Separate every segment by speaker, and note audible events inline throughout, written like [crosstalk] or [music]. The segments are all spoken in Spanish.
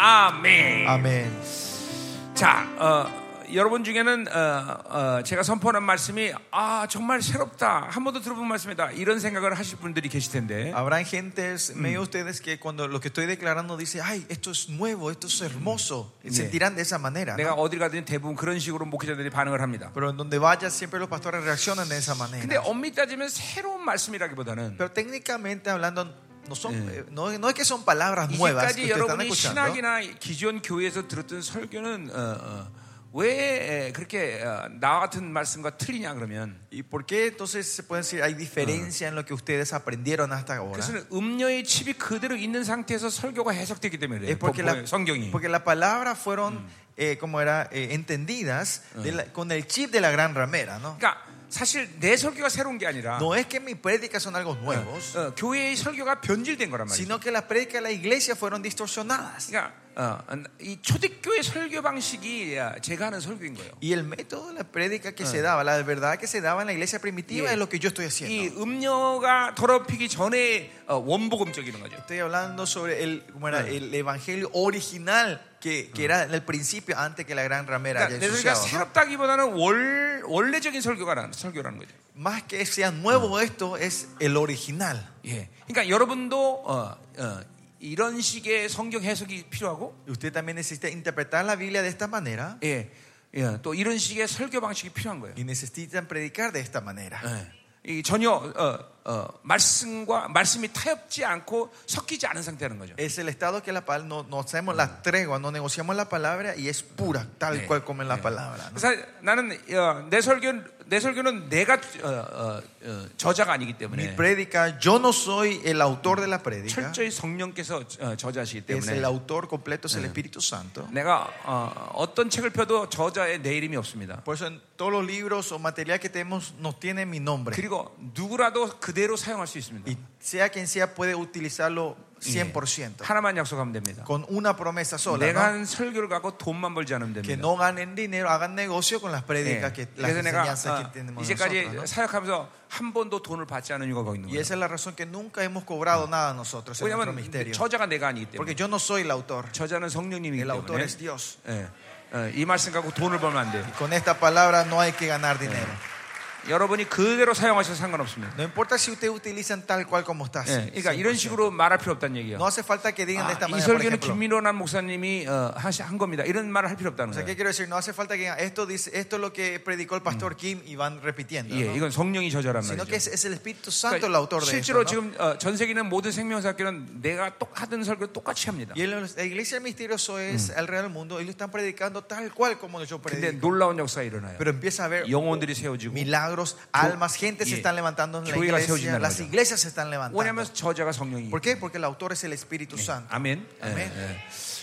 Speaker 1: 아멘.
Speaker 2: 아멘.
Speaker 1: 자, 어, 여러분 중에는 어, 어, 제가 선포하는 말씀이 아 정말 새롭다 한 번도 들어본 말씀이다 이런 생각을 하실 분들이 계실 텐데
Speaker 2: Habrá gentes, medio de ustedes, que cuando lo que estoy declarando dice, ay, esto es nuevo, esto es hermoso, sentirán de esa manera.
Speaker 1: 내가
Speaker 2: ¿no?
Speaker 1: 어딜 가든 대부분 그런 식으로 목회자들이 반응을 합니다.
Speaker 2: Pero en donde vayas, siempre los pastores reaccionan de esa
Speaker 1: 근데
Speaker 2: manera.
Speaker 1: 엄밀히 따지면 새로운 말씀이라기보다는
Speaker 2: Pero técnicamente hablando, no, son, eh, no, no es que son palabras nuevas que
Speaker 1: 이제까지
Speaker 2: ustedes están
Speaker 1: 여러분이
Speaker 2: escuchando.
Speaker 1: 신학이나 기존 교회에서 들었던 설교는 어, 어, 왜 에, 그렇게 어, 나 같은 말씀과 틀리냐 그러면
Speaker 2: ¿Y por qué entonces se puede decir hay diferencia en lo que ustedes aprendieron hasta ahora?
Speaker 1: 그것은 음녀의 칩이 그대로 있는 상태에서 설교가 해석되기 때문에 그래요.
Speaker 2: Es porque
Speaker 1: 본-
Speaker 2: la,
Speaker 1: 본- 성경이
Speaker 2: porque la palabra fueron, eh, como era, eh, entendidas de la- con el chip de la gran ramera, ¿no?
Speaker 1: 그러니까 사실 내 설교가 새로운 게 아니라
Speaker 2: No es que mis prédicas son algo nuevos,
Speaker 1: 어, 교회의 설교가 변질된 거란 말이죠.
Speaker 2: sino que las prédicas de la iglesia fueron distorsionadas.
Speaker 1: 그러니까 어, 이 초대교회 설교 방식이 어, 제가 하는 설교인 거예요.
Speaker 2: Y el método de la prédica que se daba, la verdad que se daba en la iglesia primitiva
Speaker 1: Yeah.
Speaker 2: es lo que yo estoy
Speaker 1: 이
Speaker 2: haciendo.
Speaker 1: 음녀가 더럽히기 전에 어, 원복음적인 거죠.
Speaker 2: Estoy hablando sobre el, como era, el evangelio original que, que era en el principio antes que la gran ramera haya
Speaker 1: 그러니까 내 설교가
Speaker 2: ensuciado, ¿no?
Speaker 1: 새롭다기보다는 월, 원래적인 설교가라는 설교라는 거죠.
Speaker 2: Más que sea nuevo esto, es el original.
Speaker 1: 예. 그러니까 여러분도 어, 어, 이런 식의 성경 해석이 필요하고
Speaker 2: Usted también necesita interpretar la Biblia de esta manera
Speaker 1: 예. 예. 또 이런 식의 설교 방식이 필요한 거예요.
Speaker 2: y necesitan predicar de esta manera.
Speaker 1: 예. 이 전혀 어, 어, 말씀과 말씀이 타협지 않고 섞이지 않은 상태라는 거죠.
Speaker 2: Es el estado que la palabra, no, no hacemos la tregua, no negociamos la palabra y es pura, tal
Speaker 1: Yeah.
Speaker 2: cual como en la palabra. ¿no?
Speaker 1: 그래서 나는 어, 내 설교 내 설교는 내가 어, 어, 어, 저자가 아니기
Speaker 2: Mi
Speaker 1: 때문에
Speaker 2: prédica, yo no soy el autor de la prédica,
Speaker 1: 철저히 성령께서 어, 저자시기
Speaker 2: es el
Speaker 1: 때문에
Speaker 2: autor completo, es el Espíritu Santo.
Speaker 1: 내가 어, 어떤 책을 펴도 저자의 내 이름이 없습니다.
Speaker 2: Por eso en todos los libros o material que tenemos nos tiene mi nombre.
Speaker 1: 그리고 누구라도 그대로 사용할 수 있습니다.
Speaker 2: Y sea quien sea puede utilizarlo 100%.
Speaker 1: 하나만 약속하면 됩니다.
Speaker 2: Con una promesa sola.
Speaker 1: 내가
Speaker 2: ¿no?
Speaker 1: 한 설교를 갖고 돈만 벌지 않으면
Speaker 2: Que
Speaker 1: 됩니다.
Speaker 2: no ganen dinero, hagan negocio con las
Speaker 1: 예.
Speaker 2: prédicas, que, las
Speaker 1: 그래서 내가
Speaker 2: enseñanzas
Speaker 1: 어,
Speaker 2: que tenemos
Speaker 1: 이제까지
Speaker 2: nosotros. ¿no?
Speaker 1: 사역하면서 한 번도 돈을 받지 않은 이유가 거기 있는
Speaker 2: Y
Speaker 1: 거예요.
Speaker 2: esa es la razón que nunca hemos cobrado nada nosotros en nuestro
Speaker 1: 왜냐하면
Speaker 2: misterio.
Speaker 1: 저자가 내가 아니기 때문에
Speaker 2: Porque yo no soy el autor,
Speaker 1: 저자는 성령님이기
Speaker 2: el autor
Speaker 1: 때문에
Speaker 2: es Dios.
Speaker 1: 예. 어, 이 말씀 갖고 돈을 벌면 안 돼요.
Speaker 2: Y con esta palabra no hay que ganar dinero.
Speaker 1: 여러분이 그대로 사용하셔도 상관없습니다.
Speaker 2: No importa si ustedes utilizan tal cual como está.
Speaker 1: 예, 그러니까 이런
Speaker 2: 100%.
Speaker 1: 식으로 말할 필요 없다는 얘기예요.
Speaker 2: No hace falta que digan
Speaker 1: 아,
Speaker 2: de esta
Speaker 1: 이
Speaker 2: manera. Por
Speaker 1: 설교는
Speaker 2: ejemplo.
Speaker 1: 김민호란 목사님이 어, 하시- 한 겁니다. 이런 말을 할 필요 없다는
Speaker 2: O sea,
Speaker 1: 거예요.
Speaker 2: ¿qué quiero decir? No hace falta que digan esto, dice, esto es lo que predicó el pastor Kim Mm. y van repitiendo.
Speaker 1: 예,
Speaker 2: ¿no?
Speaker 1: 이건 성령이 저자란
Speaker 2: Sino que es,
Speaker 1: 네. 말이죠.
Speaker 2: es el Espíritu Santo el
Speaker 1: 그러니까
Speaker 2: autor de
Speaker 1: 실제로
Speaker 2: esto. ¿no?
Speaker 1: 지금 어, 전 세계는 모든 생명사학교는 내가 똑 하던 설교 똑같이 합니다.
Speaker 2: Y en la iglesia del misterioso es alrededor del mundo, ellos están predicando tal cual como yo
Speaker 1: 근데
Speaker 2: predico.
Speaker 1: 놀라운 역사가 일어나요.
Speaker 2: Pero empieza a ver
Speaker 1: 영혼들이 세워지고
Speaker 2: milagros, almas, gente se
Speaker 1: 예.
Speaker 2: están levantando en la
Speaker 1: 교회가
Speaker 2: iglesia,
Speaker 1: 세워진다는
Speaker 2: las
Speaker 1: 거죠.
Speaker 2: iglesias se están levantando.
Speaker 1: 왜냐하면 저자가 성령이.
Speaker 2: ¿Por qué? Porque el autor es el Espíritu Santo.
Speaker 1: 아멘.
Speaker 2: 아멘.
Speaker 1: 예, 예.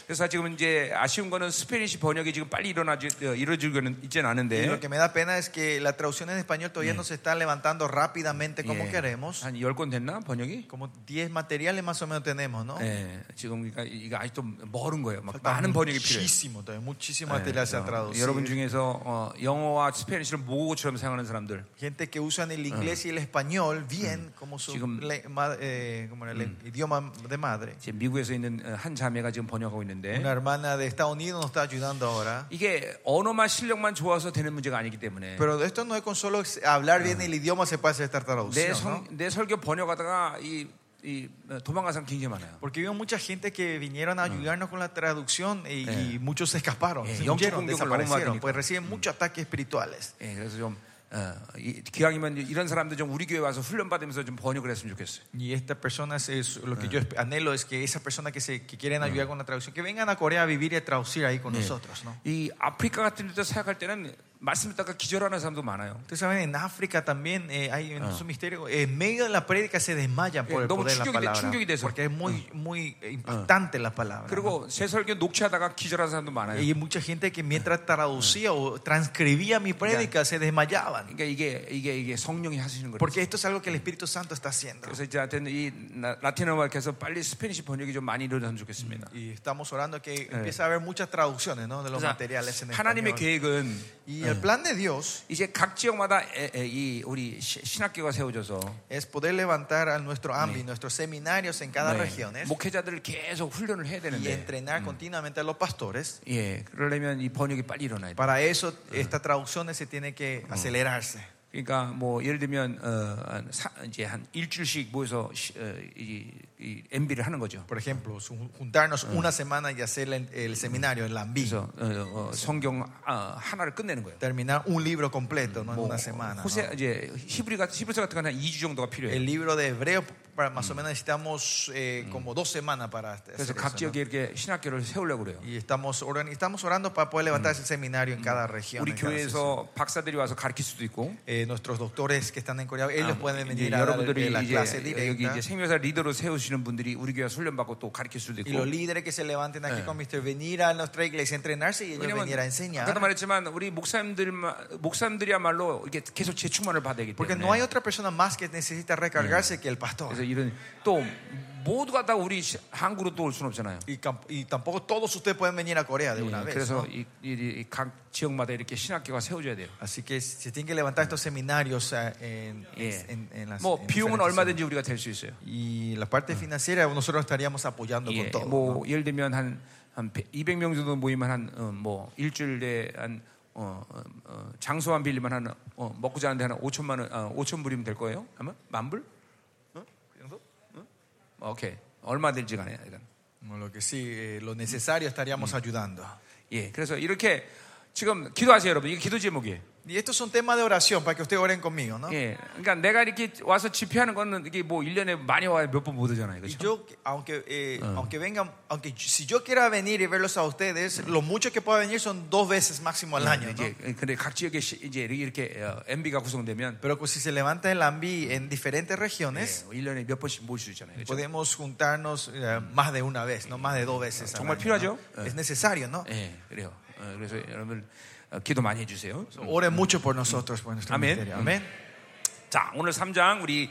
Speaker 1: 그래서 지금 이제 아쉬운 거는 스페니시 번역이 지금 빨리 일어나지 어, 이루어지고는 있진
Speaker 2: Y
Speaker 1: 않은데
Speaker 2: lo que me da pena es que la traducción en español todavía no se está levantando rápidamente como
Speaker 1: 예.
Speaker 2: queremos.
Speaker 1: 한 10권 됐나 번역이?
Speaker 2: Como 10 materiales más o menos tenemos, ¿no?
Speaker 1: 예, 지금 그러니까 이거 아직도 멀은 거예요. 막
Speaker 2: Falta
Speaker 1: 많은 번역이 필요해요.
Speaker 2: muchísimo, todavía, muchísimo
Speaker 1: 예,
Speaker 2: material se ha
Speaker 1: 어,
Speaker 2: traducido.
Speaker 1: 여러분 중에서 어, 영어와 스페니시를 모국어처럼 사용하는 사람들
Speaker 2: Gente que usan el inglés y el español bien como su
Speaker 1: 지금-
Speaker 2: le- ma- eh, como era el idioma de madre.
Speaker 1: 지금 미국에서 있는 어, 한 자매가 지금 번역하고 있는데
Speaker 2: Una hermana de Estados Unidos nos está ayudando ahora.
Speaker 1: 이게 언어만 실력만 좋아서 되는 문제가 아니기 때문에
Speaker 2: Pero esto no es con solo hablar bien el idioma se puede estar
Speaker 1: 내,
Speaker 2: traducido.
Speaker 1: 성, 내 설교 번역하다가 이, 이 어, 도망간 사람 굉장히 많아요.
Speaker 2: Porque vio mucha gente que vinieron a ayudarnos con la traducción y, y muchos se escaparon,
Speaker 1: Ah. Eh,
Speaker 2: se
Speaker 1: 영적
Speaker 2: huyeron,
Speaker 1: 공격을 너무
Speaker 2: desaparecieron,
Speaker 1: 받으니까.
Speaker 2: pues reciben muchos ataques espirituales.
Speaker 1: 예, 그래서 좀 어, 이- 기왕이면 이런 사람들 좀 우리 교회 와서 훈련 받으면서 좀 번역을 했으면 좋겠어요.
Speaker 2: Y estas personas, es, lo
Speaker 1: Ah.
Speaker 2: que yo esp- anhelo es que esas personas que, se, que quieren ayudar con la traducción, que vengan a Corea a vivir y a traducir ahí
Speaker 1: Eh.
Speaker 2: con nosotros. ¿no?
Speaker 1: 이 아프리카 같은 데서 사역할 때는 말씀 듣다가 기절하는 사람도 많아요.
Speaker 2: Ustedes saben, en África también eh, hay un su misterio. eh, en medio de la prédica se desmayan por
Speaker 1: Ah. Eh,
Speaker 2: el
Speaker 1: 너무
Speaker 2: poder de la
Speaker 1: 충격이 돼-
Speaker 2: palabra.
Speaker 1: 충격이 돼서.
Speaker 2: Porque es
Speaker 1: Ah.
Speaker 2: muy, muy eh, impactante la palabra. ¿no?
Speaker 1: 그리고 제 설교 녹취하다가 기절하는 사람도 많아요.
Speaker 2: Y mucha gente que
Speaker 1: Ah.
Speaker 2: mientras traducía o transcribía mi prédica se desmayaban.
Speaker 1: 그러니까 이게 이게 이게 성령이 하시는 거예요.
Speaker 2: Porque esto es algo que el Espíritu Santo está haciendo.
Speaker 1: 그래서 이제 하여튼 이 라- 라틴어 마켓에서 빨리 스페니시 번역이 좀 많이 일어나면
Speaker 2: 음.
Speaker 1: 좋겠습니다.
Speaker 2: Y estamos orando que empieza a haber muchas traducciones ¿no? de los
Speaker 1: 그래서
Speaker 2: materiales en
Speaker 1: 하나님의
Speaker 2: español.
Speaker 1: 계획은
Speaker 2: Y el plan de Dios
Speaker 1: 이제 각 지역마다 에, 에, 이 우리 시- 신학교가 세워져서
Speaker 2: es poder levantar a nuestro AMBI, nuestros seminarios en cada
Speaker 1: 네,
Speaker 2: región ¿eh?
Speaker 1: 목회자들을 계속 훈련을 해야
Speaker 2: y
Speaker 1: 되는데
Speaker 2: entrenar continuamente a los pastores.
Speaker 1: 예, 그러려면 이 번역이 빨리 일어나야 돼.
Speaker 2: Para eso, estas traducciones se tiene que acelerarse.
Speaker 1: 그러니까 뭐 예를 들면 어, 한 사- 이제 한 일주일씩 모여서 시, 어, 이, 이 MB를 하는 거죠.
Speaker 2: Por ejemplo, su- juntarnos una semana y hacer el, el seminario, el AMBI.
Speaker 1: 그래서 어, 어, 성경 아, 하나를 끝내는 거예요.
Speaker 2: Terminar un libro completo, no en una semana. ¿no?
Speaker 1: 호세 이제 히브리 같은 히브리서 같은 거는 한 2주 정도가 필요해요.
Speaker 2: El libro de Hebreo, para más o menos necesitamos eh, como dos semanas para hacer
Speaker 1: 그래서
Speaker 2: eso,
Speaker 1: 각
Speaker 2: ¿no?
Speaker 1: 지역에 이렇게 신학교를 세우려고 그래요.
Speaker 2: Y estamos, orando, estamos orando para poder levantar ese seminario en cada región.
Speaker 1: 우리
Speaker 2: en cada sesión.
Speaker 1: 교회에서 박사들이 와서 가르칠 수도 있고 아,
Speaker 2: Eh, nuestros doctores que están en Corea, ellos pueden
Speaker 1: 이제
Speaker 2: venir a dar
Speaker 1: 여러분들이
Speaker 2: eh, la clase
Speaker 1: 이제 여기
Speaker 2: directa.
Speaker 1: 이제 생명사 리더로 세우시는 분들이 우리 교회 훈련 받고 또 가르칠 수도
Speaker 2: Y
Speaker 1: 있고
Speaker 2: los líderes que se levanten aquí con Mr. venir a nuestra iglesia a entrenarse y ellos
Speaker 1: 왜냐면
Speaker 2: venir
Speaker 1: 아까도
Speaker 2: a enseñar.
Speaker 1: 말했지만 우리 목사님들 목사님들이야말로 이렇게 계속 재충만을 받아야 되기
Speaker 2: Porque no hay
Speaker 1: 때문에
Speaker 2: otra persona más que necesita recargarse que el pastor.
Speaker 1: 그래서 이런 또 모두가 다 우리 시- 한국으로 또 올 수는 없잖아요.
Speaker 2: Y, cam- y tampoco todos ustedes pueden venir a Corea de una
Speaker 1: 예,
Speaker 2: vez.
Speaker 1: 그래서
Speaker 2: ¿no?
Speaker 1: 이각 지역마다 이렇게 신학교가 세워져야 돼요.
Speaker 2: Así que se tienen que levantar estos seminarios eh, en,
Speaker 1: 예.
Speaker 2: en- en las.
Speaker 1: 뭐
Speaker 2: en
Speaker 1: 비용은
Speaker 2: diferentes
Speaker 1: 얼마든지 우리가 될 수 있어요.
Speaker 2: Y la parte financiera nosotros estaríamos apoyando
Speaker 1: 예,
Speaker 2: con todo.
Speaker 1: 뭐 예를 들면 한한 200명 정도 모이면 한뭐 일주일에 한 어, 어, 어, 장소만 빌리면 한 어, 먹고 자는데 한 5천만 원, 어, 5천 불이면 될 거예요. 아마 만 불? 어? 그 정도? 어? 오케이 얼마 될지 간에 일단.
Speaker 2: Como Lo que sí, eh, lo necesario estaríamos ayudando.
Speaker 1: 예, 그래서 이렇게 지금 기도하세요, 여러분. 이게 기도 제목이에요.
Speaker 2: Y estos son temas de oración para que ustedes oren conmigo, ¿no?
Speaker 1: 예, 그러니까 내가 이렇게 와서 집회하는 거는 이게 뭐 1년에 많이 와야 몇 번 못 오잖아요,
Speaker 2: Y
Speaker 1: 그렇죠?
Speaker 2: yo, aunque, eh, aunque vengan, aunque si yo quiera venir y verlos a ustedes, lo mucho que pueda venir son dos veces máximo al año, ¿no?
Speaker 1: 이제 근데 각 지역에 시- 이제 이렇게 어, MB가 구성되면
Speaker 2: Pero que si se levanta el AMBI en diferentes regiones,
Speaker 1: 1년에 몇 번씩 모일 수 있잖아요. 그렇죠?
Speaker 2: podemos juntarnos eh, más de una vez, no más de dos veces. al
Speaker 1: 정말
Speaker 2: año, ¿no?
Speaker 1: 필요하죠?
Speaker 2: Es necesario, ¿no?
Speaker 1: 예, 그래요. 어, 그래서 여러분 어, 기도 많이 해주세요.
Speaker 2: Oren mucho por nosotros, por nuestro
Speaker 1: Amén.
Speaker 2: ministerio. Amén.
Speaker 1: 자, 오늘 3장 우리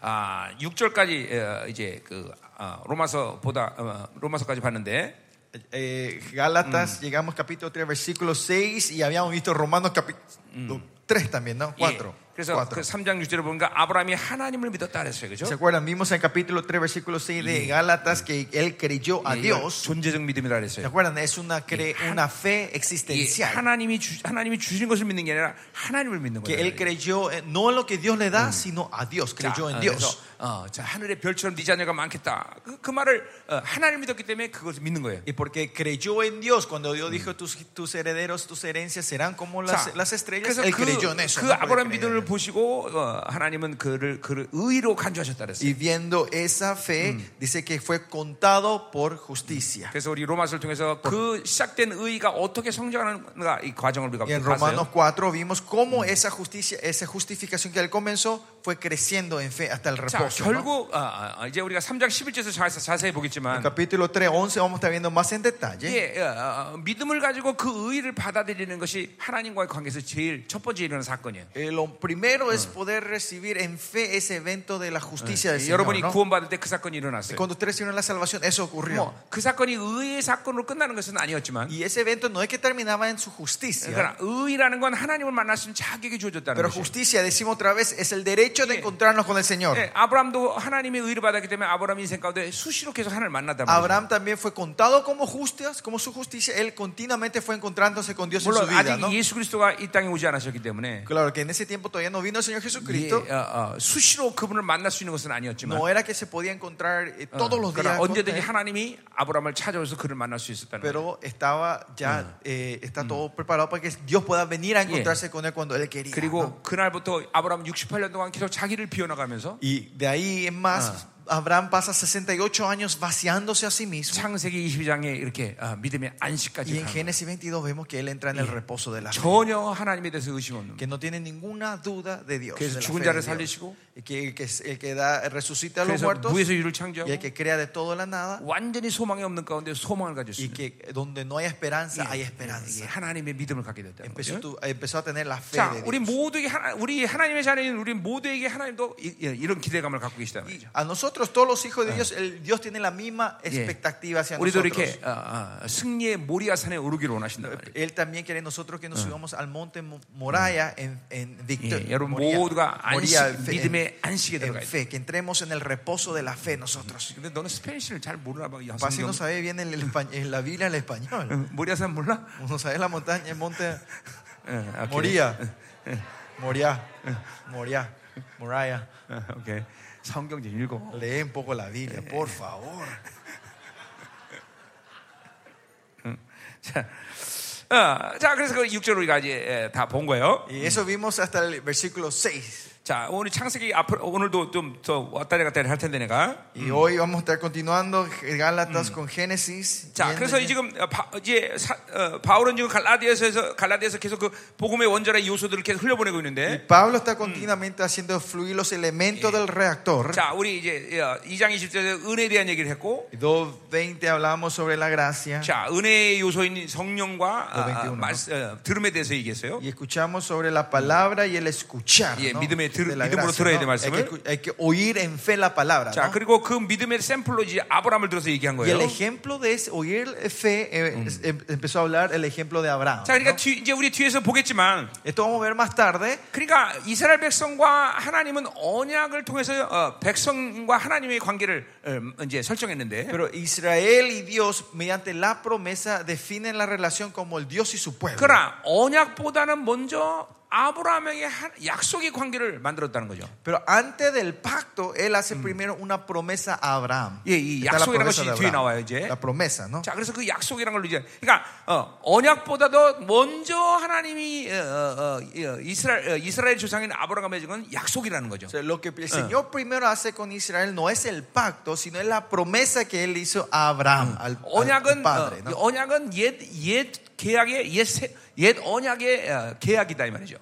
Speaker 1: 아, 6절까지 이제 그 아, 로마서보다 어, 로마서까지 봤는데
Speaker 2: Eh, Gálatas, llegamos capítulo 3, versículo 6, y habíamos visto Romanos capítulo 3 también, ¿no?
Speaker 1: 예,
Speaker 2: 4.
Speaker 1: 그래서 그 3장 6절을 보니까 아브라함이 하나님을 믿었다 그랬어요. 그죠?
Speaker 2: ¿Se acuerdan? Vimos en el capítulo 3, versículo 6 de Gálatas que él creyó a
Speaker 1: 예,
Speaker 2: Dios.
Speaker 1: 존재적 믿음이라
Speaker 2: ¿Se
Speaker 1: 그랬어요.
Speaker 2: acuerdan? Es una, cre- una fe
Speaker 1: 예,
Speaker 2: existencial.
Speaker 1: 하나님이 주, 하나님이 주신 것을 믿는 게 아니라 하나님을 믿는
Speaker 2: Que
Speaker 1: 거예요.
Speaker 2: él creyó, eh, no en lo que Dios le da, sino a Dios.
Speaker 1: 자,
Speaker 2: Creyó en
Speaker 1: 어,
Speaker 2: Dios.
Speaker 1: 그래서, 어, 자, 하늘의 별처럼 네 자녀가 많겠다. 그, 그 말을 어, 하나님 믿었기 때문에 그것을 믿는 거예요.
Speaker 2: Y porque creyó en Dios, cuando Dios dijo tus, tus herederos, tus herencias serán como las, las estrellas,
Speaker 1: 그래서
Speaker 2: él
Speaker 1: 그,
Speaker 2: creyó en eso.
Speaker 1: 그
Speaker 2: ¿no?
Speaker 1: 아브라함
Speaker 2: Puede creer.
Speaker 1: 믿음을 보시고 어, 하나님은 그를 그를 의로 간주하셨다 그랬어요.
Speaker 2: Y viendo esa fe, dice que fue contado por justicia.
Speaker 1: 그래서 우리 로마서를 통해서 그 시작된 의가 어떻게 성장하는가 이 과정을 우리가
Speaker 2: Y en Romanos
Speaker 1: 봤어요.
Speaker 2: 4 vimos cómo esa justicia, esa justificación que él comenzó fue creciendo en fe hasta el
Speaker 1: 자,
Speaker 2: reposo. ¿no?
Speaker 1: 결국 아, 아, 이제 우리가 3장 11절에서 자세히 보겠지만
Speaker 2: Capítulo 3, 11 vamos a estar viendo más en detalle.
Speaker 1: 예, 어, 어, 믿음을 가지고 그 의를 받아들이는 것이 하나님과의 관계에서 제일 첫 번째 일어나는 사건이에요.
Speaker 2: Eh, lo primero es poder recibir en fe ese evento de la justicia del Señor.
Speaker 1: 여러분이
Speaker 2: ¿no?
Speaker 1: 구원받을 때 그 예, 사건이 일어났어요.
Speaker 2: Cuando ustedes recibieron la salvación, eso ocurrió.
Speaker 1: 뭐, 그 사건이 의의 사건으로 끝나는 것은 아니었지만
Speaker 2: Y ese evento no es que terminaba en su justicia.
Speaker 1: 그러니까 의라는 건 하나님을 만날 수 있는 자격이 주어졌다는
Speaker 2: Pero
Speaker 1: 것이죠.
Speaker 2: justicia, decimos otra vez, es el derecho de encontrarnos con el Señor.
Speaker 1: 예, 아브람도 하나님의 의를 받았기 때문에 아브람 인생 가운데 수시로 계속 하나님을 만나다 말이죠.
Speaker 2: Abraham también fue contado como justas, como su justicia. Él continuamente fue encontrándose con Dios en su
Speaker 1: 물론
Speaker 2: vida. ¿no?
Speaker 1: 아직 예수 그리스도가 이 땅에 오지 않으셨기 때문에
Speaker 2: Claro que en ese tiempo todavía no vino el Señor
Speaker 1: 예,
Speaker 2: Jesucristo.
Speaker 1: 어, 어, 수시로 그분을 만날 수 있는 것은 아니었지만
Speaker 2: No era que se podía encontrar eh,
Speaker 1: 어,
Speaker 2: todos los días.
Speaker 1: 그러나
Speaker 2: con
Speaker 1: 언제든지
Speaker 2: él,
Speaker 1: 하나님이 아브람을 찾아와서 그를 만날 수 있었다는 거예요.
Speaker 2: Pero estaba ya, eh, está todo preparado para que Dios pueda venir a encontrarse con él cuando él quería. ¿no?
Speaker 1: 그리고 그날부터 아브람 68년 동안 계속 자기를 비워나가면서
Speaker 2: Y de ahí en más, Abraham pasa 68 años vaciándose a sí mismo.
Speaker 1: 창세기 22장에 이렇게 어, 믿음의 안식까지
Speaker 2: Y en
Speaker 1: 가는 거예요.
Speaker 2: Génesis 22 vemos que él entra en el reposo de la fe.
Speaker 1: 전혀 하나님에 대해서 의심 없는
Speaker 2: Que no tiene ninguna duda de Dios.
Speaker 1: 그래서
Speaker 2: de la
Speaker 1: 죽은
Speaker 2: fe
Speaker 1: 자를
Speaker 2: de Dios.
Speaker 1: 살리시고
Speaker 2: Y que el que, el que da, resucita a los
Speaker 1: 그래서
Speaker 2: muertos
Speaker 1: 무에서 유를
Speaker 2: y el
Speaker 1: 창조하고
Speaker 2: que crea de todo la nada.
Speaker 1: 완전히 소망이 없는 가운데 소망을 가질 수
Speaker 2: Y
Speaker 1: 있는
Speaker 2: que donde no hay esperanza, hay
Speaker 1: 예,
Speaker 2: esperanza.
Speaker 1: 하나님의 믿음을 갖게 됐다는
Speaker 2: Empezó,
Speaker 1: 거죠.
Speaker 2: tu- empezó a tener la fe
Speaker 1: 자,
Speaker 2: de Dios.
Speaker 1: 우리 모두에게 하나, 우리 하나님의 자녀인 우리 모두에게 하나님도 이, 예, 이런 기대감을 갖고 계시다
Speaker 2: Y
Speaker 1: 말이죠.
Speaker 2: a nosotros nuestros, todos los hijos de Dios, el Dios tiene la misma
Speaker 1: 예.
Speaker 2: expectativa hacia
Speaker 1: 우리도
Speaker 2: nosotros.
Speaker 1: 이렇게 아, 아, 승리의 모리아산에 오르기를 원하신다. 말이에요.
Speaker 2: Él también quiere nosotros que nos subamos al monte Mo- Moraya en, en victoria.
Speaker 1: 예, 여러분
Speaker 2: Moria-
Speaker 1: 모두가 안식,
Speaker 2: Moria en fe-
Speaker 1: 믿음의 안식에
Speaker 2: en,
Speaker 1: 들어가야
Speaker 2: en
Speaker 1: 돼.
Speaker 2: fe, que entremos en el reposo de la fe nosotros.
Speaker 1: 근데 너는 스페인어를 잘 모르나 봐. 야,
Speaker 2: Pase no
Speaker 1: 성경.
Speaker 2: sabe bien el, espa- en la Biblia el español.
Speaker 1: 응, 모리아산 몰라?
Speaker 2: Uno sabe la montaña, el monte
Speaker 1: 응, 오케이.
Speaker 2: Moria. Moria. Moria. Moraya.
Speaker 1: 응, 어, 오케이. 성경 좀 읽어.
Speaker 2: Lee un poco la Biblia, por favor.
Speaker 1: 자, 어, 자 그래서 그 6절 우리가 이제 다 본 거예요.
Speaker 2: Y eso vimos hasta el versículo 6.
Speaker 1: 자, 오늘 창세기 앞으로 오늘도 좀 더 왔다리 갔다리 할 텐데 내가.
Speaker 2: Y hoy vamos a estar continuando Gálatas con Génesis.
Speaker 1: 자,
Speaker 2: yendo
Speaker 1: 그래서
Speaker 2: y-
Speaker 1: 이 지금 어, 바, 이제 사, 어, 바울은 지금 갈라디아서에서 갈라디아서 계속 그 복음의 원자의 요소들을 계속 흘려보내고
Speaker 2: Y
Speaker 1: 있는데.
Speaker 2: Pablo está continuamente haciendo fluir los elementos del reactor.
Speaker 1: 자, 우리 이제 어, 2장 20절에 은혜에 대한 얘기를 했고.
Speaker 2: 2.20 hablamos sobre la gracia
Speaker 1: 자, 은혜의 요소인 성령과 아, 아,
Speaker 2: 521,
Speaker 1: 말, 어, 들음에 대해서 얘기했어요.
Speaker 2: y escuchamos sobre la palabra y el escuchar.
Speaker 1: 예,
Speaker 2: ¿no?
Speaker 1: 믿음의 들-
Speaker 2: De la
Speaker 1: 믿음으로
Speaker 2: gracia,
Speaker 1: 들어야 돼,
Speaker 2: ¿no? Hay, que,
Speaker 1: 말씀을.
Speaker 2: escu- hay que oír en fe la palabra.
Speaker 1: 자,
Speaker 2: ¿no?
Speaker 1: 그리고 그 믿음의 샘플로 이제 아브라함을 들어서 얘기한
Speaker 2: Y
Speaker 1: 거예요.
Speaker 2: el ejemplo de ese oír fe eh, es- em- empezó a hablar el ejemplo de Abraham.
Speaker 1: 자, 그러니까
Speaker 2: ¿no?
Speaker 1: 뒤- 이제 우리 뒤에서 보겠지만
Speaker 2: Esto vamos a ver más tarde.
Speaker 1: 그러니까 이스라엘 백성과 하나님은 언약을 통해서 어, 백성과 하나님의 관계를 어, 이제 설정했는데
Speaker 2: Pero Israel y Dios, mediante la promesa, definen la relación como el Dios y su pueblo.
Speaker 1: 그러나 언약보다는 먼저 아브라함에게 하- 약속의 관계를 만들었다는 거죠.
Speaker 2: Pero antes del pacto, él hace primero una promesa a Abraham.
Speaker 1: 예, 이
Speaker 2: Está la
Speaker 1: 약속이라는 것이
Speaker 2: promesa de
Speaker 1: 뒤에
Speaker 2: Abraham.
Speaker 1: 나와요, 이제.
Speaker 2: La promesa, ¿no?
Speaker 1: 자, 그래서 그 약속이라는 걸 이제 그러니까 어, 언약보다도 먼저 하나님이 어, 어, 어, 이스라엘 어, 이스라엘 조상인 아브라함에게 준 약속이라는 거죠.
Speaker 2: O sea, lo que el Señor primero hace con Israel no es el pacto, sino es la promesa que él hizo a Abraham, al, al- al
Speaker 1: 언약은
Speaker 2: padre. ¿no?
Speaker 1: 어, 언약은 옛 옛 계약의 옛, 세- 옛 언약의 어, 계약이다 이 말이죠.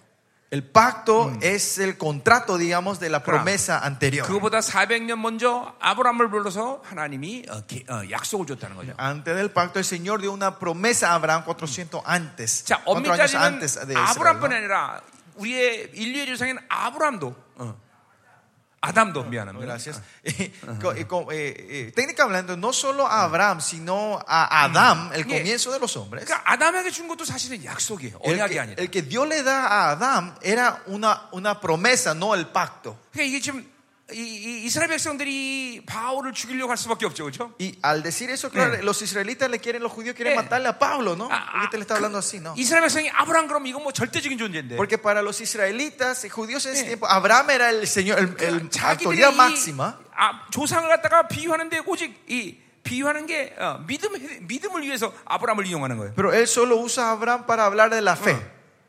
Speaker 2: El pacto es el contrato, digamos, de la
Speaker 1: Claro.
Speaker 2: promesa anterior.
Speaker 1: 그거보다 400년 먼저 아브라함을 불러서 하나님이 어, 게- 어, 약속을 줬다는 거죠.
Speaker 2: Antes del pacto, el Señor dio una promesa a Abraham 400 antes.
Speaker 1: 자, 엄밀히
Speaker 2: 400 años
Speaker 1: 따지면
Speaker 2: antes de Israel,
Speaker 1: 아브라함뿐
Speaker 2: ¿no?
Speaker 1: 아니라 우리의 인류의 조상인 아브라함도 어, 아담도 미안합니다.
Speaker 2: Gracias. Co- eh, co- eh, eh, técnica hablando, no solo a Abraham, sino a Adán, el
Speaker 1: Yeah.
Speaker 2: comienzo de los hombres.
Speaker 1: 그러니까 아담에게 준 것도 사실은 약속이에요.
Speaker 2: El
Speaker 1: 언약이
Speaker 2: que,
Speaker 1: 아니라.
Speaker 2: el que Dios le da a Adán era una, una promesa, no el pacto.
Speaker 1: 그러니까 이게 지금 이, 이 이스라엘 백성들이 바울을 죽이려고 할 수밖에 없죠, 그렇죠?
Speaker 2: Y al decir eso, claro,
Speaker 1: Yeah.
Speaker 2: los israelitas le quieren, los judíos quieren
Speaker 1: Yeah.
Speaker 2: matarle a Pablo, ¿no?
Speaker 1: 아,
Speaker 2: Porque te le está
Speaker 1: 그
Speaker 2: hablando así, ¿no?
Speaker 1: 이스라엘 백성이 아브라함 그럼 이건 뭐 절대적인 존재인데.
Speaker 2: Porque para los israelitas y judíos en ese
Speaker 1: Yeah.
Speaker 2: tiempo, Abraham era el señor, el, el- la
Speaker 1: 자기들이
Speaker 2: autoridad máxima.
Speaker 1: 아, 조상을 갖다가 비유하는데 오직 이 비유하는 게 어, 믿음 믿음을 위해서 아브라함을 이용하는 거예요.
Speaker 2: Pero él solo usa a Abraham para hablar de la fe.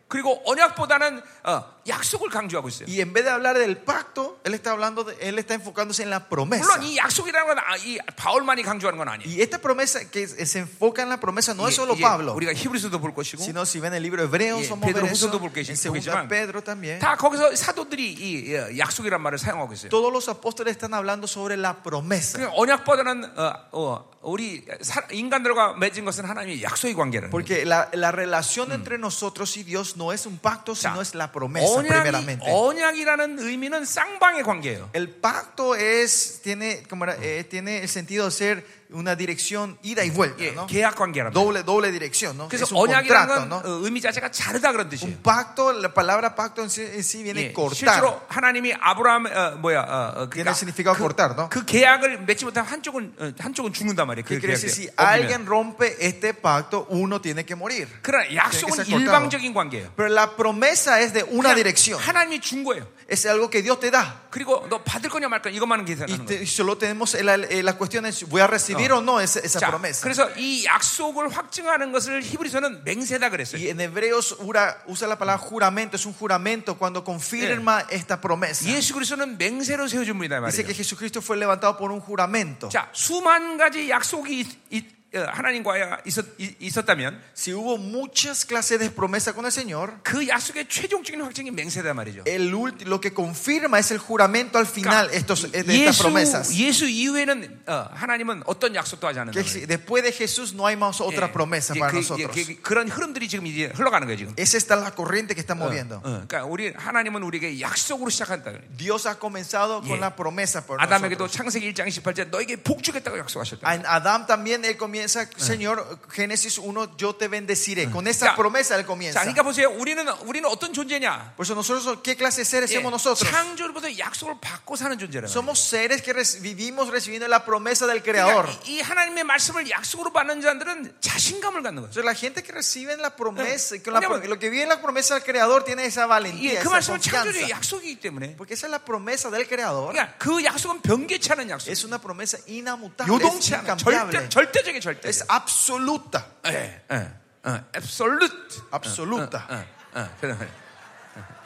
Speaker 1: 그리고 언약보다는 어, 약속을 강조하고 있어요.
Speaker 2: Y en vez de hablar del pacto, él está hablando, de- él está enfocándose en la promesa.
Speaker 1: 물론 이 약속이라는 건 아, 이 바울만이 예, 강조하는 건 아니에요.
Speaker 2: Y esta promesa que es- se enfoca en la promesa no es
Speaker 1: 이게-
Speaker 2: solo
Speaker 1: 이게
Speaker 2: Pablo,
Speaker 1: 우리가 히브리서도 볼 것이고
Speaker 2: sino si ven el libro hebreo,
Speaker 1: Yeah,
Speaker 2: somos ver
Speaker 1: Pedro
Speaker 2: eso,
Speaker 1: Huso도 볼 것이-
Speaker 2: en segunda
Speaker 1: 보겠지만
Speaker 2: Pedro también.
Speaker 1: 다 거기서 사도들이 이 어, 약속이란 말을 사용하고 있어요.
Speaker 2: Todos los apóstoles están hablando sobre la promesa.
Speaker 1: 그러니까 언약보다는 어, 어, 우리 사- 인간들과 맺은 것은 하나님의 약속의 관계라는 거예요.
Speaker 2: Porque la, la relación entre nosotros y Dios no es un pacto, sino es la promesa,
Speaker 1: 언약이,
Speaker 2: primeramente.
Speaker 1: 언약이라는 의미는 쌍방의 관계예요.
Speaker 2: El pacto es, tiene, como era, eh, tiene el sentido de ser una dirección ida y vuelta,
Speaker 1: 예,
Speaker 2: ¿no?
Speaker 1: 계약 관계라는 거예요.
Speaker 2: Doble, doble dirección, ¿no?
Speaker 1: 그래서
Speaker 2: Es un
Speaker 1: 언약이라는
Speaker 2: contrato,
Speaker 1: 건
Speaker 2: ¿no?
Speaker 1: 어, 의미 자체가 자르다 그런
Speaker 2: Un
Speaker 1: 뜻이에요.
Speaker 2: pacto, la palabra pacto en sí, en sí viene
Speaker 1: 예,
Speaker 2: cortar.
Speaker 1: 실제로 하나님이 아브라함 어, 뭐야 어, 어,
Speaker 2: Tiene
Speaker 1: 그러니까
Speaker 2: el significado cortar, ¿no?
Speaker 1: 그 계약을 맺지 못한 한쪽은 어, 한쪽은 죽는단 말이에요. 그
Speaker 2: ¿Qué quiere decir? Si
Speaker 1: 계약에 어기면.
Speaker 2: alguien rompe este pacto, uno tiene que morir.
Speaker 1: 그러나
Speaker 2: 그
Speaker 1: 약속은
Speaker 2: 계약에서
Speaker 1: 일방적인 관계예요.
Speaker 2: Pero la promesa es de una
Speaker 1: 그냥
Speaker 2: dirección.
Speaker 1: 하나님이 준 거예요.
Speaker 2: Es algo que Dios te da.
Speaker 1: 그리고 너 받을 거냐 말 거냐 이것만
Speaker 2: Y,
Speaker 1: 계산하는
Speaker 2: te-
Speaker 1: 거예요.
Speaker 2: y solo tenemos la, eh, la cuestión es, ¿voy a recibir o no esa, esa
Speaker 1: 자,
Speaker 2: promesa?
Speaker 1: 그래서 이 약속을 확증하는 것을 히브리서는 맹세다 그랬어요.
Speaker 2: Y en hebreos ura- usa la palabra juramento, es un juramento cuando confirma esta promesa.
Speaker 1: 예수 그리스도는 맹세로 세워준 분이다
Speaker 2: Dice
Speaker 1: 말이에요.
Speaker 2: que Jesucristo fue levantado por un juramento.
Speaker 1: 자 수만 가지 약속이 있- 있- 어, 하나님과 있었, 이- 있었다면
Speaker 2: Si hubo muchas clases de promesa con el Señor,
Speaker 1: 그 약속의 최종적인 확증이 맹세다 말이죠. 그러니까
Speaker 2: el ulti- lo que confirma es el juramento al final estos, eh, de estas
Speaker 1: 예수,
Speaker 2: promesas.
Speaker 1: 예수 이후에는 어, 하나님은 어떤 약속도 하지 않는다. 예.
Speaker 2: Que si- después de Jesús no hay más otra promesa para nosotros.
Speaker 1: 그, 그런 흐름들이 지금 이제 흘러가는 거예요 지금.
Speaker 2: Esa está la corriente que estamos
Speaker 1: 어,
Speaker 2: viendo.
Speaker 1: 그러니까 우리 하나님은 우리에게 약속으로 시작한다.
Speaker 2: Dios ha comenzado
Speaker 1: Yeah.
Speaker 2: con la promesa por
Speaker 1: 아담에게도
Speaker 2: nosotros.
Speaker 1: 창세기 1장 18절 너에게 복주겠다고 약속하셨다.
Speaker 2: En Adán también él comienza, Señor, Génesis 1, yo te bendeciré. Con esa
Speaker 1: Ya.
Speaker 2: promesa él
Speaker 1: 자,
Speaker 2: comienza.
Speaker 1: 그러니까 보세요. 우리는 우리는 어떤 존재냐?
Speaker 2: Por eso nosotros, ¿qué clase de seres
Speaker 1: 예,
Speaker 2: somos nosotros?
Speaker 1: 창조로부터 약속을 받고 사는 존재라는 거예요.
Speaker 2: Somos seres que rec- vivimos recibiendo la promesa del Creador.
Speaker 1: 그러니까 이 하나님의 말씀을 약속으로 받는 자들은 자신감을 갖는 거죠.
Speaker 2: Entonces la gente que recibe la promesa,
Speaker 1: Eh,
Speaker 2: con la
Speaker 1: 왜냐면-
Speaker 2: pro- lo que vive en la promesa del Creador tiene esa valentía,
Speaker 1: 예, 그
Speaker 2: esa
Speaker 1: 말씀은 창조주의
Speaker 2: confianza.
Speaker 1: 약속이기 때문에.
Speaker 2: Porque esa es la promesa del Creador.
Speaker 1: 그러니까 그 약속은 변개치 않은 약속.
Speaker 2: Es una promesa inamutable, es
Speaker 1: 요동치 않아.
Speaker 2: incambiable.
Speaker 1: 절대 절대적인 절대.
Speaker 2: Es absoluta.
Speaker 1: 예, 예, 예. absolute.
Speaker 2: Absoluta.
Speaker 1: 예, 예, 그래. 예.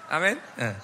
Speaker 1: 아멘. 예.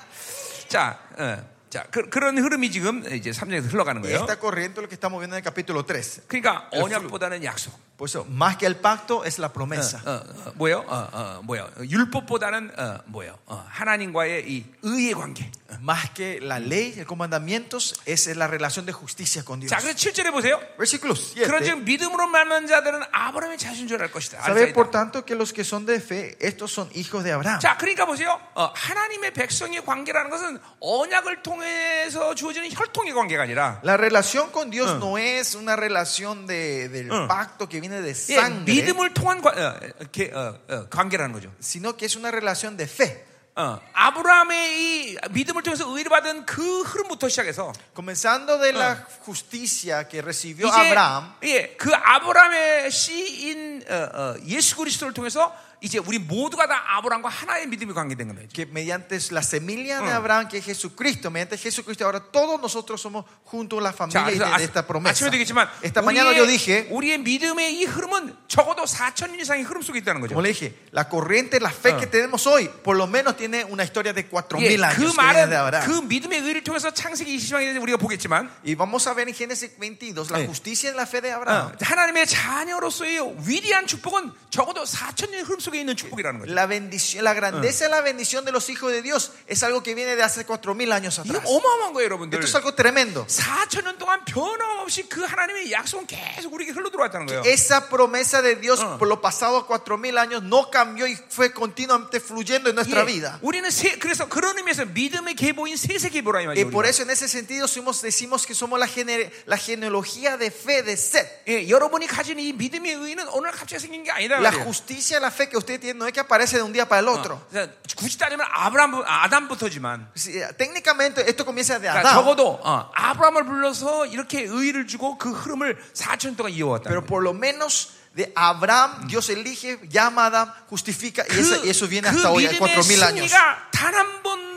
Speaker 1: 자, 예. 자, 그, 그런 흐름이 지금 이제 3장에서 흘러가는
Speaker 2: Y
Speaker 1: 거예요.
Speaker 2: esta corriente es lo que estamos viendo en el capítulo 3.
Speaker 1: 그러니까 언약보다는 약속.
Speaker 2: Por eso, más que el pacto es la promesa.
Speaker 1: 어, 어, 뭐예요? 어, 어, 뭐예요? 율법보다는 어, 뭐예요? 어, 하나님과의 이 의의 관계.
Speaker 2: Más que la ley, el comandamientos, es la relación de justicia con Dios.
Speaker 1: 자, 그래서 7절에 보세요.
Speaker 2: Versículo 7.
Speaker 1: 그런 즉 믿음으로 말하는 자들은 아브라함의 자신 줄 알 것이다.
Speaker 2: Sabed
Speaker 1: 네. 알사이다.
Speaker 2: por tanto que los que son de fe, estos son hijos de Abraham.
Speaker 1: 자, 그러니까 보세요. 어, 하나님의 백성의 관계라는 것은 언약을 통해서 주어지는 혈통의 관계가 아니라
Speaker 2: La relación con Dios no es una relación de- del
Speaker 1: Mm.
Speaker 2: pacto que viene de
Speaker 1: 예,
Speaker 2: sangre,
Speaker 1: 믿음을 통한 관, 어, 이렇게, 어, 어, 관계라는 거죠.
Speaker 2: sino que es una relación de fe.
Speaker 1: 어, 아브라함의 이 믿음을 통해서 의를 받은 그 흐름부터 시작해서
Speaker 2: Comenzando de la justicia que recibió
Speaker 1: 이제
Speaker 2: Abraham,
Speaker 1: 예, 그 아브라함의 씨인 어, 어, 예수 그리스도를 통해서 이제 우리 모두가 다 아브라함과 하나의 믿음이 관계된 겁니다.
Speaker 2: que mediante la semilla de Abraham, que es Jesucristo, mediante Jesucristo, ahora todos nosotros somos juntos la
Speaker 1: 자,
Speaker 2: familia
Speaker 1: 그래서
Speaker 2: de, de esta
Speaker 1: 아,
Speaker 2: promesa.
Speaker 1: 침에 되겠지만
Speaker 2: Esta mañana yo dije,
Speaker 1: 우리의 믿음의 이 흐름은 적어도 4천 년 이상의 흐름 속에 있다는 거죠.
Speaker 2: como le dije, la corriente, la fe
Speaker 1: Ah.
Speaker 2: que tenemos hoy, por lo menos tiene una historia de
Speaker 1: 예,
Speaker 2: 4.000
Speaker 1: 그
Speaker 2: años que viene de
Speaker 1: 말은
Speaker 2: Abraham.
Speaker 1: 그 믿음의 의를 통해서 창세기 20장에 대해서 우리가 보겠지만
Speaker 2: Y vamos a ver en Génesis 22 la
Speaker 1: Eh.
Speaker 2: justicia en la fe de
Speaker 1: 어,
Speaker 2: Abraham.
Speaker 1: 하나님의 자녀로서의 위대한 축복은 적어도 4천 년 흐름 속에 있는 축복이라는 거죠.
Speaker 2: La bendición, la grandeza de la bendición de los hijos de Dios es algo que viene de hace 4.000 años
Speaker 1: 이거
Speaker 2: atrás.
Speaker 1: 어마어마한 거예요, 여러분들.
Speaker 2: Esto es algo tremendo.
Speaker 1: 4천 년 동안 변함없이 그 하나님의 약속은 계속 우리에게 흘러 들어왔다는 거예요.
Speaker 2: Esa promesa de Dios
Speaker 1: Ah.
Speaker 2: por los pasados 4.000 años no cambió y fue continuamente fluyendo en nuestra
Speaker 1: 예,
Speaker 2: vida.
Speaker 1: 우리는 세, 그래서 그런 의미에서 믿음의 계보인 세세계보라 이
Speaker 2: Y
Speaker 1: 말이죠.
Speaker 2: Eh, por
Speaker 1: 우리가.
Speaker 2: eso en ese sentido somos, decimos que somos la, gene- la genealogía de fe de Seth.
Speaker 1: 예, 여러분이 가진 이 믿음의 의는 오늘 갑자기 생긴 게 아니다.
Speaker 2: La
Speaker 1: 말이에요. 어,
Speaker 2: justicia, la fe que usted tiene no es que aparece de un día para el otro.
Speaker 1: 그래서 굳이 따지면 아브람 아담부터지만
Speaker 2: Sí, técnicamente esto comienza de
Speaker 1: 그러니까
Speaker 2: Adán.
Speaker 1: 적어도 어, 아브람을 불러서 이렇게 의를 주고 그 흐름을 4천 동안 이어왔다.
Speaker 2: Pero por lo menos de Abraham, Dios elige, llama a Adán, justifica. Y, esa- y eso viene hasta hoy, a
Speaker 1: 그 믿음의
Speaker 2: 4.000 años.
Speaker 1: 승리가 단 한 번도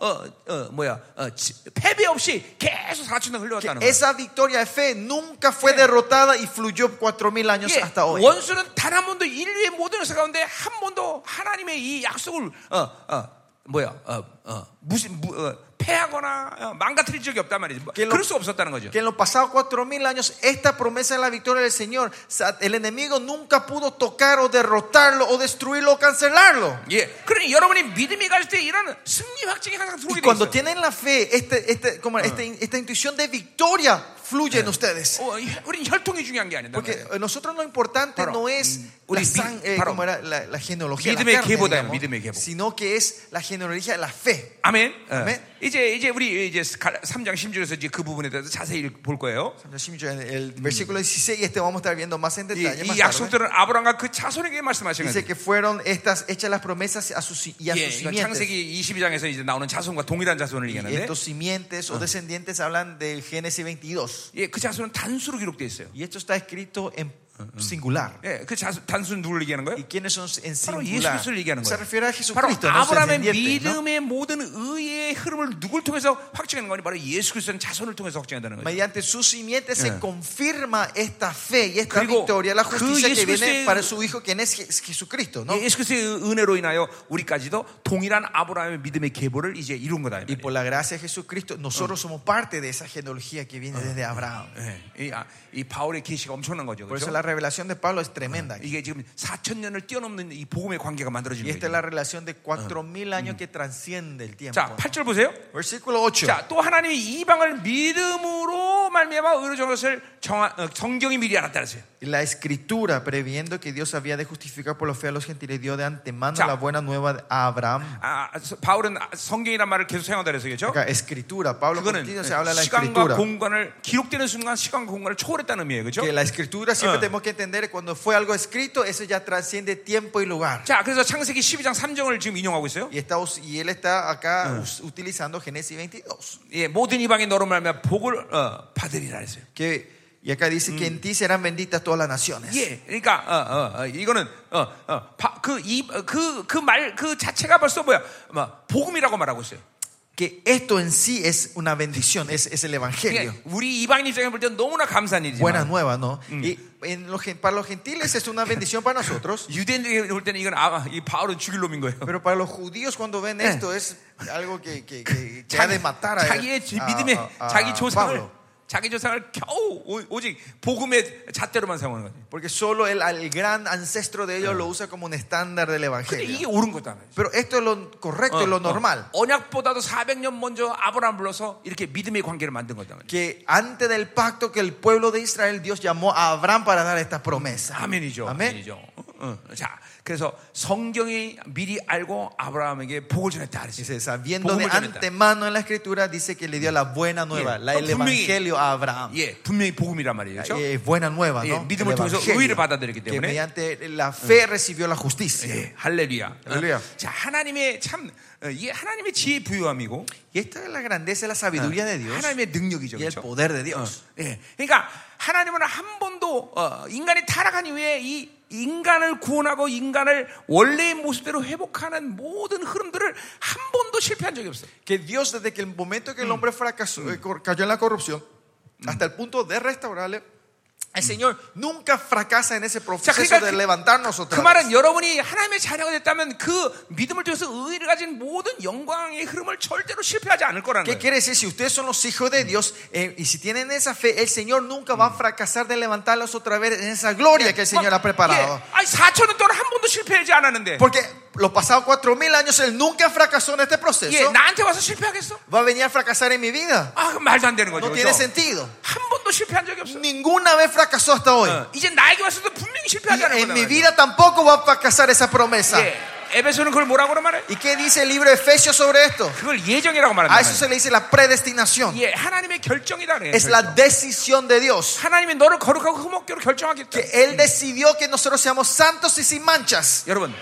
Speaker 1: 어, 어, 뭐야 어, 지- 패배 없이 계속 4천 동
Speaker 2: Que
Speaker 1: 흘러왔다는 거예요.
Speaker 2: esa victoria de fe nunca fue
Speaker 1: Yeah.
Speaker 2: derrotada y fluyó 4.000 años
Speaker 1: 예,
Speaker 2: hasta hoy.
Speaker 1: 원수는 단 한 번도 인류의 모든 역사 가운데 한 번도 하나님의 이 약속을 어, 어, 뭐야 어, 어, 무슨 무, 어, 패하거나 어, 망가뜨릴 적이 없단 말이지. 뭐,
Speaker 2: 게-
Speaker 1: 그럴 수 없었다는 거죠.
Speaker 2: Que en los pasados 4.000 años esta promesa de la victoria del Señor, sa- el enemigo nunca pudo tocar o derrotarlo o destruirlo o cancelarlo.
Speaker 1: 예, 그러니 여러분이 믿음이 가질 때 이런 승리 확증이 항상
Speaker 2: Y
Speaker 1: 들어오게 돼
Speaker 2: cuando
Speaker 1: 있어요.
Speaker 2: tienen la fe, este, este, como este in- esta intuición de victoria fluye en ustedes.
Speaker 1: 어, 이- 우린 혈통이 중요한 게 아니다.
Speaker 2: Porque eh, nosotros lo importante
Speaker 1: Paro.
Speaker 2: no es
Speaker 1: Mm,
Speaker 2: la,
Speaker 1: 우리 미-
Speaker 2: sang- eh,
Speaker 1: paro.
Speaker 2: como era la, la genealogía, la
Speaker 1: 믿음의
Speaker 2: carne,
Speaker 1: 계보다,
Speaker 2: digamos,
Speaker 1: 믿음의 계보.
Speaker 2: sino que es la genealogía de la fe.
Speaker 1: 아멘. 어.
Speaker 2: 아멘.
Speaker 1: 이제 이제 우리 이제 3장 10절에서 이제 그 부분에 대해서 자세히 볼 거예요.
Speaker 2: El versículo 16 y este vamos a estar viendo más
Speaker 1: 이,
Speaker 2: en detalle.
Speaker 1: 이
Speaker 2: más tarde.
Speaker 1: 약속들은 아브라함과 그 자손에게 말씀하시는
Speaker 2: Dice
Speaker 1: 거예요.
Speaker 2: que fueron estas hechas las promesas a sus, y a
Speaker 1: 예,
Speaker 2: sus
Speaker 1: 이건
Speaker 2: simientes.
Speaker 1: 창세기 22장에서 이제 나오는 자손과 동일한 자손을
Speaker 2: Y
Speaker 1: 얘기하는데
Speaker 2: estos simientes o descendientes hablan del Génesis 22.
Speaker 1: 예, 그 자손은 단수로 기록돼 있어요.
Speaker 2: Y esto está escrito en singular.
Speaker 1: 예, 그 자손 단수는 누굴 얘기하는 거예요?
Speaker 2: ¿Y quiénes son en
Speaker 1: 바로
Speaker 2: singular?
Speaker 1: 예수를 얘기하는
Speaker 2: Se
Speaker 1: 거예요.
Speaker 2: refiere
Speaker 1: 바로
Speaker 2: a Jesucristo. no sus
Speaker 1: 아브라함의
Speaker 2: descendientes, ¿no?
Speaker 1: 믿음의 모든 의의 흐름을 누굴 통해서 확증하는 거니? 바로 예수 그리스도는 자손을 통해서 확증한다는 거죠.
Speaker 2: Mediante sus simientes se
Speaker 1: Yeah.
Speaker 2: confirma esta fe y esta
Speaker 1: 그리고
Speaker 2: victoria, la
Speaker 1: 그
Speaker 2: justicia Ah. que
Speaker 1: 예수
Speaker 2: viene
Speaker 1: 그리스도의-
Speaker 2: para su hijo, quien es Je- Jesucristo. ¿no?
Speaker 1: 예, 예수 그리스도의 은혜로 인하여 우리까지도 동일한 아브라함의 믿음의 계보를 이제 이룬 거다. 이
Speaker 2: Y
Speaker 1: 말이에요.
Speaker 2: por la gracia de Jesucristo, nosotros Ah. somos parte de esa genealogía que viene desde Abraham.
Speaker 1: 예, 이, 아, 이 바울의 계시가 엄청난 거죠.
Speaker 2: Por
Speaker 1: 그렇죠?
Speaker 2: eso la revelación de Pablo es tremenda. aquí.
Speaker 1: 이게 지금 4천 년을 뛰어넘는 이 복음의 관계가
Speaker 2: Y
Speaker 1: 만들어지는
Speaker 2: esta
Speaker 1: 거예요.
Speaker 2: es la relación de cuatro mil años que transciende el tiempo.
Speaker 1: 자,
Speaker 2: ¿no?
Speaker 1: 8절 보세요.
Speaker 2: Versículo 8.
Speaker 1: 자, 또 하나님이 이방을 믿음으로 말미암아 의로정 것을 정하, 어, 성경이 미리 알았다 그랬어요.
Speaker 2: Y la escritura, previendo que Dios había de justificar por la fe a los gentiles, dio de antemano
Speaker 1: Ya.
Speaker 2: la buena nueva a Abraham.
Speaker 1: 아, 서- 바울은 아, 성경이란 말을 계속 사용한다 그랬어요. 그렇죠?
Speaker 2: Acá, escritura, Pablo
Speaker 1: 그거는
Speaker 2: continuamente se habla de la
Speaker 1: 시간과
Speaker 2: escritura.
Speaker 1: 공간을 기록되는 순간 시간과 공간을 초월했다는 의미예요. 그렇죠?
Speaker 2: Que la escritura siempre
Speaker 1: Ah.
Speaker 2: tenemos que entender cuando fue algo escrito, eso ya trasciende tiempo y lugar.
Speaker 1: 자, 그래서 창세기 12장 3정을 지금 인용하고 있어요.
Speaker 2: Y, está us- y él está
Speaker 1: Ah.
Speaker 2: acá us- utilizando Génesis 22.
Speaker 1: 예, 모든 이방인 너로 말미암아 복을 어, 받으리라 그랬어요.
Speaker 2: Que, y acá dice
Speaker 1: Mm.
Speaker 2: que en ti serán benditas todas las naciones.
Speaker 1: 예, 그러니까 어, 어, 어, 이거는 그이그그 그 말 그 자체가 벌써 뭐야? 뭐, 복음이라고 말하고 있어요.
Speaker 2: Que esto en sí es una bendición, es, es el evangelio.
Speaker 1: 그러니까 우리 이방인 입장에 볼 때는 너무나 감사한
Speaker 2: Buena
Speaker 1: 일이지만
Speaker 2: nueva, ¿no?
Speaker 1: Mm.
Speaker 2: Y en los gen- para los gentiles es una bendición para
Speaker 1: [laughs]
Speaker 2: nosotros.
Speaker 1: 유대인들이 볼 때는 이건 아마 이 바울은 죽일 놈인 거예요.
Speaker 2: Pero para los judíos cuando ven
Speaker 1: Eh.
Speaker 2: esto es algo que,
Speaker 1: [laughs]
Speaker 2: que, que- que
Speaker 1: [laughs]
Speaker 2: ha
Speaker 1: 자기,
Speaker 2: de matar a,
Speaker 1: 자기의 아, 지-
Speaker 2: a-
Speaker 1: 믿음의
Speaker 2: a- a
Speaker 1: 자기 조상을
Speaker 2: Pablo.
Speaker 1: 자기 조상을 겨우 오- 오직 복음의 잣대로만 사용하는 거예요.
Speaker 2: Porque solo el, al gran ancestro de ellos lo usa como un estándar del
Speaker 1: 근데
Speaker 2: evangelio.
Speaker 1: 이게 옳은 거다.
Speaker 2: Ah. Pero Ah, esto es lo correcto, es lo normal.
Speaker 1: 언약보다도 400년 먼저 아브라함 불러서 이렇게 믿음의 관계를 만든 거다.
Speaker 2: Que antes del pacto que el pueblo de Israel, Dios llamó a Abraham para dar esta promesa.
Speaker 1: 아멘이죠.
Speaker 2: Amén.
Speaker 1: 아멘이죠. 어, 어. 자, 그래서 성경이 미리 알고 아브라함에게 복을 전했다 그랬어요.
Speaker 2: Dice, sabiendo de
Speaker 1: 복음을 전했다.
Speaker 2: antemano en la escritura, dice que le dio la buena nueva,
Speaker 1: Bien.
Speaker 2: la, el
Speaker 1: Pero 분명히-
Speaker 2: evangelio a Abraham.
Speaker 1: 예, 분명히 복음이란 말이에요. 그렇죠?
Speaker 2: Eh, buena nueva,
Speaker 1: 예,
Speaker 2: ¿no?
Speaker 1: 믿음을
Speaker 2: El
Speaker 1: 통해서
Speaker 2: evangelio,
Speaker 1: 의를 받아들였기
Speaker 2: que
Speaker 1: 때문에.
Speaker 2: mediante la fe recibió la justicia.
Speaker 1: 예, 할렐루야.
Speaker 2: 할렐루야.
Speaker 1: 어? 자, 하나님의 참 어, 이게 하나님의 지혜 부여함이고 어,
Speaker 2: Y esta es la grandeza y la
Speaker 1: 아,
Speaker 2: sabiduría de Dios
Speaker 1: 하나님의 능력이죠.
Speaker 2: y el
Speaker 1: 그렇죠?
Speaker 2: poder de Dios.
Speaker 1: 예. 그러니까 하나님은 한 번도 어, 인간이 타락한 이후에 이 인간을 구원하고 인간을 원래의 모습대로 회복하는 모든 흐름들을 한 번도 실패한 적이 없어요.
Speaker 2: Que Dios, desde que el momento que el hombre fracasó, eh, cor- cayó en la corrupción, hasta el punto de restaurarle, el Señor nunca fracasa en ese
Speaker 1: 자,
Speaker 2: proceso
Speaker 1: 그러니까
Speaker 2: de
Speaker 1: 그-
Speaker 2: levantarnos
Speaker 1: 그
Speaker 2: otra vez.
Speaker 1: 말은 여러분이 하나님의 자녀가 됐다면 그 믿음을 통해서 의를 가진 모든 영광의 흐름을 절대로 실패하지 않을 거라는
Speaker 2: ¿Qué
Speaker 1: 거예요.
Speaker 2: quiere decir? Si ustedes son los hijos de Dios eh, y si tienen esa fe, el Señor nunca va a fracasar de levantarlos otra vez en esa gloria que el Señor ha preparado.
Speaker 1: 예. 아니 4천 년 동안 한 번도 실패하지 않았는데
Speaker 2: Porque los pasados cuatro mil años Él nunca fracasó en este
Speaker 1: 예,
Speaker 2: proceso.
Speaker 1: 나한테 와서 실패하겠어?
Speaker 2: Va a venir a fracasar en mi vida.
Speaker 1: 아, 그럼 말도 안 되는 거죠.
Speaker 2: No tiene
Speaker 1: 그렇죠?
Speaker 2: sentido.
Speaker 1: 한 번도 실패한 적이 없어.
Speaker 2: Ninguna vez fracasó hasta hoy.
Speaker 1: 어, 이제 나에게 와서도 분명히
Speaker 2: Y
Speaker 1: 실패하지 않을
Speaker 2: en
Speaker 1: 거다.
Speaker 2: mi vida tampoco va a fracasar esa promesa.
Speaker 1: 예, 에베소는 그걸 뭐라고 그러 말해?
Speaker 2: ¿Y qué dice el libro de Efesios sobre esto?
Speaker 1: 그걸 예정이라고 말한다.
Speaker 2: A eso se le dice la predestinación.
Speaker 1: 예, 하나님의 결정이다. 그래,
Speaker 2: Es la
Speaker 1: 결정.
Speaker 2: decisión de Dios.
Speaker 1: 하나님이 너를 거룩하고 흠없기로 결정하겠다.
Speaker 2: Que Él decidió que nosotros seamos santos y sin manchas.
Speaker 1: 여러분,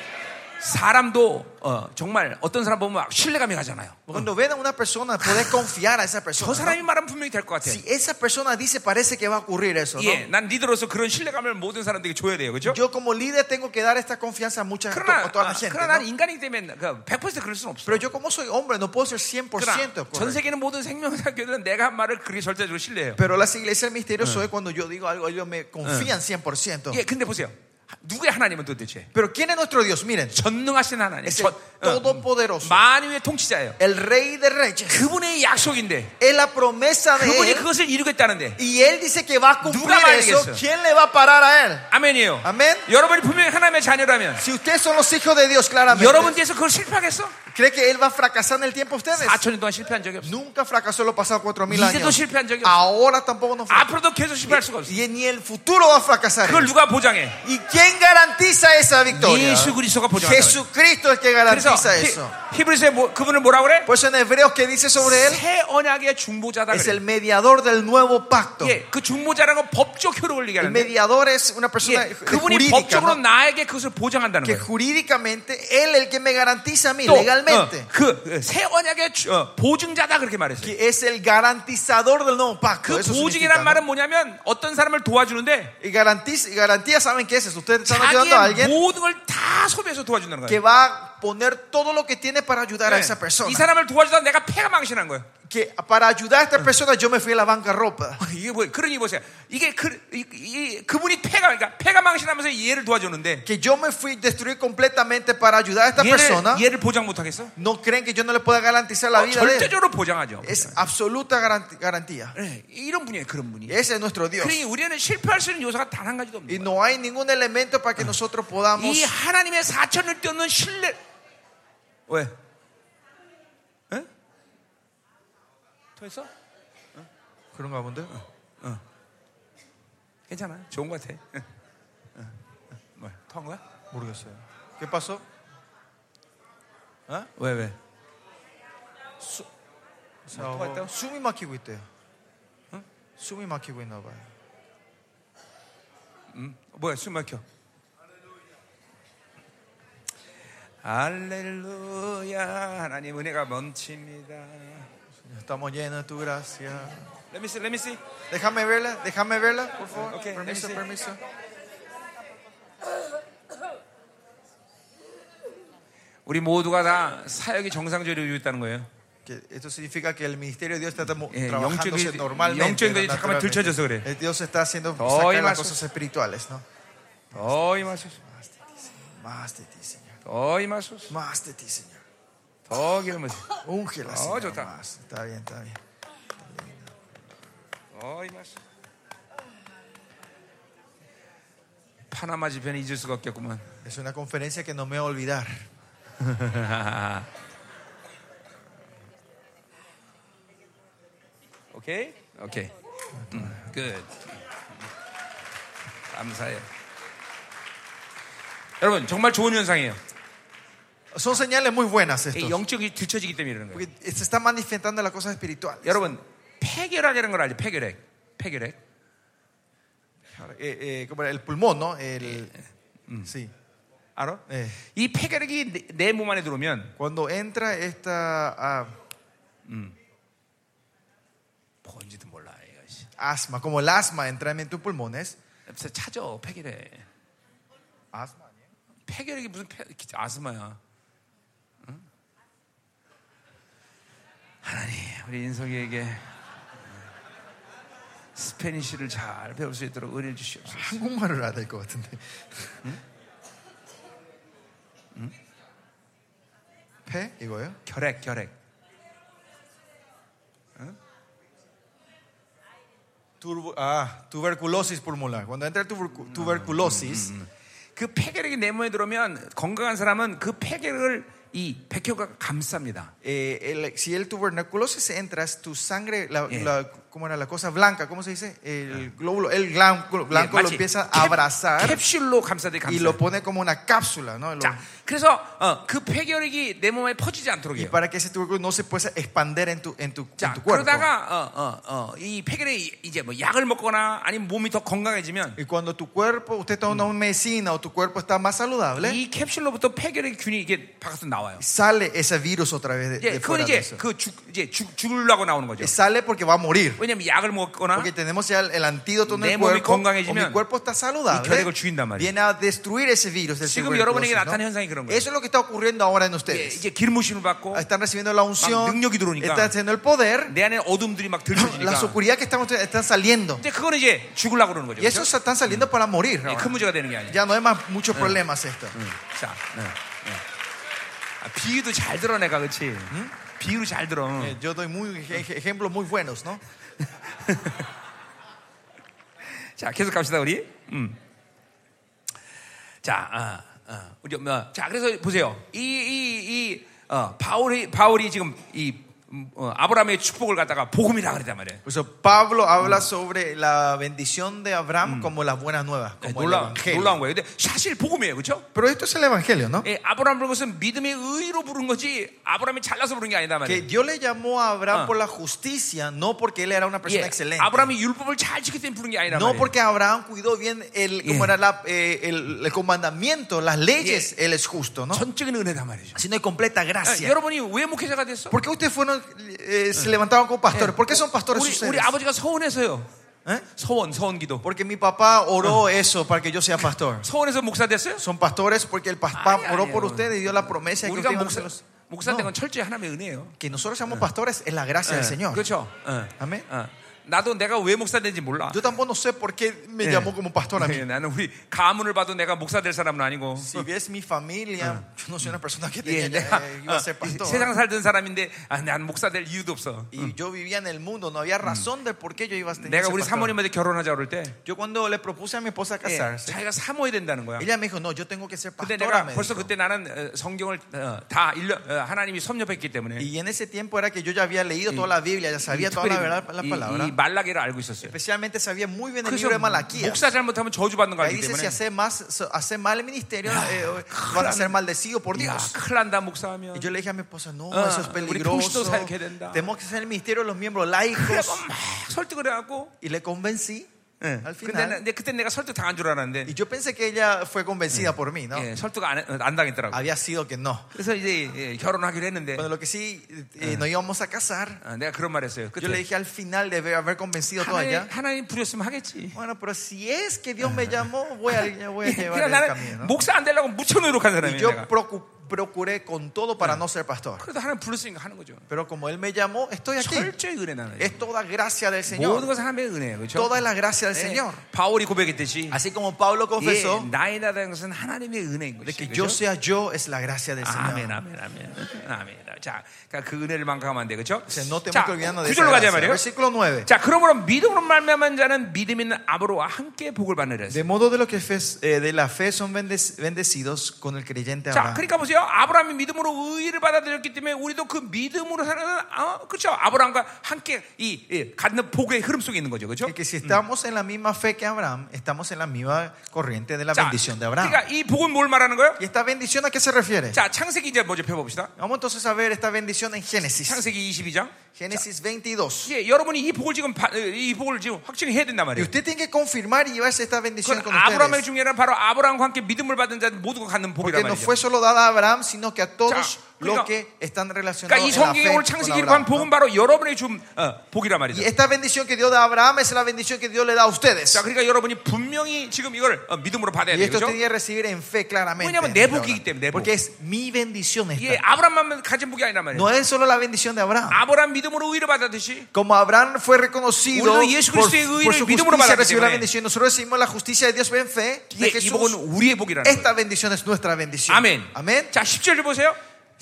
Speaker 1: 사람도 어, 정말 어떤 사람 보면 막 신뢰감이 가잖아요.
Speaker 2: Cuando ven a una persona, podés confiar a esa
Speaker 1: 저
Speaker 2: persona.
Speaker 1: 사람이
Speaker 2: ¿no?
Speaker 1: 말하면 분명히 될 것 같아.
Speaker 2: Si esa persona dice, parece que va a ocurrir eso. ¿no?
Speaker 1: 예, 난 리더로서 그런 신뢰감을 모든 사람들에게 줘야 돼요. 그죠?
Speaker 2: Yo como líder tengo que dar esta confianza a mucha
Speaker 1: 그러나,
Speaker 2: a toda
Speaker 1: 아,
Speaker 2: la gente.
Speaker 1: 그러나 난
Speaker 2: ¿no?
Speaker 1: 인간이기 때문에 그100% 그럴 수는 없어.
Speaker 2: Pero yo como soy hombre, no puedo ser 100%.
Speaker 1: 그러나 전
Speaker 2: correcto.
Speaker 1: 세계는 모든 생명사교들은 내가 한 말을 그렇게 절대적으로 신뢰해요.
Speaker 2: Pero las iglesias misteriosas es cuando yo digo algo, ellos me confían 100%.
Speaker 1: 예, 근데 보세요. 하- 누구의 하나님은 도대체?
Speaker 2: Pero ¿quién es nuestro Dios? Miren,
Speaker 1: 전능하신 하나님.
Speaker 2: es el
Speaker 1: 전- 어,
Speaker 2: todopoderoso,
Speaker 1: 만유의 통치자예요.
Speaker 2: el rey de reyes.
Speaker 1: 그분의 약속인데
Speaker 2: Es la promesa de
Speaker 1: 그분이
Speaker 2: él.
Speaker 1: 그것을 이루겠다는데
Speaker 2: Y él dice que va a cumplir
Speaker 1: Nunca va a
Speaker 2: eso.
Speaker 1: llegar eso.
Speaker 2: ¿Quién le va a parar a él?
Speaker 1: 아멘이에요.
Speaker 2: 아멘.
Speaker 1: 여러분이 분명히 하나님의 자녀라면
Speaker 2: Si ustedes son los hijos de Dios, claramente.
Speaker 1: 여러분 뒤에서 그걸 실패하겠어?
Speaker 2: ¿Cree que él va a fracasar en el tiempo de ustedes?
Speaker 1: 4천 년 동안 실패한 적이 없어.
Speaker 2: Nunca fracasó en los pasados 4000
Speaker 1: 이제도
Speaker 2: años.
Speaker 1: 실패한 적이 없어.
Speaker 2: Ahora tampoco nos fracasó.
Speaker 1: 앞으로도 계속 실패할 수가 없어.
Speaker 2: Y ni el futuro va a fracasar.
Speaker 1: 그걸 누가 보장해?
Speaker 2: ¿Y quién garantiza esa victoria?
Speaker 1: 예수 그리스도가 보장한다.
Speaker 2: Jesucristo es el que
Speaker 1: 그래서
Speaker 2: garantiza eso.
Speaker 1: 히- 히브리서에 뭐- 그분을 뭐라 그래?
Speaker 2: Por eso en Hebreos que dice sobre él
Speaker 1: 새 언약의 중보자다
Speaker 2: es el
Speaker 1: 그래.
Speaker 2: mediador del nuevo pacto.
Speaker 1: 예, 그 중보자라는 건 법적 효력을
Speaker 2: El
Speaker 1: 얘기하는데
Speaker 2: mediador es una persona
Speaker 1: 예, 그분이
Speaker 2: jurídica,
Speaker 1: 법적으로
Speaker 2: ¿no?
Speaker 1: 나에게 그것을 보장한다는
Speaker 2: que
Speaker 1: 거예요. 어,
Speaker 2: jurídicamente él el que me garantiza a mí
Speaker 1: Ah.
Speaker 2: legalmente.
Speaker 1: 또그새 언약의 주- 어, 보증자다 그렇게 말했어요.
Speaker 2: Que es el garantizador del nuevo pacto.
Speaker 1: 그
Speaker 2: Eso
Speaker 1: 보증이란
Speaker 2: significa,
Speaker 1: 말은
Speaker 2: ¿no?
Speaker 1: 뭐냐면 어떤 사람을 도와주는de
Speaker 2: Y garantiz- y garantía, ¿saben qué es eso? Ustedes están ayudando a
Speaker 1: 자기의
Speaker 2: alguien
Speaker 1: 모든 걸 다 소비해서 도와준다는
Speaker 2: que
Speaker 1: 거예요.
Speaker 2: va a poner todo lo que tiene para ayudar a
Speaker 1: 네.
Speaker 2: esa
Speaker 1: 이
Speaker 2: persona.
Speaker 1: 사람을 도와주다 내가 폐가 망신한 거예요.
Speaker 2: que para ayudar a esta persona yo me fui a la bancarrota.
Speaker 1: 이게 뭐 그러니 보세요. 이게 그 이, 이- 그분이 패가 그러니까 패가 망신하면서 얘를 도와줬는데
Speaker 2: Que yo me fui a destruir completamente para ayudar a esta persona.
Speaker 1: 얘를, 얘를 보장 못 하겠어?
Speaker 2: No creen que yo no le pueda garantizar la
Speaker 1: 어,
Speaker 2: vida de él.
Speaker 1: 절대적으로 보장하죠.
Speaker 2: Es absoluta garanti- garantía.
Speaker 1: 예, 이런 분이에요. 그런 분이.
Speaker 2: Ese es nuestro Dios.
Speaker 1: 그러니 우리는 실패할 수 있는 요소가 단 한 가지도 없는
Speaker 2: Y
Speaker 1: 거예요.
Speaker 2: no hay ningún elemento para que nosotros podamos.
Speaker 1: 이 하나님의 사천을 뛰어넘는 신뢰. 왜? 응? 토했어?
Speaker 2: 그런가 본데?
Speaker 1: 괜찮아. 좋은 것 같아. 응. 응. 응. 뭐야? 토한 거야?
Speaker 2: 모르겠어요. ¿Qué pasó?
Speaker 1: 왜 왜?
Speaker 2: 어, 숨이 막히고 있대요. 숨이 막히고 있나 봐요.
Speaker 1: 뭐야 숨 막혀. 할렐루야 하나님 은혜가 넘칩니다.
Speaker 2: Estamos llenos de tu gracia.
Speaker 1: Let me see, let me see.
Speaker 2: Déjame verla, déjame verla, por favor.
Speaker 1: Ok,
Speaker 2: permiso,
Speaker 1: sí.
Speaker 2: permiso.
Speaker 1: 우리 모두가 다 사역이 정상적으로 이루고 있다는 거예요.
Speaker 2: Que esto significa que el ministerio de Dios está tamo-
Speaker 1: Eh,
Speaker 2: trabajándose
Speaker 1: 영적인-
Speaker 2: normalmente.
Speaker 1: 영적인 것이 잠깐만
Speaker 2: naturalmente.
Speaker 1: 들춰져서 그래.
Speaker 2: Eh, Dios está haciendo
Speaker 1: Oh, y
Speaker 2: sacar
Speaker 1: más-
Speaker 2: las cosas espirituales, ¿no?
Speaker 1: 더 임하소서,
Speaker 2: Más de ti, Señor. Más de ti, Señor.
Speaker 1: 더 임하소서,
Speaker 2: Más de ti, Señor.
Speaker 1: 더 기름하소서,
Speaker 2: Úngela,
Speaker 1: Oh,
Speaker 2: Señor.
Speaker 1: yo está.
Speaker 2: más. Está bien, está bien.
Speaker 1: 더 임하소서. 파나마 집회는 잊을 수가 없겠구만.
Speaker 2: Es una conferencia que no me voy a olvidar.
Speaker 1: 오케이? 오케이. 음, 굿. 감사해요. 여러분, 정말 좋은 현상이에요.
Speaker 2: Son señales muy buenas
Speaker 1: 이
Speaker 2: esto.
Speaker 1: 영적이 들춰지기 때문에 이러는 거예요.
Speaker 2: Porque se está manifestando las cosas espirituales.
Speaker 1: 여러분, 폐결핵이라는 걸 알죠? 폐결핵. 폐결핵.
Speaker 2: Eh, eh, como el pulmón, ¿no? El, sí.
Speaker 1: 알아? 네.
Speaker 2: Eh,
Speaker 1: 이 폐결핵이 내 몸 안에 들어오면
Speaker 2: cuando entra esta ah,
Speaker 1: 뭔지도 몰라. 이것이.
Speaker 2: asma, como el asma entra en tus pulmones,
Speaker 1: 그래서 찾아, 폐결핵.
Speaker 2: asma, [laughs] ¿eh?
Speaker 1: 폐결핵이 무슨 폐, 아스마야. 응? 하나님, 우리 인석이에게 스페니쉬를 잘 배울 수 있도록 은혜 주시옵소서.
Speaker 2: 한국말을 알아야 될 것 같은데. ¿Mm? 폐 이거요?
Speaker 1: 결핵, 결핵.
Speaker 2: ah, tuberculosis pulmonar. Cuando entra tubercu- tuberculosis,
Speaker 1: 그 폐결핵이 내 몸에 들어오면 건강한 사람은 그 폐결핵을 이 백혈과 감쌉니다.
Speaker 2: eh, el- si el tuberculosis entras, tu sangre, la,
Speaker 1: Yeah.
Speaker 2: la- ¿cómo era la cosa blanca? ¿Cómo se dice? El glóbulo, el glánculo blanco lo
Speaker 1: 마치
Speaker 2: empieza
Speaker 1: 예, 캡-
Speaker 2: a abrazar
Speaker 1: 캡슐로 감싸듯이
Speaker 2: y
Speaker 1: 감싸.
Speaker 2: lo pone como una cápsula, ¿no? Lo-
Speaker 1: 자, 그래서 어, 그 폐결핵이 내 몸에 퍼지지 않도록
Speaker 2: y
Speaker 1: 해요.
Speaker 2: para que ese tubérculo no se pueda expander en tu, en tu, en
Speaker 1: 자,
Speaker 2: tu cuerpo.
Speaker 1: 그러다가 어, 어, 어, 이 폐결이 이제 뭐 약을 먹거나 아니면 몸이 더 건강해지면
Speaker 2: Y cuando tu cuerpo, usted toma una medicina o tu cuerpo está más saludable,
Speaker 1: 이 캡슐로부터 폐결의 균이 네? 이게 바깥으로 나와요.
Speaker 2: sale ese virus otra vez de,
Speaker 1: 이제
Speaker 2: de
Speaker 1: 그건
Speaker 2: fuera de
Speaker 1: 이제
Speaker 2: eso.
Speaker 1: 그 죽, 이제 죽, 죽으려고 나오는 거죠.
Speaker 2: Y sale porque va a morir.
Speaker 1: 왜냐면 약을 먹거나
Speaker 2: Porque tenemos ya el, el antídoto en
Speaker 1: 내
Speaker 2: el
Speaker 1: 몸이
Speaker 2: cuerpo. O
Speaker 1: 건강해지면
Speaker 2: ¿Ah? mi cuerpo está
Speaker 1: 이
Speaker 2: saludable.
Speaker 1: 결핵을 죽인단 말이에요.
Speaker 2: Viene a destruir ese virus. del
Speaker 1: 지금
Speaker 2: tuberculosis,
Speaker 1: 여러분에게
Speaker 2: ¿no?
Speaker 1: 나타난 현상이 그런 거예요.
Speaker 2: Eso es lo que está ocurriendo ahora en
Speaker 1: 예, 이제,
Speaker 2: ustedes.
Speaker 1: 이제 기름부심을 받고
Speaker 2: Están recibiendo
Speaker 1: 막
Speaker 2: la unción.
Speaker 1: 능력이 들어오니까.
Speaker 2: Están haciendo el poder.
Speaker 1: 내 안에 어둠들이 막
Speaker 2: La
Speaker 1: 들려지니까.
Speaker 2: oscuridad que estamos están saliendo.
Speaker 1: 이제 그거는 이제 죽으려고 그러는 거죠.
Speaker 2: Y esos
Speaker 1: 그렇죠?
Speaker 2: están saliendo para morir.
Speaker 1: 예,
Speaker 2: ahora.
Speaker 1: 큰 문제가 되는 게 아니에요.
Speaker 2: Ya no hay más muchos problemas esto.
Speaker 1: 자, 네, 네. 아, 비유도 잘 들어 내가 그렇지. 비유를 잘 들어.
Speaker 2: Eh, Yo doy muy ej- ejemplos muy buenos, ¿no?
Speaker 1: 자, 계속 갑시다 우리. 음. 자, 어, 어, 우리 뭐, 자 그래서 보세요. 이 이 이 어, 바울이 바울이 지금 이 음, 어, 아브라함의 축복을 갖다가 복음이라 그랬단 말이에요.
Speaker 2: Por eso Pablo habla sobre la bendición de Abraham como las buenas nuevas,
Speaker 1: 네,
Speaker 2: como el
Speaker 1: 놀라
Speaker 2: evangelio.
Speaker 1: 놀라운 거예요. 근데 사실 복음이에요, 그렇죠?
Speaker 2: Pero esto es el evangelio, ¿no?
Speaker 1: 예, 아브라함 부른 것은 믿음의 의로 부른 거지 아브라함이 잘나서 부른 게 아니다
Speaker 2: Que
Speaker 1: 말이에요.
Speaker 2: Dios le llamó a Abraham
Speaker 1: Ah.
Speaker 2: por la justicia, no porque él era una
Speaker 1: 예,
Speaker 2: persona excelente.
Speaker 1: 아브라함이 율법을 잘 지키기 때문에 부른 게 아니다
Speaker 2: No
Speaker 1: 말이에요.
Speaker 2: porque Abraham cuidó bien el, como
Speaker 1: Yeah.
Speaker 2: era la- eh, el, el comandamiento, las leyes, él es justo, ¿no?
Speaker 1: 전적인 은혜다 말이죠.
Speaker 2: Sino de completa
Speaker 1: 예,
Speaker 2: gracia.
Speaker 1: 여러분이 왜 목회자가 됐어?
Speaker 2: ¿Por qué ustedes fueron, eh, se levantaban como pastores? ¿Por qué son pastores
Speaker 1: 우리, 우리
Speaker 2: ustedes?
Speaker 1: 아버지가 서원에서요.
Speaker 2: ¿Eh?
Speaker 1: 서원, 서원기도.
Speaker 2: Porque mi papá oró
Speaker 1: Ah.
Speaker 2: eso para que yo sea pastor.
Speaker 1: 서원에서 목사 됐어요?
Speaker 2: Son pastores porque el
Speaker 1: Ay,
Speaker 2: papá
Speaker 1: ay,
Speaker 2: oró por
Speaker 1: ay.
Speaker 2: ustedes y dio la promesa de que
Speaker 1: 우리가
Speaker 2: ustedes iban a
Speaker 1: 목사,
Speaker 2: ser los-
Speaker 1: 목사 된건 철저히 하나님의 은혜예요.
Speaker 2: Que nosotros
Speaker 1: Eh.
Speaker 2: seamos pastores es la gracia del Señor.
Speaker 1: 그렇죠. 어.
Speaker 2: 아멘.
Speaker 1: 어. 나도 내가 왜 목사 된지 몰라.
Speaker 2: Yo tampoco no sé por qué me
Speaker 1: 예.
Speaker 2: llamó como pastor a mí.
Speaker 1: 예, 나는 우리 가문을 봐도 내가 목사 될 사람은 아니고.
Speaker 2: Si ves mi familia, yo no soy una persona que
Speaker 1: 예,
Speaker 2: tenía,
Speaker 1: 내가
Speaker 2: eh, iba a [laughs] ser
Speaker 1: 어, 이
Speaker 2: pastor.
Speaker 1: 세상 살던 사람인데 아, 난 목사 될 이유도 없어.
Speaker 2: Y yo vivía en el mundo, no había razón de por qué yo iba a Eh, tener
Speaker 1: 내가
Speaker 2: ser
Speaker 1: 우리
Speaker 2: pastor.
Speaker 1: 사모님한테 결혼하자 그럴 때
Speaker 2: Yo cuando le propuse a mi esposa
Speaker 1: 예,
Speaker 2: casarse,
Speaker 1: 자기가 사모해야 된다는 거야.
Speaker 2: ella me dijo, no, yo tengo que ser
Speaker 1: 근데 내가
Speaker 2: pastora. me
Speaker 1: 벌써
Speaker 2: dijo.
Speaker 1: 그때 나는 어, 성경을 어, 다 일러, 어, 하나님이 섭렵했기 때문에
Speaker 2: Y en ese tiempo era que yo ya había leído toda la Biblia, ya
Speaker 1: 이,
Speaker 2: sabía toda
Speaker 1: 특별히
Speaker 2: la, verdad, la palabra.
Speaker 1: 이, 이 말라기를 알고 있었어요.
Speaker 2: Especialmente sabía muy bien el
Speaker 1: 예, 그래서
Speaker 2: libro de Malaquías.
Speaker 1: 목사 잘못하면 저주받는 거
Speaker 2: Ahí
Speaker 1: 알기
Speaker 2: dice, si
Speaker 1: 때문에
Speaker 2: hace, más, so- hace mal el ministerio, eh, van a ser maldecido por
Speaker 1: 야,
Speaker 2: Dios.
Speaker 1: 큰일 난다 목사하면
Speaker 2: Y yo le dije a mi esposa, no,
Speaker 1: Ah,
Speaker 2: eso es
Speaker 1: 우리
Speaker 2: peligroso.
Speaker 1: 부시도 살게 된다.
Speaker 2: Tenemos que hacer el ministerio de los miembros [laughs]
Speaker 1: 그래서
Speaker 2: laicos.
Speaker 1: 막 설득을 해갖고 어,
Speaker 2: Y le convencí al
Speaker 1: 근데 나-
Speaker 2: final.
Speaker 1: 근데 그때 내가 설득 당한 줄 알았는데
Speaker 2: Y yo pensé que ella fue convencida por mí, ¿no?
Speaker 1: 예, 설득 안, 해- 안 당했더라고
Speaker 2: Había sido que no.
Speaker 1: 그래서 이제 예, 결혼하기로 했는데
Speaker 2: Bueno, lo que sí, eh, nos íbamos a casar.
Speaker 1: 아, 내가 그런 말 했어요
Speaker 2: Yo le
Speaker 1: 그때
Speaker 2: dije al final de haber convencido todo
Speaker 1: 하나님,
Speaker 2: allá.
Speaker 1: 하나님 부렸으면 하겠지 예,
Speaker 2: Bueno, pero si es que Dios me llamó, voy a, ya voy a llevar
Speaker 1: 그냥
Speaker 2: el camino.
Speaker 1: 나는
Speaker 2: ¿no?
Speaker 1: 목사 안 되려고 무척 노력한
Speaker 2: Y
Speaker 1: 사람이에요
Speaker 2: yo
Speaker 1: 내가.
Speaker 2: procu- procuré con todo para no ser pastor.
Speaker 1: 그래도 하나님 부르시니까 하는 거죠
Speaker 2: Pero como Él me llamó, estoy aquí.
Speaker 1: 철저히 은혜 나는 거예요
Speaker 2: Es toda gracia del
Speaker 1: 모든
Speaker 2: Señor.
Speaker 1: 것은 하나님의 은혜예요 그렇죠?
Speaker 2: Toda es la gracia del
Speaker 1: 예,
Speaker 2: Señor.
Speaker 1: 바울이 고백했듯이
Speaker 2: Eh. Así como Pablo
Speaker 1: 예,
Speaker 2: confesó,
Speaker 1: 나이 나다는 것은 하나님의 은혜인
Speaker 2: de que
Speaker 1: 것이죠
Speaker 2: yo Ah,
Speaker 1: 그렇죠?
Speaker 2: sea yo es la gracia del
Speaker 1: 아멘,
Speaker 2: Señor.
Speaker 1: 아멘, 아멘, 아멘. 자, 그러니까 그 은혜를 망각하면 안 돼, 그렇죠?
Speaker 2: O sea, no
Speaker 1: 자,
Speaker 2: tenemos que olvidarnos de esa
Speaker 1: 구절로 가자
Speaker 2: gracia.
Speaker 1: 말이에요.
Speaker 2: Versículo 9.
Speaker 1: 자, 그러므로 믿음으로 말미암은 자는 믿음 있는 아브로와 함께 복을 받느라 했어요.
Speaker 2: De modo de lo que fe- eh, de la fe son bendec- bendecidos con el creyente
Speaker 1: 자,
Speaker 2: Abraham.
Speaker 1: 그러니까 보세요. 아브라함이 믿음으로 의를 받아들였기 때문에 우리도 그 믿음으로 살아가는 아, 그렇죠? 아브라함과 함께 이 예, 갖는 복의 흐름 속에 있는 거죠, 그렇죠?
Speaker 2: Y que si estamos en la misma fe que Abraham, estamos en la misma corriente de la
Speaker 1: 자,
Speaker 2: bendición de Abraham.
Speaker 1: 그러니까 이 복은 뭘 말하는 거예요?
Speaker 2: ¿Y esta bendición a qué se refiere?
Speaker 1: 자, 창세기 이제 먼저 펴봅시다.
Speaker 2: Vamos entonces a ver esta bendición en Génesis.
Speaker 1: 창세기 22장.
Speaker 2: Génesis 22.
Speaker 1: 예, 여러분이 이 복을 지금 바- 이 복을 지금 확증해야 된단
Speaker 2: Y
Speaker 1: 말이에요.
Speaker 2: usted tiene que confirmar y llevarse esta bendición
Speaker 1: 그건
Speaker 2: con
Speaker 1: 아브라함의
Speaker 2: ustedes.
Speaker 1: 중요한 바로 아브라함과 함께 믿음을 받은 자 모두가 갖는
Speaker 2: Porque
Speaker 1: 복이란
Speaker 2: no
Speaker 1: 말이죠.
Speaker 2: fue solo dada a Abraham, sino que a todos
Speaker 1: 자, 그러니까-
Speaker 2: los que están
Speaker 1: 그러니까
Speaker 2: relacionados
Speaker 1: 이
Speaker 2: en la
Speaker 1: 성경에
Speaker 2: fe.
Speaker 1: 오늘
Speaker 2: con
Speaker 1: 창세기로 한
Speaker 2: Abraham,
Speaker 1: 복은
Speaker 2: ¿no?
Speaker 1: 바로 여러분의 좀 어, 복이란
Speaker 2: Y
Speaker 1: 말이죠.
Speaker 2: esta bendición que Dios da a Abraham es la bendición que Dios le da a ustedes.
Speaker 1: 자, 그러니까 여러분이 분명히 지금 이걸 어, 믿음으로 받아야
Speaker 2: Y esto
Speaker 1: 되죠.
Speaker 2: tiene que recibir en fe claramente.
Speaker 1: 왜냐면 내 복이기 때문에, 내 복.
Speaker 2: Porque es mi bendición
Speaker 1: 이게
Speaker 2: esta.
Speaker 1: 아브라함만 가진 복이 아니란 말이에요.
Speaker 2: No es Ah. solo la bendición de Abraham.
Speaker 1: 아브라함 믿음으로 의를 받았듯이
Speaker 2: Como Abraham fue reconocido por,
Speaker 1: 우리도 예수
Speaker 2: por
Speaker 1: 그리스도의 의를
Speaker 2: su
Speaker 1: 믿음으로
Speaker 2: justicia,
Speaker 1: 받았기
Speaker 2: recibió la
Speaker 1: 때문에.
Speaker 2: bendición. Nosotros recibimos la justicia de Dios en fe
Speaker 1: 이게
Speaker 2: de
Speaker 1: 네, 이
Speaker 2: Jesús.
Speaker 1: 복은 우리의 복이라는 거예요.
Speaker 2: Esta bendición es nuestra bendición.
Speaker 1: 아멘.
Speaker 2: Amén.
Speaker 1: 자, 10절 보세요.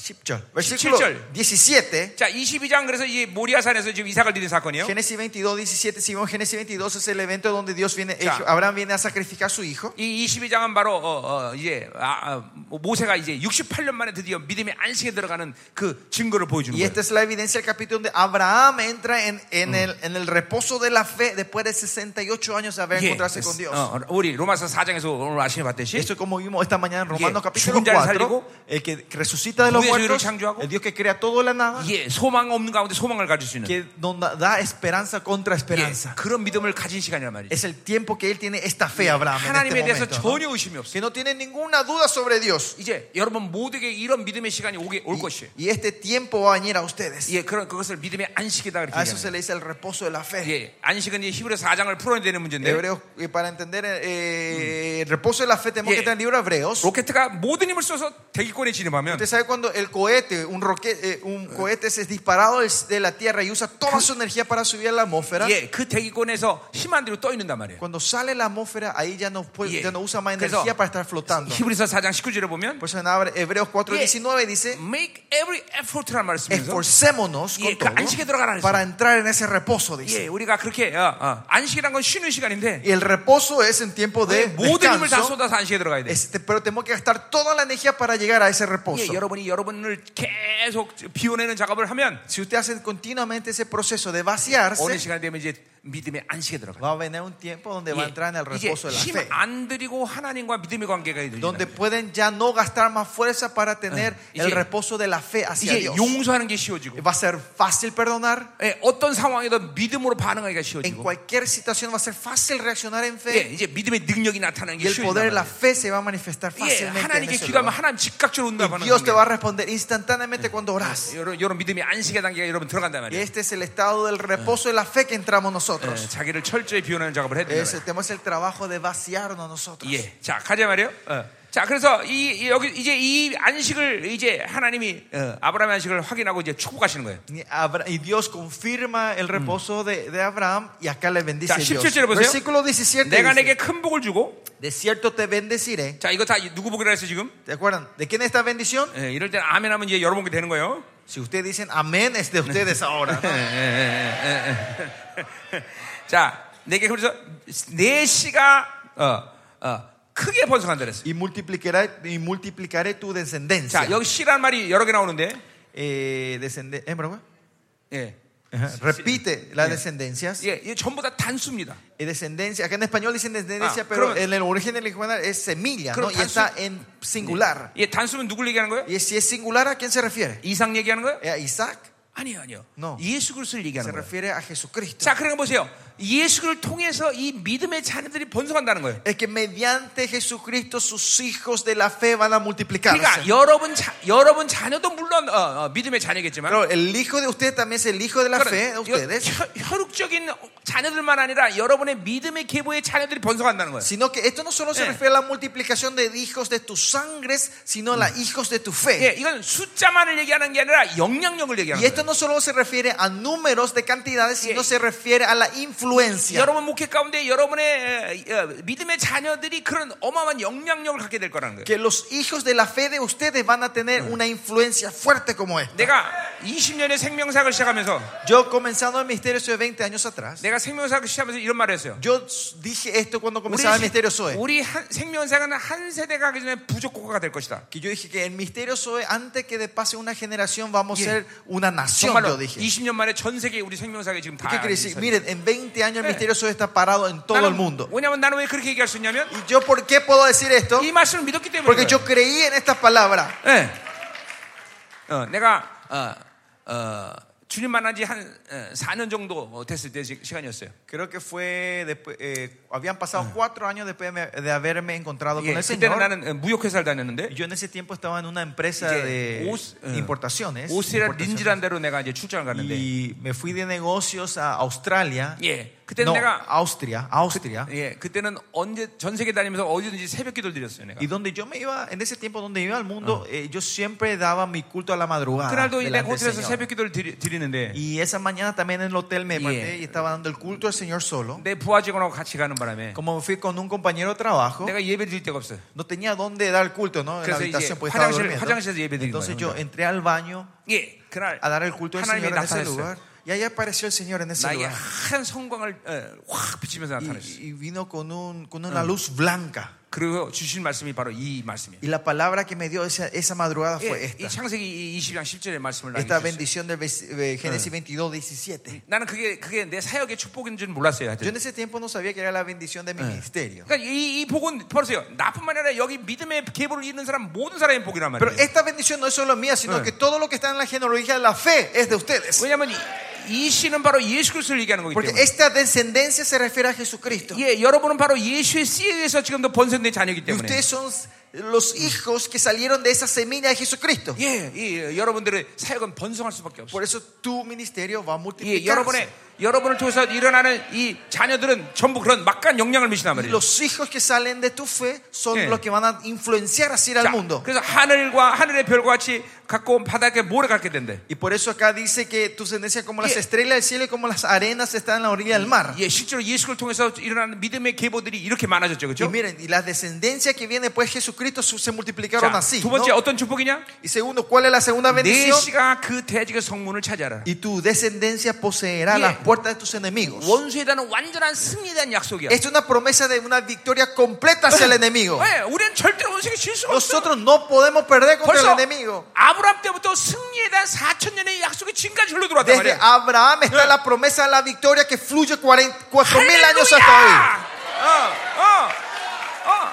Speaker 2: 10절. Versículo
Speaker 1: 17절.
Speaker 2: 17.
Speaker 1: 자, 22장 그래서 이 모리아산에서 지금 이삭을 드린 사건이에요.
Speaker 2: Génesis 22, 17. Si vemos Génesis 22 es el evento donde Dios viene, eh,
Speaker 1: Ya.
Speaker 2: Abraham viene a sacrificar a su hijo.
Speaker 1: 이 22장은 바로 어, 어, 이제 아, 아, 모세가 이제 68년 만에 드디어 믿음의 안식에 들어가는 그 증거를 보여주는
Speaker 2: Y
Speaker 1: 거예요.
Speaker 2: esta es la evidencia del capítulo donde Abraham entra en, en, el, en el reposo de la fe después de 68 años de haber
Speaker 1: 예.
Speaker 2: encontrarse con Dios.
Speaker 1: 어, 우리 로마서 4장에서 오늘 아침에 봤듯이
Speaker 2: Esto como vimos esta mañana en
Speaker 1: Yeah.
Speaker 2: Romanos capítulo
Speaker 1: 죽은 자를
Speaker 2: 4,
Speaker 1: 살리고,
Speaker 2: el que resucita de los
Speaker 1: 무에서
Speaker 2: muertos,
Speaker 1: 유를 창조하고,
Speaker 2: el Dios que crea todo de la nada,
Speaker 1: 예, 소망 없는 가운데 소망을 가질 수 있는
Speaker 2: que nos da- da esperanza contra
Speaker 1: 예,
Speaker 2: esperanza.
Speaker 1: 그런 믿음을 가진 시간이란 말이죠.
Speaker 2: Es el tiempo que él tiene esta fe, Abraham, en este
Speaker 1: 하나님에 대해서
Speaker 2: momento, ¿no?
Speaker 1: 전혀 의심이 없어요.
Speaker 2: que no tiene ninguna duda sobre Dios.
Speaker 1: 이제 여러분 모두에게 이런 믿음의 시간이 오게 올 것이에요.
Speaker 2: Y, y este tiempo va a venir a ustedes.
Speaker 1: 예, 그런 그것을 믿음의 안식이다 그렇게
Speaker 2: A eso
Speaker 1: 얘기합니다.
Speaker 2: se le dice el reposo de la fe.
Speaker 1: 예, 안식은 이 히브리서 4장을 풀어야 되는 문제인데
Speaker 2: Hebreos, eh, para entender eh, el reposo de la fe, tenemos
Speaker 1: Yeah.
Speaker 2: que tener libro de Hebreos.
Speaker 1: 로켓트가 모든 힘을 쏘서 대기권에 진입하면
Speaker 2: Usted sabe cuando el cohete, un, roque- eh, un cohete es disparado del- de la tierra y usa toda su energía para subir a la atmósfera.
Speaker 1: 예, 그 대기권에서 힘안 대로 떠 있는단 말이에요.
Speaker 2: Cuando sale la atmósfera, ahí ya no, puede-
Speaker 1: Yeah.
Speaker 2: ya no usa más
Speaker 1: 그래서
Speaker 2: energía para estar flotando.
Speaker 1: 히브리서 4장 19절에 보면
Speaker 2: Por eso en Abre- Hebreos 4,
Speaker 1: Yeah.
Speaker 2: 19 dice:
Speaker 1: make every effort라는 말씀이죠.
Speaker 2: Esforcémonos
Speaker 1: Yeah, 그
Speaker 2: con todo
Speaker 1: 안식에 들어가라 그랬어요.
Speaker 2: para entrar en ese reposo,
Speaker 1: 예,
Speaker 2: dice.
Speaker 1: 우리가 그렇게 어, 어, 안식이란 건 쉬는 시간인데 예,
Speaker 2: Y el reposo es en tiempo de
Speaker 1: 모든 힘을 다
Speaker 2: descanso.
Speaker 1: 쏟아서 안식에 들어가야 돼.
Speaker 2: Este, pero tenemos que gastar toda la energía para llegar a ese reposo.
Speaker 1: 예, 여러분이 여러분을 계속 비워내는 작업을 하면
Speaker 2: Si usted hace continuamente ese proceso de
Speaker 1: 어느
Speaker 2: vaciarse,
Speaker 1: 시간 되면 이제 믿음의 안식에 들어가요.
Speaker 2: va a venir un tiempo donde va a entrar en el
Speaker 1: 이게
Speaker 2: reposo de la fe.
Speaker 1: 힘안 들이고 하나님과 믿음의 관계가
Speaker 2: Donde
Speaker 1: 이루어진다.
Speaker 2: pueden ya no gastar más fuerza para tener
Speaker 1: Eh,
Speaker 2: el
Speaker 1: 이제-
Speaker 2: reposo de la fe hacia
Speaker 1: 이제
Speaker 2: Dios.
Speaker 1: 용서하는 게 쉬워지고
Speaker 2: Va a ser fácil perdonar.
Speaker 1: 예, 어떤 상황에도 믿음으로 반응하기가
Speaker 2: En
Speaker 1: 쉬워지고
Speaker 2: cualquier situación va a ser fácil reaccionar en
Speaker 1: 예,
Speaker 2: fe.
Speaker 1: 이제 믿음의 능력이 나타나는
Speaker 2: Y
Speaker 1: 게
Speaker 2: el poder de la
Speaker 1: 쉬워진다.
Speaker 2: fe se va a manifestar
Speaker 1: 예,
Speaker 2: fácilmente. en
Speaker 1: 하나님께
Speaker 2: ese
Speaker 1: 기도하면
Speaker 2: lugar.
Speaker 1: 하나님 즉각적으로
Speaker 2: Y
Speaker 1: 응답하는
Speaker 2: Dios te
Speaker 1: 관계.
Speaker 2: va a responder instantáneamente cuando orás.
Speaker 1: 이런 이런 믿음의 안식의 단계가 여러분 들어간단
Speaker 2: Y
Speaker 1: 말이에요.
Speaker 2: este es el estado del reposo de la fe que entramos
Speaker 1: 예,
Speaker 2: nosotros. Eh,
Speaker 1: 자기를 철저히 비워내는 작업을 해야 된다.
Speaker 2: Ese tema es el trabajo de vaciarnos nosotros.
Speaker 1: 예, 자 가자 말이요. 에 자, 그래서 이, 이 여기 이제 이 안식을 이제 하나님이 어, 아브라함의 안식을 확인하고 이제 축복하시는 거예요.
Speaker 2: Y Abra- Y Dios confirma el
Speaker 1: Mm.
Speaker 2: reposo de, de Abraham y acá le bendice
Speaker 1: 자,
Speaker 2: Dios.
Speaker 1: 17 보세요.
Speaker 2: Versículo 17
Speaker 1: 내가 내게
Speaker 2: dice,
Speaker 1: 큰 복을 주고
Speaker 2: de cierto te bendeciré.
Speaker 1: 자, 이거 다 누구 복이라 했어 지금?
Speaker 2: ¿Te acuerdan? ¿De quién es esta bendición?
Speaker 1: 예, 이럴 때 아멘 하면 이제 여러분께 되는 거예요.
Speaker 2: Si ustedes dicen amén, es de ustedes ahora.
Speaker 1: 예, [laughs]
Speaker 2: ¿no?
Speaker 1: 예, 예, 예. 자, 내게 그래서 내 씨가 어, 어, 크게 번성한다 그랬어.
Speaker 2: Y multiplicaré, y multiplicaré tu descendencia.
Speaker 1: 자, 여기 씨라는 말이 여러 개 나오는데
Speaker 2: Eh, descende- ¿eh, bravo?
Speaker 1: 예.
Speaker 2: Ajá. Repite las descendencias.
Speaker 1: 예, 이게 전부 다 단수입니다.
Speaker 2: Eh, descendencia. Acá en español dicen descendencia,
Speaker 1: Ah,
Speaker 2: pero
Speaker 1: creo-
Speaker 2: en el origen del español es semilla,
Speaker 1: Creo
Speaker 2: ¿no? Y
Speaker 1: que- ah,
Speaker 2: está en singular.
Speaker 1: 예, 단수면 누굴 얘기하는 거예요?
Speaker 2: Y si es singular, ¿a quién se refiere?
Speaker 1: 이상 얘기하는 거예요?
Speaker 2: ¿A Isaac?
Speaker 1: 아니요, 아니요.
Speaker 2: No.
Speaker 1: 예수 그리스도를
Speaker 2: Se
Speaker 1: 얘기하는 거예요.
Speaker 2: refiere a Jesucristo.
Speaker 1: 자, 그러니까 보세요. 예수를 통해서 이 믿음의 자녀들이 번성한다는 거예요.
Speaker 2: Es que mediante Jesucristo sus hijos de la fe van a multiplicarse.
Speaker 1: 그러니까 여러분 자, 여러분 자녀도 물론 어, 어, 믿음의 자녀겠지만
Speaker 2: Claro, el hijo de ustedes también es el hijo de la fe de
Speaker 1: 그러니까 이거
Speaker 2: ustedes.
Speaker 1: 혀- 혈육적인 자녀들만 아니라 여러분의 믿음의 계보의 자녀들이 번성한다는 거예요.
Speaker 2: Sino que esto no solo se
Speaker 1: Eh.
Speaker 2: refiere a la multiplicación de hijos de tus sangres, sino a los
Speaker 1: Mm.
Speaker 2: hijos de tu
Speaker 1: 예,
Speaker 2: fe.
Speaker 1: 이건 숫자만을 얘기하는 게 아니라 영향력을
Speaker 2: Y
Speaker 1: 얘기하는
Speaker 2: esto
Speaker 1: 거예요.
Speaker 2: no solo se refiere a números de cantidades, sino
Speaker 1: Eh.
Speaker 2: se refiere a la influencia.
Speaker 1: 여러분 목회 가운데 여러분의 에, 어, 믿음의 자녀들이 그런 어마어마한 영향력을 갖게 될 거라는 거예요.
Speaker 2: Que los hijos de la fe de ustedes van a tener
Speaker 1: Mm.
Speaker 2: una influencia fuerte como esta.
Speaker 1: 내가 20년의 생명사학을 시작하면서
Speaker 2: Yo comenzando el misterio Soy 20 años atrás,
Speaker 1: 내가 생명사학을 시작하면서 이런 말을 했어요.
Speaker 2: yo dije esto cuando
Speaker 1: 우리,
Speaker 2: comenzaba el
Speaker 1: 시-
Speaker 2: misterio Soy.
Speaker 1: 우리 한- 생명사는 한 세대가 가기 전에 부족국가가 될 것이다.
Speaker 2: Que yo dije que el misterio Zoe, antes que de pase una generación, vamos a
Speaker 1: Yeah.
Speaker 2: ser una nación,
Speaker 1: 정말로
Speaker 2: yo dije.
Speaker 1: 20년 만에 전 세계 우리 생명사가 지금 다.
Speaker 2: ¿Qué quiere decir?
Speaker 1: 있어요.
Speaker 2: Miren, en 20 años el
Speaker 1: Eh.
Speaker 2: misterio Zoe está parado en todo el
Speaker 1: 나는
Speaker 2: mundo.
Speaker 1: 왜냐면 나는 왜 그렇게 얘기할 수 있냐면
Speaker 2: ¿Y yo por qué puedo decir esto?
Speaker 1: 그러니까 이 말씀을 믿었기 때문에.
Speaker 2: Porque
Speaker 1: 어? 그래요.
Speaker 2: yo creí en estas palabras.
Speaker 1: 예. 어, 내가 어, 어, 주님 만난 지한 4년 정도 어, 됐을 때 시- 시간이었어요.
Speaker 2: Creo que fue después, eh, habían pasado cuatro años después de, me- de haberme encontrado
Speaker 1: 예,
Speaker 2: con el
Speaker 1: 그때는
Speaker 2: Señor.
Speaker 1: 나는 어, 무역회사를 다녔는데
Speaker 2: Yo en ese tiempo estaba en una empresa
Speaker 1: 이제
Speaker 2: de
Speaker 1: 오스- 어,
Speaker 2: importaciones,
Speaker 1: 오스트리아
Speaker 2: importaciones.
Speaker 1: 린지란 데로 내가 이제 출장을 갔는데
Speaker 2: y me fui de negocios a Australia.
Speaker 1: 예, 그때
Speaker 2: No,
Speaker 1: 내가-
Speaker 2: Austria, Austria.
Speaker 1: 예, 그때는 언제 전 세계 다니면서 어디든지 새벽 기도를 드렸어요, 내가.
Speaker 2: Y donde yo me iba, en ese tiempo donde iba al mundo, eh, yo siempre daba mi culto a la madrugada.
Speaker 1: 그날도 내
Speaker 2: delante del
Speaker 1: 호텔에서
Speaker 2: Señor.
Speaker 1: 새벽 기도를 드리, 드리는데
Speaker 2: Y esa mañana también en el hotel me
Speaker 1: Yeah.
Speaker 2: levanté y estaba dando el culto al Señor solo.
Speaker 1: 내 부하 직원하고 같이 가는 바람에
Speaker 2: Como fui con un compañero de trabajo,
Speaker 1: 내가 예배 드릴 데가 없어요.
Speaker 2: no tenía dónde dar el culto, ¿no? En la
Speaker 1: 그래서 이제
Speaker 2: habitación, porque estaba
Speaker 1: 화장실-
Speaker 2: durmiendo.
Speaker 1: 화장실에서 예배 드린
Speaker 2: Entonces
Speaker 1: 거예요,
Speaker 2: yo entré al baño
Speaker 1: 예, 그날
Speaker 2: a dar el culto al
Speaker 1: 하나님이
Speaker 2: Señor en ese lugar.
Speaker 1: 나타났어요.
Speaker 2: Y ahí apareció el Señor en ese
Speaker 1: 나에게
Speaker 2: lugar.
Speaker 1: 한 성광을 어, 확 비치면서 나타났어요.
Speaker 2: Y, y vino con, un, con una luz blanca.
Speaker 1: 그리고 주신 말씀이 바로 이 말씀이에요.
Speaker 2: Y la palabra que me dio esa, esa madrugada fue
Speaker 1: 예,
Speaker 2: esta.
Speaker 1: 이 창세기 20장 10절의 말씀을
Speaker 2: Esta
Speaker 1: 나타났어요.
Speaker 2: bendición del ves- eh, Génesis 22, 17.
Speaker 1: 나는 그게 그게 내 사역의 축복인 줄 몰랐어요.
Speaker 2: Yo
Speaker 1: 하여튼.
Speaker 2: en ese tiempo no sabía que era la bendición de mi ministerio.
Speaker 1: 그러니까 이, 이 복은 보세요. 나뿐만 아니라 여기 믿음의 계보를 잇는 사람 모든 사람의 복이란
Speaker 2: Pero
Speaker 1: 말이에요.
Speaker 2: esta bendición no es solo mía, sino
Speaker 1: Eh.
Speaker 2: que todo lo que está en la genealogía de la fe es de ustedes.
Speaker 1: 왜냐하면 이, 이 씨는 바로 예수 그리스도를 얘기하는 거기
Speaker 2: Porque
Speaker 1: 그렇죠. 때문에.
Speaker 2: esta descendencia se refiere a Jesucristo. Y
Speaker 1: 예, 여러분은 바로 예수의 씨에 의해서 지금도 번성된 자녀이기 때문에.
Speaker 2: ustedes son los hijos que salieron de esa semilla de Jesucristo.
Speaker 1: 예, 예, 여러분들의 사역은 번성할 수밖에 없어요.
Speaker 2: Por eso tu ministerio va a
Speaker 1: 예, 여러분의
Speaker 2: multiplicarse.
Speaker 1: 여러분을 통해서 일어나는 이 자녀들은 전부 그런 막간 영향을 미친단
Speaker 2: Y
Speaker 1: 말이에요.
Speaker 2: Los hijos que salen de tu fe son
Speaker 1: Eh.
Speaker 2: los que van a influenciar así al
Speaker 1: 자,
Speaker 2: mundo.
Speaker 1: 그래서 하늘과 하늘의 별과 같이 갖고 바닥에 모래 같게 된대.
Speaker 2: Y por eso acá dice que tu descendencia como las
Speaker 1: Yeah.
Speaker 2: estrellas del cielo y como las arenas están en la orilla del mar.
Speaker 1: 예, 실제로 예수를 통해서 일어나는 믿음의 계보들이 이렇게 많아졌죠,
Speaker 2: Y
Speaker 1: 그렇죠?
Speaker 2: miren, y las descendencias que viene pues Jesucristo su- se multiplicaron
Speaker 1: 자,
Speaker 2: así.
Speaker 1: 두 번째
Speaker 2: ¿no?
Speaker 1: 어떤 축복이냐?
Speaker 2: Y segundo, ¿cuál es la segunda
Speaker 1: 네
Speaker 2: bendición?
Speaker 1: 씨가 그 대적의 성문을 차지하라.
Speaker 2: Y tu descendencia poseerá
Speaker 1: Yeah.
Speaker 2: las puertas de tus enemigos.
Speaker 1: 원수에 대한 완전한 승리에 대한 약속이야.
Speaker 2: Esta es una promesa de una victoria completa hacia el enemigo.
Speaker 1: [laughs] 예, 우리는 절대로 원수에게 질 수가 없어.
Speaker 2: Nosotros no podemos perder contra
Speaker 1: 벌써
Speaker 2: el enemigo.
Speaker 1: 아브라함 때부터 승리에 대한 4천 년의 약속이 지금까지 흘러 들어왔단
Speaker 2: Desde
Speaker 1: 말이야.
Speaker 2: Abraham está la promesa de la victoria que fluye 4 mil años hasta hoy.
Speaker 1: 할렐루야! 어, 어, 어.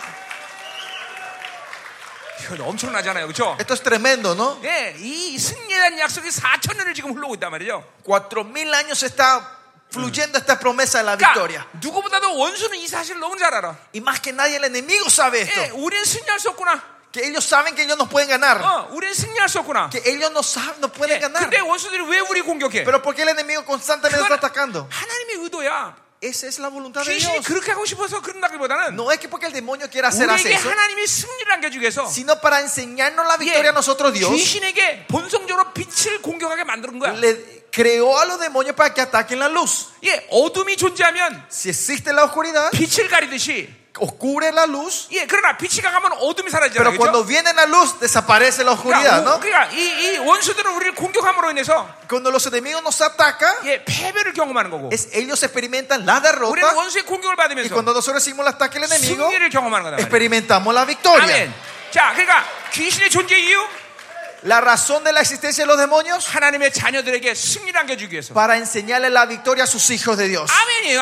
Speaker 1: 이건 엄청나잖아요, 그렇죠?
Speaker 2: Esto es tremendo, ¿no?
Speaker 1: 예, 이 승리에 대한 약속이 4천 년을 지금 흘러오고 있단 말이죠.
Speaker 2: 4 mil años está fluyendo esta promesa de la victoria.
Speaker 1: 그러니까 누구보다도 원수는 이 사실을 너무 잘 알아.
Speaker 2: Y más que nadie el enemigo sabe
Speaker 1: 예,
Speaker 2: esto.
Speaker 1: 우리는 승리할 수 없구나.
Speaker 2: Que ellos saben que ellos nos pueden ganar.
Speaker 1: 어, 우리는 승리할 수 없구나.
Speaker 2: Que ellos no saben, no
Speaker 1: 예,
Speaker 2: pueden ganar.
Speaker 1: 근데 원수들이 왜 우리 공격해?
Speaker 2: Pero ¿por qué el enemigo constantemente
Speaker 1: 그건
Speaker 2: está atacando?
Speaker 1: 하나님의 의도야.
Speaker 2: Esa es la voluntad de
Speaker 1: 귀신이
Speaker 2: Dios.
Speaker 1: 그렇게 하고 싶어서 그런다기보다는
Speaker 2: No es que porque el demonio quiera hacer hace
Speaker 1: 우리에게
Speaker 2: eso,
Speaker 1: 하나님이 승리를 안겨주기 위해서
Speaker 2: sino para enseñarnos la
Speaker 1: 예,
Speaker 2: victoria a nosotros Dios.
Speaker 1: 귀신에게 본성적으로 빛을 공격하게 만드는 거야.
Speaker 2: Le creó a los demonios para que ataquen la luz.
Speaker 1: 예, 어둠이 존재하면
Speaker 2: Si existe la oscuridad,
Speaker 1: 빛을 가리듯이
Speaker 2: oscure la luz,
Speaker 1: 예, 그러나 빛이 가면 어둠이 사라지잖아요.
Speaker 2: pero cuando
Speaker 1: 그렇죠?
Speaker 2: viene la luz, desaparece la oscuridad,
Speaker 1: 그러니까, 우-
Speaker 2: ¿no?
Speaker 1: 그러니까 이, 이 원수들은 우리를 공격함으로 인해서
Speaker 2: Cuando los enemigos nos atacan,
Speaker 1: 예, 패배를 경험하는 거고
Speaker 2: es, ellos experimentan la
Speaker 1: 우리는
Speaker 2: derrota
Speaker 1: 원수의 공격을
Speaker 2: y
Speaker 1: 받으면서
Speaker 2: cuando nosotros recibimos el ataque del enemigo,
Speaker 1: 승리를 경험하는 거다 말이야.
Speaker 2: experimentamos la
Speaker 1: 아멘.
Speaker 2: victoria.
Speaker 1: 자, 그러니까 귀신의 존재 이유
Speaker 2: La razón de la existencia de los demonios
Speaker 1: 하나님의 자녀들에게 승리를 안겨주기 위해서.
Speaker 2: para enseñarle la victoria a sus hijos de Dios.
Speaker 1: 아멘이에요.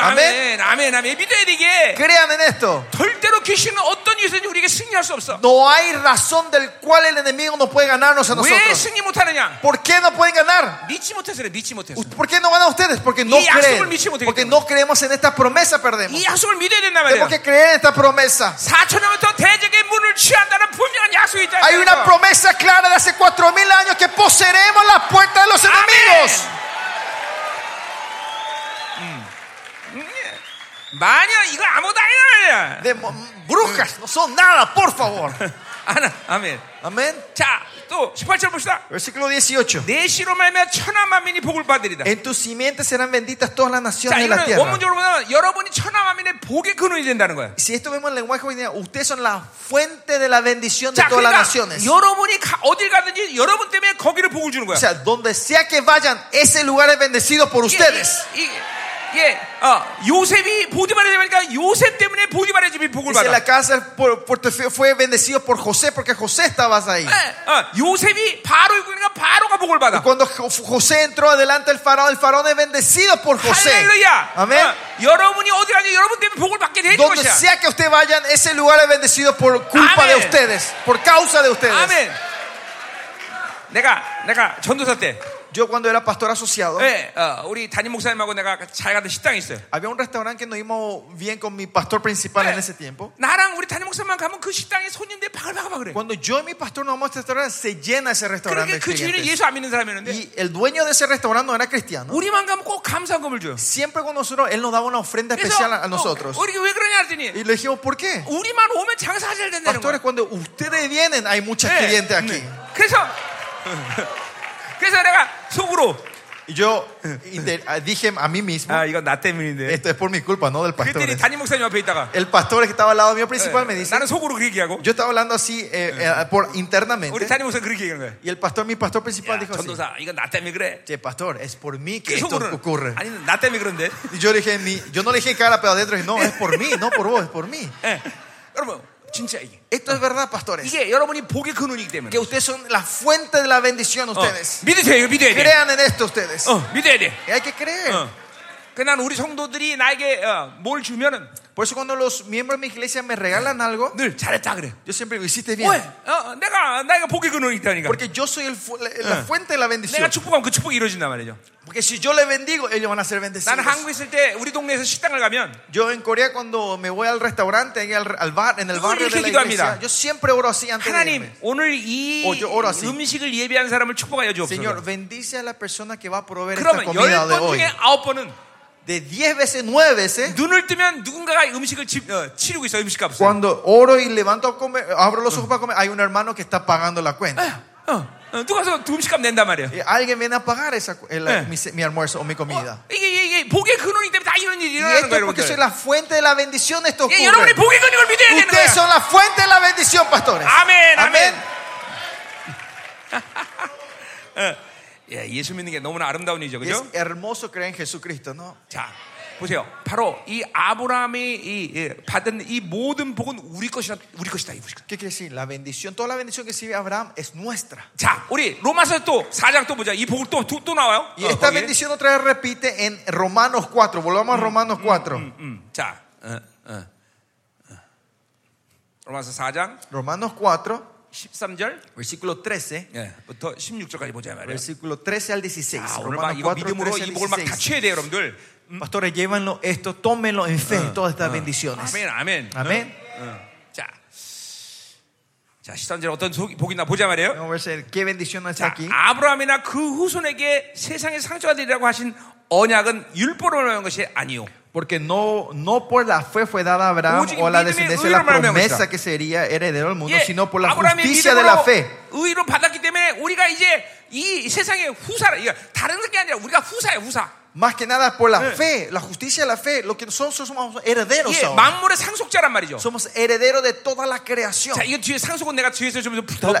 Speaker 1: 아멘.
Speaker 2: Amén.
Speaker 1: 그 아멘. 아멘. 믿어야 돼 이게.
Speaker 2: Créanme en esto.
Speaker 1: 절대로 귀신은 어떤 이유에서든지 우리에게 승리할 수 없어.
Speaker 2: No hay razón del cual el enemigo no puede ganarnos a
Speaker 1: 왜
Speaker 2: nosotros.
Speaker 1: 승리 못하느냐?
Speaker 2: ¿Por qué no pueden ganar?
Speaker 1: 믿지 못해서 그래. 믿지 못해서.
Speaker 2: U- ¿Por qué no ganan ustedes? Porque no
Speaker 1: Y 약속을
Speaker 2: creen.
Speaker 1: 믿지 못하기
Speaker 2: Porque
Speaker 1: 때문에.
Speaker 2: no creemos en esta promesa, perdemos.
Speaker 1: 이 약속을 믿어야 된단 말이야.
Speaker 2: Tenemos que creer en esta promesa.
Speaker 1: 4천 년부터 대적의 문을 취한다는 분명한 약속이 있다.
Speaker 2: Hay una promesa clara de hace cuatro mil años que poseeremos la puerta de los enemigos.
Speaker 1: 음. 마녀 이거 아무도 아니야.
Speaker 2: De mo- brujas, no son nada, por favor.
Speaker 1: [laughs] 아나 아멘.
Speaker 2: Amén.
Speaker 1: 자, 또 18절 봅시다.
Speaker 2: Versículo 18.
Speaker 1: 내 씨로 말면 천하 만민이 복을 받으리다.
Speaker 2: En tus simientes serán benditas todas las
Speaker 1: 자,
Speaker 2: naciones de la
Speaker 1: 이거는
Speaker 2: tierra.
Speaker 1: 원문적으로 보면 여러분이 천하 만민의 복의 근원이 된다는 거야.
Speaker 2: Si esto vemos en el lenguaje hoy día, ustedes son la fuente de la bendición de
Speaker 1: 자,
Speaker 2: todas las
Speaker 1: 그러니까
Speaker 2: naciones.
Speaker 1: 여러분이 가- 어딜 가든지 여러분 때문에 거기를 복을 주는 거야.
Speaker 2: O sea, donde sea que vayan, ese lugar es bendecido por ustedes.
Speaker 1: 이, 이, 예, 어, 요셉이 보디발의 집에 가니까 요셉 때문에 보디발의 집이 복을
Speaker 2: Dice
Speaker 1: 받아.
Speaker 2: la casa por- portafio fue bendecido por José porque José estabas ahí.
Speaker 1: 예, 어, 요셉이 바로 있고 그러니까 바로가 복을 받아.
Speaker 2: Cuando Jo- José entró adelante el faraón, el faraón es bendecido por José.
Speaker 1: 할렐루야.
Speaker 2: Amén.
Speaker 1: 어, 여러분이 어디 가든지 여러분 때문에 복을 받게 되는
Speaker 2: Donde
Speaker 1: 것이야.
Speaker 2: sea que ustedes vayan, ese lugar es bendecido por culpa
Speaker 1: Amén.
Speaker 2: de ustedes, por causa de ustedes.
Speaker 1: 아멘. 내가 내가 전도사 때
Speaker 2: Yo cuando era pastor asociado,
Speaker 1: 예, 어, 우리 담임 목사님하고 내가 잘 가던 식당이 있어요.
Speaker 2: había un restaurante que nos íbamos bien con mi pastor principal en ese tiempo.
Speaker 1: 나랑 우리 담임 목사만 가면 그 식당에 손님들이 바글바글바글 그래.
Speaker 2: Cuando yo y mi pastor nos vamos a este restaurante, se llena ese restaurante.
Speaker 1: 그러니까
Speaker 2: de
Speaker 1: 그 주인은
Speaker 2: clientes.
Speaker 1: 예수 안 믿는 사람이었는데
Speaker 2: Y el dueño de ese restaurante no era cristiano.
Speaker 1: 우리만 가면 꼭 감사금을 줘요.
Speaker 2: Siempre con nosotros, Él nos daba una ofrenda
Speaker 1: 그래서
Speaker 2: especial a, a nosotros.
Speaker 1: 어, 우리 왜 그러냐 했더니
Speaker 2: Y le dijimos, ¿por qué?
Speaker 1: 우리만 오면 장사 잘 된다는 거야.
Speaker 2: Pastores, cuando ustedes vienen, hay muchas
Speaker 1: 예,
Speaker 2: clientes aquí.
Speaker 1: 네. 그래서 그래서 내가 속으로
Speaker 2: Y yo inter- dije a mí mismo,
Speaker 1: 아 이건 나 때문인데.
Speaker 2: esto es por mi culpa, no del pastor.
Speaker 1: 그랬더니 담임 목사님 옆에 있다가
Speaker 2: El pastor que estaba al lado mío principal me dice,
Speaker 1: 나는 속으로 그 얘기하고
Speaker 2: yo estaba hablando así eh, eh, por
Speaker 1: 우리
Speaker 2: internamente.
Speaker 1: 담임 목사 그렇게 얘기하는 거야.
Speaker 2: Y el pastor, mi pastor principal
Speaker 1: 야,
Speaker 2: dijo así,
Speaker 1: 전도사 이건 나 때문에 그래.
Speaker 2: che, pastor, es por mí que
Speaker 1: 그
Speaker 2: esto
Speaker 1: 속으로는
Speaker 2: ocurre.
Speaker 1: 아니 나 때문에 그런데.
Speaker 2: Y yo le dije, en mí- yo no le dije en cara, pero adentro dije, no, es por mí, no por vos, es por mí.
Speaker 1: 예. 여러분 진짜 이게
Speaker 2: Esto es verdad, pastores.
Speaker 1: 이게 여러분이 복의 근원이기 때문에.
Speaker 2: Que ustedes son la fuente de la bendición,
Speaker 1: 어,
Speaker 2: ustedes.
Speaker 1: 믿으세요, 이거 믿어야 돼.
Speaker 2: Crean en esto ustedes.
Speaker 1: 어, 믿어야 돼.
Speaker 2: Y hay que creer.
Speaker 1: 어. 그난 우리 성도들이 나에게 어, 뭘 주면은
Speaker 2: Por eso cuando los miembros de mi iglesia me regalan algo,
Speaker 1: 늘 잘했다 그래.
Speaker 2: yo siempre digo, hiciste
Speaker 1: 왜?
Speaker 2: bien.
Speaker 1: 어, 내가 나에게 복의 근원이 있다니까.
Speaker 2: Porque yo soy el fu- la, la
Speaker 1: Eh.
Speaker 2: fuente de la
Speaker 1: 내가
Speaker 2: bendición.
Speaker 1: 축복하면 그 축복이 이루어진단 말이죠.
Speaker 2: Porque si yo le bendigo, ellos van a ser
Speaker 1: 나는
Speaker 2: bendecidos.
Speaker 1: 한국 있을 때 우리 동네에서 식당을 가면
Speaker 2: Yo en Corea cuando me voy al restaurante, ahí al, al bar, en el
Speaker 1: Yo
Speaker 2: barrio
Speaker 1: dije
Speaker 2: de la
Speaker 1: 기도합니다.
Speaker 2: iglesia, yo siempre oro así antes de
Speaker 1: 하나님
Speaker 2: irme.
Speaker 1: 오늘 이
Speaker 2: 어, 저 오라, 씨.
Speaker 1: 음식을 예배한 사람을 축복하여
Speaker 2: Señor,
Speaker 1: 주옵소서.
Speaker 2: bendice a la persona que va a proveer esta
Speaker 1: 그러면 열
Speaker 2: comida de
Speaker 1: 번
Speaker 2: hoy.
Speaker 1: 중에 아홉 번은
Speaker 2: De 10 veces, 9 veces,
Speaker 1: 눈을 뜨면 누군가가 음식을 집, 어, 치르고 있어 음식값을.
Speaker 2: cuando oro y levanto a comer, abro los ojos para comer, hay un hermano que está pagando la cuenta.
Speaker 1: 어, 어, 누가서 음식값 낸단 말이야.
Speaker 2: Eh, Alguien viene a pagar esa, cu- el-
Speaker 1: Eh.
Speaker 2: mi, se- mi almuerzo o mi comida.
Speaker 1: 어, 이게, 이게 이게 복의 근원이기 때문에 다 이런 일이
Speaker 2: Y
Speaker 1: 일어나는
Speaker 2: esto
Speaker 1: 거예요,
Speaker 2: es porque soy
Speaker 1: 여러분들.
Speaker 2: la fuente de la bendición. Esto
Speaker 1: 예, 여러분이
Speaker 2: ocurre.
Speaker 1: 복의 근원을 믿어야 되는
Speaker 2: Ustedes
Speaker 1: 거예요.
Speaker 2: son la fuente de la bendición, pastores.
Speaker 1: 아멘, 아멘.
Speaker 2: Amén.
Speaker 1: 예, 예수 믿는 게 너무나 아름다운 일이죠,
Speaker 2: Y Es
Speaker 1: 그죠?
Speaker 2: hermoso creer en Jesucristo, ¿no?
Speaker 1: 자, 보세요. 바로 이 아브라함이 이, 예, 받은 이 모든 복은 우리 것이라 우리 것이다 이 것이다.
Speaker 2: ¿Qué quiere decir? La bendición, toda la bendición que recibe Abraham es nuestra.
Speaker 1: 자, 우리 로마서 또 4장 또 보자. 이 복을 또 또 나와요.
Speaker 2: Y
Speaker 1: 어,
Speaker 2: esta
Speaker 1: 거기에.
Speaker 2: bendición otra vez repite en Romanos 4. Volvamos a Romanos 4.
Speaker 1: 음, 자, 어, 어, 어. 로마서 4장
Speaker 2: Romanos 4,
Speaker 1: 13절
Speaker 2: versículo 13.
Speaker 1: 예, 부터 16절까지 보자 말이에요.
Speaker 2: Versículo Ah, 13 al 16.
Speaker 1: 아, 오늘 막
Speaker 2: Romanos
Speaker 1: 이거
Speaker 2: 4,
Speaker 1: 믿음으로
Speaker 2: 13
Speaker 1: 이
Speaker 2: al
Speaker 1: 복을 막
Speaker 2: 16.
Speaker 1: 갖춰야 돼요, 여러분들.
Speaker 2: Pastores, llévanlo esto, tómenlo en fe, todas estas bendiciones.
Speaker 1: 아멘, 아멘.
Speaker 2: Amén.
Speaker 1: 자, 자, 13절 어떤 속- 복이 있나 보자 말이에요.
Speaker 2: Vamos a ver si- qué bendición está
Speaker 1: 자,
Speaker 2: aquí.
Speaker 1: 아브라함이나 그 후손에게 세상의 상처가 되리라고 하신 언약은 율법으로 말한 것이 아니요.
Speaker 2: Porque no, no por la fe fue dada a Abraham
Speaker 1: 오직
Speaker 2: o a la
Speaker 1: 믿음의
Speaker 2: descendencia la
Speaker 1: 의로 말미암아
Speaker 2: promesa
Speaker 1: 그랬다.
Speaker 2: que sería heredero del mundo,
Speaker 1: 예,
Speaker 2: sino por la
Speaker 1: 아브라함의
Speaker 2: justicia de la
Speaker 1: 믿음으로
Speaker 2: fe.
Speaker 1: 의로 받았기 때문에 우리가 이제 이 세상의 후사라. 이거 다른 게 아니라 우리가 후사예요, 후사.
Speaker 2: Más que nada por la
Speaker 1: 네.
Speaker 2: fe, la justicia de la fe, lo que nosotros somos herederos
Speaker 1: 예,
Speaker 2: ahora.
Speaker 1: 만물의 상속자란 말이죠.
Speaker 2: Somos herederos de toda la creación.
Speaker 1: 자, 이거 뒤에 상속은 내가 뒤에서 좀더
Speaker 2: La-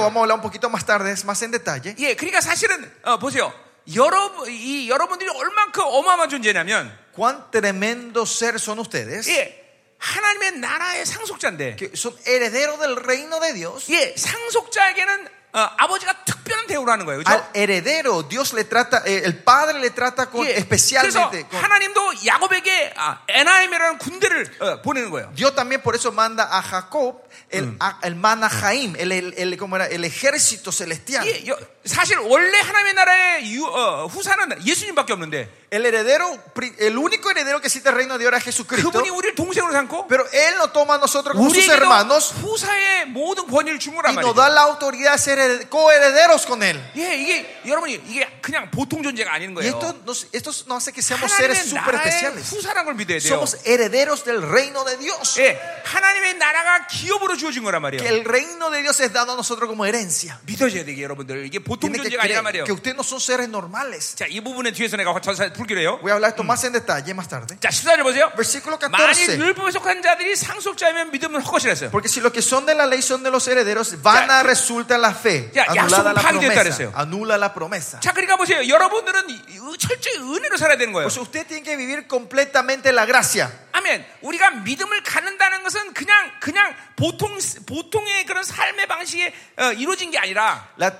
Speaker 1: 풀겠지만
Speaker 2: vamos a hablar un poquito más tarde, es más en detalle.
Speaker 1: 예, 그러니까 사실은 어, 보세요. 여러분 이 여러분들이 얼만큼 어마어마한 존재냐면
Speaker 2: Cuán tremendo ser son ustedes,
Speaker 1: 예, 하나님의 나라의 상속자인데
Speaker 2: que son herederos del reino de Dios.
Speaker 1: 예, 상속자에게는 어, 아버지가 특별한 대우를 하는 거예요.
Speaker 2: Al
Speaker 1: 그렇죠?
Speaker 2: heredero, Dios le trata, eh, el padre le trata con,
Speaker 1: 예, 그래서
Speaker 2: especialmente. con-
Speaker 1: 하나님도 야곱에게 아, 에나임이라는 군대를 어, 보내는 거예요.
Speaker 2: Dios también por eso manda a Jacob el, a- el Manahaim, el, el- el- ¿cómo era? el ejército celestial.
Speaker 1: 예, 여- 사실 원래 하나님의 나라의 유- 어, 후사는 예수님밖에 없는데
Speaker 2: El heredero, pri- el único heredero que existe el reino de Dios era Jesucristo.
Speaker 1: 그분이 우리를 동생으로 삼고
Speaker 2: Pero Él nos toma a nosotros como sus
Speaker 1: 우리에게도
Speaker 2: hermanos
Speaker 1: 후사의 모든 권위를 준 거란
Speaker 2: y nos
Speaker 1: 말이죠.
Speaker 2: da la autoridad de ser hered- coherederos con Él.
Speaker 1: 예, 이게 여러분이 이게 그냥 보통 존재가 아닌 거예요.
Speaker 2: Y esto nos, esto nos hace que seamos seres
Speaker 1: 하나님의
Speaker 2: super
Speaker 1: 나라의
Speaker 2: especiales.
Speaker 1: 후사라는 걸 믿어야 돼요.
Speaker 2: Somos herederos del reino de Dios.
Speaker 1: 예, 하나님의 나라가 기업으로 주어진 거란
Speaker 2: Que
Speaker 1: 말이에요.
Speaker 2: el reino de Dios es dado a nosotros como herencia.
Speaker 1: 믿어져야 되게 여러분들 이게 보통
Speaker 2: Tiene que
Speaker 1: 존재가 아니란 말이에요.
Speaker 2: creer que ustedes no son seres normales.
Speaker 1: 자, 이 부분에 뒤에서 내가 전사 풀기로 해요.
Speaker 2: Voy a hablar esto más en detalle más tarde.
Speaker 1: 자, 14절 보세요.
Speaker 2: Versículo
Speaker 1: 만일
Speaker 2: 14.
Speaker 1: 율법에 속한 자들이 상속자이면 믿음은 헛것이라 했어요.
Speaker 2: Porque si los que son de la ley son de los herederos, vana
Speaker 1: Ya,
Speaker 2: resulta la fe.
Speaker 1: ya, ya,
Speaker 2: Anulada la
Speaker 1: son pacto de este
Speaker 2: promesa.
Speaker 1: establecer.
Speaker 2: Anula la promesa.
Speaker 1: 자, 그러니까 보세요. 여러분들은 이- 이- 철저히 은혜로 살아야 되는 거예요.
Speaker 2: Pues usted tiene que vivir completamente la gracia.
Speaker 1: 아멘. 우리가 믿음을 갖는다는 것은 그냥 그냥 보통 보통의 그런 삶의 방식에 어, 이루어진 게 아니라
Speaker 2: La,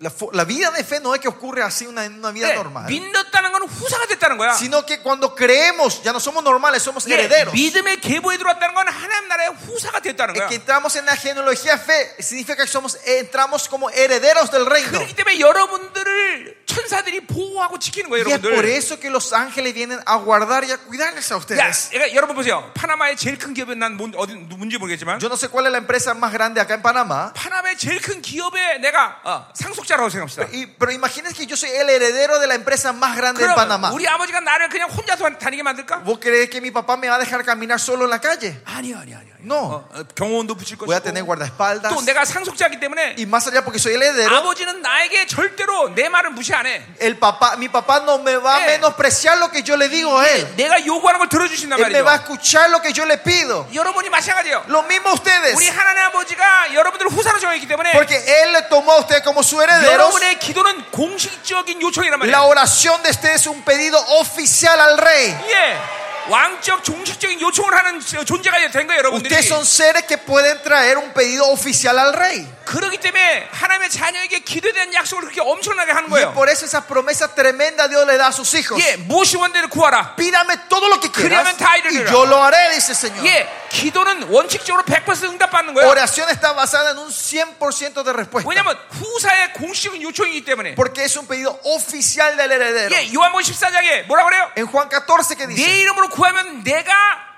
Speaker 2: la fo- la vida de fe no es que ocurre así una, en una vida
Speaker 1: 예,
Speaker 2: normal,
Speaker 1: 믿었다는 건 후사가 됐다는 거야.
Speaker 2: sino que cuando creemos ya no somos normales, somos
Speaker 1: 예,
Speaker 2: herederos.
Speaker 1: 믿음의 계보에 들어왔다는 건 하나님 나라의 후사가 됐다는
Speaker 2: Es
Speaker 1: 거야.
Speaker 2: que entramos en la genealogía fe significa que somos entramos como herederos del reino.
Speaker 1: 그렇기 때문에 여러분들을 천사들이 보호하고 지키는 거예요,
Speaker 2: Y es por
Speaker 1: 여러분들.
Speaker 2: eso que los ángeles vienen a guardar y a cuidarles a
Speaker 1: 야,
Speaker 2: ustedes.
Speaker 1: 그러니까 여러분 보세요. 파나마의 제일 큰 기업은 난 뭔, 어디 누군지 모르겠지만
Speaker 2: Yo no sé cuál es la empresa más grande acá en Panamá,
Speaker 1: 파나마의 제일 큰 기업에 내가 어, 상속자라고 생각합시다.
Speaker 2: y- pero imagínense que yo soy el heredero de la empresa más grande en Panamá.
Speaker 1: 그럼 우리 아버지가 나를 그냥 혼자서 다니게 만들까?
Speaker 2: ¿Vos crees que mi papá me va a dejar caminar solo en la calle?
Speaker 1: 아니요, 아니요, 아니요.
Speaker 2: No.
Speaker 1: 어, 어, 경호원도 붙일
Speaker 2: Voy a tener
Speaker 1: 것이고
Speaker 2: guardaespaldas.
Speaker 1: 또 내가 상속자이기 때문에
Speaker 2: Y más allá porque soy el heredero.
Speaker 1: 아버지는 나에게 절대로 내 말을 무시 안 해.
Speaker 2: El papá, mi papá no me va a
Speaker 1: Eh.
Speaker 2: menospreciar lo que yo le digo a él.
Speaker 1: 내가 요구하는 걸 들어주신단
Speaker 2: Él me va a
Speaker 1: 말이죠.
Speaker 2: escuchar lo que yo le pido.
Speaker 1: 여러분이 마찬가지예요.
Speaker 2: Lo mismo
Speaker 1: 우리
Speaker 2: ustedes.
Speaker 1: 하나님 아버지가 여러분들을 후사로 정했기 때문에
Speaker 2: Porque él le tomó a usted como su heredero.
Speaker 1: 여러분의 기도는 공식적인 요청이란
Speaker 2: La
Speaker 1: 말이에요.
Speaker 2: oración de usted es un pedido oficial al rey.
Speaker 1: 예. 왕적 종식적인 요청을 하는 존재가 된 거예요, 여러분들이.
Speaker 2: Ustedes son seres que pueden traer un pedido oficial al rey.
Speaker 1: 그렇기 때문에 하나님의 자녀에게 기도된 약속을 그렇게 엄청나게 하는
Speaker 2: Y
Speaker 1: 거예요.
Speaker 2: por eso esa promesa tremenda Dios le da a sus hijos.
Speaker 1: 예, 무엇이 원대를 구하라.
Speaker 2: Pídame todo lo que quieras
Speaker 1: 그러면 다
Speaker 2: y
Speaker 1: 이르리라.
Speaker 2: yo lo haré, dice el Señor.
Speaker 1: 예, 기도는 원칙적으로 100% 응답받는 거예요.
Speaker 2: Oración está basada en un 100% de respuesta.
Speaker 1: 왜냐면 후사의 공식적인 요청이기 때문에.
Speaker 2: Porque es un pedido oficial del heredero.
Speaker 1: 예, 요한복음 14장에 뭐라 그래요?
Speaker 2: En Juan 14 que dice,
Speaker 1: 내 이름으로 구하면 내가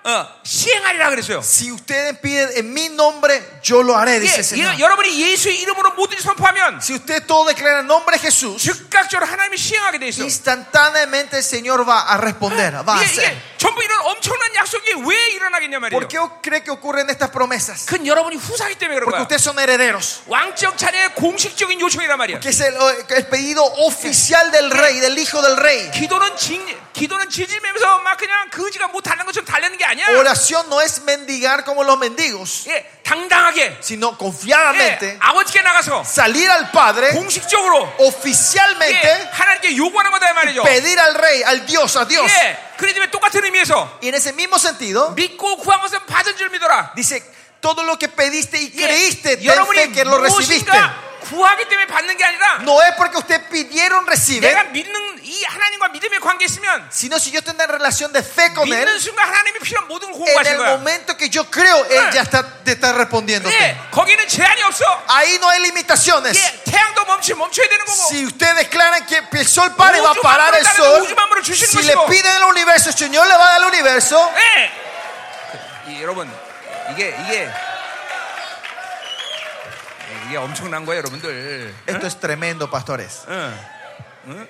Speaker 1: 어, 시행하리라 그랬어요.
Speaker 2: si ustedes piden en mi nombre, yo lo haré, dice el
Speaker 1: 예,
Speaker 2: Señor.
Speaker 1: 여- 여러분이 예수의 이름으로 뭐든지 선포하면
Speaker 2: Si usted todo declara en nombre de Jesús,
Speaker 1: 즉각적으로 하나님이 시행하게 돼 있어요.
Speaker 2: instantáneamente el Señor va a responder, va
Speaker 1: 이게,
Speaker 2: a hacer.
Speaker 1: 이게 전부 이런 엄청난 약속이 왜 일어나겠냐 말이에요.
Speaker 2: ¿Por qué cree que ocurren estas promesas?
Speaker 1: 그건 여러분이 후사기 때문에 그런 거야.
Speaker 2: Porque ustedes son herederos.
Speaker 1: 왕적 자녀의 공식적인 요청이란 말이야.
Speaker 2: Que es el, el pedido oficial del rey, del hijo del rey.
Speaker 1: 기도는 진, 기도는 질질매면서 막 그냥 거지가 못 달라는 것처럼 달라는 게 아니야.
Speaker 2: Oración no es mendigar como los mendigos,
Speaker 1: 예, 당당하게
Speaker 2: sino
Speaker 1: 예,
Speaker 2: confiadamente
Speaker 1: 아버지께 나가서
Speaker 2: salir al Padre
Speaker 1: 공식적으로 예,
Speaker 2: oficialmente,
Speaker 1: 하나님께 요구하는 거다 이 말이죠.
Speaker 2: pedir al rey, al Dios, a Dios.
Speaker 1: 예, 그러지만 똑같은 의미에서
Speaker 2: Y en ese mismo sentido,
Speaker 1: 믿고 구한 것은 받은 줄 믿어라.
Speaker 2: Dice, todo lo que pediste y
Speaker 1: 예,
Speaker 2: creíste, ten fe
Speaker 1: 여러분이
Speaker 2: que lo recibiste.
Speaker 1: 무엇인가 구하기 때문에 받는 게 아니라
Speaker 2: No es porque usted pidieron,
Speaker 1: 내가
Speaker 2: reciben,
Speaker 1: 믿는 이 하나님과 믿음의 관계 있으면
Speaker 2: sino si yo tengo una relación de fe con Él,
Speaker 1: 믿는 순간 하나님이 필요한 모든 걸
Speaker 2: en
Speaker 1: 공부하신
Speaker 2: el
Speaker 1: 거야.
Speaker 2: momento que yo creo, Él
Speaker 1: Ah.
Speaker 2: ya está, te está respondiéndote.
Speaker 1: 예, 거기는 제한이 없어.
Speaker 2: Ahí no hay limitaciones.
Speaker 1: 예, 태양도 멈추 멈춰야 되는 거고.
Speaker 2: Si ustedes declaran que el sol pare, va a parar el sol. Si le piden el universo, el Señor le va a dar el universo.
Speaker 1: 예. 그, 이, 여러분 이게 이게 이게 엄청난 거예요, 여러분들.
Speaker 2: Eh. Esto es tremendo, pastores.
Speaker 1: 응. 응?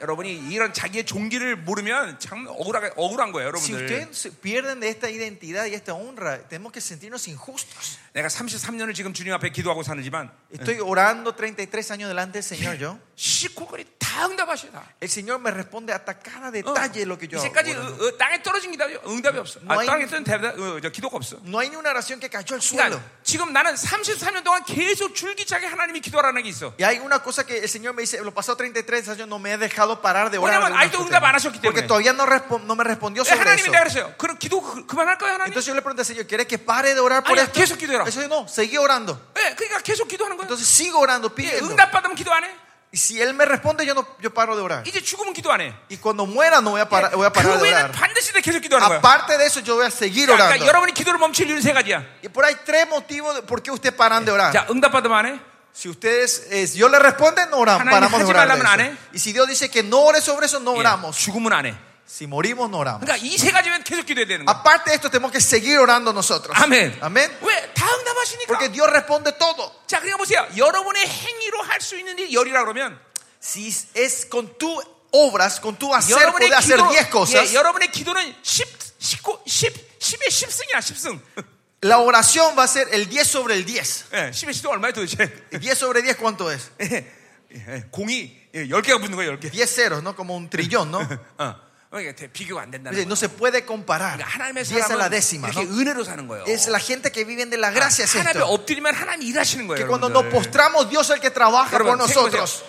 Speaker 1: 여러분이 이런 자기의 종기를 모르면 참 억울하, 억울한 거예요,
Speaker 2: Si
Speaker 1: 여러분들.
Speaker 2: ustedes se pierden de esta identidad y esta honra, tenemos que sentirnos injustos.
Speaker 1: 내가 33년을 지금 주님 앞에 기도하고 사는지만
Speaker 2: Estoy orando 33 años delante del Señor yo.
Speaker 1: 시코거리 다 응답하셔 다.
Speaker 2: El Señor me responde hasta cada
Speaker 1: 어.
Speaker 2: detalle lo que yo hago.
Speaker 1: 이제까지 어, 어, 땅에 떨어진 기도 응답이 없어. 아,
Speaker 2: 너희-
Speaker 1: 땅에 떨어진 대답, 어, 저 기도가 없어.
Speaker 2: No hay ni una oración que cayó al suelo.
Speaker 1: 그러니까 지금 나는 33년 동안 계속 줄기차게 하나님이 기도하라는 게 있어.
Speaker 2: Y hay una cosa que el Señor me dice, los pasados 33 años no me he dejado parar de
Speaker 1: 왜냐면
Speaker 2: orar. algunas
Speaker 1: 아직도
Speaker 2: cosas.
Speaker 1: 응답 안 하셨기
Speaker 2: Porque
Speaker 1: 때문에.
Speaker 2: todavía no, respon- no me respondió
Speaker 1: 네,
Speaker 2: sobre
Speaker 1: 하나님이
Speaker 2: eso.
Speaker 1: 내가 그랬어요. 그럼 기도 그- 그만할 거야 하나님?
Speaker 2: Entonces yo le pregunté al Señor, ¿quieres que pare de orar por
Speaker 1: Ay,
Speaker 2: esto?
Speaker 1: 계속 기도해라.
Speaker 2: El Señor no, seguí orando.
Speaker 1: 네, 그러니까 계속 기도하는 거야.
Speaker 2: Entonces sigo orando,
Speaker 1: 예,
Speaker 2: pidiendo.
Speaker 1: 응답 받으면 기도 안 해.
Speaker 2: Y si Él me responde, yo, no, yo paro de orar.
Speaker 1: 이제 죽으면 기도 안 해.
Speaker 2: Y cuando muera no voy a, parar- voy a parar
Speaker 1: 그
Speaker 2: de
Speaker 1: 외에는
Speaker 2: orar.
Speaker 1: 반드시 내 계속 기도하는 거야.
Speaker 2: Aparte de eso, yo voy a seguir
Speaker 1: 그러니까
Speaker 2: orando.
Speaker 1: 여러분이 기도를 멈출 이유는 세 가지야.
Speaker 2: Y por ahí tres motivos de por qué ustedes paran de orar.
Speaker 1: 자, 응답 받으면 안 해.
Speaker 2: Si ustedes, eh, si yo le responden, no oramos,
Speaker 1: 하나님,
Speaker 2: paramos de
Speaker 1: 하지
Speaker 2: orar. de
Speaker 1: 말라면 안
Speaker 2: eso.
Speaker 1: 해?
Speaker 2: Y si Dios dice que no ore sobre eso, no
Speaker 1: 예,
Speaker 2: oramos.
Speaker 1: 죽으면 안 해.
Speaker 2: Si morimos, no oramos.
Speaker 1: 그러니까 이 세 가지면 계속 기도해야 되는 거야.
Speaker 2: Aparte de esto, tenemos que seguir orando nosotros.
Speaker 1: 아멘.
Speaker 2: Amén.
Speaker 1: 왜? 다 응답하시니까.
Speaker 2: Porque Dios responde todo.
Speaker 1: 자, 그러니까 보세요. 여러분의 행위로 할 수 있는 일이 열이라 그러면
Speaker 2: Si es con tus obras, con tu hacer,
Speaker 1: 여러분의
Speaker 2: puede hacer 10
Speaker 1: 기도,
Speaker 2: cosas.
Speaker 1: 예, 여러분의 기도는 10, 19, 10, 10의 10승이야, 10승. [laughs]
Speaker 2: La oración va a ser el 10 sobre el 10.
Speaker 1: 예, 10의 10도 얼마야 도대체? [laughs]
Speaker 2: ¿Y 10 sobre 10 cuánto es?
Speaker 1: 예, 예, 공이 예, 10개가 붙는 거야, 10개.
Speaker 2: 10 ceros, ¿no? Como un trillón, ¿no?
Speaker 1: 어, 그러니까 대- 비교가 안 된다는
Speaker 2: Oye,
Speaker 1: 거야.
Speaker 2: No se puede comparar.
Speaker 1: 그러니까 하나님의
Speaker 2: 10 a la
Speaker 1: 사람은
Speaker 2: décima,
Speaker 1: 이렇게
Speaker 2: ¿no?
Speaker 1: 은혜로 사는 거예요. 아,
Speaker 2: Es la gente que viven de la gracia. es
Speaker 1: 하나님의
Speaker 2: esto.
Speaker 1: 엎드리면 하나님 일하시는 거예요.
Speaker 2: Que cuando nos
Speaker 1: 여러분들.
Speaker 2: postramos, Dios es el que trabaja por
Speaker 1: 여러분, 생각해보세요.
Speaker 2: nosotros.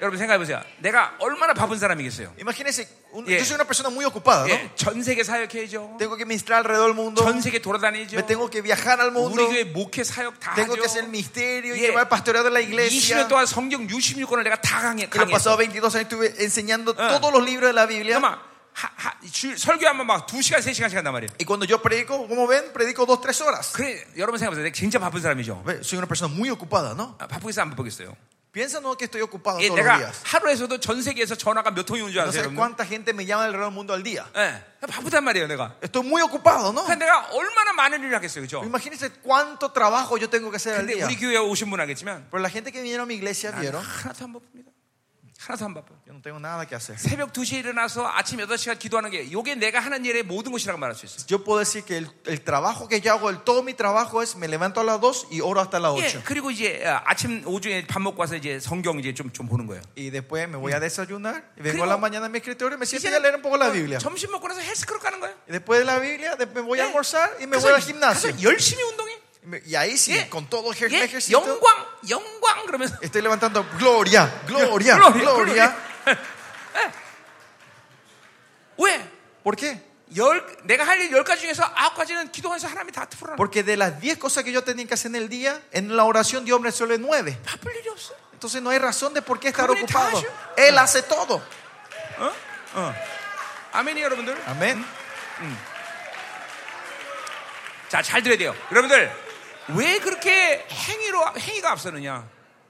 Speaker 1: 여러분 생각해보세요. 내가 얼마나 바쁜 사람이겠어요.
Speaker 2: Imagínense, un-
Speaker 1: Yeah.
Speaker 2: yo soy una persona muy ocupada, ¿no?
Speaker 1: 예, 전 세계 사역해야죠.
Speaker 2: Tengo que ministrar alrededor del mundo.
Speaker 1: 전 세계 돌아다니죠.
Speaker 2: Me tengo que viajar al mundo.
Speaker 1: 우리 교회 목회 사역 다
Speaker 2: Tengo
Speaker 1: 하죠.
Speaker 2: que hacer el misterio y
Speaker 1: Yeah.
Speaker 2: llevar el pastoreo de la
Speaker 1: 20년
Speaker 2: iglesia.
Speaker 1: 동안 성경 66권을 내가 다 강해,
Speaker 2: Y los
Speaker 1: 강했어.
Speaker 2: pasados 22 años estuve enseñando
Speaker 1: Ah.
Speaker 2: todos los libros de la Biblia.
Speaker 1: 그러면 하- 하- 주- 설교하면 막 2시간, 3시간씩 한단 말이에요.
Speaker 2: Y cuando yo predico, como ven, predico dos, tres horas.
Speaker 1: 그래, 여러분 생각해보세요. 내가 진짜 바쁜 사람이죠.
Speaker 2: Ve, Soy una persona muy ocupada, ¿no?
Speaker 1: 아, 바쁘겠어요, 안 바쁘겠어요?
Speaker 2: Piensa no que estoy ocupado
Speaker 1: 예,
Speaker 2: todos los
Speaker 1: 내가
Speaker 2: días.
Speaker 1: 하루에서도 전 세계에서 전화가 몇 통이 오는 줄
Speaker 2: No
Speaker 1: 아세요?
Speaker 2: sé
Speaker 1: 여러분?
Speaker 2: cuánta gente me llama alrededor del mundo al día.
Speaker 1: 예, 바쁘단 말이에요, 내가.
Speaker 2: Estoy muy ocupado, ¿no?
Speaker 1: 그러니까 내가 얼마나 많은 일을 하겠어요, 그죠?
Speaker 2: Imagínense cuánto trabajo yo tengo que hacer al
Speaker 1: 근데
Speaker 2: día.
Speaker 1: 우리 교회에 오신 분 알겠지만
Speaker 2: Pero la gente que vinieron a mi iglesia
Speaker 1: 나는
Speaker 2: vieron,
Speaker 1: 하나도 안 바쁩니다. 하나도 안 바빠.
Speaker 2: yo no tengo nada que hacer.
Speaker 1: 새벽 2시에 일어나서 아침 8시간 기도하는 게 이게 내가 하는 일의 모든 것이라고 말할 수 있어요.
Speaker 2: Yo puedo decir que el, el trabajo que yo hago, el, todo mi trabajo es me levanto a las 2 y oro hasta las
Speaker 1: 예,
Speaker 2: 8.
Speaker 1: 그리고 이제 아, 아침 오전에 밥 먹고 와서 이제 성경 이제 좀, 좀 보는 거예요.
Speaker 2: Y después me voy a desayunar, y
Speaker 1: Creo-
Speaker 2: vengo a la mañana a mi escritorio y me siento y a
Speaker 1: 이제는
Speaker 2: leer un poco la
Speaker 1: 어,
Speaker 2: Biblia.
Speaker 1: 점심 먹고 나서 헬스클럽 가는 거예요.
Speaker 2: Y después de la Biblia de- me voy a
Speaker 1: 예.
Speaker 2: almorzar y me
Speaker 1: 가서-
Speaker 2: voy al gimnasio.
Speaker 1: 가서 열심히 운동해.
Speaker 2: Y me- Y ahí sí,
Speaker 1: 예.
Speaker 2: con todo el
Speaker 1: 예,
Speaker 2: ejercicio,
Speaker 1: 영광, 영광 그러면서
Speaker 2: estoy levantando gloria,
Speaker 1: 글로리야,
Speaker 2: gloria, gloria.
Speaker 1: 글로리야. 예. 왜?
Speaker 2: ¿Por qué?
Speaker 1: 열, 내가 할 일 열 가지 중에서 아홉 가지는 기도해서 하나님이 다 풀어놔.
Speaker 2: Porque de las 10 cosas que yo tenía que hacer en el día, en la oración Dios me resuelve 9.
Speaker 1: 바쁠 일이 없어.
Speaker 2: Entonces no hay razón de por qué estar
Speaker 1: Cubrir
Speaker 2: ocupado.
Speaker 1: todo.
Speaker 2: Él hace todo.
Speaker 1: 아멘이 여러분들.
Speaker 2: Amén.
Speaker 1: 자, 잘 들어야 돼요. 여러분들, 왜 그렇게 행위로, 행위가 앞서느냐?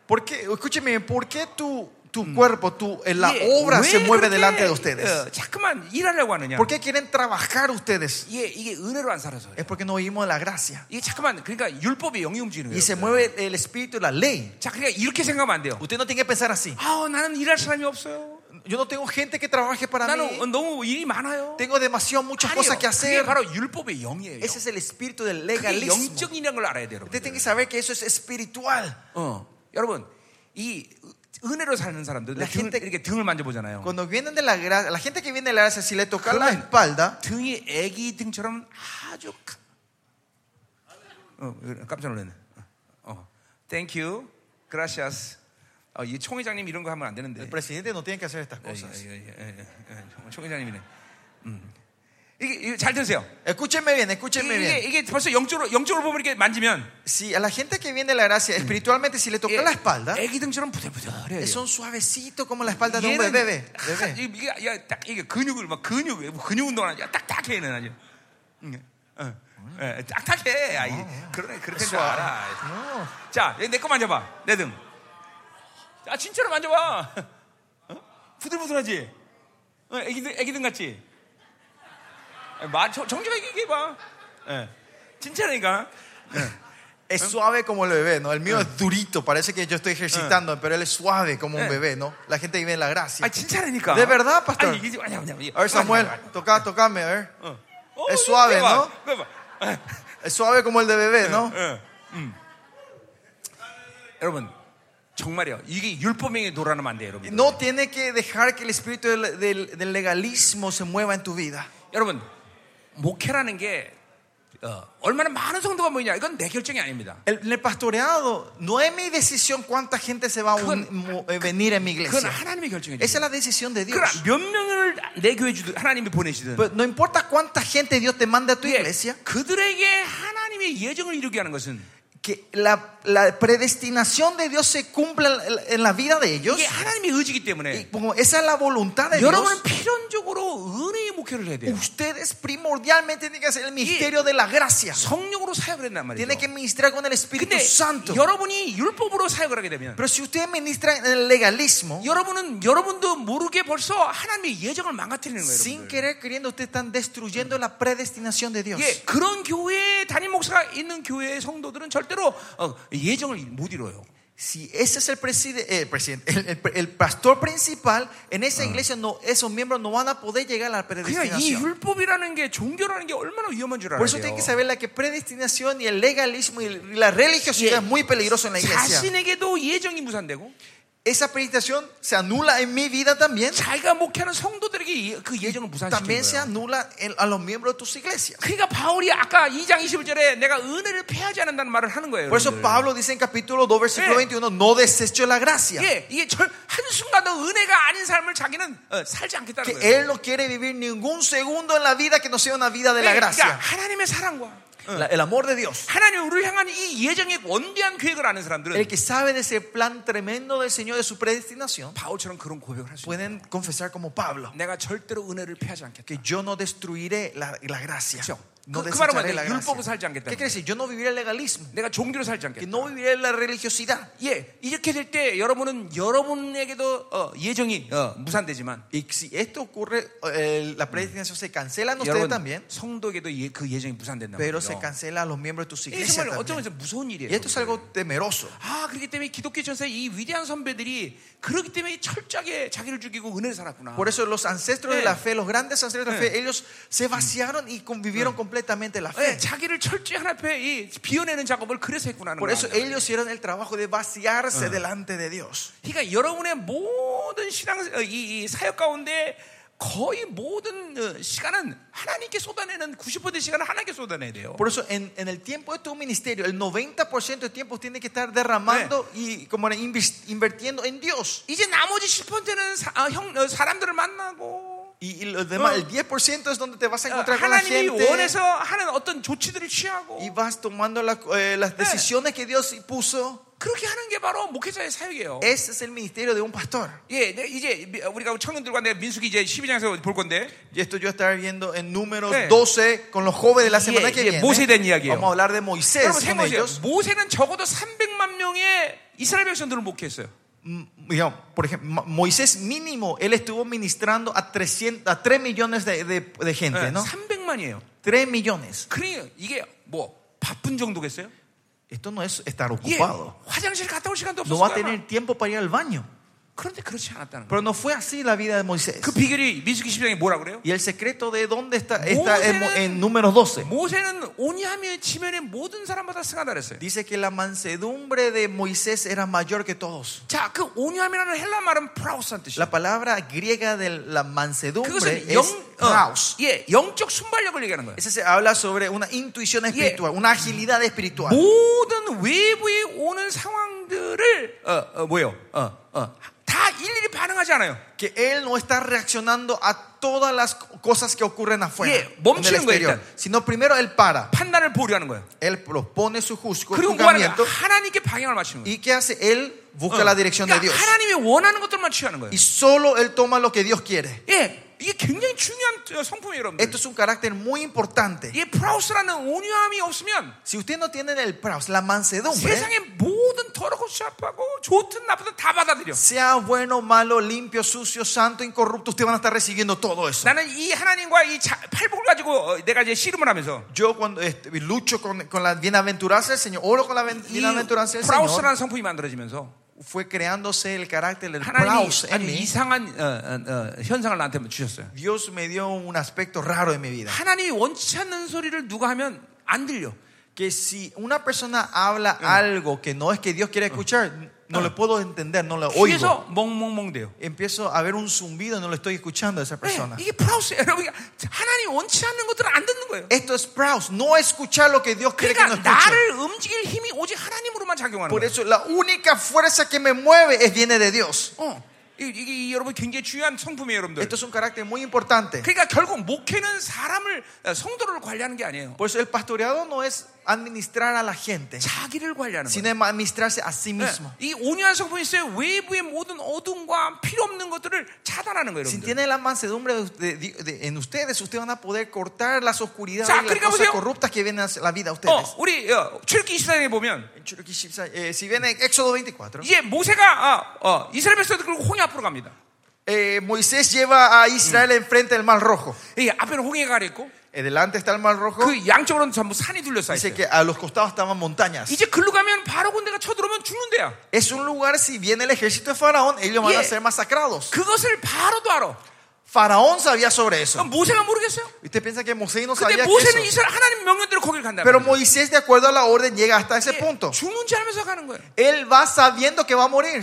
Speaker 2: ¿Por qué? Escúcheme, ¿por qué tu, tu cuerpo, tu, eh, la
Speaker 1: 예,
Speaker 2: obra
Speaker 1: 왜
Speaker 2: se mueve
Speaker 1: 그렇게,
Speaker 2: delante de ustedes?
Speaker 1: 어, 자꾸만 일하려고 하느냐?
Speaker 2: ¿Por qué quieren trabajar ustedes?
Speaker 1: 이게, 이게 은혜로 안 살아서.
Speaker 2: Es porque no vivimos la gracia.
Speaker 1: 이게 자꾸만, 그러니까 율법이 영이 움직이는
Speaker 2: Y se
Speaker 1: 거예요.
Speaker 2: mueve el espíritu y la ley.
Speaker 1: 자, 그러니까 이렇게 생각하면 안 돼요.
Speaker 2: Usted no tiene que pensar así.
Speaker 1: 아, 나는 일할 사람이 없어요.
Speaker 2: Yo no tengo gente que trabaje para mí.
Speaker 1: 나는 너무 일이 많아요.
Speaker 2: Tengo demasiado muchas
Speaker 1: 아니에요.
Speaker 2: cosas
Speaker 1: 그게
Speaker 2: que 하cer.
Speaker 1: 바로 율법의 영이에요.
Speaker 2: Ese es el espíritu del
Speaker 1: 그게
Speaker 2: legalismo.
Speaker 1: 영적이라는 걸 알아야 돼요,
Speaker 2: Usted
Speaker 1: 여러분.
Speaker 2: tiene que saber que eso es espiritual.
Speaker 1: 어, 여러분, 이 은혜로 사는 사람들
Speaker 2: La
Speaker 1: 네, 등, 그
Speaker 2: gente-
Speaker 1: 이렇게 등을 만져보잖아요.
Speaker 2: Cuando vienen de la gracia, la gente que viene de la gracia, si le toca la
Speaker 1: 그러면-
Speaker 2: espalda,
Speaker 1: 등이 애기 등처럼 아주 가- 어, 깜짝 놀랐네. 어, thank you, gracias. 어, 이 총회장님 이런 거 하면 안 되는데. 어,
Speaker 2: el presidente no tiene que hacer estas
Speaker 1: 예,
Speaker 2: cosas.
Speaker 1: 예, 예, 예, 예, 예, 총회장님이네. 음. 이게, 이게 잘 들으세요.
Speaker 2: Escúchenme bien, escúchenme
Speaker 1: 이게,
Speaker 2: bien.
Speaker 1: 이게 벌써 영적으로 영적으로 보면 이렇게 만지면
Speaker 2: Si a la gente que viene de la gracia, espiritualmente, si le toca la espalda,
Speaker 1: 애기 등처럼 부들부들해요.
Speaker 2: son suavecitos como la espalda de un
Speaker 1: 얘는
Speaker 2: bebé.
Speaker 1: 하-
Speaker 2: [laughs] bebé.
Speaker 1: 이게 야, 딱 이게 근육을 막 근육 근육 운동하는 야 딱딱해 얘는 아주. 응, 어, 예, 딱딱해. 아, 이, 그러네 그렇게 줄 알아.
Speaker 2: No.
Speaker 1: 자, 내거 만져봐. 내 등. 아, 진짜로 만져봐. 어? 부들부들하지? 어, 애기들, 애기들 같지? 아, 마, 정, 정직하게 얘기해봐. 예. 진짜라니까.
Speaker 2: Es suave como el bebé, ¿no? El mío es durito, parece que yo estoy ejercitando, pero él es suave como un
Speaker 1: Eh.
Speaker 2: bebé, ¿no? La gente vive en la gracia.
Speaker 1: 아 진짜라니까.
Speaker 2: 네, verdad, pastor?
Speaker 1: 아니, 이게- 아니, 아니, 아니.
Speaker 2: A ver, Samuel, toca, tocame, a ver.
Speaker 1: 어.
Speaker 2: es suave,
Speaker 1: 대박,
Speaker 2: ¿no?
Speaker 1: 대박.
Speaker 2: Es suave como el de bebé, ¿no?
Speaker 1: 예, 음. 여러분 정말요. 이게 율법행위 돌아가면 안 돼요, 여러분.
Speaker 2: No tiene que dejar que el espíritu del, del- del legalismo se mueva en tu vida.
Speaker 1: 여러분 목회라는 게 어, 얼마나 많은 성도가 모이냐 이건 내 결정이 아닙니다.
Speaker 2: El, en el pastoreado no es mi decisión cuánta gente se va a un-
Speaker 1: Con-
Speaker 2: mo- eh, venir en mi
Speaker 1: 그건
Speaker 2: iglesia.
Speaker 1: 하나님의 결정이
Speaker 2: Esa
Speaker 1: 죠
Speaker 2: es la decisión de Dios.
Speaker 1: 그럼 몇 명을 내 교회 주든 하나님이 보내시든
Speaker 2: Pues no importa cuánta gente Dios te manda a tu
Speaker 1: 예,
Speaker 2: iglesia,
Speaker 1: 그들에게 하나님의 예정을 이루게 하는 것은
Speaker 2: que la, la predestinación de Dios se cumpla en la- en la vida de ellos.
Speaker 1: 이게 하나님의 의지이기
Speaker 2: Y
Speaker 1: 때문에
Speaker 2: como esa es la voluntad de Dios.
Speaker 1: 여러분은 필연적으로 은혜의 목회를 해야 돼요.
Speaker 2: Ustedes primordialmente tienen que hacer el ministerio de la gracia.
Speaker 1: 성령으로 사역을 했단 말이죠.
Speaker 2: Tienen que ministrar con el Espíritu
Speaker 1: 근데
Speaker 2: Santo.
Speaker 1: 여러분이 율법으로 사역을 하게 되면
Speaker 2: Pero si ustedes ministran en el legalismo,
Speaker 1: 여러분은 여러분도 모르게 벌써 하나님의 예정을 망가뜨리는 거예요.
Speaker 2: sin
Speaker 1: 여러분들.
Speaker 2: querer queriendo, ustedes están destruyendo la predestinación de Dios.
Speaker 1: 예, 그런 교회에 담임 목사가 있는 교회의 성도들은 절대로 어, 예정을 못 이뤄요.
Speaker 2: Si ese es el, preside- eh, presidente, el, el- el pastor principal, en esa iglesia no, esos miembros no van a poder llegar a la
Speaker 1: 그러니까 이
Speaker 2: predestinación.
Speaker 1: 율법이라는 게 종교라는 게 얼마나 위험한 줄 알아요.
Speaker 2: Por eso tienen que saber la que predestinación y el legalismo y la religiosidad
Speaker 1: 예,
Speaker 2: es muy peligroso en la iglesia.
Speaker 1: 자신에게도 예정이 무산되고
Speaker 2: Esa predestinación se anula en mi vida también.
Speaker 1: 자기가 목회하는 성도들에게 예- 그 예정을 무산시키는
Speaker 2: También se
Speaker 1: 거예요.
Speaker 2: anula en- a los miembros de tus iglesias.
Speaker 1: 그러니까 바울이 아까 2장 21절에 내가 은혜를 패하지 않는다는 말을 하는 거예요.
Speaker 2: Por eso
Speaker 1: 여러분들.
Speaker 2: Pablo dice en capítulo 2, versículo
Speaker 1: Eh.
Speaker 2: 21, no desecho la gracia.
Speaker 1: 예, 이게 절, 한순간도 은혜가 아닌 삶을 자기는 어, 살지 않겠다는
Speaker 2: Que
Speaker 1: 거예요.
Speaker 2: él no quiere vivir ningún segundo en la vida que no sea una vida de la
Speaker 1: 예, 그러니까
Speaker 2: gracia.
Speaker 1: 하나님의 사랑과
Speaker 2: La- el amor de Dios.
Speaker 1: 하나님 우리를 향한 이 예정의 원대한 계획을 아는 사람들은
Speaker 2: El que sabe de ese plan tremendo del Señor de su predestinación,
Speaker 1: 바울처럼 그런 고백을 할 수 있어요.
Speaker 2: pueden confesar como Pablo,
Speaker 1: 내가 절대로 은혜를 패하지 않겠다.
Speaker 2: que yo no destruiré la, la gracia.
Speaker 1: 그렇죠.
Speaker 2: No
Speaker 1: 그- 그 말은
Speaker 2: desecharé
Speaker 1: 뭐예요?
Speaker 2: la
Speaker 1: 율법을
Speaker 2: gracia.
Speaker 1: 살지
Speaker 2: ¿Qué
Speaker 1: 않겠다는
Speaker 2: quiere decir? Yo no viviré el legalismo,
Speaker 1: 내가 종교로 살지
Speaker 2: que
Speaker 1: 않겠다.
Speaker 2: no viviré la religiosidad.
Speaker 1: 예, 이렇게 될 때 여러분은 여러분에게도 어, 예정이 어, 무산되지만
Speaker 2: Y si esto ocurre, eh, la predestinación se cancela en ustedes
Speaker 1: 여러분
Speaker 2: también,
Speaker 1: 성도에게도 예, 그 예정이 무산된단
Speaker 2: pero se
Speaker 1: 말이에요.
Speaker 2: cancela a los miembros de tus
Speaker 1: 이게 정말
Speaker 2: iglesias. también.
Speaker 1: 어쩌면 예, 좀 무서운 일이에요.
Speaker 2: Y esto es algo temeroso.
Speaker 1: 아, 그렇기 때문에 기독교 전사의 이 위대한 선배들이 그렇기 때문에 철저하게 자기를 죽이고 은혜를 살았구나.
Speaker 2: Por eso los ancestros de
Speaker 1: Eh.
Speaker 2: la fe, los grandes ancestros de la fe, ellos se vaciaron y
Speaker 1: Eh.
Speaker 2: convivieron completamente la
Speaker 1: 예,
Speaker 2: fe.
Speaker 1: 자기를 철저히 하나님 앞에 이 비워내는 작업을 그래서 했구나 하는
Speaker 2: Por eso
Speaker 1: 거예요.
Speaker 2: ellos hicieron el trabajo de
Speaker 1: Eh.
Speaker 2: vaciarse delante de Dios.
Speaker 1: 그러니까 여러분의 모든 신앙 어, 이, 이 사역 가운데 거의 모든 어, 시간은 하나님께 쏟아내는 90%의 시간을 하나님께 쏟아내야 돼요.
Speaker 2: Por eso en, en el tiempo de tu ministerio, el 90% de tiempo tiene que estar derramando
Speaker 1: Eh.
Speaker 2: y como era, invis- invirtiendo en Dios.
Speaker 1: 이제 나머지 10%는 사, 아, 형, 어, 사람들을 만나고
Speaker 2: Y, y los demás,
Speaker 1: Eh.
Speaker 2: el 10% es donde te vas a
Speaker 1: 어,
Speaker 2: encontrar con la
Speaker 1: 하나님이
Speaker 2: gente.
Speaker 1: 원해서 하는 어떤 조치들을 취하고
Speaker 2: Y vas tomando la- eh, las decisiones que Dios puso.
Speaker 1: 그렇게 하는 게 바로 목회자의 사역이에요.
Speaker 2: Ese es el ministerio de un pastor.
Speaker 1: 예, 네, 이제 미- 우리가 청년들과 내가 민숙이 이제 12장에서 볼 건데
Speaker 2: Y esto yo estaré viendo en números
Speaker 1: Sí.
Speaker 2: 12 con los jóvenes de la semana
Speaker 1: Sí,
Speaker 2: que
Speaker 1: sí,
Speaker 2: viene.
Speaker 1: Moisés de Niagueo.
Speaker 2: Vamos a hablar de Moisés
Speaker 1: 여러분
Speaker 2: con
Speaker 1: 생각해보세요.
Speaker 2: ellos.
Speaker 1: 모세는 적어도 300만 명의 이스라엘 백성들을 목회했어요.
Speaker 2: Mm, digamos, por ejemplo, Ma- Moisés mínimo, él estuvo ministrando a, 300, a 3 millones de, de- de gente,
Speaker 1: 예,
Speaker 2: ¿no?
Speaker 1: 300만이에요.
Speaker 2: 3 millones.
Speaker 1: 그러니 이게 뭐 바쁜 정도겠어요?
Speaker 2: Esto no es estar
Speaker 1: 예,
Speaker 2: ocupado.
Speaker 1: 화장실 갔다 올 시간도
Speaker 2: No va a
Speaker 1: 없었을 거야.
Speaker 2: tener tiempo para ir al baño.
Speaker 1: 그런데 그렇지 않았다는 거예요.
Speaker 2: Pero no fue así la vida de Moisés.
Speaker 1: 그 비결이 민숙이 10장에 뭐라 그래요?
Speaker 2: Y el secreto de dónde está, está en, Mo-
Speaker 1: Moisés-
Speaker 2: en números 12.
Speaker 1: 모세는 오니함의 지면에 모든 사람마다 승하다 그랬어요.
Speaker 2: Dice que la mansedumbre de Moisés era mayor que todos.
Speaker 1: 자, 그 오니함이라는 헬라 말은 프라우스란 뜻이에요.
Speaker 2: La palabra griega de la mansedumbre
Speaker 1: 그것은 영,
Speaker 2: es
Speaker 1: 어,
Speaker 2: raus.
Speaker 1: 예, 영적 순발력을 얘기하는 거예요.
Speaker 2: Ese se habla sobre una intuición espiritual, una agilidad espiritual.
Speaker 1: 모든 외부에 오는 상황들을 어, 어, 뭐예요? 어, 어, 다 일일이 반응하지 않아요.
Speaker 2: Que él no está reaccionando a todas las cosas que ocurren afuera,
Speaker 1: Yeah,
Speaker 2: en el
Speaker 1: 멈추는 거예요,
Speaker 2: exterior,
Speaker 1: 일단.
Speaker 2: sino primero él para,
Speaker 1: 판단을 보류하는 거예요.
Speaker 2: él propone su juzgo-
Speaker 1: 그리고 뭐 하는
Speaker 2: juzgamiento
Speaker 1: 거예요? 하나님께 방향을 맞추는 거예요.
Speaker 2: y qué hace él busca
Speaker 1: 어.
Speaker 2: la dirección de Dios
Speaker 1: 그러니까 하나님이 원하는 것들만 취하는 거예요.
Speaker 2: y solo él toma lo que Dios quiere.
Speaker 1: 예, 이게 굉장히 중요한 어, 성품이에요, 여러분.
Speaker 2: Esto es un carácter muy importante.
Speaker 1: 이 프라우스라는 온유함이 없으면 어,
Speaker 2: Si usted no tiene el praus, la mansedumbre,
Speaker 1: 세상의 모든 더럽고 샤프하고 뭐 좋든 나쁘든 다 받아들여.
Speaker 2: Sea bueno, malo, limpio, sucio, santo, incorrupto, usted van a estar recibiendo todo eso.
Speaker 1: 나는 이 하나님과 이 자- 팔복을 가지고 어, 내가 이제 씨름을 하면서
Speaker 2: Yo cuando este, lucho con, con la bienaventuranza del Señor, oro con la ben-
Speaker 1: 이
Speaker 2: bienaventuranza del Señor,
Speaker 1: 프라우스라는 성품이 만들어지면서
Speaker 2: fue creándose el carácter del
Speaker 1: 하나님이
Speaker 2: praus en
Speaker 1: 아주
Speaker 2: mí.
Speaker 1: 이상한 어, 어, 어, 현상을 나한테 주셨어요.
Speaker 2: Dios me dio un aspecto raro en mi vida.
Speaker 1: 하나님이 원치 않는 소리를 누가 하면 안 들려.
Speaker 2: Que si una persona habla algo que no es que Dios quiere escuchar, no le puedo entender, no le oigo.
Speaker 1: 귀에서 멍멍멍대요.
Speaker 2: Empiezo a ver un zumbido y no le estoy escuchando a esa
Speaker 1: 네,
Speaker 2: persona.
Speaker 1: 이게 프라우스 [laughs] 여러분 하나님 원치 않는 것들을 안 듣는 거예요.
Speaker 2: Esto es praus, no escuchar lo que Dios quiere que
Speaker 1: 그러니까
Speaker 2: no escuche.
Speaker 1: 나를 움직일 힘이 오직 하나님으로만 작용하는
Speaker 2: Por
Speaker 1: 거예요.
Speaker 2: eso la única fuerza que me mueve es viene de Dios.
Speaker 1: 어, 이- 이게 이 여러분 굉장히 중요한 성품이에요, 여러분들.
Speaker 2: Esto es un carácter muy importante.
Speaker 1: 그러니까 결국 목회는 사람을 어, 성도를 관리하는 게 아니에요.
Speaker 2: Por eso el pastoreado no es administrar a la gente,
Speaker 1: 자기를 관리하는 거예요.
Speaker 2: sino es administrarse a sí mismo.
Speaker 1: 네, 이 온유한 성품이 있어요. 외부의 모든 어둠과 필요 없는 것들을 차단하는 거예요,
Speaker 2: Si
Speaker 1: 여러분들.
Speaker 2: tiene la mansedumbre de- de- de- en ustedes, ustedes van a poder cortar las oscuridades
Speaker 1: 자,
Speaker 2: y las
Speaker 1: 그러니까
Speaker 2: cosas
Speaker 1: 보세요.
Speaker 2: corruptas que vienen a la vida a ustedes.
Speaker 1: 어, 우리 어, 출기 시사에 보면
Speaker 2: En Churuki Shipsa, eh, si viene Éxodo 24,
Speaker 1: 이제 모세가 어, 어, 이스라엘 백성들 그리고 홍해 앞으로 갑니다.
Speaker 2: eh, Moisés lleva a Israel enfrente del Mar Rojo.
Speaker 1: 이 앞에는 홍해가 가려 있고
Speaker 2: Eh, Delante está el Mar Rojo.
Speaker 1: 그 양쪽으로는 전부 산이 둘러싸
Speaker 2: Dice
Speaker 1: 있어요.
Speaker 2: que a los costados estaban montañas.
Speaker 1: 이제 글로 가면 바로 군대가 쳐들어오면 죽는 데야.
Speaker 2: Es un lugar, si viene el ejército de Faraón, ellos van a
Speaker 1: Yeah.
Speaker 2: ser masacrados.
Speaker 1: 그것을 바로도 알아.
Speaker 2: Faraón sabía sobre
Speaker 1: 그럼
Speaker 2: eso.
Speaker 1: 모세가 모르겠어요?
Speaker 2: ¿Y usted piensa que Moisés no
Speaker 1: 근데
Speaker 2: sabía que
Speaker 1: 모세는
Speaker 2: eso?
Speaker 1: 이스라엘 하나님 명령대로 거길 간다.
Speaker 2: Pero Moisés, de acuerdo a la orden, llega hasta ese punto.
Speaker 1: 죽는 줄 알면서 가는 거예요.
Speaker 2: Él va sabiendo que va a morir.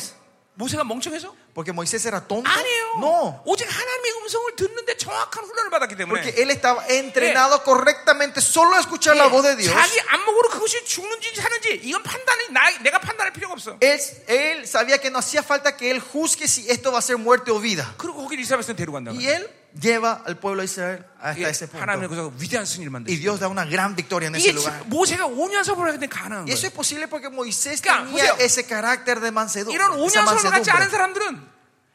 Speaker 1: 모세가 멍청해서?
Speaker 2: Porque Moisés era tonto.
Speaker 1: 아니에요.
Speaker 2: No.
Speaker 1: 오직 하나님의 음성을 듣는데 정확한 훈련을 받았기 때문에
Speaker 2: Porque él estaba entrenado correctamente solo a escuchar
Speaker 1: Eh.
Speaker 2: la voz de Dios.
Speaker 1: 자기 안목으로 그것이 죽는지 사는지 이건 판단이 나, 내가 판단할 필요가 없어.
Speaker 2: Él, él sabía que no hacía falta que él juzgue si esto va a ser muerte o vida.
Speaker 1: 그리고 거기 이스라엘 백성 데려간다.
Speaker 2: Y él lleva al pueblo de Israel hasta ese
Speaker 1: 하나님의
Speaker 2: punto.
Speaker 1: 그래서 위대한 승리를
Speaker 2: Y
Speaker 1: 만드시.
Speaker 2: Dios da una gran victoria en ese
Speaker 1: 이게
Speaker 2: lugar.
Speaker 1: 모세가 5년 서보라 했는데 가능한
Speaker 2: Y eso
Speaker 1: 거예요.
Speaker 2: es posible porque Moisés
Speaker 1: Claro, 보세요.
Speaker 2: tenía ese carácter de mansedum-
Speaker 1: 이런
Speaker 2: esa
Speaker 1: 5년 서로 같지 않은
Speaker 2: mansedumbre.
Speaker 1: 사람들은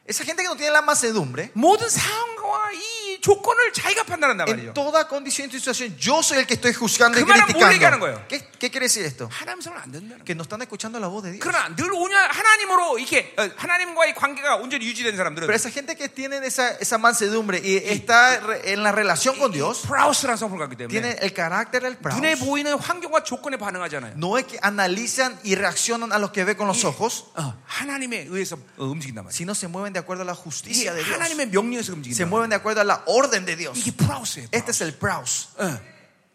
Speaker 2: Esa gente que no tiene la mansedumbre,
Speaker 1: 모든 상황과 이 조건을 자기가 판단한단
Speaker 2: en
Speaker 1: 말이죠.
Speaker 2: toda condición y situación, yo soy el que estoy juzgando y
Speaker 1: 그 말은 뭘 얘기하는
Speaker 2: criticando.
Speaker 1: 거예요?
Speaker 2: ¿Qué, qué quiere decir esto?
Speaker 1: 하나님 성을 안 듣는다는 거예요.
Speaker 2: Que no están escuchando la voz de Dios.
Speaker 1: 그러나 늘 5년 하나님으로 이렇게 어, 하나님과의 관계가 온전히 유지된 사람들은
Speaker 2: Pero esa gente que tiene esa, esa mansedumbre y está re- en la relación con Dios,
Speaker 1: 프라우스라는 성품을 갖기 때문에
Speaker 2: tiene el carácter del praus.
Speaker 1: 눈에 보이는 환경과 조건에 반응하잖아요.
Speaker 2: No es que analizan y reaccionan a lo que ve con los ojos,
Speaker 1: 어, 하나님에 의해서 어, 움직인단 말이에요.
Speaker 2: sino se mueven de acuerdo a la
Speaker 1: 이게
Speaker 2: justicia de Dios.
Speaker 1: 하나님의 명령에서
Speaker 2: Se
Speaker 1: 움직인단 말이에요.
Speaker 2: mueven de acuerdo a la orden de Dios.
Speaker 1: 이게 프라우스예요.
Speaker 2: Este es el praus.
Speaker 1: 어.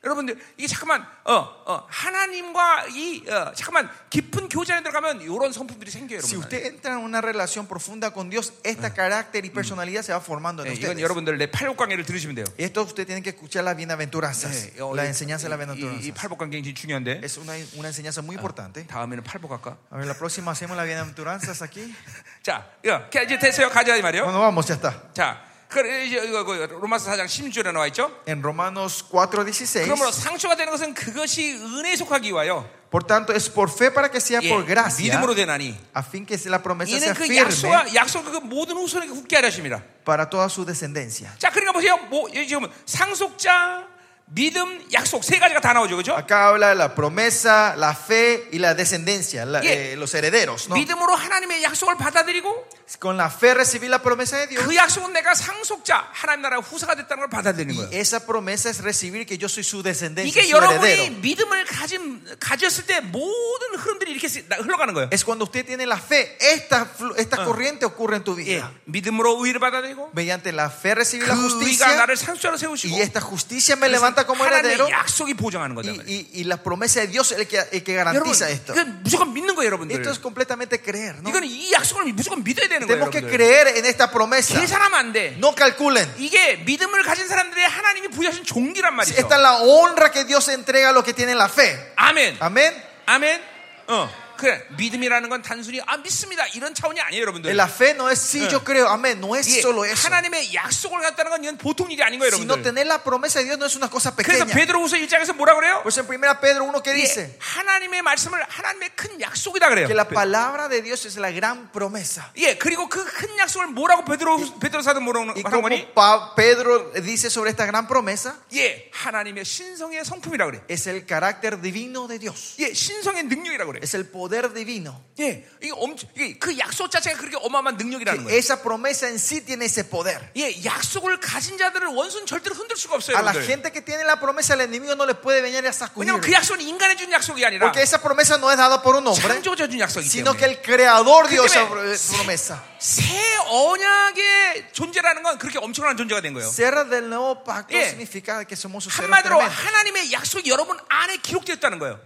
Speaker 1: 여러분들 이게 잠깐만 어, 어, 하나님과 이 어, 잠깐만 깊은 교제 안에 들어가면 이런 성품들이 생겨요,
Speaker 2: Si
Speaker 1: 여러분.
Speaker 2: usted entra en una relación profunda con Dios, este carácter y personalidad se va formando en
Speaker 1: 네, 이건
Speaker 2: ustedes.
Speaker 1: 여러분들 내 팔복 관계를 들으시면 돼요.
Speaker 2: Esto usted tiene que escuchar las bienaventuranzas,
Speaker 1: 어,
Speaker 2: la
Speaker 1: 이-
Speaker 2: enseñanza de las
Speaker 1: 이, 이
Speaker 2: bienaventuranzas.
Speaker 1: 팔복 관계 굉장히 중요한데
Speaker 2: Es una, una enseñanza muy importante.
Speaker 1: 다음에는 팔복 할까?
Speaker 2: A ver, la próxima hacemos las bienaventuranzas [laughs] aquí.
Speaker 1: 자, 이거 이제 됐어요. 가자 이 말이요.
Speaker 2: Bueno, vamos, ya está.
Speaker 1: 자, 그 이제 이거, 이거 로마서 4장 16절에 나와 있죠.
Speaker 2: En Romanos
Speaker 1: 그러므로
Speaker 2: 4:16.
Speaker 1: 상처가 되는 것은 그것이 은혜에 속하기 위하여
Speaker 2: Por tanto, es por fe para que sea
Speaker 1: 예,
Speaker 2: por gracia,
Speaker 1: 믿음으로 되나니
Speaker 2: a fin que la promesa
Speaker 1: 이는
Speaker 2: sea
Speaker 1: 그
Speaker 2: firme
Speaker 1: 약속과 약속 그 모든 후손에게 굳게 하려 하십니다.
Speaker 2: para toda su descendencia.
Speaker 1: 자, 그러니까 보세요. 뭐 여기 지금 상속자, 믿음, 약속 세 가지가 다 나오죠, 그렇죠?
Speaker 2: Acá habla de la promesa, la fe y la descendencia, la-
Speaker 1: Yeah.
Speaker 2: eh, los herederos. ¿no?
Speaker 1: 믿음으로 하나님의 약속을 받아들이고
Speaker 2: Con la fe recibir la promesa de Dios.
Speaker 1: 그 약속은 내가 상속자, 하나님 나라 의 후사가 됐다는 걸 받아들이는
Speaker 2: Y
Speaker 1: 거예요.
Speaker 2: esa promesa es recibir que yo soy su descendencia,
Speaker 1: 이게
Speaker 2: su
Speaker 1: 여러분이
Speaker 2: heredero.
Speaker 1: 믿음을 가진 가졌을 때 모든 흐름들이 이렇게 스- 나- 흘러가는 거예요.
Speaker 2: Es cuando usted tiene la fe, esta, flu- esta corriente ocurre en tu
Speaker 1: 예,
Speaker 2: vida.
Speaker 1: 믿음으로 의를 받아들이고
Speaker 2: Mediante la fe recibir la
Speaker 1: 그 의가
Speaker 2: justicia
Speaker 1: 나를 상속자로 세우시고
Speaker 2: y esta justicia me
Speaker 1: 그래서
Speaker 2: levanta como heredero
Speaker 1: 하나님의 약속이 보장하는
Speaker 2: y,
Speaker 1: 거다 말이에요.
Speaker 2: y- y la promesa de Dios es el que, el que
Speaker 1: 여러분,
Speaker 2: garantiza esto.
Speaker 1: 이건 무조건 믿는 거예요, 여러분들.
Speaker 2: Esto es completamente creer, ¿no?
Speaker 1: 이건 이 약속을 무조건 믿어야 되는 거예요,
Speaker 2: Tenemos que
Speaker 1: 여러분들.
Speaker 2: creer en esta promesa.
Speaker 1: 계산하면 안 돼.
Speaker 2: No calculen.
Speaker 1: 이게 믿음을 가진 사람들의 하나님이 부여하신 종기란 말이죠.
Speaker 2: Esta es la honra que Dios entrega a los que tienen la fe.
Speaker 1: 아멘.
Speaker 2: Amén.
Speaker 1: 아멘. 어. 그래. 믿음이라는 건 단순히 아 믿습니다. 이런 차원이 아니에요, 여러분들.
Speaker 2: La fe no es si yo creo, amén. No es
Speaker 1: 이게
Speaker 2: solo eso.
Speaker 1: 하나님의 약속을 갖다는 건 이건 보통 일이 아닌 거예요,
Speaker 2: Sino
Speaker 1: 여러분들.
Speaker 2: tener la promesa de Dios no es una cosa
Speaker 1: 그래서
Speaker 2: pequeña.
Speaker 1: 베드로후서 1장에서 뭐라 그래요?
Speaker 2: Por eso en 1 Pedro 1 que
Speaker 1: 이게
Speaker 2: dice
Speaker 1: 예, 하나님의 말씀을 하나님의 큰 약속이다 그래요.
Speaker 2: que la palabra de Dios es la gran promesa.
Speaker 1: 예, 그리고 그 큰 약속을 뭐라고 베드로 베드로 사도 뭐라고
Speaker 2: Y
Speaker 1: 하는
Speaker 2: como
Speaker 1: 거니?
Speaker 2: Pa- Pedro dice sobre esta gran promesa,
Speaker 1: 예, 하나님의 신성의 성품이라 그래.
Speaker 2: es el carácter divino de Dios.
Speaker 1: 예, 신성의 능력이라 그래.
Speaker 2: Es el poder divino.
Speaker 1: 예, 이게 엄청 이게 그 약속 자체가 그렇게 어마어마한 능력이라는
Speaker 2: Que
Speaker 1: 거예요.
Speaker 2: esa promesa en sí tiene ese poder.
Speaker 1: 예, 약속을 가진 자들을 원수는 절대로 흔들 수가 없어요.
Speaker 2: A la
Speaker 1: 여러분들.
Speaker 2: gente que tiene la promesa, el enemigo no le puede venir a sacudir.
Speaker 1: 왜냐하면 그 약속은 인간이 준 약속이 아니라
Speaker 2: Porque esa promesa no es dada por un hombre,
Speaker 1: 창조자 준 약속이기
Speaker 2: sino que
Speaker 1: 때문에
Speaker 2: el creador dio
Speaker 1: Que
Speaker 2: esa
Speaker 1: tiene-
Speaker 2: pro- promesa.
Speaker 1: 새 언약의 존재라는 건 그렇게 엄청난 존재가 된 거예요.
Speaker 2: Ser del nuevo pacto
Speaker 1: Yeah.
Speaker 2: significa que somos sus seres
Speaker 1: 한마디로
Speaker 2: tremendos.
Speaker 1: 하나님의 약속이 여러분 안에 기록되었다는 거예요.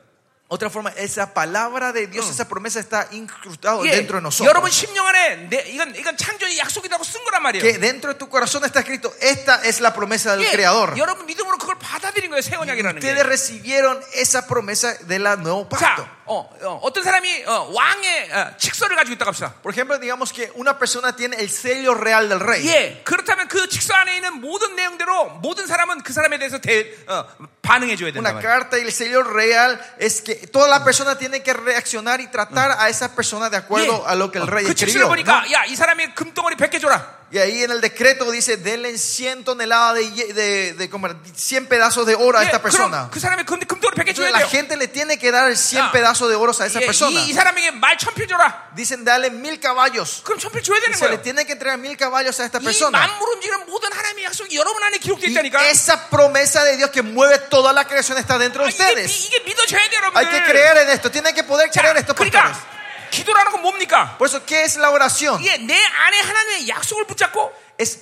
Speaker 2: Otra forma, esa palabra de Dios,
Speaker 1: Mm.
Speaker 2: esa promesa está incrustada
Speaker 1: 예,
Speaker 2: dentro de
Speaker 1: 여러분
Speaker 2: nosotros.
Speaker 1: 심령 안에 내- 이건 이건 창조의 약속이라고 쓴 거란 말이에요.
Speaker 2: Que dentro de tu corazón está escrito, esta es la promesa del
Speaker 1: 예,
Speaker 2: creador.
Speaker 1: 여러분 믿음으로 그걸 받아들인 거예요. 새 언약이라는 게.
Speaker 2: Ustedes recibieron esa promesa del nuevo pacto.
Speaker 1: 자, 어, 어, 떤 사람이 어, 왕의 어, 직서를 가지고 있다고 합시다.
Speaker 2: Por ejemplo, digamos que una persona tiene el sello real del rey.
Speaker 1: 예, 그렇다면 그 직서 안에 있는 모든 내용대로 모든 사람은 그 사람에 대해서 대, 어, 반응해 줘야 된다
Speaker 2: Una
Speaker 1: 말이야.
Speaker 2: carta y el sello real es que toda la persona tiene que reaccionar y tratar a esa persona de acuerdo a lo que el rey
Speaker 1: 그 직서를
Speaker 2: escribió. ¿no?
Speaker 1: 보니까 야, 이 사람의 금덩어리 100개 줘라.
Speaker 2: Y ahí en el decreto dice, denle 100 toneladas de, hie- de, de comer- 100 pedazos de oro a
Speaker 1: 예,
Speaker 2: esta persona.
Speaker 1: 그럼 그 사람의 금, 금덩어리 100개
Speaker 2: Entonces
Speaker 1: 줘야
Speaker 2: la
Speaker 1: 돼요.
Speaker 2: gente le tiene que dar 100
Speaker 1: Ah.
Speaker 2: pedazos de oro a esa
Speaker 1: 예,
Speaker 2: persona.
Speaker 1: 이, 이 사람에게 말 천필 줘라.
Speaker 2: Dicen, dale mil caballos.
Speaker 1: 그럼 천필 줘야 되는
Speaker 2: Se le
Speaker 1: 거예요.
Speaker 2: tiene que entregar mil caballos a esta
Speaker 1: 이
Speaker 2: persona.
Speaker 1: 만물 움직이는 모든 하나님의 약속이 여러분 안에 기록되어
Speaker 2: Y
Speaker 1: 있다니까.
Speaker 2: esa promesa de Dios que mueve toda la creación está dentro
Speaker 1: 아,
Speaker 2: de
Speaker 1: 이게,
Speaker 2: ustedes.
Speaker 1: 미- 이게 믿어져야 돼요,
Speaker 2: Hay que
Speaker 1: 여러분들.
Speaker 2: creer en esto. Tienen que poder creer en
Speaker 1: 자,
Speaker 2: esto, pastores.
Speaker 1: 그러니까 기도라는 건 뭡니까?
Speaker 2: Por eso, ¿qué es la oración?
Speaker 1: 이게 내 안에 하나님의 약속을 붙잡고
Speaker 2: Es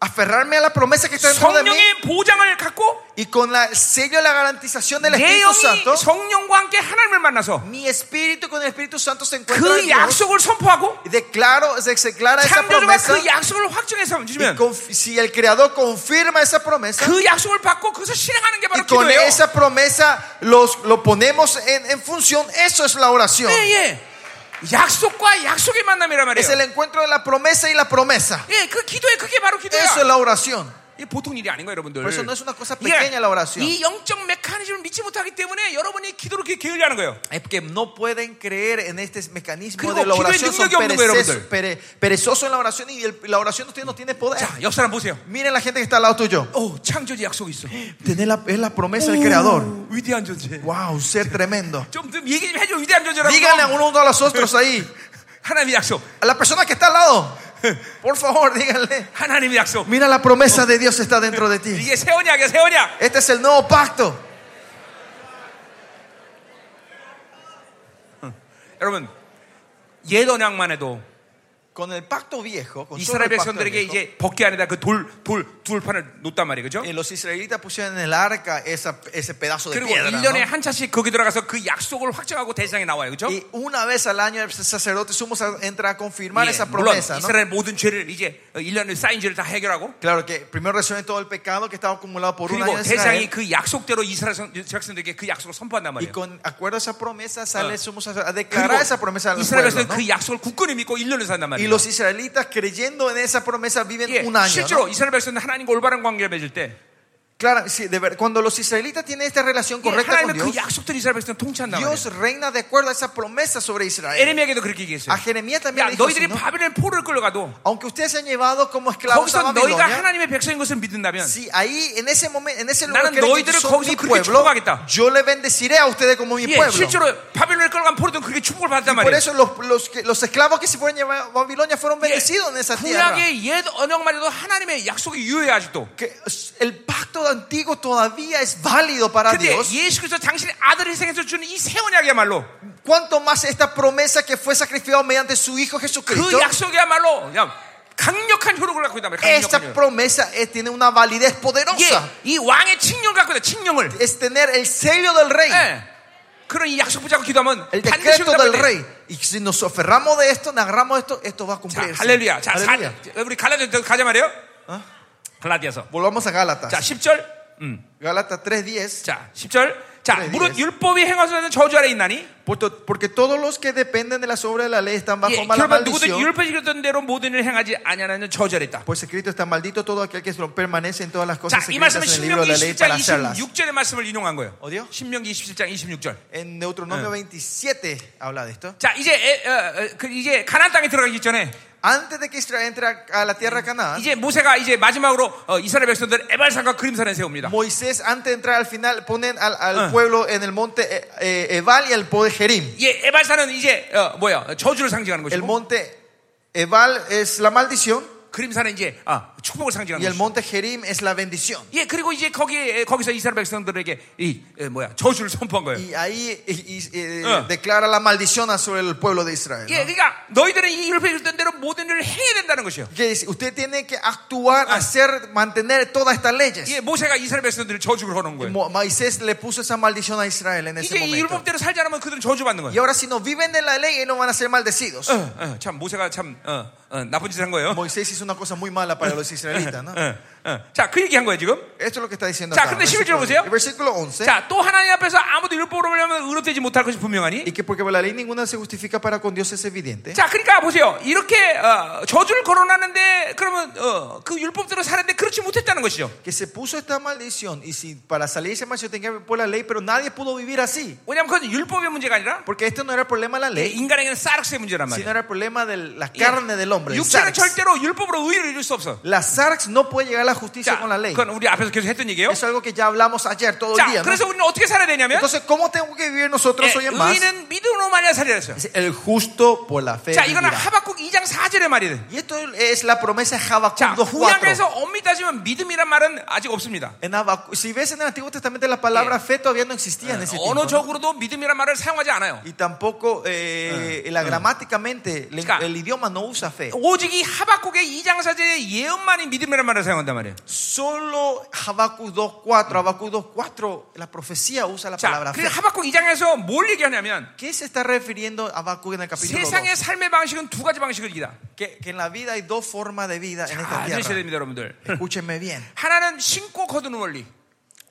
Speaker 2: aferrarme a la promesa que está dentro de mí
Speaker 1: 성령의 보장을 갖고
Speaker 2: y con la- el sello de la garantización del
Speaker 1: 내
Speaker 2: Espíritu Santo,
Speaker 1: 영이 성령과 함께 하나님을 만나서
Speaker 2: mi espíritu con el Espíritu Santo se encuentra en
Speaker 1: 음, 뭐 그
Speaker 2: Dios.
Speaker 1: 약속을 선포하고
Speaker 2: Y declaro, se se declara esa
Speaker 1: 창조주가
Speaker 2: promesa.
Speaker 1: 그 약속을 확정해서
Speaker 2: Y
Speaker 1: 주면
Speaker 2: conf- si el Creador confirma esa promesa,
Speaker 1: 그 약속을 받고 그것을 실행하는 게
Speaker 2: y
Speaker 1: 바로
Speaker 2: con
Speaker 1: 기도예요.
Speaker 2: esa promesa los, lo ponemos en, en función, eso es la oración.
Speaker 1: 예, 예. 약속과 약속의 만남이란
Speaker 2: Es
Speaker 1: 말이에요.
Speaker 2: el encuentro de la promesa y la promesa.
Speaker 1: 예, 그 기도에 그게 바로 기도야.
Speaker 2: Eso es la oración.
Speaker 1: 이게 보통 일이 아닌 거예요, 여러분들.
Speaker 2: Por eso no es una cosa
Speaker 1: 이게
Speaker 2: pequeña la oración.
Speaker 1: 예. 이 영적 메커니즘을 믿지 못하기 때문에 여러분이 기도로 그렇게 게을리하는 거예요.
Speaker 2: Es que no pueden creer en este mecanismo
Speaker 1: 그리고
Speaker 2: de la
Speaker 1: 기도에
Speaker 2: oración. Son
Speaker 1: 능력이 없는 거예요,
Speaker 2: perezosos,
Speaker 1: 여러분들.
Speaker 2: pere- perezosos en la oración y el- la oración usted no tiene poder.
Speaker 1: 자, 옆 사람 보세요.
Speaker 2: Miren la gente que está al lado tuyo.
Speaker 1: 오, 창조주 약속이
Speaker 2: [gasps]
Speaker 1: 있어.
Speaker 2: Tener la, es la promesa
Speaker 1: Uh.
Speaker 2: del creador.
Speaker 1: 오, 위대한 존재.
Speaker 2: Wow, ser tremendo.
Speaker 1: 좀, 좀 얘기 좀 해줘, 위대한 존재라고.
Speaker 2: Díganle a uno a los otros ahí.
Speaker 1: 하나님의 약속.
Speaker 2: A la persona que está al lado. Por favor, díganle.
Speaker 1: 하나님의 약속.
Speaker 2: Mira la promesa de Dios está dentro de ti.
Speaker 1: 이게 새 언약이야, 새 언약.
Speaker 2: Este es el nuevo pacto.
Speaker 1: 여러분, 옛 언약만 해도
Speaker 2: Con el pacto viejo, con solo
Speaker 1: 이스라엘
Speaker 2: el pacto
Speaker 1: 백성들에게
Speaker 2: viejo,
Speaker 1: 이제 벗기 안에다 그 돌, 돌, 돌판을 놓단 말이에요. 그죠?
Speaker 2: eh, los israelitas pusieron en el arca esa- ese pedazo de
Speaker 1: 그리고
Speaker 2: piedra.
Speaker 1: 1년에
Speaker 2: ¿no?
Speaker 1: 한 차씩 거기 들어가서 그 약속을 확정하고 대상에 나와요. 그죠?
Speaker 2: Y una vez al año el sacerdote sumo sa- entra a confirmar
Speaker 1: 예,
Speaker 2: esa
Speaker 1: 물론
Speaker 2: promesa. ¿no?
Speaker 1: 이스라엘 모든 죄를 이제 1년에 쌓인 죄를 다 해결하고
Speaker 2: Claro que primero resuelve todo el pecado que estaba acumulado por un
Speaker 1: 그리고
Speaker 2: año. en
Speaker 1: 대상이
Speaker 2: Israel.
Speaker 1: 그 약속대로 이스라엘 성- 백성들에게 그 약속을 선포한단
Speaker 2: Y
Speaker 1: 말이에요.
Speaker 2: con acuerdo a esa promesa sale
Speaker 1: Ah.
Speaker 2: el sumo sacerdote a declarar esa promesa
Speaker 1: 그리고
Speaker 2: al
Speaker 1: 이스라엘
Speaker 2: pueblo.
Speaker 1: 백성은 그 약속을 굳건히 믿고 1년을 산단
Speaker 2: ¿no? Y
Speaker 1: 말이에요.
Speaker 2: los israelitas creyendo en esa promesa viven
Speaker 1: 예,
Speaker 2: un año.
Speaker 1: 실제로
Speaker 2: ¿no?
Speaker 1: 이스라엘 백성은 하나님과 올바른 관계를 맺을 때
Speaker 2: Claro, sí, de ver- cuando los israelitas tienen esta relación
Speaker 1: 예,
Speaker 2: correcta con
Speaker 1: 하나님은 그
Speaker 2: Dios,
Speaker 1: 약속대로 이스라엘 백성을 통치한단 말이에요.
Speaker 2: Dios reina de acuerdo a esa promesa sobre Israel.
Speaker 1: 에레미야에게도 그렇게 얘기했어요.
Speaker 2: A Jeremías también
Speaker 1: 야,
Speaker 2: le dijo así,
Speaker 1: 너희들이
Speaker 2: ¿no?
Speaker 1: 바벨론 포로를 끌려가도
Speaker 2: aunque ustedes se han llevado como esclavos a
Speaker 1: 거기서 너희가
Speaker 2: Babilonia,
Speaker 1: 하나님의 백성인 것을 믿는다면
Speaker 2: Si ahí en ese momento, en ese lugar
Speaker 1: 나는
Speaker 2: creen que
Speaker 1: 너희들을
Speaker 2: son
Speaker 1: 거기서
Speaker 2: mi
Speaker 1: 그렇게
Speaker 2: pueblo,
Speaker 1: 축복하겠다.
Speaker 2: yo le bendeciré a ustedes como mi
Speaker 1: 예,
Speaker 2: pueblo.
Speaker 1: 실제로 바벨론을 끌려간 포로들은 그렇게 축복을 받았단
Speaker 2: Por
Speaker 1: 말이에요.
Speaker 2: eso los, los, que- los esclavos que se fueron llevados a Babilonia fueron bendecidos en esa tierra.
Speaker 1: 예, 구약의 옛 언약만 해도 하나님의 약속이 유효해 아직도.
Speaker 2: Que el pacto antiguo todavía es válido para
Speaker 1: 근데
Speaker 2: Dios.
Speaker 1: 예수 그리스도 당신의 아들을 희생해서 주는 이 새 언약이야말로
Speaker 2: Cuanto más esta promesa que fue sacrificado mediante su Hijo Jesucristo.
Speaker 1: 그 약속이야말로 그냥 강력한 효력을 갖고 있단 말이에요.
Speaker 2: Esta
Speaker 1: 강력한 효력.
Speaker 2: promesa eh, tiene una validez poderosa.
Speaker 1: 예, 이 왕의 칙령을 갖고 있다. 칙령을.
Speaker 2: Es tener el sello del rey.
Speaker 1: 예. 그런 이 약속 붙잡고 기도하면
Speaker 2: El
Speaker 1: 반드시
Speaker 2: decreto del
Speaker 1: 응답을 돼.
Speaker 2: rey. Y si nos aferramos de esto, nos agarramos de esto, esto va a
Speaker 1: 자,
Speaker 2: cumplirse.
Speaker 1: 할렐루야. 자, 사-
Speaker 2: Aleluya.
Speaker 1: 우리 갈라디아서 가자 말이에요.
Speaker 2: 어?
Speaker 1: 갈라디아서.
Speaker 2: Volvamos a Gálatas.
Speaker 1: 자, 10절.
Speaker 2: Gálatas 3:10.
Speaker 1: 자, 10절. 자,
Speaker 2: 그래,
Speaker 1: 무릇
Speaker 2: 이해했어.
Speaker 1: 율법이 행하소는 저주 아래 있나니
Speaker 2: Porque, porque todos los que dependen de las obras de la ley están bajo
Speaker 1: 예,
Speaker 2: mala
Speaker 1: 결국 누구든
Speaker 2: maldición.
Speaker 1: 율법이 그랬던 대로 모든 일을 행하지 아니하는 저주 아래 있다.
Speaker 2: Pues escrito está maldito todo aquel que permanece en todas las
Speaker 1: 자,
Speaker 2: cosas
Speaker 1: 이
Speaker 2: escritas
Speaker 1: 말씀은
Speaker 2: en el libro
Speaker 1: 신명기
Speaker 2: de la ley para
Speaker 1: 27장
Speaker 2: hacerlas.
Speaker 1: 26절의 말씀을 인용한 거예요.
Speaker 2: 어디요?
Speaker 1: 신명기 27장 26절.
Speaker 2: En Deuteronomio 27 habla de esto.
Speaker 1: 자, 이제 에, 어, 어, 그 이제 가나안 땅에 들어가기 전에
Speaker 2: antes de que Israel entre a a la tierra de Canaán,
Speaker 1: 이제 모세가 이제 마지막으로 어, 이스라엘 백성들 에발산과 그림산에 세웁니다.
Speaker 2: Moisés antes de entrar al final ponen al, al pueblo en el monte eh, eh, Ebal y el monte Jerim.
Speaker 1: 예, 에발산은 이제 어, 뭐야 어, 저주를 상징하는
Speaker 2: El
Speaker 1: 것이고
Speaker 2: monte Ebal es la maldición
Speaker 1: 그림산은 이제 아, 축복을 상징하는
Speaker 2: y el
Speaker 1: 것이고
Speaker 2: monte Jerim es la bendición.
Speaker 1: 예, 그리고 이제 거기 거기서 이스라엘 백성들에게 이 에, 뭐야 저주를 선포한 거예요.
Speaker 2: Y ahí y- y, eh,
Speaker 1: Ah.
Speaker 2: declara la maldición sobre el pueblo de Israel. ¿no?
Speaker 1: 예, 그러니까 너희들은 이 율법이던 대로 모든 일을 행해야 된다는 것이요.
Speaker 2: Que dice, usted tiene que actuar, hacer, mantener todas estas leyes.
Speaker 1: 예, 모세가 이스라엘 백성들을 저주를 허는 거예요.
Speaker 2: Mo- Moisés le puso esa maldición a Israel en ese
Speaker 1: 이제 이
Speaker 2: momento.
Speaker 1: 율법대로 살지 않으면 그들은 저주받는
Speaker 2: Y
Speaker 1: 거예요.
Speaker 2: ahora si no viven de la ley, ellos no van a ser maldecidos.
Speaker 1: 어, 어, 참 모세가 참 어, 어, 나쁜 짓을 한 거예요.
Speaker 2: Moisés hizo una cosa muy mala para los israelitas.
Speaker 1: [laughs]
Speaker 2: ¿no?
Speaker 1: 어, 어. 자, 그 얘기한 거예요 지금.
Speaker 2: Esto es lo que está diciendo
Speaker 1: 자,
Speaker 2: acá.
Speaker 1: 근데 11절 보세요.
Speaker 2: El versículo 11.
Speaker 1: 자, 또 하나님 앞에서 아무도 율법으로 하면 의롭되지 못할 것이 분명하니.
Speaker 2: Y que porque por la ley ninguna se justifica para con Dios es evidente.
Speaker 1: 자, 그러니까 보세요. 이렇게 어, 저주를 거론하는데 그러면 어, 그 율법대로 사는데 그렇지 못했다는 것이죠.
Speaker 2: Que se puso esta maldición. Y si para salir de esa maldición tenía que vivir por la ley, pero nadie pudo vivir así.
Speaker 1: 왜냐하면 그건 율법의 문제가 아니라
Speaker 2: Porque esto no era el problema de la
Speaker 1: 예,
Speaker 2: ley,
Speaker 1: 인간에게는 사르스의 문제란
Speaker 2: sino
Speaker 1: 말이에요.
Speaker 2: era el problema de la
Speaker 1: 예.
Speaker 2: carne del hombre. el
Speaker 1: 육체는
Speaker 2: sarx.
Speaker 1: 절대로 율법으로 의를 이룰 수 없어.
Speaker 2: La sarx no puede llegar a la
Speaker 1: 자,
Speaker 2: justicia con la ley.
Speaker 1: 그건 우리 앞에서 계속 했던 얘기예요.
Speaker 2: Eso es algo que ya hablamos ayer todo el
Speaker 1: 자,
Speaker 2: día. ¿no?
Speaker 1: 그래서 우리는 어떻게 살아야 되냐면
Speaker 2: Entonces, ¿cómo tengo que vivir nosotros hoy
Speaker 1: 예,
Speaker 2: en más?
Speaker 1: 의는 믿음으로 만약 살려야 했어요.
Speaker 2: Dice, El justo por la fe.
Speaker 1: 자, 이거는
Speaker 2: vivirá.
Speaker 1: 하박국 2장 4절의 말이에요.
Speaker 2: Y esto es la promesa de
Speaker 1: 자,
Speaker 2: Habacuc 2.4.
Speaker 1: 구약에서 엄밀히 따지면 믿음이란 말은 아직 없습니다.
Speaker 2: En Habacuc- si ves en el Antiguo Testamento, la palabra fe todavía no existía en ese tiempo. Oh, ¿no?
Speaker 1: 언어적으로도 믿음이란 말을 사용하지 않아요.
Speaker 2: Y tampoco eh, la gramáticamente le-
Speaker 1: Claro.
Speaker 2: el idioma no usa fe.
Speaker 1: 오직 이 하박국의 2장 4절의 예언만이 믿음이란 말을 사용한단 말이에요.
Speaker 2: Solo Habacuc 2.4, Habacuc 2.4, la profecía usa la
Speaker 1: 자,
Speaker 2: palabra fe.
Speaker 1: 그래서 하박국 2장에서 뭘 얘기하냐면
Speaker 2: ¿Qué se está refiriendo Habacuc en el
Speaker 1: 그
Speaker 2: capítulo 2?
Speaker 1: 세상의 삶의 방식은 두 가지 방식을 이다.
Speaker 2: Que, que en la vida hay dos formas de vida en esta
Speaker 1: 아, 들으셔야
Speaker 2: tierra.
Speaker 1: 됩니다, 여러분들.
Speaker 2: Escúchenme bien.
Speaker 1: 하나는 신고 거두는 원리.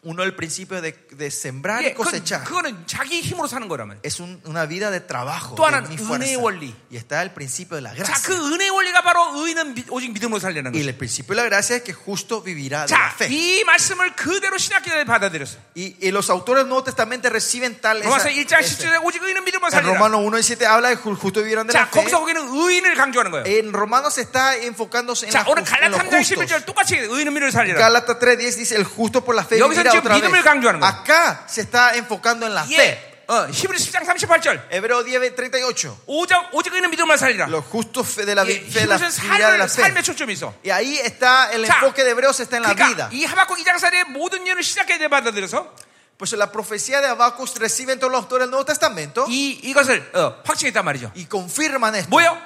Speaker 2: Uno, el principio de, de sembrar
Speaker 1: 예,
Speaker 2: y
Speaker 1: 그건,
Speaker 2: cosechar.
Speaker 1: 그거는 자기 힘으로 사는 거란 말이에요.
Speaker 2: Es un- una vida de trabajo.
Speaker 1: 또
Speaker 2: de
Speaker 1: 하나는
Speaker 2: mi
Speaker 1: 은혜의
Speaker 2: fuerza.
Speaker 1: 원리.
Speaker 2: Y está el principio de la
Speaker 1: 자,
Speaker 2: gracia.
Speaker 1: 그 은혜 의 원리가 바로 의인은 미- 오직 믿음으로 살려는
Speaker 2: Y
Speaker 1: 거예요.
Speaker 2: el principio de la gracia es que justo vivirá de
Speaker 1: 자,
Speaker 2: la fe.
Speaker 1: 이 말씀을 그대로 신학교에 받아들였어요.
Speaker 2: Y, y los autores del Nuevo Testamento reciben tal. esa-
Speaker 1: 로마서 1장
Speaker 2: ese-
Speaker 1: 10절에 오직 의인은 믿음으로
Speaker 2: En
Speaker 1: 살리라.
Speaker 2: Romanos 1 y 7 habla de ju- justo vivirán de la
Speaker 1: 자,
Speaker 2: fe.
Speaker 1: 거기서 거기는 의인을 강조하는 거예요.
Speaker 2: En Romanos se está enfocándose en,
Speaker 1: 자,
Speaker 2: la
Speaker 1: 오늘
Speaker 2: jus-
Speaker 1: 갈라타
Speaker 2: en los
Speaker 1: 3장 11절
Speaker 2: justos.
Speaker 1: 똑같이 의인의 믿음을 살리라.
Speaker 2: Gálatas 3:10 dice el justo por la fe
Speaker 1: 여기서
Speaker 2: vivirá
Speaker 1: 지금
Speaker 2: otra
Speaker 1: 믿음을
Speaker 2: vez.
Speaker 1: 강조하는 거예요.
Speaker 2: Acá se está enfocando en la fe.
Speaker 1: 예. 어, 히브리 10장 38절.
Speaker 2: Hebreo 10:38.
Speaker 1: 오직 오직 의인은 믿음만 살리라.
Speaker 2: Los justos fe de la
Speaker 1: 예,
Speaker 2: vi- fe la-
Speaker 1: 히브리서는
Speaker 2: vivirá de la
Speaker 1: 삶을 삶에
Speaker 2: fe.
Speaker 1: 초점이 있어.
Speaker 2: Y ahí está el
Speaker 1: 자,
Speaker 2: enfoque de Hebreos está en la
Speaker 1: 그러니까
Speaker 2: vida.
Speaker 1: 이 하박국 2장 4절의 모든 예언을 시작에 대해 받아들여서
Speaker 2: Pues la profecía de Habacuc reciben todos los autores del Nuevo Testamento
Speaker 1: 이 이것을 어, 확증했단 말이죠.
Speaker 2: y confirman esto.
Speaker 1: 뭐요?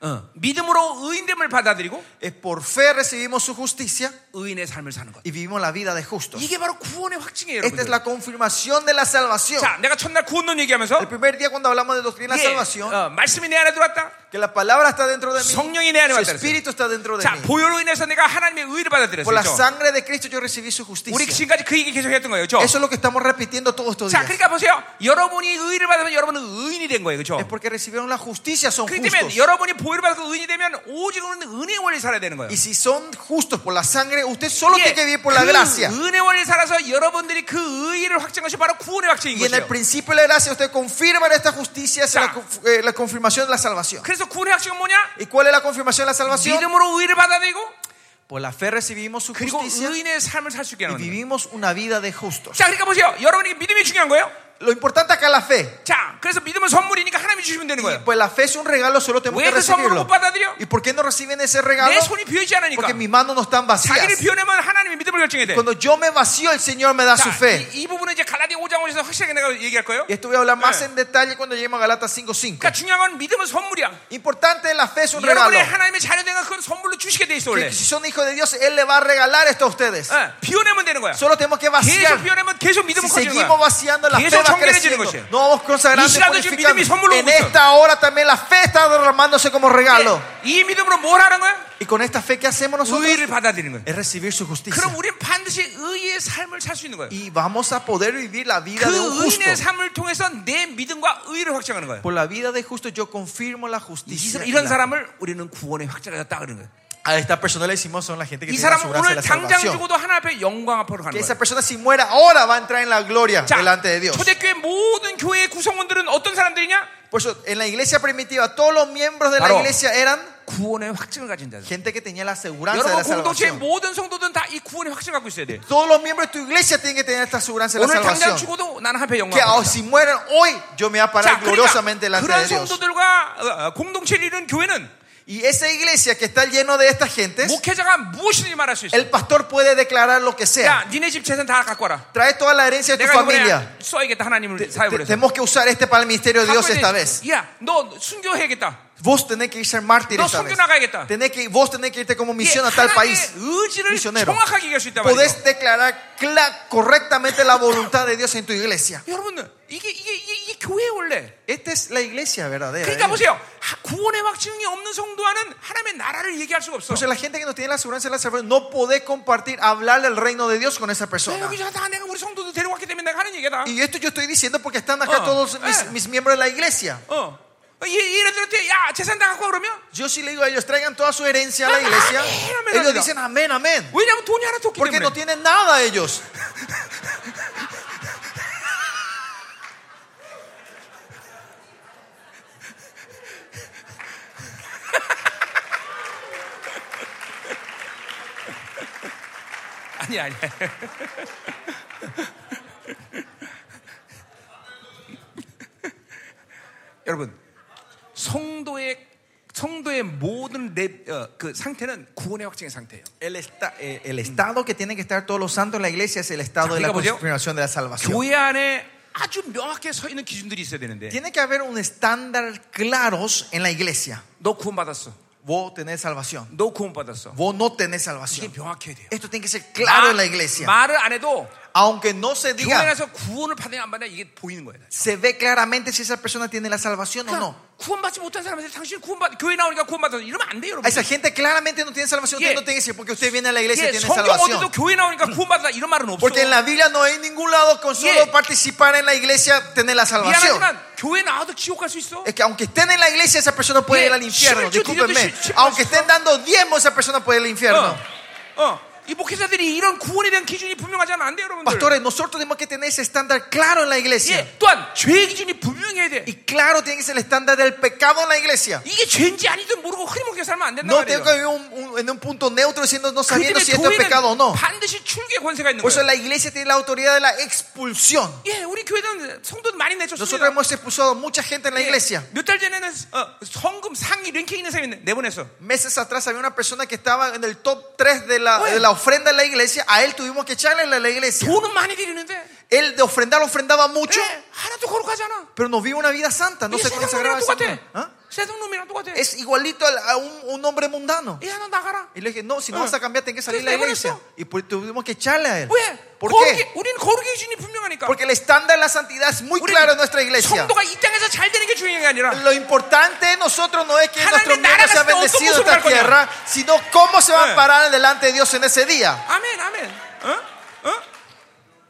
Speaker 1: 어, 믿음으로 의인됨을 받아들이고
Speaker 2: Es por fe recibimos su justicia
Speaker 1: 의인의 삶을 사는 것.
Speaker 2: y vivimos la vida de justos.
Speaker 1: 이게 바로 구원의 확증이에요,
Speaker 2: Esta es
Speaker 1: 여러분.
Speaker 2: la confirmación de la salvación.
Speaker 1: 자, 내가 첫날 구원론 얘기하면서
Speaker 2: El primer día cuando hablamos de doctrina de
Speaker 1: 예,
Speaker 2: salvación,
Speaker 1: 어, 말씀이 내 안에 들어왔다.
Speaker 2: que la palabra está dentro de mí,
Speaker 1: 성령이 내 안에
Speaker 2: su
Speaker 1: 왔다 그랬어요.
Speaker 2: espíritu está dentro de
Speaker 1: 자,
Speaker 2: mí.
Speaker 1: 보혈로 인해서 내가 하나님의 의를 받아들였어요.
Speaker 2: Por la
Speaker 1: 그렇죠?
Speaker 2: sangre de Cristo yo recibí su
Speaker 1: 우리
Speaker 2: justicia.
Speaker 1: 지금까지 그 얘기 계속했던 거예요, 그렇죠?
Speaker 2: Eso es lo que estamos repitiendo todos estos
Speaker 1: 자,
Speaker 2: días.
Speaker 1: 그러니까 보세요. 여러분이 의를 받으면 여러분은 의인이 된 거예요,
Speaker 2: Es
Speaker 1: 그렇죠?
Speaker 2: porque recibieron la justicia, son
Speaker 1: 그렇기 때문에
Speaker 2: justos.
Speaker 1: 여러분이 보혈을 받고 의인이 되면 오직 우리는 은혜 원리 살아야 되는 거예요.
Speaker 2: Y si son justos por la sangre, usted solo
Speaker 1: 예,
Speaker 2: tiene que vivir por la
Speaker 1: 그
Speaker 2: gracia.
Speaker 1: 은혜 원리 살아서 여러분들이 그 의를 확증한 것이 바로 구원의 확증인
Speaker 2: Y en el
Speaker 1: 거죠.
Speaker 2: principio de la gracia usted confirma en esta justicia es
Speaker 1: Ya.
Speaker 2: la, conf- eh, la confirmación de la salvación.
Speaker 1: 그래서 구원의 확증은 뭐냐?
Speaker 2: ¿Y cuál es la confirmación de la salvación?
Speaker 1: 믿음으로 의를 받아들이고
Speaker 2: Por la fe recibimos su
Speaker 1: 그리고
Speaker 2: justicia
Speaker 1: 의인의 삶을 살 수 있게
Speaker 2: y
Speaker 1: 하는 거예요.
Speaker 2: vivimos una vida de justos.
Speaker 1: 자, 그러니까 보세요. 여러분이 믿음이 중요한 거예요.
Speaker 2: Lo importante acá es la fe.
Speaker 1: 자, 그래서 믿음은 선물이니까 하나님이 주시면 되는 거예요.
Speaker 2: Pues la fe es un regalo, solo tenemos
Speaker 1: 왜
Speaker 2: que
Speaker 1: 그 선물을 못
Speaker 2: recibirlo.
Speaker 1: 받아들여?
Speaker 2: ¿Y por qué no reciben ese regalo?
Speaker 1: 내 손이 비어있지 않으니까.
Speaker 2: Porque mis manos no están vacías.
Speaker 1: 자기를 비워내면 하나님의 믿음을 결정해야 돼.
Speaker 2: Cuando yo me vacío, el Señor me da su
Speaker 1: 자,
Speaker 2: fe.
Speaker 1: 이, 이 부분은 이제 갈라디아 5장 5에서 확실하게 내가 얘기할 아, 거예요.
Speaker 2: Y esto voy a hablar más
Speaker 1: Eh.
Speaker 2: en detalle cuando lleguemos a Galatas 5.5.
Speaker 1: 그러니까 중요한 건 믿음은 선물이야.
Speaker 2: Importante la fe es un regalo.
Speaker 1: 여러분의 하나님의 자녀된 건 그건 선물로 주시게 돼 있어 원래.
Speaker 2: Que si son hijos de Dios, Él le va a regalar esto a ustedes.
Speaker 1: 예, 비워내면 되는 거야.
Speaker 2: Solo tenemos que
Speaker 1: 계속
Speaker 2: vaciar.
Speaker 1: 비워내면 계속 믿음은
Speaker 2: Si
Speaker 1: 커지는
Speaker 2: seguimos
Speaker 1: 거야.
Speaker 2: vaciando, la
Speaker 1: Y
Speaker 2: fe
Speaker 1: eso 청결해지는
Speaker 2: va creciendo.
Speaker 1: 것이에요.
Speaker 2: No vamos consagrando
Speaker 1: 이
Speaker 2: y
Speaker 1: 시간도 지금
Speaker 2: purificando.
Speaker 1: 믿음이 선물로
Speaker 2: En
Speaker 1: 오고 있어요.
Speaker 2: esta hora también la fe está derramándose como regalo.
Speaker 1: 예, 이 믿음으로 뭘 하는 거야?
Speaker 2: Y con esta fe que hacemos nosotros
Speaker 1: 의를 받아들이는 거야.
Speaker 2: es recibir su justicia.
Speaker 1: 그럼 우리는 반드시 의의 삶을 살 수 있는 거야.
Speaker 2: Y vamos a poder vivir la vida de un
Speaker 1: 그
Speaker 2: justo.
Speaker 1: 의인의 삶을 통해서 내 믿음과 의를 확증하는 거야.
Speaker 2: Por la vida de justo yo confirmo la justicia.
Speaker 1: 이-
Speaker 2: y
Speaker 1: 이런
Speaker 2: la-
Speaker 1: 사람을 우리는 구원의 확증을 했다 그러는 거야.
Speaker 2: A esta persona le decimos son la gente que
Speaker 1: 이
Speaker 2: tiene la
Speaker 1: 사람은
Speaker 2: gracia de
Speaker 1: 오늘
Speaker 2: la
Speaker 1: 당장
Speaker 2: salvación.
Speaker 1: 죽어도 하나 앞에 영광 앞으로 가는
Speaker 2: Que
Speaker 1: 거야.
Speaker 2: esa persona si muera ahora va a entrar en la gloria
Speaker 1: 자,
Speaker 2: delante de Dios.
Speaker 1: 초대교회 모든 교회의 구성원들은 어떤 사람들이냐?
Speaker 2: Por eso en la iglesia primitiva todos los miembros de la
Speaker 1: Claro.
Speaker 2: iglesia eran
Speaker 1: 구원의 확증을 가진 자들.
Speaker 2: Gente que tenía la aseguranza de
Speaker 1: 여러분
Speaker 2: la
Speaker 1: 공동체의
Speaker 2: salvación.
Speaker 1: 모든 성도들은 다 이 구원의 확증을 갖고 있어야 돼.
Speaker 2: Todos los miembros de tu iglesia tienen que tener esta aseguranza de la
Speaker 1: 오늘 당장
Speaker 2: salvación.
Speaker 1: 죽어도 나는 하나님의
Speaker 2: Que
Speaker 1: 영광을
Speaker 2: ah,
Speaker 1: 받는다.
Speaker 2: si mueren hoy, yo me voy a parar
Speaker 1: 자,
Speaker 2: gloriosamente
Speaker 1: 그러니까
Speaker 2: delante
Speaker 1: 그런
Speaker 2: de Dios.
Speaker 1: 성도들과 어, 어, 공동체를 이룬 교회는
Speaker 2: Y esa iglesia que está lleno de estas gentes,
Speaker 1: 목회자가 무엇이든지 말할 수 있어.
Speaker 2: el pastor puede declarar lo que sea.
Speaker 1: 야, 니네 집 재산 다 갖고 와라.
Speaker 2: Trae toda la herencia de tu
Speaker 1: 내가
Speaker 2: 그 familia.
Speaker 1: 이번에 써야겠다 하나님을
Speaker 2: Te-
Speaker 1: 사역을 해서.
Speaker 2: tenemos que usar este para el ministerio de Dios esta vez.
Speaker 1: 야, 너 순교해야겠다.
Speaker 2: Vos tenés que ir ser mártir
Speaker 1: No,
Speaker 2: esta vez.
Speaker 1: 순교나 가야겠다.
Speaker 2: Tenés que, vos tenés que irte como
Speaker 1: 이게
Speaker 2: misión a tal
Speaker 1: 하나님의
Speaker 2: país.
Speaker 1: 의지를
Speaker 2: misionero.
Speaker 1: 정확하게 얘기할 수 있단 말이에요.
Speaker 2: Podés declarar cla- correctamente la voluntad de Dios en tu iglesia.
Speaker 1: 여러분, 이게 이게 이게, 이게 교회 원래.
Speaker 2: Esta es la iglesia verdadera.
Speaker 1: 그러니까
Speaker 2: ¿eh?
Speaker 1: 보세요. 하- 구원의 확증이 없는 성도와는 하나님의 나라를 얘기할 수가 없어.
Speaker 2: Entonces la gente que no tiene la aseguranza de la salvación no podés compartir, hablar del reino de Dios con esa
Speaker 1: 내
Speaker 2: persona.
Speaker 1: 여기서 다 내가 우리 성도들 데려왔기 때문에 내가 하는 얘기다.
Speaker 2: Y esto yo estoy diciendo porque están acá
Speaker 1: Ah,
Speaker 2: todos mis,
Speaker 1: eh.
Speaker 2: mis miembros de la iglesia.
Speaker 1: 어. 이 얘네들한테 야 재산 다 갖고 와 그러면
Speaker 2: Yo sí le digo a ellos, traigan toda su herencia a
Speaker 1: Ah,
Speaker 2: la iglesia.
Speaker 1: Amén, amén,
Speaker 2: Ellos
Speaker 1: amén.
Speaker 2: dicen amén, amén.
Speaker 1: 왜냐하면 돈이 하나도 없기
Speaker 2: Porque
Speaker 1: 때문에.
Speaker 2: no tienen nada ellos.
Speaker 1: 아니 아니. [laughs] 여러분 성도의 성도의 모든 내, 어, 그 상태는 구원의 확증의 상태예요.
Speaker 2: El, esta- eh, el estado que tienen que estar todos los santos en la iglesia es el estado de la
Speaker 1: Diga, pues, yo.
Speaker 2: confirmación de la salvación.
Speaker 1: 교회 안에 아주 명확하게 서 있는 기준들이 있어야 되는데
Speaker 2: Tiene que haber un estándar claros en la iglesia.
Speaker 1: 너 구원 받았어.
Speaker 2: Vos tenés salvación.
Speaker 1: 너 구원 받았어.
Speaker 2: Vos no tenés
Speaker 1: 이게
Speaker 2: salvación.
Speaker 1: 명확해야 돼요.
Speaker 2: Esto tiene que ser claro
Speaker 1: 마-
Speaker 2: en la iglesia.
Speaker 1: 말을 안 해도
Speaker 2: Aunque no se
Speaker 1: 교회
Speaker 2: diga,
Speaker 1: 안에서 구원을 받느냐 안 받느냐 이게 보이는 거예요.
Speaker 2: se ve claramente si esa persona tiene la salvación o no.
Speaker 1: 그러니까 구원받지 못한 사람한테 당신 구원받 교회 나오니까 구원받아서 이러면 안 돼요,
Speaker 2: A
Speaker 1: 여러분.
Speaker 2: esa gente claramente no tiene salvación. Usted
Speaker 1: Yeah.
Speaker 2: no tiene que decir porque usted viene a la iglesia
Speaker 1: 예,
Speaker 2: y tiene
Speaker 1: 성경 어디도
Speaker 2: salvación.
Speaker 1: 교회 나오니까 구원받다 이런 말은 없어.
Speaker 2: Porque en la Biblia no hay ningún lado con solo
Speaker 1: Yeah.
Speaker 2: participar en la iglesia tener la salvación.
Speaker 1: 미안하지만 교회 나와도 지옥 갈 수 있어.
Speaker 2: Es que aunque estén en la iglesia, esa persona puede
Speaker 1: Yeah,
Speaker 2: ir al infierno.
Speaker 1: sure, yo- yo-
Speaker 2: Discúlpenme.
Speaker 1: yo- yo- yo-
Speaker 2: Aunque estén dando diezmo, esa persona puede ir al infierno.
Speaker 1: 어, 어. 이 목회자들이 이런 구원에 대한 기준이 분명하지 않으면 안 돼요, 여러분들.
Speaker 2: Pastores, nosotros tenemos que tener ese estándar claro en la iglesia.
Speaker 1: 예, 또한 죄의 기준이 분명해야 돼.
Speaker 2: Y claro, tiene que ser el estándar del pecado en la iglesia.
Speaker 1: 이게 죄인지 아닌지 모르고 흐리멍게 살면 안 된다
Speaker 2: No tengo que
Speaker 1: 말이에요.
Speaker 2: vivir un- un- en un punto neutro diciendo no
Speaker 1: 그
Speaker 2: sabiendo
Speaker 1: 때문에
Speaker 2: si esto es pecado o
Speaker 1: 교회는
Speaker 2: no.
Speaker 1: 반드시 출계 권세가 있는
Speaker 2: Por eso
Speaker 1: 거예요.
Speaker 2: la iglesia tiene la autoridad de la expulsión.
Speaker 1: 예, 우리 교회는 성도도 많이
Speaker 2: Nosotros
Speaker 1: 내쫓습니다. 예,
Speaker 2: hemos expulsado a mucha gente en la iglesia.
Speaker 1: 몇 달 전에는 어, 성금 상위 랭킹 있는 사람이 내보냈어.
Speaker 2: Meses atrás había una persona que estaba en el top 3 de la,
Speaker 1: Oye.
Speaker 2: de la ofrenda en la iglesia. A él tuvimos que echarle a la iglesia.
Speaker 1: 돈은 많이 드리는데
Speaker 2: Él de ofrendar ofrendaba mucho.
Speaker 1: 예, 하나도 거룩하지 않아.
Speaker 2: pero no vive una vida santa, no
Speaker 1: 이게
Speaker 2: se
Speaker 1: 세상 놈이랑 어?
Speaker 2: consagraba al Señor.
Speaker 1: 똑같아.
Speaker 2: ¿Ah?
Speaker 1: 세상 놈이랑 똑같아.
Speaker 2: Es igualito al- a un, un hombre mundano.
Speaker 1: 야, 너 나가라.
Speaker 2: Y le dije, no, si no vas a cambiar, tenés que salir de la
Speaker 1: Entonces,
Speaker 2: iglesia.
Speaker 1: ¿qué
Speaker 2: Y pues tuvimos que echarle
Speaker 1: 예.
Speaker 2: a él.
Speaker 1: 왜?
Speaker 2: ¿Por
Speaker 1: 거룩이,
Speaker 2: qué?
Speaker 1: 우리는 거룩의 기준이 분명하니까.
Speaker 2: Porque el estándar de la santidad es muy
Speaker 1: 우리는
Speaker 2: claro en nuestra iglesia.
Speaker 1: 성도가 이 땅에서 잘 되는 게 중요한 게 아니라
Speaker 2: Lo importante de nosotros no es que
Speaker 1: 하나님의
Speaker 2: nuestro miembro
Speaker 1: 나라가
Speaker 2: sea
Speaker 1: 있을 때 어떤
Speaker 2: bendecido en
Speaker 1: 모습을
Speaker 2: esta
Speaker 1: 할 거냐.
Speaker 2: tierra, sino cómo se van
Speaker 1: 네.
Speaker 2: a parar delante de Dios en ese día.
Speaker 1: 아멘, 아멘. 어? 어?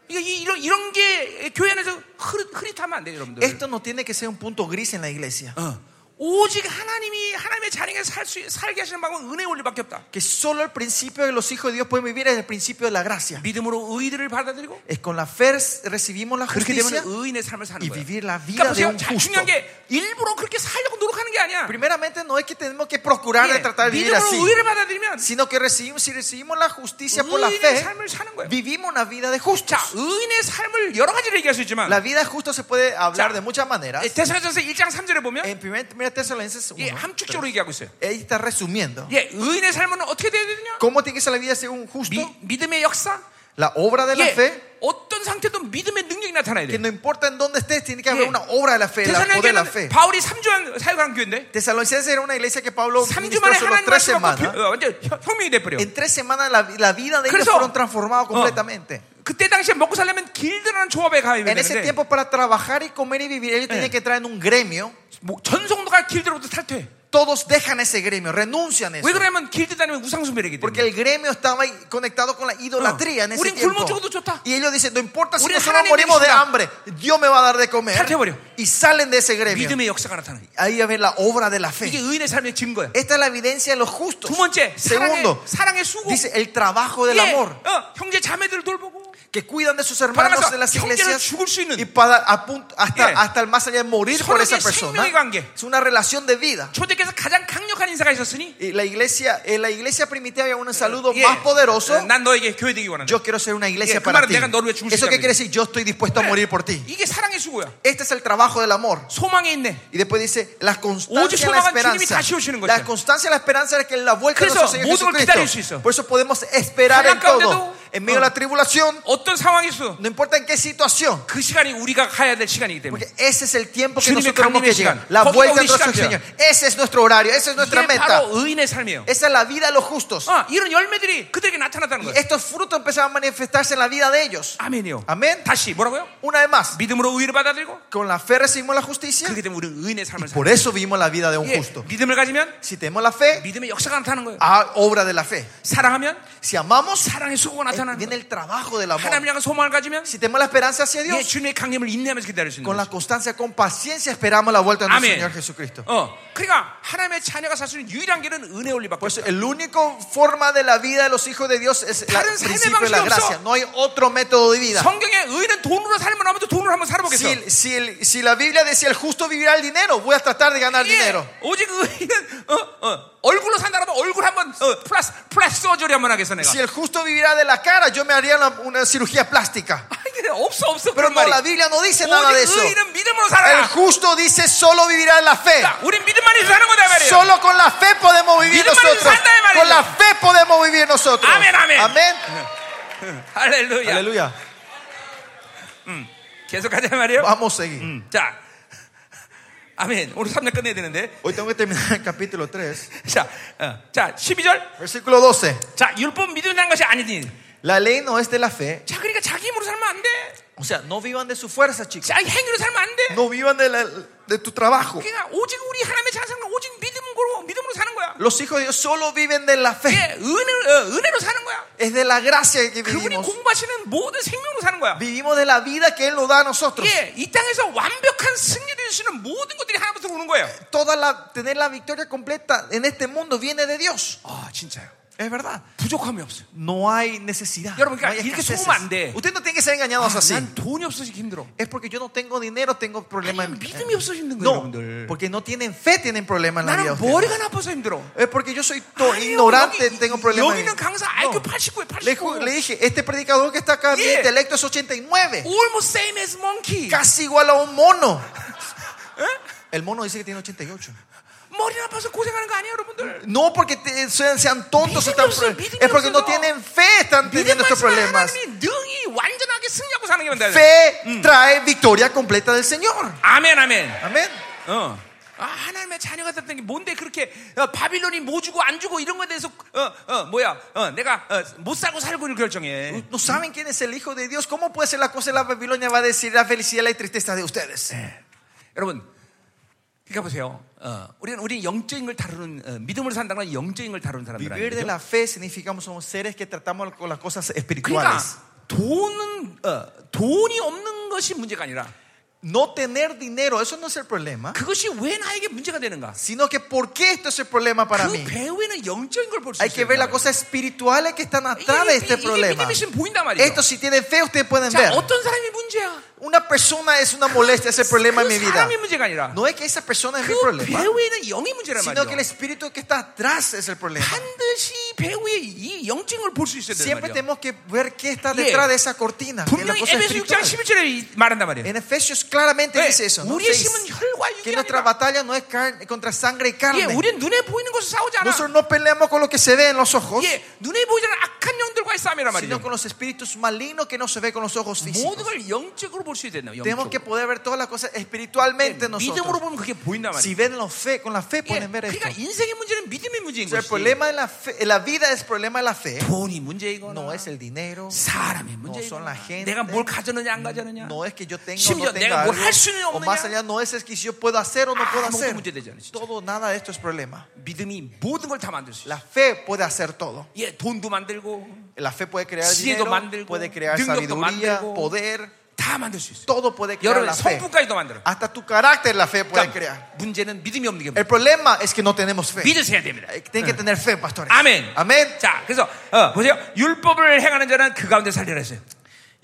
Speaker 1: 이거 이- 이런 이런 게 교회 안에서 흐릿, 흐릿하면 안 돼요, 여러분들.
Speaker 2: Esto no tiene que ser un punto gris en la iglesia.
Speaker 1: 어. 오직 하나님이 하나님의 자녀에게 살 수, 살게 하시는 방법은 은혜 원리밖에 없다.
Speaker 2: Que solo el principio de los hijos de Dios pueden vivir es el principio de la gracia.
Speaker 1: 믿음으로 의들을 받아들이고
Speaker 2: Es con la fe recibimos la
Speaker 1: 그렇게 되면
Speaker 2: justicia.
Speaker 1: 의인의 삶을 사는
Speaker 2: y
Speaker 1: 거야.
Speaker 2: vivir la vida
Speaker 1: 그러니까
Speaker 2: de
Speaker 1: 보세요,
Speaker 2: un
Speaker 1: 자,
Speaker 2: justo.
Speaker 1: 중요한 게 일부러 그렇게 살려고 노력하는 게 아니야.
Speaker 2: Primeramente no es que tenemos que procurar de
Speaker 1: 예,
Speaker 2: tratar de vivir
Speaker 1: 믿음으로
Speaker 2: así,
Speaker 1: 의를 받아들이면
Speaker 2: sino que recibimos, si recibimos la justicia por la
Speaker 1: 의인의
Speaker 2: fe,
Speaker 1: 삶을 사는 거예요.
Speaker 2: vivimos una vida de justos.
Speaker 1: 자, 의인의 삶을 여러 가지로 얘기할 수 있지만
Speaker 2: La vida de justo se puede hablar
Speaker 1: 자,
Speaker 2: de muchas maneras.
Speaker 1: 예, 데살로니가서 1장 3절에 보면
Speaker 2: En 1 Tesalonicenses
Speaker 1: 예,
Speaker 2: 1,
Speaker 1: 함축적으로 얘기하고 있어요.
Speaker 2: ahí está resumiendo.
Speaker 1: 예, 의인의 삶은 어떻게 돼야 되느냐?
Speaker 2: ¿Cómo tiene que ser la vida según un justo?
Speaker 1: 미- 믿음의 역사.
Speaker 2: La obra de la fe,
Speaker 1: 예, 어떤 상태도 믿음의 능력이 나타나야
Speaker 2: que
Speaker 1: 돼.
Speaker 2: no importa en dónde estés, tiene que haber
Speaker 1: 예.
Speaker 2: una obra de la fe, la poder de la fe.
Speaker 1: 데살로니가는 바울이 3주한 사역한 교회인데
Speaker 2: Tesalonicenses era una iglesia que Pablo
Speaker 1: 3주
Speaker 2: ministró
Speaker 1: 만에
Speaker 2: solo
Speaker 1: 하나님
Speaker 2: tres
Speaker 1: 말씀 받고
Speaker 2: semanas.
Speaker 1: 비- 어, 완전 혁- 혁명이 돼버려.
Speaker 2: En tres semanas la, la vida de ellos
Speaker 1: 그래서-
Speaker 2: fueron transformados
Speaker 1: 어.
Speaker 2: completamente.
Speaker 1: 그때 당시에 먹고 살려면 길드라는 조합에 가입이
Speaker 2: En ese
Speaker 1: 되는데
Speaker 2: tiempo para trabajar y comer y vivir ellos tienen que entrar en un gremio.
Speaker 1: 뭐, 전성도가 길드로부터 탈퇴해.
Speaker 2: Todos dejan ese gremio, renuncian a eso.
Speaker 1: 왜 그러냐면 길드 다니면 우상숭배이기
Speaker 2: Porque
Speaker 1: 때문에.
Speaker 2: el gremio estaba ahí conectado con la idolatría en ese
Speaker 1: 우린
Speaker 2: tiempo.
Speaker 1: 굶어 죽어도 좋다.
Speaker 2: Y ellos dicen, no importa si
Speaker 1: 우리는
Speaker 2: nosotros
Speaker 1: 하나님의
Speaker 2: morimos de
Speaker 1: 믿음이다.
Speaker 2: hambre, Dios me va a dar de comer.
Speaker 1: 탈퇴버려.
Speaker 2: Y salen de ese gremio.
Speaker 1: 믿음의 역사가 나타나.
Speaker 2: Ahí va a ver la obra de la
Speaker 1: 이게
Speaker 2: fe.
Speaker 1: 의인의 삶의 증거야.
Speaker 2: Esta es la evidencia de los justos.
Speaker 1: 두 번째 사랑의
Speaker 2: Segundo,
Speaker 1: 사랑의 수고.
Speaker 2: dice el trabajo del
Speaker 1: 예,
Speaker 2: amor.
Speaker 1: 어, 형제 자매들을 돌보고
Speaker 2: Que cuidan de sus hermanos
Speaker 1: Para
Speaker 2: de las
Speaker 1: que-
Speaker 2: iglesias
Speaker 1: 죽을 수 있는.
Speaker 2: y para, a punto- hasta,
Speaker 1: 예.
Speaker 2: hasta el más allá de morir por
Speaker 1: 서로의
Speaker 2: esa persona.
Speaker 1: 생명의 관계.
Speaker 2: Es una relación de vida.
Speaker 1: 초대께서 가장 강력한 인사가 있었으니
Speaker 2: Y la iglesia, en la iglesia primitiva había un saludo
Speaker 1: 예,
Speaker 2: más poderoso.
Speaker 1: 난 너에게 교회 되기 원한다.
Speaker 2: Yo quiero ser una iglesia
Speaker 1: 그
Speaker 2: para
Speaker 1: 말은
Speaker 2: ti.
Speaker 1: 내가 너를 위해 죽을 수
Speaker 2: ¿Eso qué
Speaker 1: 있다는
Speaker 2: quiere decir? Yo estoy dispuesto a morir por ti.
Speaker 1: 이게 사랑의 수고야.
Speaker 2: Este es el trabajo del amor.
Speaker 1: 소망에 있네.
Speaker 2: Y después dice, la
Speaker 1: 오직
Speaker 2: constancia en la
Speaker 1: 소망한 주님이
Speaker 2: esperanza.
Speaker 1: 다시 오시는
Speaker 2: La
Speaker 1: 것이야.
Speaker 2: constancia en la esperanza es que la vuelta de
Speaker 1: 그래서
Speaker 2: nuestro Señor
Speaker 1: 모든 걸 기다릴 수
Speaker 2: Jesucristo.
Speaker 1: 있어.
Speaker 2: Por eso podemos esperar en
Speaker 1: 상황 가운데도,
Speaker 2: todo. En medio de
Speaker 1: 어.
Speaker 2: la tribulación,
Speaker 1: 어떤 상황에서
Speaker 2: no importa en qué situación.
Speaker 1: 그 시간이 우리가 가야 될 시간이기 때문에
Speaker 2: Porque ese es el tiempo que
Speaker 1: 주님의
Speaker 2: nosotros tenemos que
Speaker 1: 강림의
Speaker 2: llegar.
Speaker 1: 시간.
Speaker 2: La
Speaker 1: 거기가
Speaker 2: vuelta de
Speaker 1: 우리
Speaker 2: nuestro
Speaker 1: 시간표야.
Speaker 2: Señor. Ese es nuestro horario. Esa es nuestra
Speaker 1: 이게
Speaker 2: meta.
Speaker 1: 바로 의인의 삶이에요.
Speaker 2: Esa es la vida de los justos.
Speaker 1: 아, 이런 열매들이 그들에게 나타났다는 거예요.
Speaker 2: Estos frutos empezaron a manifestarse en la vida de ellos.
Speaker 1: 아멘이요.
Speaker 2: 아멘.
Speaker 1: 다시 뭐라고요?
Speaker 2: Una vez más,
Speaker 1: 믿음으로 의를 받아들이고
Speaker 2: con la fe recibimos la justicia.
Speaker 1: 그렇기 때문에 우리는 의인의 삶을 살아.
Speaker 2: Por eso vivimos la vida de un
Speaker 1: 예,
Speaker 2: justo.
Speaker 1: 믿음을 가지면
Speaker 2: Si tenemos la fe,
Speaker 1: 믿음의 역사가 나타나는 거예요.
Speaker 2: a obra de la fe.
Speaker 1: 사랑하면
Speaker 2: Si amamos,
Speaker 1: 사랑의 수고가
Speaker 2: eh,
Speaker 1: 나타나는
Speaker 2: viene
Speaker 1: 거예요.
Speaker 2: el trabajo del amor.
Speaker 1: 하나님을 향한 소망을 가지면
Speaker 2: Si tenemos la esperanza hacia
Speaker 1: 예,
Speaker 2: Dios,
Speaker 1: 주님의 강림을 인내하면서 기다릴 수 있는
Speaker 2: con la
Speaker 1: 거예요.
Speaker 2: constancia, con paciencia esperamos la vuelta de nuestro
Speaker 1: 아멘.
Speaker 2: Señor Jesucristo.
Speaker 1: 어, 그러니까 하나님의 자녀가 살 수 있는 유일한 길은 은혜 올리밖에
Speaker 2: Por
Speaker 1: 없어요.
Speaker 2: eso, Pues el único forma de la vida de los hijos de Dios es la-
Speaker 1: 다른
Speaker 2: el
Speaker 1: 삶의
Speaker 2: principio de la
Speaker 1: 방식이
Speaker 2: gracia.
Speaker 1: 없어.
Speaker 2: No hay otro método de vida.
Speaker 1: 성경에 의인은 돈으로 살면 아무도 돈으로 한번 살아보겠어.
Speaker 2: Si, si el- si la Biblia decía el justo vivirá el dinero, voy a tratar de ganar
Speaker 1: 예,
Speaker 2: dinero.
Speaker 1: 오직 의인은 어, 어, 얼굴로 산다라면 얼굴 한번 어, 플러스 플러스 서저리 한번 하겠어 내가.
Speaker 2: Si el justo vivirá de la cara, yo me haría una, una cirugía plástica.
Speaker 1: 아, 이게 없어 없어
Speaker 2: Pero
Speaker 1: 그런
Speaker 2: no,
Speaker 1: 말이.
Speaker 2: la Biblia no dice nada de
Speaker 1: 오직
Speaker 2: eso.
Speaker 1: 의인은 믿음으로
Speaker 2: El
Speaker 1: 살아라.
Speaker 2: justo dice solo vivirá en la fe.
Speaker 1: 그러니까 우린 믿음만 있어 사는 거다 말이에요.
Speaker 2: Solo con la fe podemos vivir
Speaker 1: Mira,
Speaker 2: nosotros.
Speaker 1: María Santa de María.
Speaker 2: Con la fe podemos vivir nosotros.
Speaker 1: Amén, amén.
Speaker 2: Amén.
Speaker 1: 할렐루야.
Speaker 2: Aleluya.
Speaker 1: 계속 가자 말이에요.
Speaker 2: Vamos a seguir.
Speaker 1: 음, 자, [laughs] 아멘. 오늘 3년 끝내야 되는데.
Speaker 2: Hoy tengo que terminar el capítulo 3,
Speaker 1: 자, 어, 자, 12절.
Speaker 2: versículo 12.
Speaker 1: 자, 율법 믿음이라는 것이 아니니.
Speaker 2: La ley no es de la fe.
Speaker 1: 자, 그러니까 자기 힘으로 살면 안 돼.
Speaker 2: O sea, no vivan de su fuerza, chicos.
Speaker 1: 자, 행위로 살면 안 돼.
Speaker 2: No vivan de, la- de tu trabajo.
Speaker 1: 그러니까 오직 우리 하나님의 자녀는 오직 믿음으로 믿음으로 사는 거야.
Speaker 2: Los hijos de Dios solo viven de la fe.
Speaker 1: 예, 은혜로, 어, 은혜로 사는 거야.
Speaker 2: Es de la gracia que
Speaker 1: 그분이
Speaker 2: vivimos.
Speaker 1: 공부하시는 모든 생명으로 사는 거야.
Speaker 2: Vivimos de la vida que Él nos da a nosotros.
Speaker 1: 예, 이 땅에서 완벽한 승리를 주시는 모든 것들이 하나부터 오는 거예요.
Speaker 2: Toda la, tener la victoria completa en este mundo viene de Dios.
Speaker 1: 아, 진짜요.
Speaker 2: Es verdad.
Speaker 1: 부족함이 없어요.
Speaker 2: No hay necesidad.
Speaker 1: 여러분,
Speaker 2: no
Speaker 1: 그러니까
Speaker 2: hay
Speaker 1: 이렇게
Speaker 2: escaseces.
Speaker 1: 속으면 안 돼.
Speaker 2: Usted no tiene que ser engañados
Speaker 1: 아,
Speaker 2: así.
Speaker 1: 난 돈이 없어지기 힘들어.
Speaker 2: Es porque yo no tengo dinero, tengo problemas.
Speaker 1: 아니, 믿음이 없어서 힘든 거예요,
Speaker 2: No,
Speaker 1: 여러분들.
Speaker 2: porque no tienen fe, tienen problemas en la
Speaker 1: 나는
Speaker 2: vida. ustedes.
Speaker 1: 머리가 나빠서 힘들어.
Speaker 2: Es porque yo soy to-
Speaker 1: 아니요,
Speaker 2: ignorante,
Speaker 1: 여기,
Speaker 2: tengo problemas.
Speaker 1: 여기는 강사
Speaker 2: No.
Speaker 1: IQ 89에
Speaker 2: Le, ju-
Speaker 1: 89.
Speaker 2: le dije, este predicador que está acá, mi
Speaker 1: Yeah. Uh.
Speaker 2: intelecto es 89,
Speaker 1: Almost same as monkey.
Speaker 2: casi igual a un mono. El mono dice que tiene 88.
Speaker 1: 머리 나빠서 고생하는 거 아니야, 여러분들?
Speaker 2: No porque te- sean, sean tontos,
Speaker 1: 믿음이
Speaker 2: están
Speaker 1: 없어,
Speaker 2: pro-
Speaker 1: 믿음이
Speaker 2: es porque no
Speaker 1: 없어서.
Speaker 2: tienen fe, están teniendo
Speaker 1: 믿음만 있으면
Speaker 2: estos problemas.
Speaker 1: 하나님이 능히 완전하게 승리하고 사는 게 뭔데?
Speaker 2: Fe trae victoria completa del Señor.
Speaker 1: 아멘, 아멘.
Speaker 2: Amén.
Speaker 1: 어. 아, 하나님의 자녀가 됐던 게 뭔데 그렇게 어, 바빌론이 뭐 주고 안 주고 이런 거에 대해서 어, 어, 뭐야? 어, 내가 어, 못 살고 살고를 결정해.
Speaker 2: No saben quién es el Hijo de Dios. ¿Cómo puede ser la cosa de la Babilonia? Va a decir la felicidad y la tristeza de ustedes.
Speaker 1: 여러분, 그러니까 보세요. 어, 우리는 우리 영적인 걸 다루는 어, 믿음으로 산다는 건 영적인 걸 다루는 사람들
Speaker 2: Vivir de
Speaker 1: 아니죠?
Speaker 2: la fe significa que somos seres que tratamos con las cosas
Speaker 1: 그러니까
Speaker 2: espirituales.
Speaker 1: 돈은 어, 돈이 없는 것이 문제가 아니라
Speaker 2: No tener dinero, eso no es el problema,
Speaker 1: 그것이 왜 나에게 문제가 되는가?
Speaker 2: sino que por qué esto es el problema para
Speaker 1: 그
Speaker 2: mí.
Speaker 1: 배후에는 영적인 걸 볼 수
Speaker 2: Hay que
Speaker 1: 있어요.
Speaker 2: ver las cosas espirituales que están atrás de
Speaker 1: 이게,
Speaker 2: este
Speaker 1: 이게, 이게
Speaker 2: problema.
Speaker 1: 믿음이 있으면 보인단 말이죠.
Speaker 2: Esto, si tienen fe, ustedes pueden
Speaker 1: 자,
Speaker 2: ver.
Speaker 1: 어떤 사람이 문제야?
Speaker 2: Una persona es una molestia, es el problema en mi
Speaker 1: 그
Speaker 2: vida.
Speaker 1: 사람이 문제가 아니라
Speaker 2: No es que esa persona es mi
Speaker 1: 그
Speaker 2: problema,
Speaker 1: 배후에는 영이 문제란
Speaker 2: sino que el
Speaker 1: 말이죠.
Speaker 2: espíritu que está atrás es el
Speaker 1: 그러니까.
Speaker 2: problema.
Speaker 1: 반드시 배후에 이 영적인 걸 볼 수 있어야 되는
Speaker 2: Siempre
Speaker 1: 말이죠.
Speaker 2: tenemos que ver qué está
Speaker 1: Yeah.
Speaker 2: detrás de esa cortina. en la
Speaker 1: 분명히
Speaker 2: cosa
Speaker 1: 에베소 6장
Speaker 2: espiritual.
Speaker 1: 11절에 말한단 말이에요.
Speaker 2: En Efesios claramente
Speaker 1: 왜?
Speaker 2: dice eso. ¿no?
Speaker 1: 우리의
Speaker 2: Seis.
Speaker 1: 힘은 혈과
Speaker 2: que
Speaker 1: 육이
Speaker 2: nuestra
Speaker 1: 아니라
Speaker 2: batalla no es carne- contra sangre y
Speaker 1: 예,
Speaker 2: carne.
Speaker 1: 우리는 눈에 보이는 것을 싸우지 않아
Speaker 2: Nosotros no peleamos con lo que se ve en los ojos,
Speaker 1: 예, 눈에 보이지 않는 악한 영들과의 싸움이란
Speaker 2: sino
Speaker 1: 말이죠
Speaker 2: con los espíritus malignos que no se ve con los ojos físicos.
Speaker 1: 모든 걸 영적으로 볼 수 있어야 된다
Speaker 2: Tenemos
Speaker 1: 영적으로
Speaker 2: que poder ver todas las cosas espiritualmente
Speaker 1: 믿음으로
Speaker 2: nosotros.
Speaker 1: 보면 그게 보인단 말이에요
Speaker 2: Si ven la fe, con la fe
Speaker 1: 예,
Speaker 2: pueden ver esto.
Speaker 1: 그러니까 인생의 문제는 믿음의 문제인
Speaker 2: O sea, el
Speaker 1: 것이지
Speaker 2: problema de la, fe- la vida es problema de la fe.
Speaker 1: 돈이 문제이거나
Speaker 2: No es el dinero,
Speaker 1: 사람의
Speaker 2: son la
Speaker 1: 문제이거나
Speaker 2: gente.
Speaker 1: 내가 뭘 가져느냐 안 가져느냐
Speaker 2: no es que yo tenga o
Speaker 1: 심지어
Speaker 2: no tenga
Speaker 1: 내가 뭘
Speaker 2: algo,
Speaker 1: 할 수는
Speaker 2: o más
Speaker 1: 없느냐?
Speaker 2: allá no Ah, es el que si yo puedo hacer o no puedo
Speaker 1: 아무것도
Speaker 2: hacer.
Speaker 1: 문제되지 않아, 진짜.
Speaker 2: Todo, nada de esto es problema.
Speaker 1: 믿음이 모든 걸 다 만들 수 있어
Speaker 2: La fe puede hacer todo.
Speaker 1: 예, 돈도 만들고
Speaker 2: La fe puede crear
Speaker 1: 지혜도
Speaker 2: dinero,
Speaker 1: 만들고,
Speaker 2: puede crear
Speaker 1: 능력도
Speaker 2: sabiduría,
Speaker 1: 만들고.
Speaker 2: poder,
Speaker 1: 다 만들 수 있어
Speaker 2: todo puede crear
Speaker 1: 여러분
Speaker 2: la fe.
Speaker 1: 성품까지도 만들어
Speaker 2: Hasta tu carácter la fe puede crear.
Speaker 1: 그러니까 문제는 믿음이 없는 게 문제야
Speaker 2: El problema es que no tenemos fe.
Speaker 1: 믿으셔야 됩니다
Speaker 2: Eh, Tienen que tener fe, pastores.
Speaker 1: 아멘.
Speaker 2: Amén.
Speaker 1: 자, 그래서 어, 보세요. 율법을 행하는 자는 그 가운데 살리라 했어요.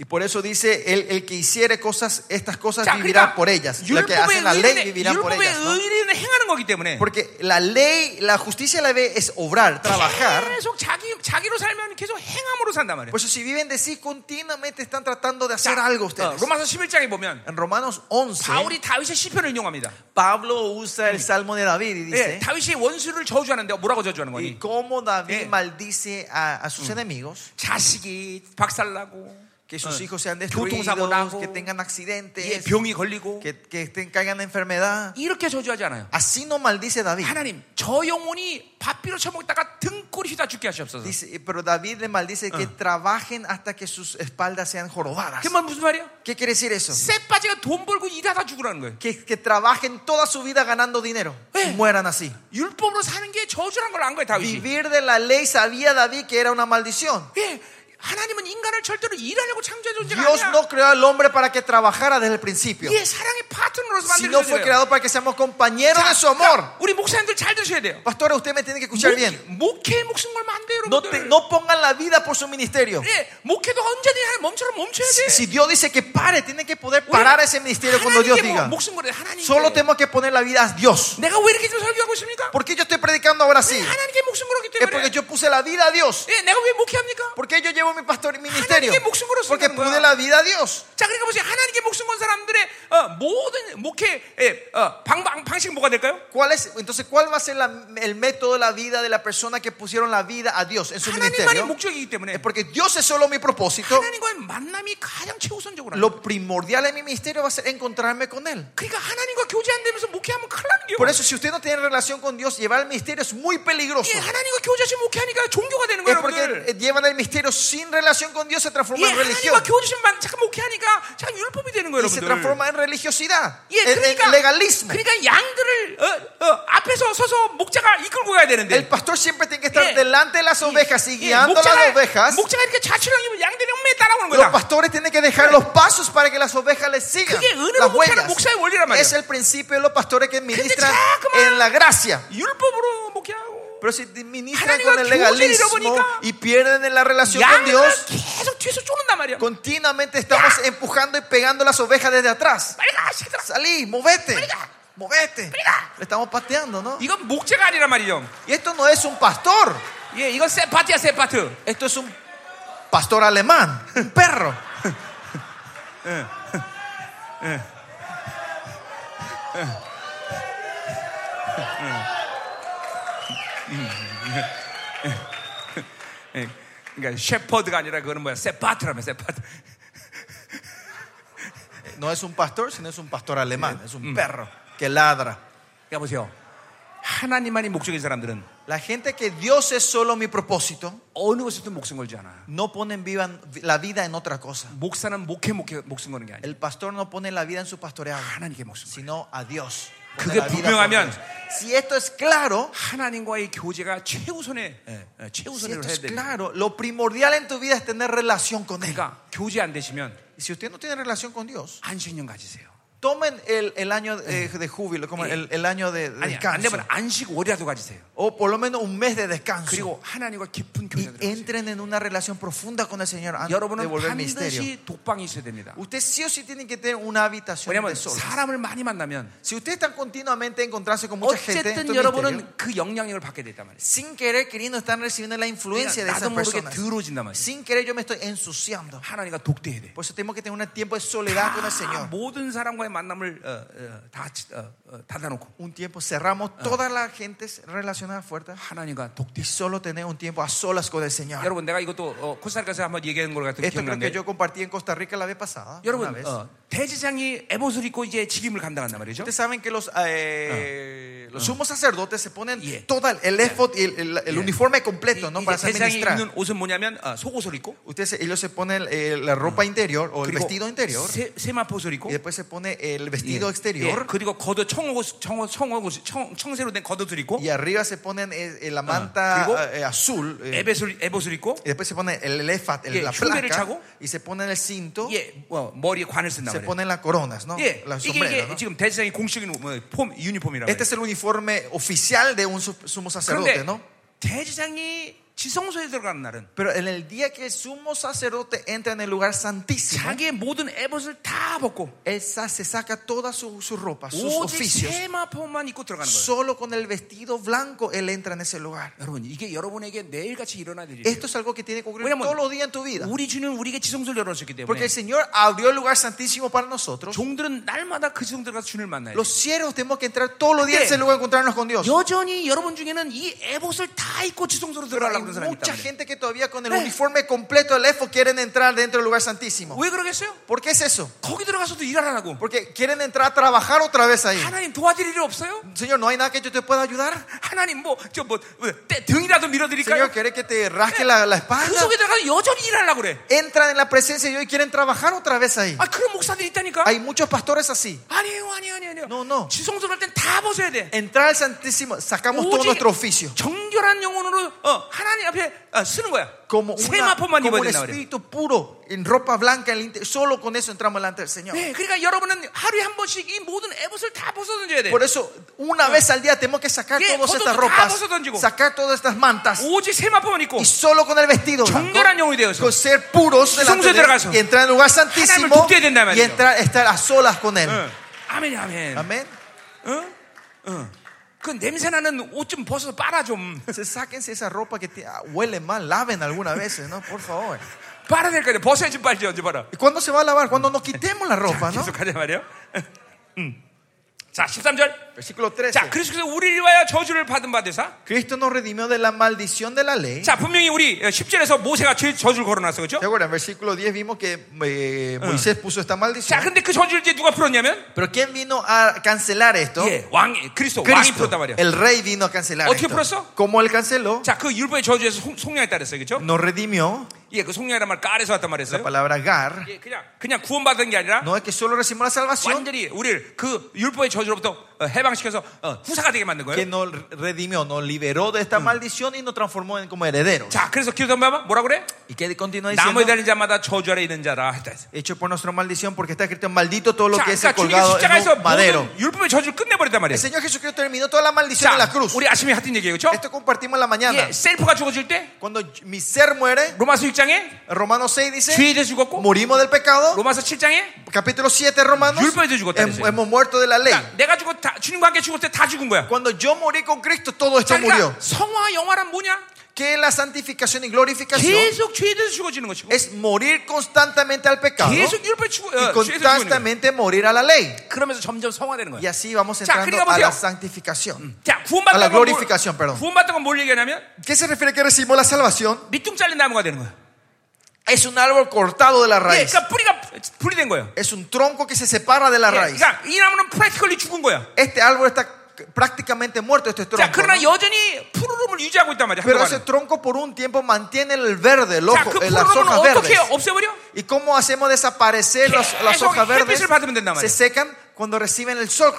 Speaker 2: Y por eso dice, el, el que hiciere cosas, estas cosas
Speaker 1: 자, 그러니까
Speaker 2: vivirá por ellas. Los que
Speaker 1: 율법의
Speaker 2: hacen la ley
Speaker 1: 의리는,
Speaker 2: vivirán por
Speaker 1: 율법의
Speaker 2: ellas. ¿no?
Speaker 1: 의리는 행하는 거기 때문에
Speaker 2: Porque la ley, la justicia de la ley es obrar, trabajar.
Speaker 1: 계속 자기, 자기로 살면 계속 행함으로 산단 말이에요.
Speaker 2: Por eso si viven de sí, continuamente están tratando de
Speaker 1: 자,
Speaker 2: hacer algo
Speaker 1: 어,
Speaker 2: ustedes.
Speaker 1: 로마서 11장에 보면
Speaker 2: En Romanos 11,
Speaker 1: 바울이 다윗의 시편을 인용합니다.
Speaker 2: Pablo usa el Salmo de David y
Speaker 1: 예,
Speaker 2: dice,
Speaker 1: 다윗이 원수를 저주하는데 뭐라고 저주하는
Speaker 2: y
Speaker 1: 거니?
Speaker 2: cómo David
Speaker 1: Eh.
Speaker 2: maldice a, a sus enemigos,
Speaker 1: 자식이 박살나고
Speaker 2: que sus
Speaker 1: 어,
Speaker 2: hijos sean
Speaker 1: 교통사고
Speaker 2: destruidos,
Speaker 1: 나고
Speaker 2: que tengan
Speaker 1: 예,
Speaker 2: accidentes,
Speaker 1: 병이 걸리고
Speaker 2: que, que estén- caigan en enfermedad.
Speaker 1: 이렇게 저주하지 않아요.
Speaker 2: Así no maldice David.
Speaker 1: 하나님, 저 영혼이 밥비로 처먹다가 등골이 휘다 죽게 하시옵소서.
Speaker 2: Dice, pero David le maldice que trabajen hasta que sus espaldas sean jorobadas.
Speaker 1: 그말 무슨 말이야?
Speaker 2: ¿Qué quiere decir eso?
Speaker 1: 쇠빠지가 돈 벌고 일하다 죽으라는 거예요.
Speaker 2: Que, que trabajen toda su vida ganando dinero
Speaker 1: Eh.
Speaker 2: y mueran así.
Speaker 1: 율법으로 사는 게 저주란 걸 안 거예요, 다윗이.
Speaker 2: Vivir de la ley sabía David que era una maldición.
Speaker 1: 예, 하나님은 인간을 절대로 일하려고 창조해 준 존재가
Speaker 2: Dios
Speaker 1: 아니야.
Speaker 2: no creó al hombre para que trabajara desde el principio,
Speaker 1: 예, 사랑의 파트너로서
Speaker 2: sino
Speaker 1: 만들어
Speaker 2: fue
Speaker 1: 주세요.
Speaker 2: creado para que seamos compañeros de su amor.
Speaker 1: 우리 목사님들 잘 드셔야 돼요.
Speaker 2: Pastora, usted me tiene que escuchar bien.
Speaker 1: 목, 목회 목숨 걸면 안 돼요,
Speaker 2: No, te-
Speaker 1: 여러분들.
Speaker 2: no pongan la vida por su ministerio.
Speaker 1: 예, 목회도 언제든지 하나님 멈춰라 멈춰야
Speaker 2: Si,
Speaker 1: 돼.
Speaker 2: si Dios dice que pare, tiene que poder parar ese ministerio cuando Dios
Speaker 1: 하나님께 뭐-
Speaker 2: diga.
Speaker 1: 목숨 걸어야 돼, 하나님께.
Speaker 2: Solo tenemos que poner la vida a Dios.
Speaker 1: 내가 왜 이렇게 지금 설교하고 있습니까?
Speaker 2: ¿Por qué yo estoy predicando ahora sí?
Speaker 1: 하나님께 목숨 걸었기
Speaker 2: Es
Speaker 1: 때문에.
Speaker 2: porque yo puse la vida a Dios.
Speaker 1: 예, 내가 왜 목회합니까?
Speaker 2: ¿Por qué yo llevo mi pastor ministerio?
Speaker 1: Ha나님께 목숨 걸었으니까
Speaker 2: Porque
Speaker 1: 그런 거야.
Speaker 2: puse la vida a Dios.
Speaker 1: 자, 그러니까 보세요. 하나님께 목숨 건 사람들의 어, 모든 목회 예, 어, 방, 방, 방식은 뭐가 될까요?
Speaker 2: ¿Cuál es, entonces, ¿cuál va a ser la- el método de la vida de la persona que pusieron la vida a Dios en su
Speaker 1: 하나님만이
Speaker 2: ministerio?
Speaker 1: 목적이기 때문에
Speaker 2: Es porque Dios es solo mi propósito.
Speaker 1: 하나님과의 만남이 가장 최우선적으로 하는 거예요.
Speaker 2: Lo primordial de mi ministerio va a ser encontrarme con Él.
Speaker 1: 그러니까 하나님과 교제 안 되면서 목회하면 큰일 나는 거예요.
Speaker 2: Por eso, si usted no tiene relación con Dios, llevar el misterio es muy peligroso.
Speaker 1: 예, 하나님과 교제하시 목회하니까 종교가 되는
Speaker 2: Es
Speaker 1: 거예요,
Speaker 2: porque
Speaker 1: 여러분들.
Speaker 2: eh, llevan el misterio sin relación con Dios, se
Speaker 1: 예,
Speaker 2: transforma en religión
Speaker 1: 하나님과 교제하시면 잠깐 목회하니까 잠깐 율법이 되는 거예요,
Speaker 2: y se
Speaker 1: 여러분들.
Speaker 2: transforma en religiosidad,
Speaker 1: 예,
Speaker 2: en-
Speaker 1: 그러니까,
Speaker 2: en legalismo.
Speaker 1: 그러니까 양들을 어, 어, 앞에서 서서 목자가 이끌고 가야
Speaker 2: El
Speaker 1: 되는데
Speaker 2: pastor siempre tiene que estar
Speaker 1: Yeah.
Speaker 2: delante de las ovejas y
Speaker 1: 예,
Speaker 2: guiando a las
Speaker 1: 목자가,
Speaker 2: ovejas.
Speaker 1: 목자가 이렇게 좌출하면 양들이 엄매에 따라오는
Speaker 2: Los
Speaker 1: 거다.
Speaker 2: pastores tienen que dejar los pasos para que las ovejas les sigan.
Speaker 1: 그게 은혜로 목회하는
Speaker 2: Las huellas.
Speaker 1: 목사의 원리란 말이야.
Speaker 2: Es el principio de los pastores que ministran
Speaker 1: 자꾸만-
Speaker 2: en la gracia.
Speaker 1: 율법으로 목회하고
Speaker 2: Pero si ministran
Speaker 1: 하나님과
Speaker 2: con el
Speaker 1: 교제를
Speaker 2: legalismo
Speaker 1: 잃어보니까
Speaker 2: y pierden en la relación con
Speaker 1: 양을
Speaker 2: Dios,
Speaker 1: 계속 뒤에서 쫓는단 말이야.
Speaker 2: continuamente estamos empujando y pegando las ovejas desde atrás.
Speaker 1: 빨리 가, 새들아.
Speaker 2: Salí, movete,
Speaker 1: Venga.
Speaker 2: movete.
Speaker 1: Venga.
Speaker 2: Le estamos pateando, ¿no?
Speaker 1: 이건 목재가 아니란 말이죠.
Speaker 2: Y esto no es un pastor,
Speaker 1: 예, 이건 세파트야 세파트.
Speaker 2: esto es un pastor alemán, un perro.
Speaker 1: 예, 그러니까 셰퍼드가 아니라 그거는 뭐야 세파트라며 세파트.
Speaker 2: No es un pastor, sino es un pastor alemán, es
Speaker 1: Mm.
Speaker 2: un perro que ladra.
Speaker 1: 그러니까 보세요. 하나님만이 목적인 사람들은
Speaker 2: La gente que Dios es solo mi propósito,
Speaker 1: 어느 곳에도 목숨 걸지 않아.
Speaker 2: no ponen viva- la vida en otra cosa.
Speaker 1: 목사는 목회 목회 목숨 거는 게 아니야.
Speaker 2: El pastor no pone la vida en su pastoreado,
Speaker 1: 하나님께 목숨. 걸.
Speaker 2: sino a Dios.
Speaker 1: 그게
Speaker 2: Pone la vida por
Speaker 1: 분명하면-
Speaker 2: Dios. si esto es claro,
Speaker 1: 하나님과의 교제가 최우선에 예, 예,
Speaker 2: si
Speaker 1: 최우선으로
Speaker 2: esto
Speaker 1: 해야
Speaker 2: es
Speaker 1: 돼.
Speaker 2: claro, lo primordial en tu vida es tener relación con Él.
Speaker 1: 그러니까 교제 안 되시면
Speaker 2: Y si usted no tiene relación con Dios,
Speaker 1: 안식년 가지세요.
Speaker 2: tomen el, el año eh, de júbilo, como el, el año de, de
Speaker 1: 아니 그러니까 안
Speaker 2: descanso,
Speaker 1: 되면 안식 월이라도 가지세요.
Speaker 2: o por lo menos un mes de descanso.
Speaker 1: 그리고 하나님과 깊은
Speaker 2: Y
Speaker 1: 교제를 가지세요.
Speaker 2: entren en una relación profunda con el Señor antes de
Speaker 1: 여러분은
Speaker 2: volver al misterio.
Speaker 1: 반드시 독방이 있어야 됩니다.
Speaker 2: Usted sí o sí tiene que tener una habitación
Speaker 1: 왜냐하면
Speaker 2: de sol.
Speaker 1: 사람을 많이 만나면
Speaker 2: Si usted está continuamente encontrándose con mucha gente, esto es
Speaker 1: 어쨌든
Speaker 2: misterio,
Speaker 1: 여러분은 그 영향력을 받게 됐단 말이에요.
Speaker 2: sin querer queriendo están recibiendo la influencia de
Speaker 1: 그러니까
Speaker 2: esas
Speaker 1: 나도 모르게
Speaker 2: personas.
Speaker 1: 더러워진단 말이에요.
Speaker 2: Sin querer yo me estoy ensuciando.
Speaker 1: 하나님과 독대해야 돼.
Speaker 2: Por eso tenemos que tener un tiempo de soledad con el
Speaker 1: 아,
Speaker 2: Señor.
Speaker 1: 모든 사람과의 만남을 어, 어, 다 어, 어, 닫아놓고
Speaker 2: Un tiempo cerramos todas las gentes relacionadas fuertes
Speaker 1: 하나님과
Speaker 2: y
Speaker 1: 독대.
Speaker 2: solo tener un tiempo a solas con el Señor.
Speaker 1: 여러분 내가 이것도 어, 아. 코스타리카에서 한번 얘기한 걸 같은
Speaker 2: Esto creo que
Speaker 1: 기억나는데
Speaker 2: yo compartí en Costa Rica la vez pasada. Una
Speaker 1: 여러분
Speaker 2: vez.
Speaker 1: 어, 대지장이 에봇을 입고 이제 직임을 감당한단 말이죠.
Speaker 2: Ustedes saben que los, eh, los sumos sacerdotes se ponen
Speaker 1: Yeah.
Speaker 2: todo el, el efod y el, el- el
Speaker 1: Yeah.
Speaker 2: uniforme
Speaker 1: 이-
Speaker 2: completo ¿no?
Speaker 1: 이제
Speaker 2: para ser
Speaker 1: 대지장이
Speaker 2: ministrar.
Speaker 1: 입는 옷은 뭐냐면 어, 속옷을 입고
Speaker 2: Ustedes, ellos se ponen eh, la ropa interior o el vestido interior
Speaker 1: 세, 세마포옷을 입고
Speaker 2: y después se pone el vestido
Speaker 1: 예, 예,
Speaker 2: exterior
Speaker 1: 그리고 겉옷 청옷 청옷 청옷 청 청새로 된 겉옷을 입고
Speaker 2: y arriba se ponen eh, eh, la
Speaker 1: 그리고
Speaker 2: manta eh, azul eh,
Speaker 1: 에벳을 에봇을 입고
Speaker 2: y después se pone el elefat, el-
Speaker 1: Yeah,
Speaker 2: la
Speaker 1: chube를
Speaker 2: placa
Speaker 1: 차고
Speaker 2: y se ponen el cinto,
Speaker 1: 예, 어, 머리에 관을 쓴단
Speaker 2: se
Speaker 1: 말이에요.
Speaker 2: ponen las coronas, ¿no?
Speaker 1: 예,
Speaker 2: Las
Speaker 1: 이게,
Speaker 2: sombreras,
Speaker 1: 이게
Speaker 2: ¿no?
Speaker 1: 지금 대지장의 공식인 어, 폼 유니폼이라고. 해요.
Speaker 2: Este es el uniforme oficial de un su- sumo sacerdote,
Speaker 1: 그런데
Speaker 2: ¿no?
Speaker 1: 대지장이 지성소에 들어가는 날은
Speaker 2: Pero en el día que el sumo sacerdote entra en el lugar santísimo,
Speaker 1: 자기의 모든 에봇을 다 벗고
Speaker 2: él sa- se saca toda su, su
Speaker 1: 아,
Speaker 2: ropa, sus
Speaker 1: 오직
Speaker 2: oficios.
Speaker 1: 세마포만 입고 들어가는 거예요.
Speaker 2: Solo con el vestido blanco él entra en ese lugar.
Speaker 1: 여러분 이게 여러분에게 매일같이 일어나야 될 일이에요.
Speaker 2: Esto es algo que tiene que ocurrir
Speaker 1: 왜냐면
Speaker 2: todos los días en tu vida.
Speaker 1: 우리 주는 우리에게 지성소를 열어주셨기
Speaker 2: Porque
Speaker 1: 때문에
Speaker 2: el Señor abrió el lugar santísimo para nosotros.
Speaker 1: 종들은 날마다 그 지성소에 가서 주님을 만나야 돼요.
Speaker 2: Los siervos tenemos que entrar todos los días en ese lugar a encontrarnos con Dios.
Speaker 1: 여전히 여러분 중에는 이 에봇을 다 입고 지성소로
Speaker 2: Hay
Speaker 1: 들어가려고 그러는 사람이
Speaker 2: mucha
Speaker 1: 있다.
Speaker 2: gente que todavía con el
Speaker 1: 네.
Speaker 2: uniforme completo del EFO quieren entrar dentro del lugar santísimo.
Speaker 1: 왜 그러겠어요?
Speaker 2: ¿Por qué es eso?
Speaker 1: 거기 들어가서도 일 안 하고
Speaker 2: Porque quieren entrar a trabajar otra vez ahí.
Speaker 1: 하나님 도와드릴 일 없어요?
Speaker 2: Señor, ¿no hay nada que yo te pueda ayudar?
Speaker 1: 하나님 뭐 저 뭐 등이라도 밀어드릴까요?
Speaker 2: Señor, ¿querés que te rasque la, la
Speaker 1: 그
Speaker 2: espalda?
Speaker 1: 속에 들어가서 여전히 일하려고 그래.
Speaker 2: Entran en la presencia de Dios y quieren trabajar otra vez ahí.
Speaker 1: 아 그런 목사들이 있다니까.
Speaker 2: Hay muchos pastores así.
Speaker 1: 아니에요, 아니에요, 아니에요. 아니에요.
Speaker 2: No, no.
Speaker 1: 지성소 갈 땐 다 벗어야 돼.
Speaker 2: Entrar al Santísimo, sacamos todo
Speaker 1: 오직
Speaker 2: nuestro oficio.
Speaker 1: 정결한 영혼으로 어, 하나님 앞에 어, 쓰는 거야.
Speaker 2: Como, una-
Speaker 1: 세마포만
Speaker 2: como
Speaker 1: 입어야
Speaker 2: un
Speaker 1: 된다 그래.
Speaker 2: espíritu puro, en ropa blanca, en el inter- solo con eso entramos delante del Señor.
Speaker 1: 네, 그러니까 여러분은 하루에 한 번씩 이 모든 애봇을 다 벗어던져야 돼.
Speaker 2: Por eso, una vez al día tenemos que sacar
Speaker 1: Yeah,
Speaker 2: todas
Speaker 1: todo-
Speaker 2: estas
Speaker 1: todo-
Speaker 2: ropas,
Speaker 1: todo- todo- todo-
Speaker 2: sacar todas estas mantas.
Speaker 1: 오직 세마포만 입고
Speaker 2: Y solo con el vestido blanco,
Speaker 1: 정결한 영혼이 되어서
Speaker 2: con ser puros delante
Speaker 1: 성소에
Speaker 2: de Él,
Speaker 1: 들어가서
Speaker 2: y entrar en el lugar
Speaker 1: 하나님을
Speaker 2: santísimo
Speaker 1: 돕게 된다는
Speaker 2: y
Speaker 1: 말이죠.
Speaker 2: entrar, estar a solas con Él.
Speaker 1: 응. 예. 아멘, 아멘.
Speaker 2: Amén.
Speaker 1: 응? 응. 그 냄새 나는 옷 좀 벗어서 빨아 좀.
Speaker 2: Se sáquense esa ropa que te- ah, huele mal, laven algunas veces, ¿no? Por favor.
Speaker 1: 빨아야 될 거야. 벗어야지 빨지 언제 빨아.
Speaker 2: ¿Y ¿Cuándo se va a lavar? Cuando nos quitemos la ropa, ¿no?
Speaker 1: 계속 가자 말이야. [laughs] 응. 자, 13절.
Speaker 2: Versículo
Speaker 1: 자,
Speaker 2: 13.
Speaker 1: 그리스도께서 우리를 위하여 저주를 받은 바 되사.
Speaker 2: Cristo nos redimió de la maldición de la ley.
Speaker 1: 자, 분명히 우리 10절에서 모세가 제- 저주를 걸어놨어. 그죠?
Speaker 2: ¿Te acuerdas? En versículo 10 vimos que eh, Moisés puso esta
Speaker 1: 자,
Speaker 2: maldición.
Speaker 1: 근데 그 저주를 이제 누가 풀었냐면
Speaker 2: Pero ¿quién vino a cancelar esto?
Speaker 1: 예, 왕 그리스도, 왕이
Speaker 2: Cristo.
Speaker 1: 풀었단 말이야.
Speaker 2: El rey vino a cancelar
Speaker 1: ¿Otro
Speaker 2: esto.
Speaker 1: proceso?
Speaker 2: Como él canceló,
Speaker 1: 자, 그 율법의 저주에서 송- 송량에 따랐어요. 그죠?
Speaker 2: nos redimió.
Speaker 1: 예, 그 송량이란 말 까에서 왔단
Speaker 2: La
Speaker 1: 말이었어요.
Speaker 2: palabra gar
Speaker 1: 예, 그냥 그냥 구원받은 게 아니라
Speaker 2: no es que solo recibimos la salvación,
Speaker 1: 완전히 우리를 그 율법의 저주로부터 어, 해방시켜서 어, 후사가 되게 만든
Speaker 2: que
Speaker 1: 거예요.
Speaker 2: nos redimió, nos liberó de esta maldición y nos transformó en como herederos.
Speaker 1: 자, 그래서 기도한 바봐 뭐라 그래?
Speaker 2: Y que continúa
Speaker 1: 나무에
Speaker 2: diciendo,
Speaker 1: 달린 자마다 저주 아래 있는 자라 했다. 자,
Speaker 2: hecho por nuestra maldición, porque está escrito maldito todo lo que es
Speaker 1: 그러니까 주님이
Speaker 2: colgado en
Speaker 1: 십자가에서
Speaker 2: un madero.
Speaker 1: 모든 율법의 저주를 끝내버렸단 말이에요.
Speaker 2: El Señor Jesucristo terminó toda la maldición
Speaker 1: 자,
Speaker 2: en la cruz.
Speaker 1: 우리 아침에 하던 얘기예요, 그렇죠?
Speaker 2: Esto compartimos en la mañana.
Speaker 1: 예, 셀프가 죽어질 때
Speaker 2: Cuando mi ser muere,
Speaker 1: 로마서 6장에
Speaker 2: Romanos 6 dice,
Speaker 1: 죄에 대해 죽었고
Speaker 2: morimos del pecado.
Speaker 1: 로마서 7장에
Speaker 2: Capítulo 7, Romanos,
Speaker 1: Yulpa de Yucatán,
Speaker 2: hem-
Speaker 1: dice.
Speaker 2: hemos muerto de la ley.
Speaker 1: 내가 죽고 다, 주님과 함께 죽을 때 다 죽은 거야.
Speaker 2: Cuando yo morí con Cristo, todo esto
Speaker 1: 자,
Speaker 2: murió.
Speaker 1: 그러니까 성화 영화란 뭐냐?
Speaker 2: ¿Qué es la santificación y glorificación?
Speaker 1: 계속 그렇죠. 죄에 대해서 죽어지는 것이고
Speaker 2: Es morir constantemente al pecado
Speaker 1: 계속 율법에 죽어
Speaker 2: y
Speaker 1: 어, 죄에 대해서 죽는 거야.
Speaker 2: constantemente morir a la ley.
Speaker 1: 그러면서 점점 성화되는
Speaker 2: Y
Speaker 1: 거야.
Speaker 2: así vamos
Speaker 1: Ya,
Speaker 2: entrando
Speaker 1: 그러니까
Speaker 2: a la
Speaker 1: 보세요.
Speaker 2: santificación.
Speaker 1: 자,
Speaker 2: a la
Speaker 1: 구원받던
Speaker 2: glorificación,
Speaker 1: 건
Speaker 2: perdón.
Speaker 1: 구원받던 건뭘 얘기하냐면
Speaker 2: ¿Qué se refiere que recibimos la salvación?
Speaker 1: 밑둥 잘린 나무가 되는 거야.
Speaker 2: Es un árbol cortado de la
Speaker 1: 예,
Speaker 2: raíz.
Speaker 1: 그러니까 뿌리가 분리된 거예요.
Speaker 2: Es un tronco que se separa de la
Speaker 1: 예,
Speaker 2: raíz.
Speaker 1: 그러니까 이 나무는 프랙티컬리 죽은 거야.
Speaker 2: Este árbol está prácticamente muerto, este
Speaker 1: 자,
Speaker 2: tronco.
Speaker 1: 그러나
Speaker 2: ¿no?
Speaker 1: 여전히 푸르름을 유지하고 있단 말이야.
Speaker 2: Pero
Speaker 1: 한동안은.
Speaker 2: ese tronco por un tiempo mantiene el verde, el
Speaker 1: 자, 그
Speaker 2: ojo, eh, las
Speaker 1: 푸르름을
Speaker 2: hojas
Speaker 1: 어떻게
Speaker 2: verdes.
Speaker 1: 없애버려?
Speaker 2: ¿Y cómo hacemos desaparecer las, las
Speaker 1: Eso,
Speaker 2: hojas verdes?
Speaker 1: 햇빛을 받으면 된단 말이야.
Speaker 2: Se secan cuando reciben el sol
Speaker 1: 근데 막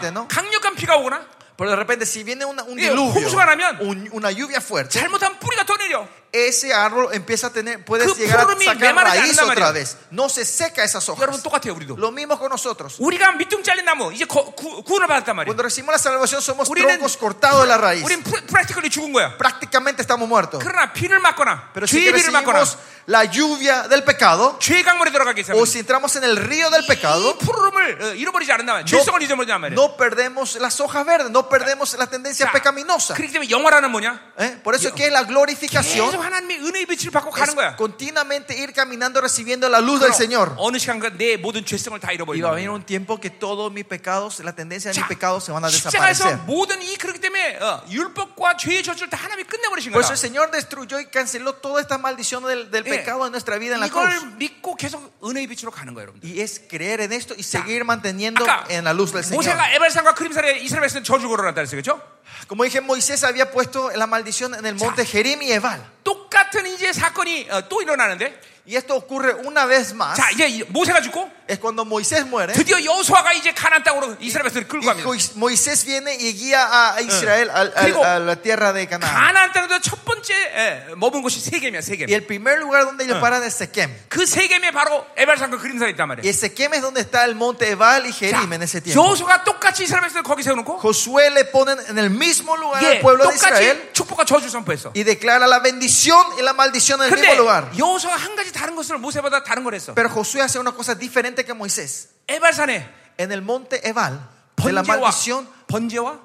Speaker 2: continuamente, ¿no?
Speaker 1: 강력한 비가 오거나
Speaker 2: Pero de repente, si viene una- un
Speaker 1: 예,
Speaker 2: diluvio,
Speaker 1: 홍수가 나면
Speaker 2: un- una lluvia fuerte,
Speaker 1: 잘못하면 뿌리가 더 내려.
Speaker 2: ese árbol empieza a tener, puede
Speaker 1: 그
Speaker 2: llegar a
Speaker 1: 푸름이
Speaker 2: sacar
Speaker 1: 메마르지
Speaker 2: raíz
Speaker 1: 않는단
Speaker 2: otra
Speaker 1: 말이야.
Speaker 2: vez. No se seca esas
Speaker 1: 여러분
Speaker 2: hojas.
Speaker 1: 똑같아요, 우리도.
Speaker 2: Lo mismo con nosotros.
Speaker 1: 우리가 밑둥 잘린 나무 이제 거- 구, 구원을 받았단 말이야.
Speaker 2: Cuando recibimos la salvación, somos
Speaker 1: 우리는-
Speaker 2: troncos cortados de la raíz.
Speaker 1: 우린 프레- 프랙티컬리 죽은 거야.
Speaker 2: Prácticamente estamos muertos.
Speaker 1: 그러나 비를 맞거나
Speaker 2: Pero si
Speaker 1: 죄의 비를 맞거나
Speaker 2: recibimos la lluvia del pecado,
Speaker 1: 죄의 강물에 들어가게 되면
Speaker 2: o si entramos en el río del pecado,
Speaker 1: 이 푸르름을 어, 잃어버리지 않는다 말이야. 질성을 잊어버리지 말이야.
Speaker 2: no perdemos las hojas verdes, no perdemos las tendencias
Speaker 1: 자,
Speaker 2: pecaminosas.
Speaker 1: 그렇기 때문에 영화라는 뭐냐?
Speaker 2: ¿Eh? Por eso es que la glorificación
Speaker 1: 계속 하나님의 은혜의 빛을 받고
Speaker 2: es
Speaker 1: 가는 거야.
Speaker 2: continuamente ir caminando recibiendo la luz del
Speaker 1: 그럼
Speaker 2: Señor.
Speaker 1: 어느 시간가 내 모든 죄성을 다
Speaker 2: Y
Speaker 1: 잃어버리는
Speaker 2: va a venir
Speaker 1: 거야.
Speaker 2: un tiempo que todos mis pecados, la tendencia de mis
Speaker 1: 자,
Speaker 2: pecados se van a
Speaker 1: 십자가에서
Speaker 2: desaparecer.
Speaker 1: 모든 이 그렇기 때문에 어, 율법과 죄의 저주를 다 하나님이 끝내버리신
Speaker 2: Por
Speaker 1: 거야.
Speaker 2: eso el Señor destruyó y canceló toda esta maldición del, del
Speaker 1: 예.
Speaker 2: pecado en nuestra vida en la cruz.
Speaker 1: 이걸 믿고 계속 은혜의 빛으로 가는 거예요, 여러분들.
Speaker 2: Y es creer en esto y seguir manteniendo
Speaker 1: 아까
Speaker 2: en la luz del Señor.
Speaker 1: 모세가 에발산과 그림산에 이스라엘 백성 저주 걸어놨다 그랬어요, 그렇죠?
Speaker 2: Como dije, Moisés había puesto la maldición en el monte Jerim y Ebal.
Speaker 1: 똑같은 이제 사건이 어, 또 일어나는데
Speaker 2: Y esto ocurre una vez más.
Speaker 1: 자, 이제 이- 모세가 죽고
Speaker 2: Es cuando Moisés muere.
Speaker 1: 드디어 여호수아가 이제 가나안 땅으로 네? 이스라엘 백성을
Speaker 2: Y
Speaker 1: 끌고 갑니다.
Speaker 2: Jois- Moisés viene y guía a Israel al- al-
Speaker 1: Digo,
Speaker 2: a la tierra de Canaán.
Speaker 1: 가나안 땅에서 첫 번째 예, 머문 곳이 세겜이야, 세겜.
Speaker 2: Y el primer lugar donde ellos paran es Sequem.
Speaker 1: 그 세겜에 바로 에발산과 그림산이 있단 말이야.
Speaker 2: Y Sequem es donde está el monte Ebal y
Speaker 1: 자,
Speaker 2: Jerim en ese tiempo.
Speaker 1: 여호수아가 똑같이 이스라엘 백성을 거기 세워놓고
Speaker 2: Josué le ponen en el mismo lugar
Speaker 1: 예,
Speaker 2: al pueblo de Israel
Speaker 1: 똑같이 축복과 저주 선포했어.
Speaker 2: y declara la bendición y la maldición en el
Speaker 1: 근데
Speaker 2: mismo lugar.
Speaker 1: 여호수아가 한 가지 다른 것을 모세보다 다른 걸 했어.
Speaker 2: Pero Josué hace una cosa diferente que Moisés.
Speaker 1: 에발산에
Speaker 2: En el monte Ebal, de la
Speaker 1: 번제와
Speaker 2: maldición,
Speaker 1: 번제와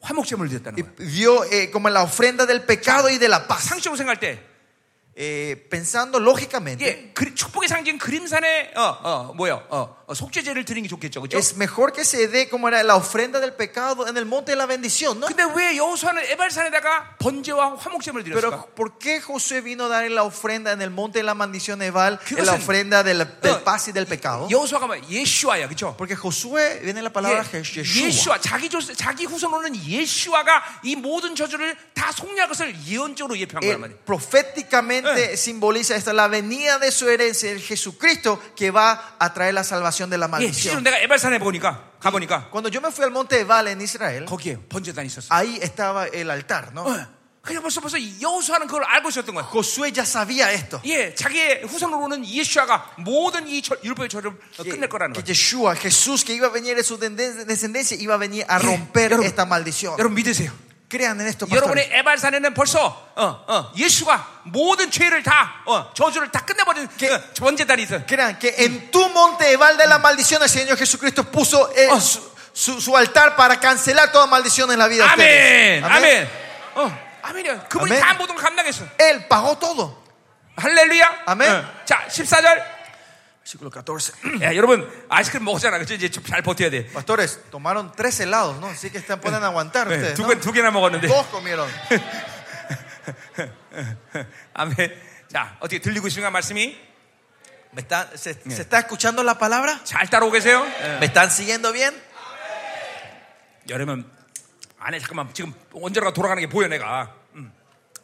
Speaker 1: 화목제물을 드렸다는
Speaker 2: y
Speaker 1: 거야.
Speaker 2: dio eh, como la ofrenda del pecado y de la paz.
Speaker 1: 상식으로 생각할 때
Speaker 2: Eh, pensando lógicamente,
Speaker 1: 이게 그- 축복의 상징 그림산에 어어 뭐야 어, 어, 속죄제를 드리는 게 좋겠죠, 그렇죠?
Speaker 2: es mejor que se dé como era la ofrenda del pecado en el monte de la bendición, ¿no?
Speaker 1: 근데 왜 여호수아는 에발산에다가 번제와 화목제물을 드렸을까?
Speaker 2: Pero ¿por qué Josué vino a dar la ofrenda en el monte de la maldición Ebal, en la
Speaker 1: 그것은-
Speaker 2: ofrenda del, del
Speaker 1: 어,
Speaker 2: paz y del pecado?
Speaker 1: 여호수아가 뭐 예슈아야, 그렇죠?
Speaker 2: Porque Josué viene la palabra Yeshua.
Speaker 1: 예, 예슈아 자기 조, 자기 후손으로는 예슈아가 이 모든 저주를 다 속량한 것을 예언적으로 예표한 거란
Speaker 2: Él
Speaker 1: 말이에요.
Speaker 2: Eh, proféticamente simboliza esta la venida de su herencia, el Jesucristo que va a traer la salvación de la
Speaker 1: 예, 실제로
Speaker 2: maldición.
Speaker 1: 내가 에발산에 보니까 가 보니까
Speaker 2: Cuando yo me fui al monte Ebal en Israel,
Speaker 1: 거기에 번제단이 있었어.
Speaker 2: ahí estaba el altar, ¿no?
Speaker 1: 어, 그냥 벌써 벌써 이 여호수아는 그걸 알고 있었던 거야.
Speaker 2: Josué ya sabía esto.
Speaker 1: 예, 자기의 후손으로는 예슈아가 모든 이 저- 율법의 저를
Speaker 2: que-
Speaker 1: 끝낼 거라는
Speaker 2: que
Speaker 1: 거예요.
Speaker 2: Yeshua, Jesús, que iba a venir de su denden- descendencia, iba a venir a
Speaker 1: Sí,
Speaker 2: romper
Speaker 1: 여러분,
Speaker 2: esta maldición.
Speaker 1: 여러분 믿으세요.
Speaker 2: Crean en esto, pastores.
Speaker 1: 여러분의 에발산에는 벌써 어, 어, 예수가 모든 죄를 다 어, 저주를 다 끝내버린 그 번제단이 있어.
Speaker 2: Crean que en tu monte Ebal de la maldición el Señor Jesucristo puso eh,
Speaker 1: Oh.
Speaker 2: su, su- su altar para cancelar toda maldición en la vida. de ustedes.
Speaker 1: 아멘,
Speaker 2: Amén.
Speaker 1: 아멘. 어, 아멘이요. 그분이
Speaker 2: 아멘.
Speaker 1: 다 모든 걸 감당했어.
Speaker 2: Él pagó todo.
Speaker 1: 할렐루야.
Speaker 2: 아멘.
Speaker 1: 어. 자, 14절. [clears throat]
Speaker 2: Versículo 14.
Speaker 1: 야, 여러분 아이스크림 먹었잖아, 그죠? 이제 좀잘 버텨야 돼.
Speaker 2: [clears throat] Pastores, tomaron tres helados, ¿no? Así que están, pueden aguantar ustedes.
Speaker 1: 네, 두
Speaker 2: ¿no?
Speaker 1: 개 두 개나 먹었는데.
Speaker 2: Dos comieron.
Speaker 1: [laughs] 아멘. 자, 어떻게 들리고 있습니까 말씀이?
Speaker 2: ¿Me están- se, se está escuchando la palabra?
Speaker 1: 잘 따라오 계세요? 네.
Speaker 2: ¿Me están siguiendo bien?
Speaker 1: 여러분 안에 잠깐만 지금 언제가 돌아가는 게 보여 내가.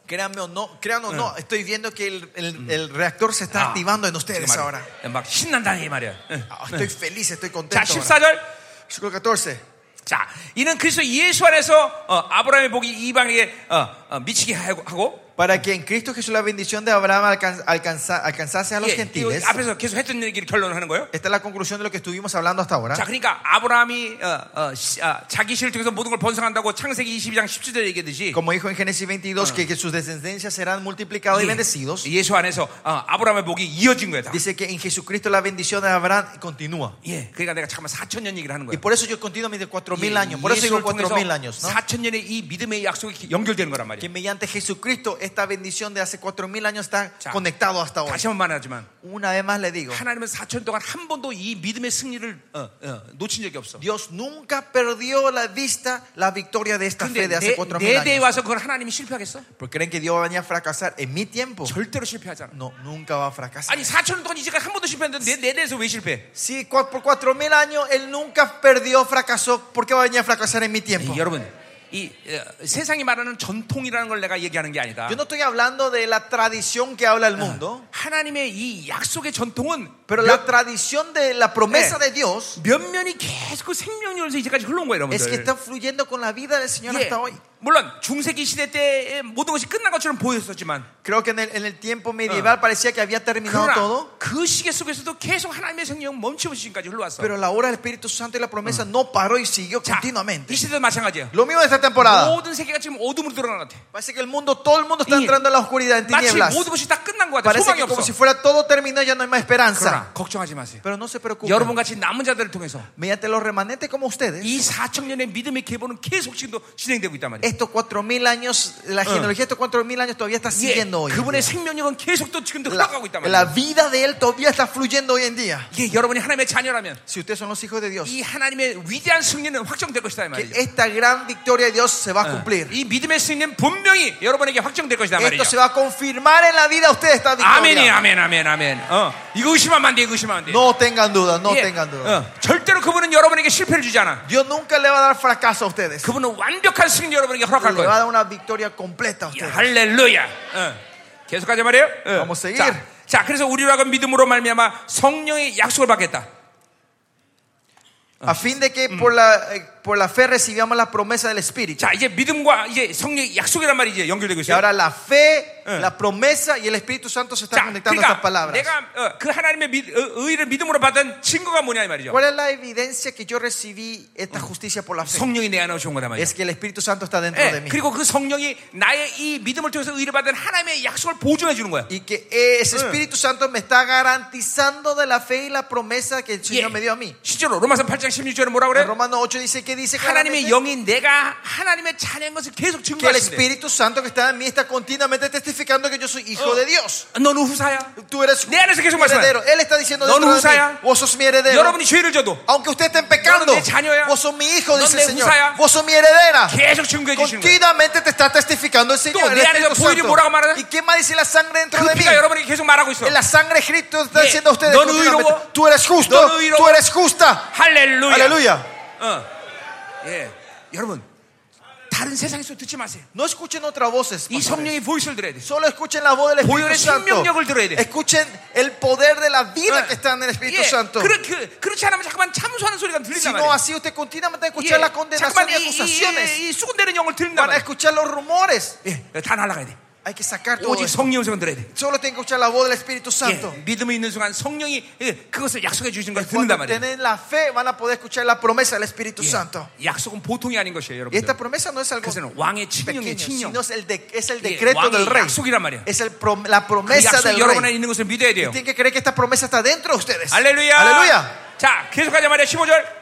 Speaker 2: Créanme o no, crean o no, estoy viendo que el, el- el reactor se está
Speaker 1: Ah.
Speaker 2: activando en
Speaker 1: 지금
Speaker 2: ustedes ahora.
Speaker 1: 말이야. 막 신난다 이 말이야. 응.
Speaker 2: Ah, Estoy feliz, estoy
Speaker 1: 자,
Speaker 2: contento. ahora.
Speaker 1: 14절.
Speaker 2: Versículo 14.
Speaker 1: 자, 이는 그리스도 예수 안에서 어, 아브라함의 복이 이방에게 어, 어, 미치게 하고, 하고
Speaker 2: Para que en Cristo Jesús la bendición de Abraham alcan- alcanza- alcanzase a los
Speaker 1: 예,
Speaker 2: gentiles.
Speaker 1: 이거 앞에서 계속 했던 얘기를 결론하는 거예요.
Speaker 2: Esta es la conclusión de lo que estuvimos hablando hasta
Speaker 1: 자,
Speaker 2: ahora.
Speaker 1: 그러니까 아브라함이 어, 어, 시- 아, 자기 실을 통해서 모든 걸 번성한다고 창세기 22장 17절에 얘기했듯이
Speaker 2: Como dijo en Génesis 22, que, que sus descendencias serán multiplicados Ah. y bendecidos.
Speaker 1: 예, 예수 안에서 어, 아브라함의 복이 이어진 거예요. 다.
Speaker 2: Dice que en Jesucristo la bendición de Abraham continúa.
Speaker 1: 예, 그러니까 내가 잠깐만 4천 년 얘기를 하는
Speaker 2: Y
Speaker 1: 거예요.
Speaker 2: por eso yo continuo mis 4.000 años. Por eso digo
Speaker 1: 예수를 통해서
Speaker 2: 4.000 años. ¿no?
Speaker 1: 4천 년의 이 믿음의 약속이 연결되는 거란
Speaker 2: Que
Speaker 1: 말이에요.
Speaker 2: mediante Jesucristo esta bendición de hace 4.000 años está
Speaker 1: Ya.
Speaker 2: conectado hasta hoy.
Speaker 1: 다시 한 번 말하지만
Speaker 2: Una vez más le digo,
Speaker 1: 하나님은 4천 동안 한 번도 이 믿음의 승리를 어, 어, 놓친 적이 없어.
Speaker 2: Dios nunca perdió la vista, la victoria de esta
Speaker 1: 근데
Speaker 2: fe de
Speaker 1: 내,
Speaker 2: hace
Speaker 1: 내
Speaker 2: 4.000
Speaker 1: 대에
Speaker 2: años.
Speaker 1: 와서 그걸 하나님이 실패하겠어?
Speaker 2: Porque creen que Dios va a venir a fracasar en mi tiempo.
Speaker 1: 절대로 실패하잖아.
Speaker 2: No, nunca va a fracasar.
Speaker 1: 아니 4천 년 동안 이제까지 한 번도 실패했는데 내, 내 대에서 왜 실패?
Speaker 2: Si cua- por 4.000 años Él nunca perdió, fracasó, ¿por qué va a venir a fracasar en mi tiempo?
Speaker 1: 이, 여러분 이 어, 세상이 말하는 전통이라는 걸 내가 얘기하는 게 아니다.
Speaker 2: Yo no estoy hablando de la tradición que habla el mundo,
Speaker 1: 하나님의 이 약속의 전통은
Speaker 2: pero la tradición de la promesa de Dios
Speaker 1: 면면이 계속 그 생명력에서 이제까지 흘러온 거예요,
Speaker 2: es que
Speaker 1: 여러분들.
Speaker 2: está fluyendo con la vida del Señor
Speaker 1: 예,
Speaker 2: hasta hoy.
Speaker 1: 물론 중세기 시대 때 모든 것이 끝난 것처럼 보였었지만
Speaker 2: Creo que en el, en el tiempo medieval parecía que había terminado todo,
Speaker 1: 그러나 그 시계 속에서도 계속 하나님의 생명은 멈춤없이 지금까지 흘러왔어.
Speaker 2: pero la obra del Espíritu Santo y la promesa no paró y siguió
Speaker 1: 자, 이
Speaker 2: continuamente.
Speaker 1: 시대도 마찬가지야.
Speaker 2: Lo mismo de esta temporada.
Speaker 1: 모든 세계가 지금 어둠으로 드러나것 같아.
Speaker 2: Parece que el mundo, todo el mundo está
Speaker 1: Y-
Speaker 2: entrando en la oscuridad, en
Speaker 1: 마치
Speaker 2: tinieblas.
Speaker 1: 모든 것이 다 끝난 것 같아.
Speaker 2: Parece
Speaker 1: 소망이
Speaker 2: que como si
Speaker 1: 없어.
Speaker 2: fuera todo terminado, ya no hay más esperanza.
Speaker 1: 그러나 걱정하지 마세요.
Speaker 2: Pero no se
Speaker 1: 여러분
Speaker 2: preocupen.
Speaker 1: 같이 남은 자들을 통해서
Speaker 2: Mediante los remanentes como ustedes,
Speaker 1: 이 4천 년의 믿음의 계보는 계속 지금도 진행되고 있단 말이에요.
Speaker 2: estos cuatro mil años, la genealogía de estos cuatro mil años todavía está
Speaker 1: 예,
Speaker 2: siguiendo hoy. en
Speaker 1: 그분의
Speaker 2: día.
Speaker 1: 생명력은 계속 또 지금도
Speaker 2: La,
Speaker 1: 흘러가고 있단
Speaker 2: la
Speaker 1: 말이에요.
Speaker 2: vida de él todavía está fluyendo hoy en día.
Speaker 1: 이게 여러분이 하나님의 자녀라면
Speaker 2: Si ustedes son los hijos de Dios,
Speaker 1: 이 하나님의 위대한 승리는 확정될 것이다 이
Speaker 2: que
Speaker 1: 말이죠.
Speaker 2: esta gran victoria de Dios se va
Speaker 1: Ah.
Speaker 2: a cumplir.
Speaker 1: 이 믿음의 승리는 분명히 여러분에게 확정될 것이다
Speaker 2: Esto se
Speaker 1: 말이죠.
Speaker 2: va a confirmar en la vida de ustedes esta
Speaker 1: 아멘이
Speaker 2: victoria.
Speaker 1: 아멘 아멘 아멘. 어, 이거 의심하면 안 돼. 이거 의심하면 안 돼.
Speaker 2: No tengan duda, no
Speaker 1: 예,
Speaker 2: tengan duda.
Speaker 1: 어, 절대로 그분은 여러분에게 실패를 주지 않아.
Speaker 2: Dios nunca le va a dar fracaso a ustedes.
Speaker 1: 그분은 완벽한 승리 여러분에게 허락할
Speaker 2: Le va a
Speaker 1: 거예요.
Speaker 2: dar una victoria completa a ustedes.
Speaker 1: 할렐루야. 어. 계속하자 말이에요. 어.
Speaker 2: Vamos a seguir.
Speaker 1: 자, 자, 그래서 우리로 하여금 믿음으로 말미암아 성령의 약속을 받겠다.
Speaker 2: a fin de
Speaker 1: Mm.
Speaker 2: que por la, eh, por la fe recibamos la promesa del Espíritu.
Speaker 1: 자, 이제 믿음과 이제 성령의 약속이란 말이 이제 연결되고
Speaker 2: Y
Speaker 1: 있어요.
Speaker 2: ahora la fe,
Speaker 1: Eh.
Speaker 2: la promesa y el Espíritu Santo se están
Speaker 1: 자,
Speaker 2: conectando a estas
Speaker 1: 그러니까
Speaker 2: palabras.
Speaker 1: 내가 어, 그 하나님의 믿- 어, 의를 믿음으로 받은 증거가 뭐냐 이 말이죠.
Speaker 2: ¿Cuál es la evidencia que yo recibí
Speaker 1: Mm.
Speaker 2: esta justicia por la fe?
Speaker 1: 성령이 내 안에 오신 거란 말이죠.
Speaker 2: Es que el Espíritu Santo está dentro de
Speaker 1: 예,
Speaker 2: mí.
Speaker 1: 그리고 그 성령이 나의 이 믿음을 통해서 의를 받은 하나님의 약속을 보존해 주는 거야.
Speaker 2: Y que ese
Speaker 1: Eh.
Speaker 2: Espíritu Santo me está garantizando de la fe y la promesa que el Señor
Speaker 1: 예.
Speaker 2: me dio a mí.
Speaker 1: 실제로 아, 로마서 8장 16절에 뭐라
Speaker 2: En
Speaker 1: 그래?
Speaker 2: Romanos 8 dice que dice
Speaker 1: 하나님의
Speaker 2: claramente
Speaker 1: 영이 내가 하나님의 자녀인 것을 계속
Speaker 2: que
Speaker 1: 증거하신대.
Speaker 2: el Espíritu Santo que está en mí está continuamente testificando que yo soy
Speaker 1: Oh.
Speaker 2: hijo de Dios.
Speaker 1: 너는 후사야.
Speaker 2: Tú eres
Speaker 1: 내 안에서 계속
Speaker 2: mi heredero.
Speaker 1: 말씀해.
Speaker 2: Él está diciendo
Speaker 1: No,
Speaker 2: dentro
Speaker 1: no,
Speaker 2: de mí,
Speaker 1: Usaya.
Speaker 2: vos sos mi heredero.
Speaker 1: 여러분이 죄를 져도
Speaker 2: Aunque usted esté pecando,
Speaker 1: No, no, de 자녀야.
Speaker 2: vos sos mi hijo,
Speaker 1: No,
Speaker 2: dice
Speaker 1: de
Speaker 2: el Señor.
Speaker 1: Usaya.
Speaker 2: Vos sos mi heredera.
Speaker 1: 계속 증거해 주시는 거야.
Speaker 2: Continuamente te está testificando el
Speaker 1: Tú,
Speaker 2: Señor. El
Speaker 1: de
Speaker 2: Espíritu
Speaker 1: antes, ¿puedo ir
Speaker 2: Santo.
Speaker 1: 뭐라고 말하나?
Speaker 2: ¿Y qué más dice la sangre dentro
Speaker 1: 그
Speaker 2: de mí?
Speaker 1: 피가 여러분에게 계속 말하고 있어.
Speaker 2: En la sangre de Cristo está
Speaker 1: Yeah.
Speaker 2: diciendo a ustedes
Speaker 1: No, no,
Speaker 2: continuamente,
Speaker 1: no, no.
Speaker 2: tú eres
Speaker 1: No,
Speaker 2: justo,
Speaker 1: no, no, no.
Speaker 2: tú eres justa.
Speaker 1: 할렐루야.
Speaker 2: Aleluya.
Speaker 1: 어. 예. 여러분 다른 세상에서 듣지 마세요.
Speaker 2: No escuchen otras voces.
Speaker 1: 이
Speaker 2: pastores.
Speaker 1: 성령의 보이스를 들어야 돼.
Speaker 2: Solo escuchen la voz del Espíritu
Speaker 1: 보혈의
Speaker 2: Santo.
Speaker 1: 생명력을 들어야 돼.
Speaker 2: Escuchen el poder de la vida
Speaker 1: Eh.
Speaker 2: que está en el Espíritu Santo.
Speaker 1: 그렇, 그, 그렇지 않으면 자꾸만 참소하는 소리가 들린단
Speaker 2: Si
Speaker 1: 말이에요.
Speaker 2: no, así usted continuamente
Speaker 1: 예,
Speaker 2: escuchar la condenación
Speaker 1: 자꾸만
Speaker 2: y
Speaker 1: 이, 이,
Speaker 2: acusaciones.
Speaker 1: 이, 이 수군대는 영을 들린단
Speaker 2: Van a
Speaker 1: 뭐 말이에요.
Speaker 2: escuchar los rumores.
Speaker 1: 예, 다 날아가야 돼.
Speaker 2: Hay que sacar todo
Speaker 1: 오직
Speaker 2: eso.
Speaker 1: 성령의 음성을 들어야 돼.
Speaker 2: Solo tienen que escuchar la voz del Espíritu Santo.
Speaker 1: 예, 믿음이 있는 순간 성령이 예, 그것을 약속해 주신 걸
Speaker 2: Cuando
Speaker 1: 듣는단 말이에요.
Speaker 2: tienen la fe, van a poder escuchar la promesa del Espíritu Santo.
Speaker 1: 예, 약속은 보통이 아닌 것이에요,
Speaker 2: Y esta
Speaker 1: 여러분.
Speaker 2: promesa no es algo
Speaker 1: 그것은 왕의 칙령의
Speaker 2: pequeño,
Speaker 1: 칙령.
Speaker 2: sino es el, de- es el
Speaker 1: 예,
Speaker 2: decreto del
Speaker 1: 왕의
Speaker 2: rey.
Speaker 1: 약속이란 말이야.
Speaker 2: Es el prom- la
Speaker 1: 그
Speaker 2: promesa
Speaker 1: 약속이
Speaker 2: del
Speaker 1: 여러분 안에
Speaker 2: rey.
Speaker 1: 있는 것을 믿어야 돼요.
Speaker 2: Tienen que creer que esta promesa está dentro de ustedes.
Speaker 1: 할렐루야.
Speaker 2: Aleluya.
Speaker 1: 자, 계속하자 말이야. 15절.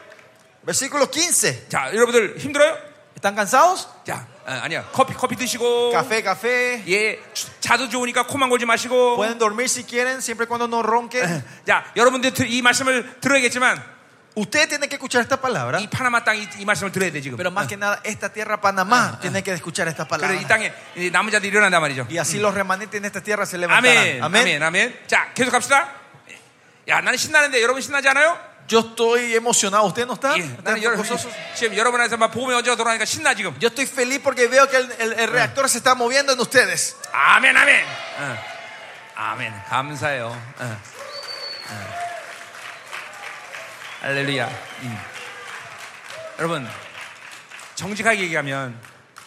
Speaker 2: Versículo 15.
Speaker 1: 자, 여러분들 힘들어요?
Speaker 2: ¿Están cansados?
Speaker 1: 자, 아, 아니야. 커피 커피 드시고
Speaker 2: Café, café.
Speaker 1: 예, 자도 좋으니까 코만 골지 마시고
Speaker 2: Pueden dormir si quieren, siempre y cuando no ronquen.
Speaker 1: 자, 여러분들 들- 이 말씀을 들어야겠지만
Speaker 2: Usted tiene que escuchar esta palabra.
Speaker 1: 이 파나마 땅이 이 말씀을 들어야 돼 지금.
Speaker 2: Pero más que nada, esta tierra Panamá tiene que escuchar esta
Speaker 1: 그래 이
Speaker 2: palabra.
Speaker 1: 땅에 이 남은 자들이 일어난단 말이죠.
Speaker 2: Y así los remanentes en esta tierra se levantarán.
Speaker 1: 아멘. 아멘.
Speaker 2: Amén.
Speaker 1: 아멘. 자, 계속 갑시다. 야, 나는 신나는데 여러분 신나지 않아요?
Speaker 2: Yo estoy emocionado. ¿Usted no está?
Speaker 1: 예,
Speaker 2: ¿Están
Speaker 1: 나는 여러분
Speaker 2: gozosos?
Speaker 1: 지금 여러분 안에서 막 복음의 언제가 돌아가니까 신나 지금.
Speaker 2: Yo estoy feliz porque veo que el, el- el reactor se está moviendo en ustedes.
Speaker 1: 아멘, 아멘. 어. 아멘. 감사해요. 어. 어. 할렐루야. 음. 여러분, 정직하게 얘기하면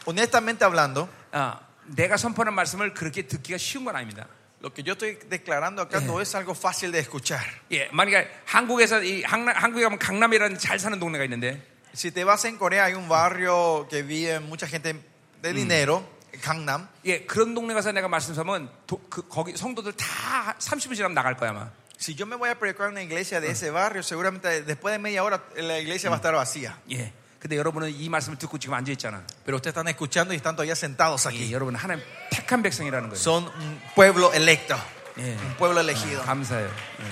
Speaker 2: Honestamente hablando,
Speaker 1: 어, 내가 선포하는 말씀을 그렇게 듣기가 쉬운 건 아닙니다.
Speaker 2: lo que yo estoy declarando acá no es algo fácil de escuchar.
Speaker 1: 예, 만약에 한국에서 이 항라- 한국에 가면 강남이라는 잘 사는 동네가 있는데
Speaker 2: Si te vas en Corea, hay un barrio que vive mucha gente de dinero, Gangnam.
Speaker 1: 예, 그런 동네 가서 내가 말씀 하면 그, 거기 성도들 다 30분 지나면 나갈 거야, 아마.
Speaker 2: Si yo me voy a predicar en una iglesia de ese barrio, seguramente después de media hora la iglesia va a estar vacía.
Speaker 1: 예. 근데 여러분은 이 말씀을 듣고 지금 앉아 있잖아.
Speaker 2: Pero ustedes están escuchando y están todavía sentados
Speaker 1: 예,
Speaker 2: aquí.
Speaker 1: 여러분은 하나님 택한 백성이라는 거예요.
Speaker 2: Son un pueblo electo,
Speaker 1: 예.
Speaker 2: un pueblo elegido.
Speaker 1: 감사해요. 예.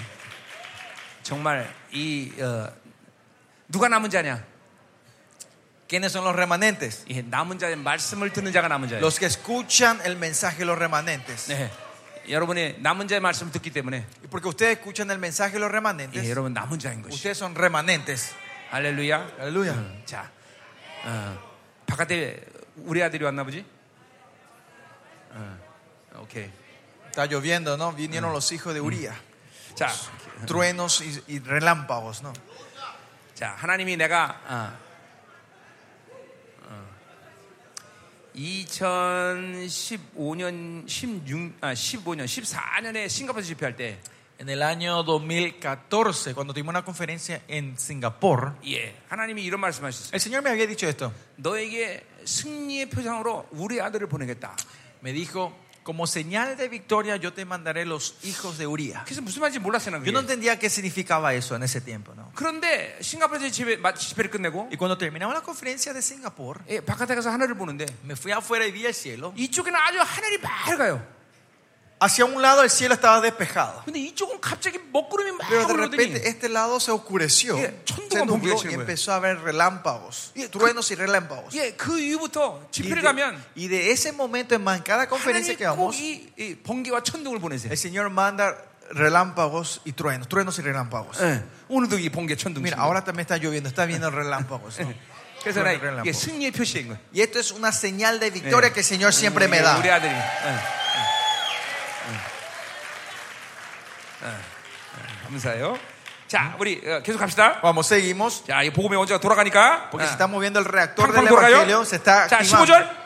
Speaker 1: 정말 이 어, 누가 남은 자냐?
Speaker 2: ¿Quiénes son los remanentes?
Speaker 1: 예, 남은 자의 말씀을 듣는 자가 남은 자예요.
Speaker 2: Los que escuchan el mensaje, los remanentes.
Speaker 1: 네. 여러분의 남은 자의 말씀을 듣기 때문에
Speaker 2: Y Porque ustedes escuchan el mensaje, los
Speaker 1: 예,
Speaker 2: remanentes.
Speaker 1: 여러분 남은 자인 것이.
Speaker 2: Ustedes son remanentes.
Speaker 1: 할렐루야.
Speaker 2: pues. Aleluya.
Speaker 1: 자, 어, 바깥에 우리 아들이 왔나 보지? 어, 오케이.
Speaker 2: Está lloviendo, ¿no? Vinieron los hijos de Uría.
Speaker 1: 자,
Speaker 2: Truenos y, y relámpagos, ¿no?
Speaker 1: 자 하나님이 내가 어, 어, 2015년 16, 아, 15년 14년에 싱가포르 집회할 때
Speaker 2: En el año 2014, cuando tuvimos una conferencia en Singapur,
Speaker 1: 예, 하나님이 이런 말씀하셨어요.
Speaker 2: el Señor me había dicho esto.
Speaker 1: 너에게 승리의 표상으로 우리 아들을 보내겠다.
Speaker 2: Me dijo, como señal de victoria yo te mandaré los hijos de Uría.
Speaker 1: 그래서 무슨 말인지 몰랐어요. 난
Speaker 2: Yo no
Speaker 1: 그게.
Speaker 2: entendía qué significaba eso en ese tiempo, ¿no?
Speaker 1: 그런데 싱가포르에서 집회, 마- 집회를 끝내고
Speaker 2: Y cuando terminaba la conferencia de Singapur,
Speaker 1: 예, 바깥에 가서 하늘을 보는데
Speaker 2: me fui afuera y vi el cielo.
Speaker 1: 이쪽에는 아주 하늘이 맑아요.
Speaker 2: Hacia un lado el cielo estaba despejado.
Speaker 1: 근데 이쪽은 갑자기 먹구름이 막
Speaker 2: Pero de
Speaker 1: 올라오더니
Speaker 2: repente este lado se oscureció,
Speaker 1: 예, 천둥과
Speaker 2: se nubló
Speaker 1: 번개가
Speaker 2: y
Speaker 1: 치는
Speaker 2: empezó a haber relámpagos,
Speaker 1: 예, 그-
Speaker 2: truenos y relámpagos.
Speaker 1: 예, 그 이후부터
Speaker 2: Y
Speaker 1: 집회를
Speaker 2: de,
Speaker 1: 가면
Speaker 2: y de ese momento en más, en cada conferencia que
Speaker 1: 하나님
Speaker 2: vamos,
Speaker 1: 꼭이 이 번개와 천둥을 보내세요.
Speaker 2: el Señor manda relámpagos y truenos, truenos y relámpagos.
Speaker 1: 예, 오늘도 이 번개 천둥.
Speaker 2: Mira, ahora también está lloviendo, está viendo relámpagos. [laughs] ¿no?
Speaker 1: 그래서 나
Speaker 2: 그러나
Speaker 1: 이게 승리의 표시인 거예요. 음,
Speaker 2: Y esto es una señal de
Speaker 1: 예,
Speaker 2: victoria que el Señor siempre me
Speaker 1: 우리
Speaker 2: da.
Speaker 1: 아들이. 예, 예, 예. 예. 감사해요. 자, 우리 어, 계속 갑시다.
Speaker 2: Vamos, seguimos.
Speaker 1: 자, 이 복음의 원자가 돌아가니까.
Speaker 2: Porque se
Speaker 1: 예.
Speaker 2: está moviendo el reactor
Speaker 1: 팡팡
Speaker 2: del
Speaker 1: 돌아가요.
Speaker 2: evangelio. Se está
Speaker 1: 자,
Speaker 2: activando.
Speaker 1: 15절.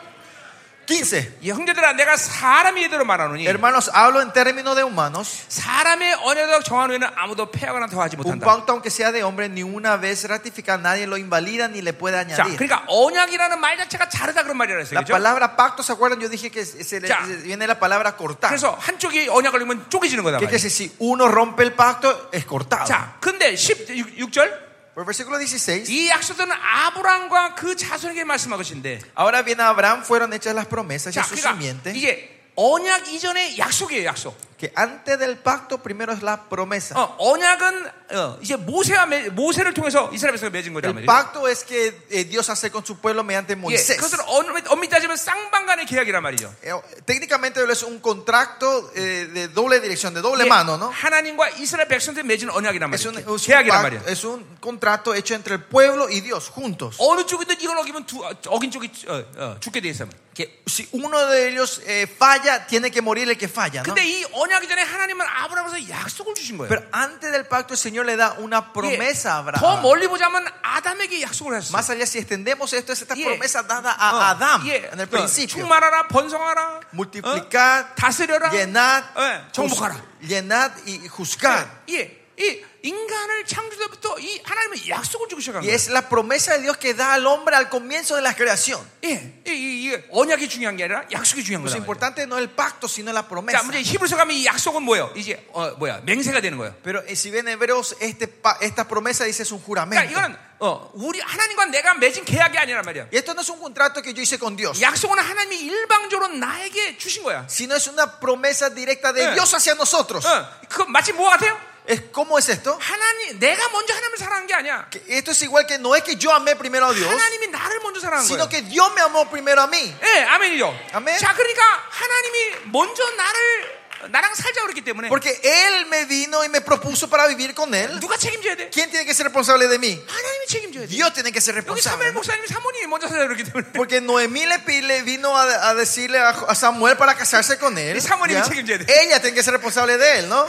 Speaker 2: 15.
Speaker 1: 이 형제들아, 내가 사람의 예대로 말하노니
Speaker 2: Hermanos, hablo en términos de humanos.
Speaker 1: 사람의 언어적 정한 후에는 아무도 패하거나 더하지
Speaker 2: Un
Speaker 1: 못한다.
Speaker 2: pacto, aunque sea de hombre, ni una vez ratificado, nadie lo invalida ni le puede
Speaker 1: 자,
Speaker 2: añadir.
Speaker 1: 그러니까 언약이라는 말 자체가 자르다 그런 말이라 했어요.
Speaker 2: La
Speaker 1: 그죠?
Speaker 2: palabra pacto, ¿se acuerdan? Yo dije que se le-
Speaker 1: Ya.
Speaker 2: se- viene la palabra cortar.
Speaker 1: 그래서 한쪽이 언약 걸리면 쪼개지는 거다.
Speaker 2: Que,
Speaker 1: 말이야.
Speaker 2: que si- si uno rompe el pacto, es cortado.
Speaker 1: 자, 근데 16절
Speaker 2: Por el versículo 16.
Speaker 1: 이 약속은 아브람과 그 자손에게 말씀한 것인데.
Speaker 2: Ahora bien, a Abraham fueron hechas las promesas y
Speaker 1: 자,
Speaker 2: a su
Speaker 1: 그러니까
Speaker 2: simiente.
Speaker 1: 이게 언약 이전의 약속이에요, 약속.
Speaker 2: Que antes del pacto, primero es la promesa.
Speaker 1: 어, 언약은 어, 이제 모세와 매- 모세를 통해서 이스라엘 백성이 맺은 거잖아요.
Speaker 2: El pacto es que eh, Dios hace con su pueblo mediante
Speaker 1: 예,
Speaker 2: Moisés.
Speaker 1: 그것은 엄- 엄밀히 따지면 쌍방간의 계약이란 말이죠.
Speaker 2: Eh, técnicamente es un contrato eh, de doble dirección, de doble
Speaker 1: 예,
Speaker 2: mano, ¿no?
Speaker 1: 하나님과 이스라엘 백성들이 맺은 언약이란
Speaker 2: Es
Speaker 1: 말이죠.
Speaker 2: un, es un
Speaker 1: 계약이란 말이에요.
Speaker 2: pacto- es un contrato hecho entre el pueblo y Dios juntos.
Speaker 1: 어느 쪽이든 이걸 어기면 두, 어, 어긴 쪽이 어, 어, 죽게 돼 있으면.
Speaker 2: Que si uno de ellos eh, falla, tiene que morir el que falla, ¿no?
Speaker 1: 근데 이 언약이 전에 하나님은 아브라함에서 약속을 주신 거예요.
Speaker 2: Pero antes del pacto el Señor le da una
Speaker 1: 예,
Speaker 2: promesa a
Speaker 1: 더
Speaker 2: Abraham.
Speaker 1: 멀리 보자면 아담에게 약속을 했어요.
Speaker 2: Más allá si extendemos esto es esta
Speaker 1: 예.
Speaker 2: promesa dada
Speaker 1: 어,
Speaker 2: a Adán
Speaker 1: 예,
Speaker 2: en el
Speaker 1: 어,
Speaker 2: principio.
Speaker 1: 충만하라, 번성하라,
Speaker 2: Multiplicad,
Speaker 1: 어? 다스려라,
Speaker 2: Llenad,
Speaker 1: 예, 정복하라.
Speaker 2: juz- llenad y juzgad.
Speaker 1: 예, 이 인간을 창조때부터 이 하나님은 약속을 주고 시작한
Speaker 2: Y
Speaker 1: 거예요.
Speaker 2: es la promesa de Dios que da al hombre al comienzo de la creación.
Speaker 1: 예, 이, 이, 이 언약이 중요한 게 아니라 약속이 중요한
Speaker 2: Pues Lo
Speaker 1: 거예요.
Speaker 2: importante no es el pacto, sino la
Speaker 1: 자,
Speaker 2: promesa.
Speaker 1: 문제 히브리서 가면 이 약속은 뭐예요? 이제 어, 뭐야? 맹세가 되는 거예요.
Speaker 2: Pero eh, si ven Hebreos, este, pa- esta promesa dice es un
Speaker 1: 그러니까
Speaker 2: juramento.
Speaker 1: 이거는 어, 우리 하나님과 내가 맺은 계약이 아니란 말이야.
Speaker 2: Y esto no es un contrato que yo hice con Dios,
Speaker 1: 약속은 하나님이 일방적으로 나에게 주신 거야.
Speaker 2: sino es una promesa directa de
Speaker 1: Eh.
Speaker 2: Dios hacia nosotros.
Speaker 1: 어, 그 마치 뭐 같아요?
Speaker 2: Es, ¿Cómo es esto?
Speaker 1: 하나님 내가 먼저 하나님을 사랑한 게 아니야.
Speaker 2: Que esto es igual que no es que yo amé primero a Dios,
Speaker 1: 하나님이 나를 먼저 사랑한 거야.
Speaker 2: sino que Dios me amó primero a mí.
Speaker 1: 예, 아멘이죠.
Speaker 2: 아멘.
Speaker 1: 자, 그러니까 하나님이 먼저 나를 나랑 살자 그랬기 때문에
Speaker 2: Porque Él me vino y me propuso para vivir con Él.
Speaker 1: 누가 책임져야 돼?
Speaker 2: ¿Quién tiene que ser responsable de mí?
Speaker 1: 하나님이 책임져야 돼.
Speaker 2: Dios tiene que ser
Speaker 1: 여기 사무엘
Speaker 2: responsable. ¿no?
Speaker 1: 목사님이 사모님이 먼저 살자 그랬기 때문에
Speaker 2: Porque Noemí le, pi- le vino a, a decirle a, a Samuel para casarse con él.
Speaker 1: Y Samuel
Speaker 2: ¿ya?
Speaker 1: y Michelle, ¿quién tiene?
Speaker 2: Ella tiene que ser responsable de él, ¿no?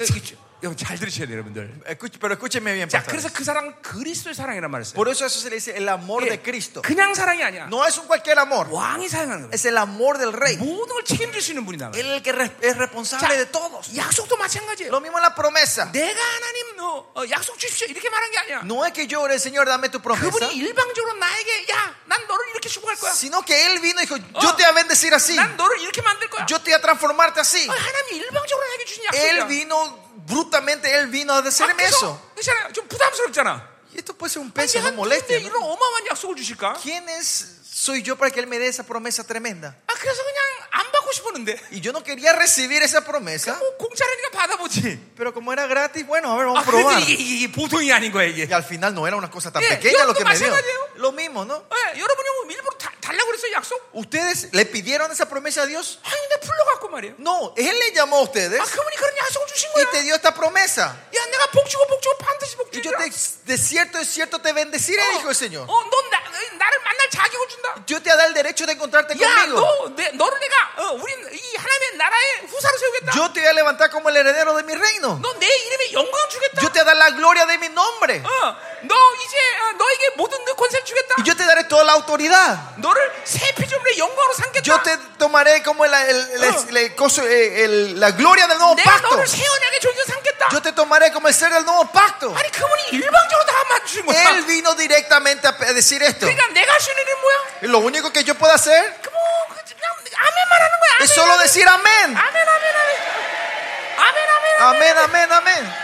Speaker 1: 예, 그쵸. 여러분 잘 들으셔야 돼요, 여러분들.
Speaker 2: Escuche- pero escúcheme bien,
Speaker 1: 자,
Speaker 2: pastores.
Speaker 1: 그래서 그 사랑은 그리스도의 사랑이란 말을 써요.
Speaker 2: Por eso eso se le dice el amor
Speaker 1: 예,
Speaker 2: de Cristo.
Speaker 1: 그냥 사랑이 아니야.
Speaker 2: No es un cualquier amor,
Speaker 1: 왕이 사랑하는 거예요.
Speaker 2: es el amor del rey.
Speaker 1: 모든 걸 책임질 수 있는 분이 나와요.
Speaker 2: Él es el que res- es responsable de todos.
Speaker 1: 약속도 마찬가지예요.
Speaker 2: Lo mismo en la promesa.
Speaker 1: 내가 하나님 어, 어, 약속 주십시오 이렇게 말한 게 아니야.
Speaker 2: No es que yo ore, Señor, dame tu promesa,
Speaker 1: 그분이 일방적으로 나에게 야, 난 너를 이렇게 축복할 거야.
Speaker 2: sino que Él vino y dijo,
Speaker 1: Ah.
Speaker 2: yo te voy a bendecir así,
Speaker 1: 난 너를 이렇게 만들 거야.
Speaker 2: yo te voy a transformarte así.
Speaker 1: 아, 하나님이 일방적으로 나에게 주신
Speaker 2: Él
Speaker 1: 약속이야. 아,
Speaker 2: vino brutamente, Él vino a decirme eso.
Speaker 1: 그래서 그렇잖아요. 좀 부담스럽잖아.
Speaker 2: Y esto puede ser un
Speaker 1: 아니,
Speaker 2: peso, no
Speaker 1: 하나님이
Speaker 2: molestia. ¿no?
Speaker 1: 이런 어마어마한 약속을 주실까?
Speaker 2: ¿Quién es, soy yo para que Él me dé esa promesa tremenda?
Speaker 1: 아, 그래서 그냥 안 받고 싶었는데.
Speaker 2: Y yo no quería recibir esa promesa,
Speaker 1: 뭐 공짜라니까 받아보지.
Speaker 2: pero como era gratis, bueno, a ver,
Speaker 1: 아,
Speaker 2: vamos a probar.
Speaker 1: 근데 이게, 이게, 이게 보통이 아닌 거야 이게.
Speaker 2: Y al final no era una cosa tan
Speaker 1: Bien,
Speaker 2: pequeña
Speaker 1: yo
Speaker 2: lo que me
Speaker 1: nomás
Speaker 2: dio.
Speaker 1: hago yo.
Speaker 2: Lo mismo, ¿no?
Speaker 1: 예, 여러분이 뭐 일부러 다- 달라고 그랬어요 약속?
Speaker 2: ¿Ustedes le pidieron esa promesa a Dios?
Speaker 1: 아니 근데 불러갖고 말이에요.
Speaker 2: No, Él le llamó a ustedes
Speaker 1: 아, 그분이 그런 약속을 주신 거야.
Speaker 2: y te dio esta promesa.
Speaker 1: 야, 내가 복주고 복주고 반드시
Speaker 2: Y
Speaker 1: 복주해.
Speaker 2: yo te, de cierto, de cierto te bendeciré,
Speaker 1: Oh,
Speaker 2: dijo el Señor.
Speaker 1: 어, 넌 나, 나를 만날 자격을 준다.
Speaker 2: Yo te voy a dar el derecho de encontrarte
Speaker 1: 야,
Speaker 2: conmigo.
Speaker 1: 너, 내, 너를 내가, 어, 우린 이 하나님의 나라의 후사로 세우겠다.
Speaker 2: Yo te voy a levantar como el heredero de mi reino.
Speaker 1: 너 내 이름에 영광을 주겠다.
Speaker 2: Yo te voy a dar la gloria de mi nombre.
Speaker 1: 어, 너 이제 어, 너에게 모든 내 권세를 주겠다.
Speaker 2: Y yo te daré toda la autoridad.
Speaker 1: 너를 새 피조물의 영광으로 삼겠다.
Speaker 2: Yo te tomaré como el, el- el-
Speaker 1: Ah.
Speaker 2: el- coso- eh, el- la gloria del nuevo
Speaker 1: 내가
Speaker 2: pacto.
Speaker 1: 너를 새 언약의 존재 삼겠다.
Speaker 2: Yo te tomaré como el ser del nuevo pacto.
Speaker 1: 아니 그분이 일방적으로 다 맞추신 거야.
Speaker 2: Él vino directamente a pe- decir esto.
Speaker 1: 그러니까 내가 할 수 있는 일은 뭐야?
Speaker 2: Y Lo único que yo puedo hacer
Speaker 1: 그 뭐, 그 그냥 아멘만 하는 거야.
Speaker 2: es solo decir
Speaker 1: 아멘,
Speaker 2: amén.
Speaker 1: 아멘, 아멘, 아멘, 아멘, 아멘, 아멘.
Speaker 2: Amén, amén, amén.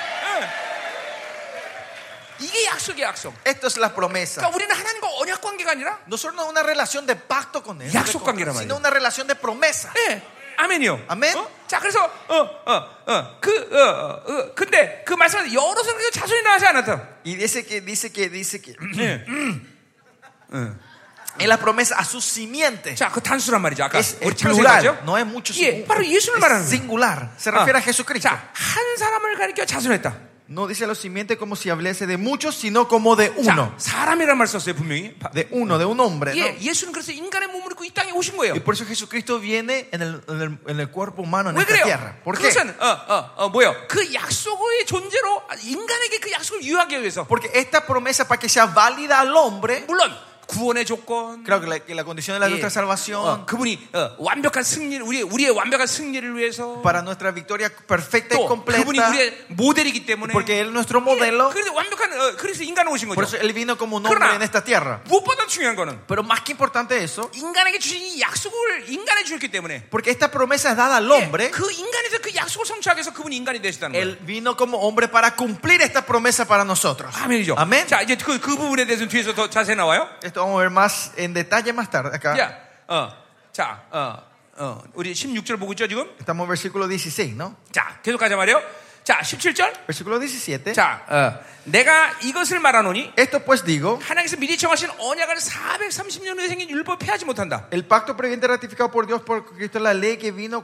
Speaker 1: 이게 약속이야 약속.
Speaker 2: Esto es la promesa.
Speaker 1: 그러니까 우리는 하나님과 언약 관계가 아니라,
Speaker 2: No solo una relación de pacto con Él,
Speaker 1: Yaxo 관계란 말이야.
Speaker 2: sino una relación de promesa.
Speaker 1: 예, 아멘이요.
Speaker 2: 아멘.
Speaker 1: 어? 자, 그래서 어어어그 어, 어, 어, 근데 그 말씀은 여러 성경에 자손이 나오지 않았다.
Speaker 2: Y dice que, dice que, dice que.
Speaker 1: 예.
Speaker 2: [clears throat] Es la promesa a sus simientes.
Speaker 1: 자, 그 단수란 말이죠. 아까
Speaker 2: Es, es
Speaker 1: 우리
Speaker 2: plural,
Speaker 1: 창세기죠.
Speaker 2: no es mucho.
Speaker 1: 예, 바로 예수를
Speaker 2: es Ah.
Speaker 1: 말하는 거예요.
Speaker 2: singular. Se refiere
Speaker 1: 아,
Speaker 2: a Jesucristo.
Speaker 1: 자, 한 사람을 가리켜 자손했다.
Speaker 2: No dice lo simiente como si hablase de muchos, sino como de uno.
Speaker 1: 자, 사람이란 말 썼어요 분명히. 바- 네,
Speaker 2: De uno, de un hombre. ¿no?
Speaker 1: 예, 예수는 그래서 인간의 몸을 입고 이 땅에 오신 거예요.
Speaker 2: Y por eso Jesucristo viene en el, en el- en el cuerpo humano, en
Speaker 1: 왜
Speaker 2: esta
Speaker 1: 그래요?
Speaker 2: tierra. ¿Por qué?
Speaker 1: 그것은 어, 어, 어, 뭐요? 그 약속의 존재로 인간에게 그 약속을 유하게 위해서.
Speaker 2: Porque esta promesa, para que sea válida al hombre,
Speaker 1: 물론 구원의 조건.
Speaker 2: creo que la, que la condición de la
Speaker 1: 예,
Speaker 2: nuestra
Speaker 1: 어,
Speaker 2: salvación,
Speaker 1: 그분이 어, 완벽한 승리, 우리 우리의 완벽한 승리를 위해서.
Speaker 2: para nuestra victoria perfecta y
Speaker 1: 또 그분이
Speaker 2: completa,
Speaker 1: 우리의 모델이기 때문에.
Speaker 2: porque Él es nuestro
Speaker 1: 예,
Speaker 2: modelo,
Speaker 1: 그래서 완벽한 어, 그래서 인간은 오신
Speaker 2: por
Speaker 1: 거죠.
Speaker 2: eso Él vino como un
Speaker 1: 그러나-
Speaker 2: hombre en esta tierra.
Speaker 1: 무엇보다 중요한 거는
Speaker 2: Pero más que importante eso,
Speaker 1: 인간에게 주신 이 약속을 인간에 주셨기 때문에.
Speaker 2: porque esta promesa es dada al
Speaker 1: 예,
Speaker 2: hombre,
Speaker 1: 그 인간에서 그 약속을 성취하기 위해서 그분이 인간이 되셨다는 거예요.
Speaker 2: Él vino como hombre para cumplir esta promesa para nosotros.
Speaker 1: 아멘이죠.
Speaker 2: Amén.
Speaker 1: 자 이제 그, 그 부분에 대해서는 뒤에서 더 자세히 나와요.
Speaker 2: Esto vamos a ver más en detalle más tarde acá.
Speaker 1: 야, 어, 자, 어, 어, u리 16절 보고 있죠 지금?
Speaker 2: Estamos en versículo 16, ¿no?
Speaker 1: 자, 계속 가자 말이요. 자, 17절.
Speaker 2: Versículo 17.
Speaker 1: 자, 어, 내가 이것을 말하노니
Speaker 2: Esto pues digo,
Speaker 1: 하나님께서 미리 정하신 언약을 430년 후에 생긴 율법 폐하지 못한다.
Speaker 2: el pacto previamente ratificado por Dios por Cristo, la ley que vino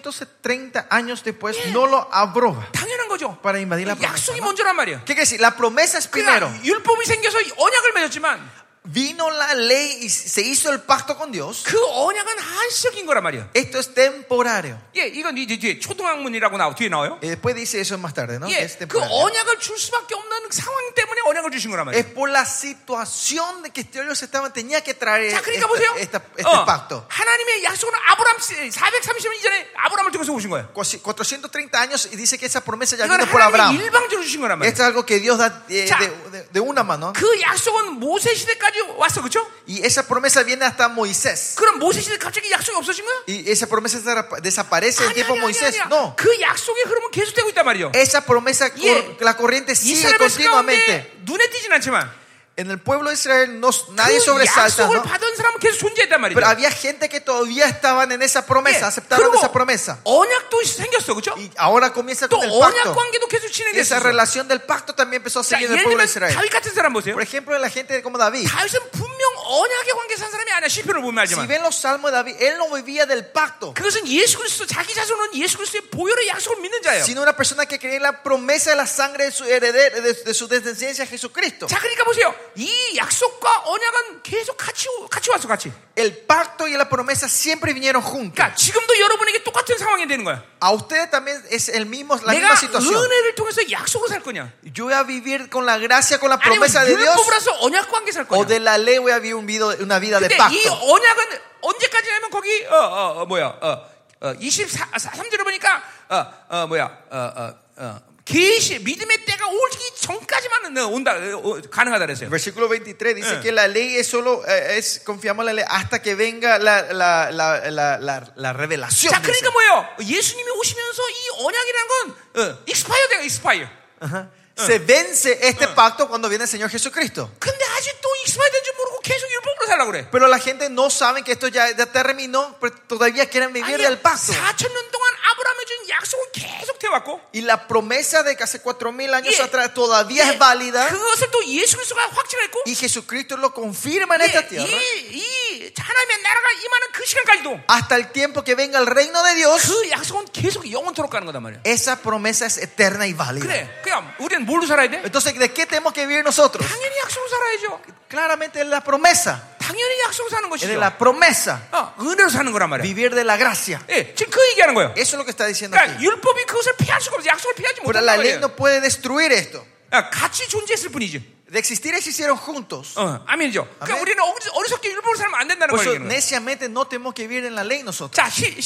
Speaker 2: 430 años después, no lo abroga
Speaker 1: 당연한 거죠.
Speaker 2: para invadir la promesa.
Speaker 1: 약속이
Speaker 2: ¿no?
Speaker 1: 먼저란 말이에요.
Speaker 2: ¿Qué quiere decir? La promesa es primero.
Speaker 1: 그냥 율법이 생겨서 언약을 맺었지만
Speaker 2: Vino la ley y se hizo el pacto con Dios.
Speaker 1: 그 언약은 한시적인 거란 말이에요.
Speaker 2: Esto es temporario.
Speaker 1: 예, 이건 이제 뒤에 초등학문이라고 나오 뒤에 나와요.
Speaker 2: Y después dice eso más tarde, ¿no?
Speaker 1: 예,
Speaker 2: Es
Speaker 1: 그
Speaker 2: temporario.
Speaker 1: 언약을 줄 수밖에 없는 상황 때문에 언약을 주신 거란 말이에요.
Speaker 2: Es por la situación de que este ellos estaban, tenía que traer
Speaker 1: 자, 그러니까
Speaker 2: esta-
Speaker 1: 보세요.
Speaker 2: esta- este
Speaker 1: 어,
Speaker 2: pacto.
Speaker 1: 하나님의 약속은 아브람 430년 이전에 아브람을 통해서 오신 거예요.
Speaker 2: 430 años y dice que esa promesa ya
Speaker 1: 이건
Speaker 2: vino por
Speaker 1: 하나님이
Speaker 2: Abraham.
Speaker 1: 일방적으로 주신 거란 말이에요.
Speaker 2: Esto es algo que Dios da eh,
Speaker 1: 자.
Speaker 2: de, de- de una mano.
Speaker 1: 그 약속은 모세 시대까지 왔어, 그렇죠?
Speaker 2: Y esa promesa viene hasta Moisés.
Speaker 1: 그럼 모세 시대 갑자기 약속이 없어진 거야?
Speaker 2: Y esa promesa se- desaparece en
Speaker 1: 아니,
Speaker 2: tiempo de
Speaker 1: 아니, 아니,
Speaker 2: Moisés.
Speaker 1: 아니야.
Speaker 2: No.
Speaker 1: 그 약속의 흐름은 계속되고 있단 말이에요.
Speaker 2: Esa promesa, cor-
Speaker 1: Yeah.
Speaker 2: la corriente sigue
Speaker 1: 이스라엘 백성 가운데
Speaker 2: continuamente.
Speaker 1: 눈에 띄진 않지만
Speaker 2: En el pueblo de Israel no, nadie
Speaker 1: 그
Speaker 2: sobresalta.
Speaker 1: 약속을
Speaker 2: ¿no?
Speaker 1: 받은 사람은 계속 존재했단 말이죠.
Speaker 2: Pero había gente que todavía estaban en esa promesa,
Speaker 1: 예,
Speaker 2: aceptaron
Speaker 1: 그리고
Speaker 2: esa promesa.
Speaker 1: 언약도 생겼어, 그렇죠?
Speaker 2: Y ahora comienza
Speaker 1: 또
Speaker 2: con el
Speaker 1: 언약
Speaker 2: pacto.
Speaker 1: 관계도 계속
Speaker 2: Esa
Speaker 1: 진행됐어.
Speaker 2: relación del pacto también empezó a
Speaker 1: 자,
Speaker 2: seguir en
Speaker 1: 예를
Speaker 2: el pueblo
Speaker 1: 들면
Speaker 2: de Israel.
Speaker 1: 다윗 같은 사람 보세요.
Speaker 2: Por ejemplo, la gente como David.
Speaker 1: 다윗은 분명 언약의 관계 산 사람이 아니야. 시편을 보면
Speaker 2: Si
Speaker 1: 알지만
Speaker 2: ven los salmos de David, él no vivía del pacto,
Speaker 1: 그것은 예수 그리스도 자기 자손은 예수 그리스도의 보혈의 약속을 믿는 자예요.
Speaker 2: sino una persona que creía en la promesa de la sangre de su heredero, de, de su descendencia Jesucristo.
Speaker 1: 자, 그러니까 보세요. 이 약속과 언약은 계속 같이 오- 같이 왔어, 같이.
Speaker 2: El pacto y la promesa siempre vinieron juntas.
Speaker 1: 그러니까 지금도 여러분에게 똑같은 상황이 되는 거야.
Speaker 2: A ustedes también es el mismo, la
Speaker 1: 내가
Speaker 2: misma situación.
Speaker 1: 은혜를 통해서 약속을 살 거냐?
Speaker 2: Yo voy a vivir con la gracia, con la
Speaker 1: 아니면
Speaker 2: promesa de Dios,
Speaker 1: 율법으로서 언약 관계 살
Speaker 2: o
Speaker 1: 거냐?
Speaker 2: de la ley voy a vivir un vido- una vida de
Speaker 1: 근데 이
Speaker 2: pacto.
Speaker 1: 언약은 언제까지냐면 거기 어, 어, 어, 뭐야? 어, 어, 24 3절을 보니까 어, 어, 뭐야? 어, 어, 어. 계시 믿음의 때가 오기 전까지만 어, 온다 어, 어, 가능하다 그랬어요.
Speaker 2: Versículo 23 dice
Speaker 1: Eh.
Speaker 2: que la ley es solo, eh, es, confiamos en la ley hasta que venga la, la, la, la, la, la revelación.
Speaker 1: 자,
Speaker 2: dice.
Speaker 1: 그러니까 뭐예요? 예수님이 오시면서 이 언약이란 건 어, 익스파이어 돼요, 익스파이어.
Speaker 2: Ajá. Se vence este pacto cuando viene el Señor Jesucristo.
Speaker 1: 근데 아직도 익스파이어 된줄 모르고 계속 율법으로 살라고 그래.
Speaker 2: Pero la gente no sabe que esto ya, ya terminó, pero todavía quieren vivir del pacto.
Speaker 1: 4천 년 동안 아브라함이 준 약속을 계속 태웠고
Speaker 2: Y la promesa de que hace 4000 años
Speaker 1: Yeah.
Speaker 2: atrás todavía es válida.
Speaker 1: 그것을 또 예수 그리스도가 확증했고
Speaker 2: Y Jesucristo lo confirma en esta
Speaker 1: 예,
Speaker 2: tierra.
Speaker 1: 이, 이 하나님의 나라가 임하는 그 시간까지도
Speaker 2: Hasta el tiempo que venga el reino de Dios,
Speaker 1: 그 약속은 계속 영원토록 가는 거단 말이야.
Speaker 2: esa promesa es eterna y válida.
Speaker 1: 그래, 그냥 우리는 뭘로 살아야 돼?
Speaker 2: Entonces, ¿de qué tenemos que vivir nosotros?
Speaker 1: 당연히 약속으로 살아야죠.
Speaker 2: Claramente es la promesa.
Speaker 1: 당연히 약속으로 사는
Speaker 2: Es
Speaker 1: 것이죠.
Speaker 2: de la promesa.
Speaker 1: 어, 은혜로 사는 거란 말이야.
Speaker 2: Vivir de la gracia.
Speaker 1: 예, 지금 그 얘기하는 거예요.
Speaker 2: Eso es lo que está diciendo
Speaker 1: 그러니까
Speaker 2: aquí.
Speaker 1: 율법이 그것을 피할 수가 없어. 약속을 피하지
Speaker 2: Pero
Speaker 1: 못한
Speaker 2: la ley
Speaker 1: 거예요.
Speaker 2: no puede destruir esto.
Speaker 1: 아, 같이 존재했을 뿐이지.
Speaker 2: De existir se hicieron juntos.
Speaker 1: 어, 아멘이죠. 그러니까
Speaker 2: 아멘. 네.
Speaker 1: 우리는 어리- 어리석게 율법을 살면 안 된다는
Speaker 2: Por eso
Speaker 1: 거예요. 얘기는.
Speaker 2: neciamente no tenemos que vivir en la ley nosotros.
Speaker 1: 자, 11,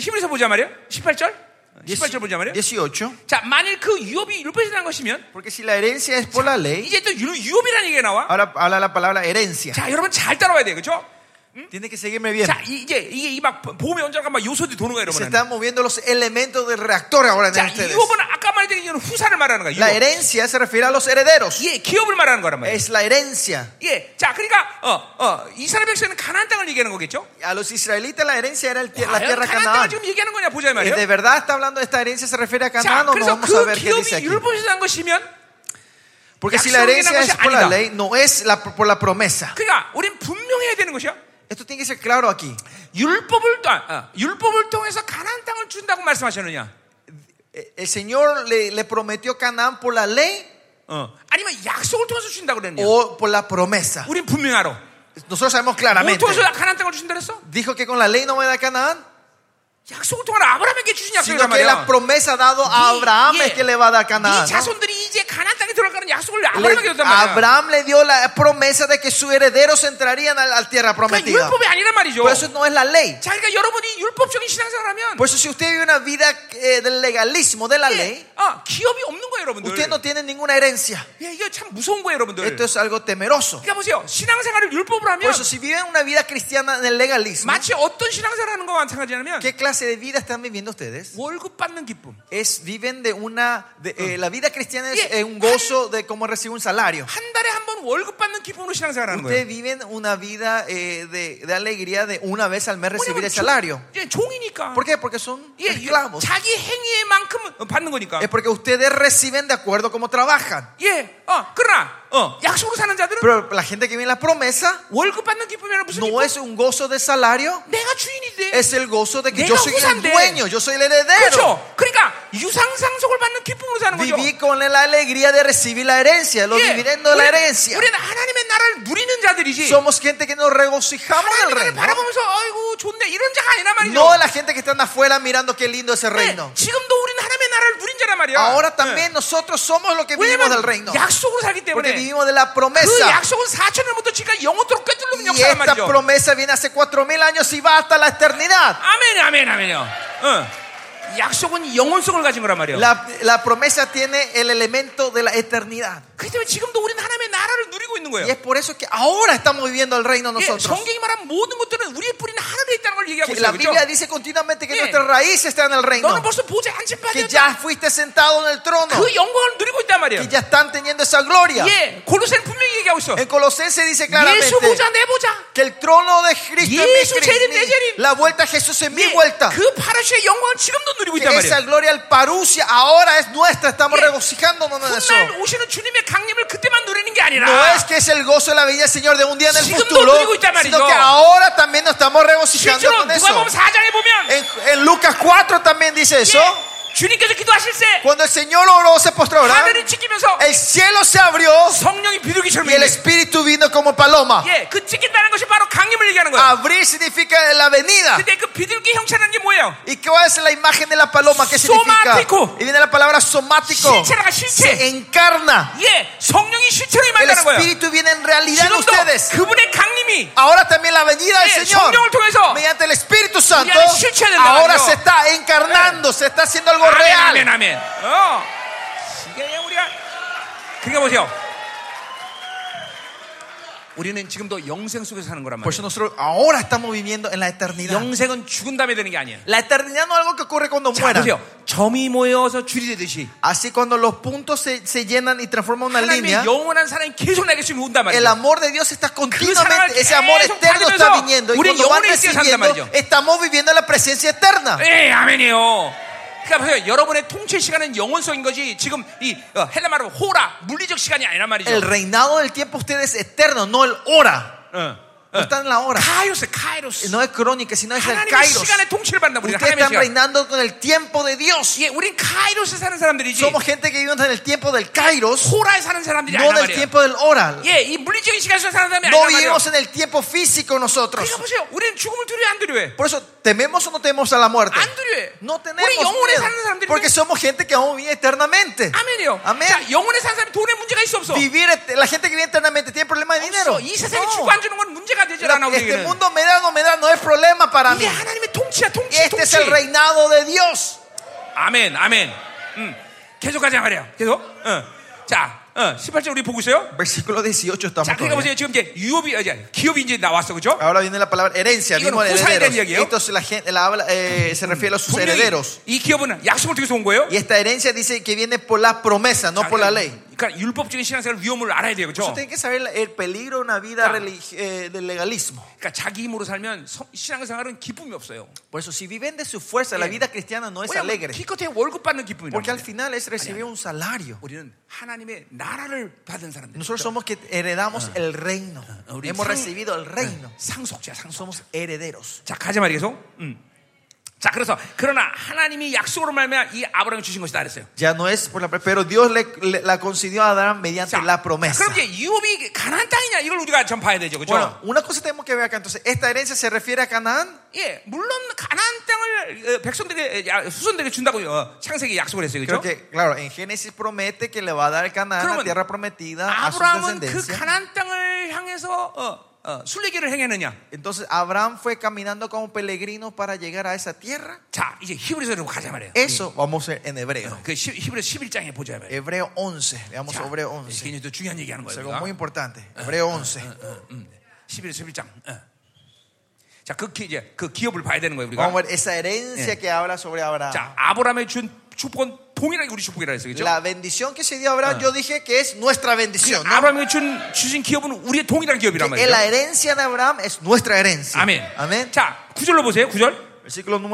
Speaker 1: 11에서 보자 말이에요. 18절. 18절 보자 말이에요.
Speaker 2: 18.
Speaker 1: 자, 만일 그 유업이 율법이라는 것이면
Speaker 2: Porque si la herencia es por la ley,
Speaker 1: 이제 또 유- 유업이라는 얘기가 나와.
Speaker 2: ahora habla la palabra herencia.
Speaker 1: 자, 여러분 잘 따라와야 돼요. 그렇죠?
Speaker 2: Tiene que seguirme bien.
Speaker 1: 자, 이- 이제 이게 이막 봄의 언저가 막 요소들이 도는 거예요,
Speaker 2: Se
Speaker 1: 여러분.
Speaker 2: están 모viendo los elementos del reactor ahora en
Speaker 1: 자,
Speaker 2: ustedes.
Speaker 1: 유업은 아까 말했던 이건 후사를 말하는 거예요.
Speaker 2: La
Speaker 1: 유업.
Speaker 2: herencia se refiere a los herederos.
Speaker 1: 예, 기업을 말하는 거란 말이에요.
Speaker 2: Es la herencia.
Speaker 1: 예. 자, 그러니까 어, 어, 이스라엘 백성은 가나안 땅을 얘기하는 거겠죠?
Speaker 2: A los israelitas la herencia era el tie- la
Speaker 1: 과연
Speaker 2: tierra
Speaker 1: 예, 가나안 땅을
Speaker 2: Canaán.
Speaker 1: 지금 얘기하는 거냐 보자 이
Speaker 2: Eh, ¿De
Speaker 1: 말이에요.
Speaker 2: verdad está hablando de esta herencia se refiere a
Speaker 1: 자,
Speaker 2: Canaán o no?
Speaker 1: 그래서
Speaker 2: Vamos a ver
Speaker 1: 그
Speaker 2: qué dice
Speaker 1: 기업이
Speaker 2: aquí.
Speaker 1: 율법이라는 것이면
Speaker 2: Porque si la herencia es por la ley, no es la- por la promesa.
Speaker 1: 그러니까 우린 분명해야 되는 것이야.
Speaker 2: Esto tiene que ser claro aquí.
Speaker 1: 율법을 또- 아, 아, 율법을 통해서 가나안 땅을 준다고 말씀하셨느냐?
Speaker 2: Eh, El Señor le, le prometió Canaán por la ley
Speaker 1: 어, 아니면 약속을 통해서 준다 그랬냐?
Speaker 2: o por la promesa.
Speaker 1: 우린 분명 알아.
Speaker 2: Nosotros sabemos
Speaker 1: 뭘
Speaker 2: claramente.
Speaker 1: 통해서 가나안 땅을 주신다 그랬어?
Speaker 2: Dijo que con la ley no me da Canaán,
Speaker 1: 약속을 통한 아브라함에게 주신
Speaker 2: sino
Speaker 1: 약속이란
Speaker 2: que
Speaker 1: 말이야.
Speaker 2: la promesa dado a
Speaker 1: 네,
Speaker 2: Abraham
Speaker 1: 예.
Speaker 2: es que le va a dar
Speaker 1: 네
Speaker 2: Canaán. ¿no?
Speaker 1: 자손들이 이제 가나안 땅에 들어가는 약속을
Speaker 2: Le-
Speaker 1: 그 아브라함에게 줬단 말이야.
Speaker 2: Abraham le dio la promesa de que sus herederos entrarían a la tierra
Speaker 1: 그러니까
Speaker 2: prometida.
Speaker 1: 율법이 아니란 말이죠.
Speaker 2: Por eso no es la ley.
Speaker 1: 자, 그러니까 여러분이 율법적인 신앙생활하면
Speaker 2: Por eso si usted vive una vida eh, del legalismo, de la ley,
Speaker 1: 아, 기업이 없는 거예요, 여러분들.
Speaker 2: usted no tiene ninguna herencia.
Speaker 1: 예, 이거 참 무서운 거예요, 여러분들.
Speaker 2: Esto es algo temeroso.
Speaker 1: 그러니까 보세요. 신앙생활을 율법으로
Speaker 2: Por
Speaker 1: 하면
Speaker 2: eso si viven una vida cristiana en el legalismo,
Speaker 1: 마치 어떤 신앙생활 하는 것과 마찬가지냐면
Speaker 2: ¿qué clase de vida están viviendo ustedes?
Speaker 1: 월급 받는 기쁨.
Speaker 2: Es, viven de una... de, eh, la vida cristiana es
Speaker 1: Yeah.
Speaker 2: eh, un gozo de cómo recibir un salario.
Speaker 1: 한 달에 한 번 월급 받는 기쁨으로 신앙생활 하는
Speaker 2: Ustedes
Speaker 1: 거예요.
Speaker 2: viven una vida eh, de, de alegría de una vez al mes recibir
Speaker 1: 왜냐면
Speaker 2: el
Speaker 1: 종-
Speaker 2: salario.
Speaker 1: 예, 종이니까.
Speaker 2: ¿Por qué? Porque son
Speaker 1: 예,
Speaker 2: esclavos.
Speaker 1: 자기 행위에만큼 받는 거니까.
Speaker 2: Es porque ustedes reciben de acuerdo como trabajan.
Speaker 1: 예, 어, 그러나 어, 약속으로 사는 자들은
Speaker 2: Pero la gente que viene la promesa
Speaker 1: 월급 받는 기쁨이라는 무슨
Speaker 2: no
Speaker 1: 기쁨?
Speaker 2: es un gozo de salario,
Speaker 1: 내가 주인이 돼.
Speaker 2: es el gozo de que yo
Speaker 1: Nega
Speaker 2: soy el
Speaker 1: usan de-
Speaker 2: dueño, yo soy el heredero.
Speaker 1: 그렇죠. 그러니까 유상상속을 받는 기쁨으로 사는 거죠.
Speaker 2: Viví con la alegría de recibir la herencia, los
Speaker 1: 예,
Speaker 2: dividendos de la
Speaker 1: 우리는,
Speaker 2: herencia.
Speaker 1: 우리는 하나님의 나라를 누리는 자들이지.
Speaker 2: Somos gente que nos regocijamos del
Speaker 1: 하나님을
Speaker 2: reino.
Speaker 1: 바라보면서 아이고 좋네 이런 자가 아니란 말이죠.
Speaker 2: No la gente que están afuera mirando qué lindo es el
Speaker 1: 네,
Speaker 2: reino.
Speaker 1: 지금도 우리는 하나님의 나라를 누린 자란 말이야. 예.
Speaker 2: Ahora también nosotros somos los que vivimos del reino.
Speaker 1: 왜냐면 약속으로 살기
Speaker 2: Porque
Speaker 1: 때문에
Speaker 2: vivimos de la
Speaker 1: 그
Speaker 2: promesa.
Speaker 1: 약속은 4천년부터 지금까지 영원토록 꿰뚫는
Speaker 2: Y
Speaker 1: 역사란
Speaker 2: esta
Speaker 1: 말이죠.
Speaker 2: promesa viene hace cuatro mil años y va hasta la eternidad.
Speaker 1: 아멘 아멘 아멘요. 어. 약속은 영원성을 가진 거란 말이야.
Speaker 2: La, la promesa tiene el elemento de la eternidad.
Speaker 1: 그렇기 때문에 지금도 우리는 하나님의 나라를 누리고 있는 거예요.
Speaker 2: Y es por eso que ahora estamos viviendo el reino
Speaker 1: 예,
Speaker 2: nosotros.
Speaker 1: 성경이 말한 모든 것들은 우리의 뿌리는 하늘에 있다는 걸 얘기하고
Speaker 2: Que la
Speaker 1: 있어요. 그죠?
Speaker 2: Biblia dice continuamente que
Speaker 1: Yeah.
Speaker 2: nuestra raíz está en el reino.
Speaker 1: 너는 벌써 보좌
Speaker 2: Que
Speaker 1: 안침받았다.
Speaker 2: ya fuiste sentado en el trono.
Speaker 1: 그 영광을 누리고 있단 말이야.
Speaker 2: Que ya están teniendo esa gloria.
Speaker 1: 예, 골로새는 분명히 얘기하고 있어.
Speaker 2: En Colosenses dice claramente
Speaker 1: 예수 보자 내 보자.
Speaker 2: que el trono de Cristo es
Speaker 1: Yesu
Speaker 2: mi
Speaker 1: Jerim, de
Speaker 2: Cristo.
Speaker 1: Jerim.
Speaker 2: La vuelta a Jesús es mi
Speaker 1: 예,
Speaker 2: vuelta.
Speaker 1: 그 파라시의 영광을 지금도 누리고
Speaker 2: Que
Speaker 1: 있단
Speaker 2: esa
Speaker 1: 말이야.
Speaker 2: gloria al parusia ahora es nuestra. Estamos
Speaker 1: Yeah.
Speaker 2: regocijándonos en eso.
Speaker 1: 훗날 오시는 주님의 강림을 그때만 누리는 게
Speaker 2: No
Speaker 1: 아니라
Speaker 2: es que es el gozo de la venida del Señor de un día en el
Speaker 1: 지금도
Speaker 2: futuro,
Speaker 1: 누리고 있단 말이죠.
Speaker 2: sino que ahora también nos estamos regocijando
Speaker 1: 실제로
Speaker 2: con
Speaker 1: 누가
Speaker 2: eso.
Speaker 1: 보면 사장에 보면
Speaker 2: En, en Lucas 4 también dice eso.
Speaker 1: 예, 주님께서 기도하실 때
Speaker 2: Cuando el Señor oró, se postrará.
Speaker 1: 하늘을 지키면서
Speaker 2: El cielo se abrió
Speaker 1: 성령이 비둘기처럼
Speaker 2: y el
Speaker 1: 있는
Speaker 2: Espíritu vino como paloma.
Speaker 1: 예, 그 지킨다는 것이 바로 강림을 얘기하는 거예요.
Speaker 2: Abrir significa la venida.
Speaker 1: 근데 그 비둘기 형체라는 게 뭐예요?
Speaker 2: ¿Y cuál es la imagen de la paloma? ¿Qué significa?
Speaker 1: Somático.
Speaker 2: Y viene la palabra somático.
Speaker 1: 실체라가
Speaker 2: Se
Speaker 1: 실체.
Speaker 2: encarna.
Speaker 1: 예, 성령이 실체로
Speaker 2: El
Speaker 1: 임한다는 거예요.
Speaker 2: Espíritu viene en realidad en
Speaker 1: 지금도
Speaker 2: ustedes.
Speaker 1: 그분의 강림이
Speaker 2: Ahora también la venida del
Speaker 1: 예,
Speaker 2: Señor.
Speaker 1: 성령을 통해서
Speaker 2: mediante el Espíritu Santo,
Speaker 1: Mira, el 실체 된단
Speaker 2: ahora
Speaker 1: 말이죠.
Speaker 2: se está encarnando, se está haciendo algo
Speaker 1: 아멘
Speaker 2: real.
Speaker 1: 아멘 아멘. 어. 이게 우리가 그러니까 보세요. 우리는 지금도 영생 속에서 사는 거란
Speaker 2: Por eso
Speaker 1: 말이에요.
Speaker 2: nosotros ahora estamos viviendo en la eternidad.
Speaker 1: 영생은 죽은 다음에 되는 게 아니에요.
Speaker 2: La eternidad no es algo que ocurre cuando
Speaker 1: 자,
Speaker 2: mueran.
Speaker 1: 보세요. 점이 모여서 줄이 되듯이
Speaker 2: Así cuando los puntos se, se llenan y transforman una
Speaker 1: 하나님의
Speaker 2: línea,
Speaker 1: 영원한 사랑이 계속 나에게 지금 온단
Speaker 2: el
Speaker 1: 말이에요.
Speaker 2: amor de Dios está continuamente,
Speaker 1: 사랑을
Speaker 2: ese amor
Speaker 1: 계속
Speaker 2: eterno está
Speaker 1: 받으면서
Speaker 2: viniendo. Y
Speaker 1: 우리
Speaker 2: cuando van
Speaker 1: 영혼의 씨앗을
Speaker 2: recibiendo,
Speaker 1: 산단 말이죠.
Speaker 2: estamos viviendo en la presencia eterna.
Speaker 1: 예, 아멘이에요. 그러니까 보세요. 여러분의 통치 시간은 영원성인 거지 지금 이 어, 헬라말로 호라 물리적 시간이 아니란 말이죠.
Speaker 2: El reinado del tiempo usted es eterno, no el hora.
Speaker 1: 어,
Speaker 2: No
Speaker 1: 어.
Speaker 2: está en la hora.
Speaker 1: 카이로스, 카이로스.
Speaker 2: No es crónica, sino es el
Speaker 1: 하나님의
Speaker 2: kairos.
Speaker 1: 시간의 통치를 받는다 우리는
Speaker 2: Ustedes están
Speaker 1: 하나님의 시간.
Speaker 2: reinando con el tiempo de Dios.
Speaker 1: 예, 우린 카이로스 사는 사람들이지.
Speaker 2: Somos gente que vivimos en el tiempo del Kairos,
Speaker 1: 호라에 사는 사람들이
Speaker 2: no
Speaker 1: 아니란
Speaker 2: del
Speaker 1: 말이에요.
Speaker 2: tiempo del oral.
Speaker 1: 예, 이 물리적인 시간 속에 사는 사람이
Speaker 2: No
Speaker 1: 아니란 말이에요.
Speaker 2: vivimos en el tiempo físico nosotros.
Speaker 1: 그러니까 보세요. 우리는 죽음을 두려워 안 두려워해.
Speaker 2: Por eso, ¿tememos o no tememos a la muerte?
Speaker 1: 안 두려워해.
Speaker 2: No tenemos
Speaker 1: 우리 영혼에 뭐
Speaker 2: miedo,
Speaker 1: 사는 사람들이
Speaker 2: porque somos gente que vamos a vivir eternamente.
Speaker 1: 아멘이요.
Speaker 2: 아멘.
Speaker 1: 자, 영혼에 사는 사람이 돈에 문제가 있어 없어.
Speaker 2: Vivir, et- la gente que vive eternamente tiene problema de
Speaker 1: 없어.
Speaker 2: dinero.
Speaker 1: 이 세상에
Speaker 2: No.
Speaker 1: 주고 안 주는 건 문제가 되질 않아
Speaker 2: La- Este
Speaker 1: 우리에게는.
Speaker 2: mundo me da o no me da, no es problema para
Speaker 1: 이게 예,
Speaker 2: mí.
Speaker 1: 하나님의 통치야, 통치,
Speaker 2: Este es
Speaker 1: 통치.
Speaker 2: el reinado de Dios.
Speaker 1: 아멘, 아멘. 음, 계속 하자 말이야. 계속. 어. 자, 어, 18절 우리 보고 있어요.
Speaker 2: Versículo 18
Speaker 1: 자, 그러니까
Speaker 2: estamos. todavía.
Speaker 1: 보세요. 지금 이제 유업이 이제 기업이 이제 나왔어, 그죠?
Speaker 2: Ahora viene la palabra herencia,
Speaker 1: Digo,
Speaker 2: mismo
Speaker 1: no, ¿usa
Speaker 2: herederos.
Speaker 1: herencia, Guido?
Speaker 2: Esto es la gente, la habla, eh, se refiere a sus
Speaker 1: 분명히
Speaker 2: herederos.
Speaker 1: 이 기업은 약속을 통해서 온 거예요.
Speaker 2: Y esta herencia dice que viene por la promesa, no
Speaker 1: 자,
Speaker 2: por la ley.
Speaker 1: 그러니까 율법적인 신앙생활 위험을 알아야 돼요,
Speaker 2: Eso
Speaker 1: 그렇죠?
Speaker 2: tiene que saber el peligro de una vida
Speaker 1: Claro.
Speaker 2: religi- eh, del legalismo.
Speaker 1: 그러니까 자기 힘으로 살면 성- 신앙생활은 기쁨이 없어요.
Speaker 2: Por eso, si viven de su fuerza, la
Speaker 1: Bien.
Speaker 2: vida cristiana no es
Speaker 1: 왜냐면
Speaker 2: alegre.
Speaker 1: 기껏해 월급 받는 기쁨이란
Speaker 2: Porque al
Speaker 1: 말이에요.
Speaker 2: final es recibir un salario.
Speaker 1: 우리는 하나님의 나라를 받은 사람들.
Speaker 2: Nosotros somos que heredamos el reino.
Speaker 1: 어, 우리
Speaker 2: Hemos
Speaker 1: 네, 상-
Speaker 2: recibido el reino.
Speaker 1: 상속자, 상속.
Speaker 2: Somos herederos.
Speaker 1: 자, 가자 말이야, 계속. 음. 자, 그래서 그러나 하나님이 약속으로 말미암아 이 아브라함이 주신 것이다 그랬어요.
Speaker 2: Ya no es por la promesa, pero Dios le, le- la concedió a Abraham mediante
Speaker 1: 자,
Speaker 2: la promesa.
Speaker 1: 그럼 이제 유업이 가나안 땅이냐 이걸 우리가 전 봐야 되죠, 그렇죠?
Speaker 2: Bueno, una cosa tenemos que ver acá. Entonces, ¿esta herencia se refiere a Canaán?
Speaker 1: 예, 물론 가나안 땅을 어, 백성들에게 야, 후손들에게 준다고 어, 창세기 약속을 했어요,
Speaker 2: Creo
Speaker 1: 그렇죠?
Speaker 2: que, claro, en Génesis promete que le va a dar Canaán, la
Speaker 1: 그러면
Speaker 2: tierra prometida, a su
Speaker 1: 아브라함은 그
Speaker 2: descendencia.
Speaker 1: 가나안 땅을 향해서 어, 어, 순례길을 행했느냐?
Speaker 2: Entonces, Abraham fue caminando como peregrino para llegar a esa tierra.
Speaker 1: 자, 이제 히브리서로 가자 말이에요.
Speaker 2: Eso vamos a ver en hebreo.
Speaker 1: 그 시- 히브리서 11장에 보자 말이에요.
Speaker 2: Hebreo 11, veamos
Speaker 1: 자,
Speaker 2: hebreo
Speaker 1: 이게
Speaker 2: 11.
Speaker 1: 이제 또 중요한 얘기하는
Speaker 2: Es
Speaker 1: 거예요.
Speaker 2: algo
Speaker 1: 우리가.
Speaker 2: muy importante. Hebreo 11.
Speaker 1: 11에서 11장. 어. 자, 그 기, 이제 그 기업을 봐야 되는 거예요, 우리가.
Speaker 2: Vamos a ver esa herencia que habla sobre Abraham.
Speaker 1: 자, 아브라함의 준 축복은 동일하게 우리 축복이라 했어요. 그죠?
Speaker 2: La bendición que se dio a Abraham, yo dije que es nuestra bendición. ¿no?
Speaker 1: 아브라함이 준 주신 기업은 우리의 동일한 기업이란
Speaker 2: Que la
Speaker 1: 말이죠.
Speaker 2: herencia de Abraham es nuestra herencia.
Speaker 1: 아멘.
Speaker 2: Amén.
Speaker 1: 자, 구절로 보세요. 구절.
Speaker 2: Versículo 9.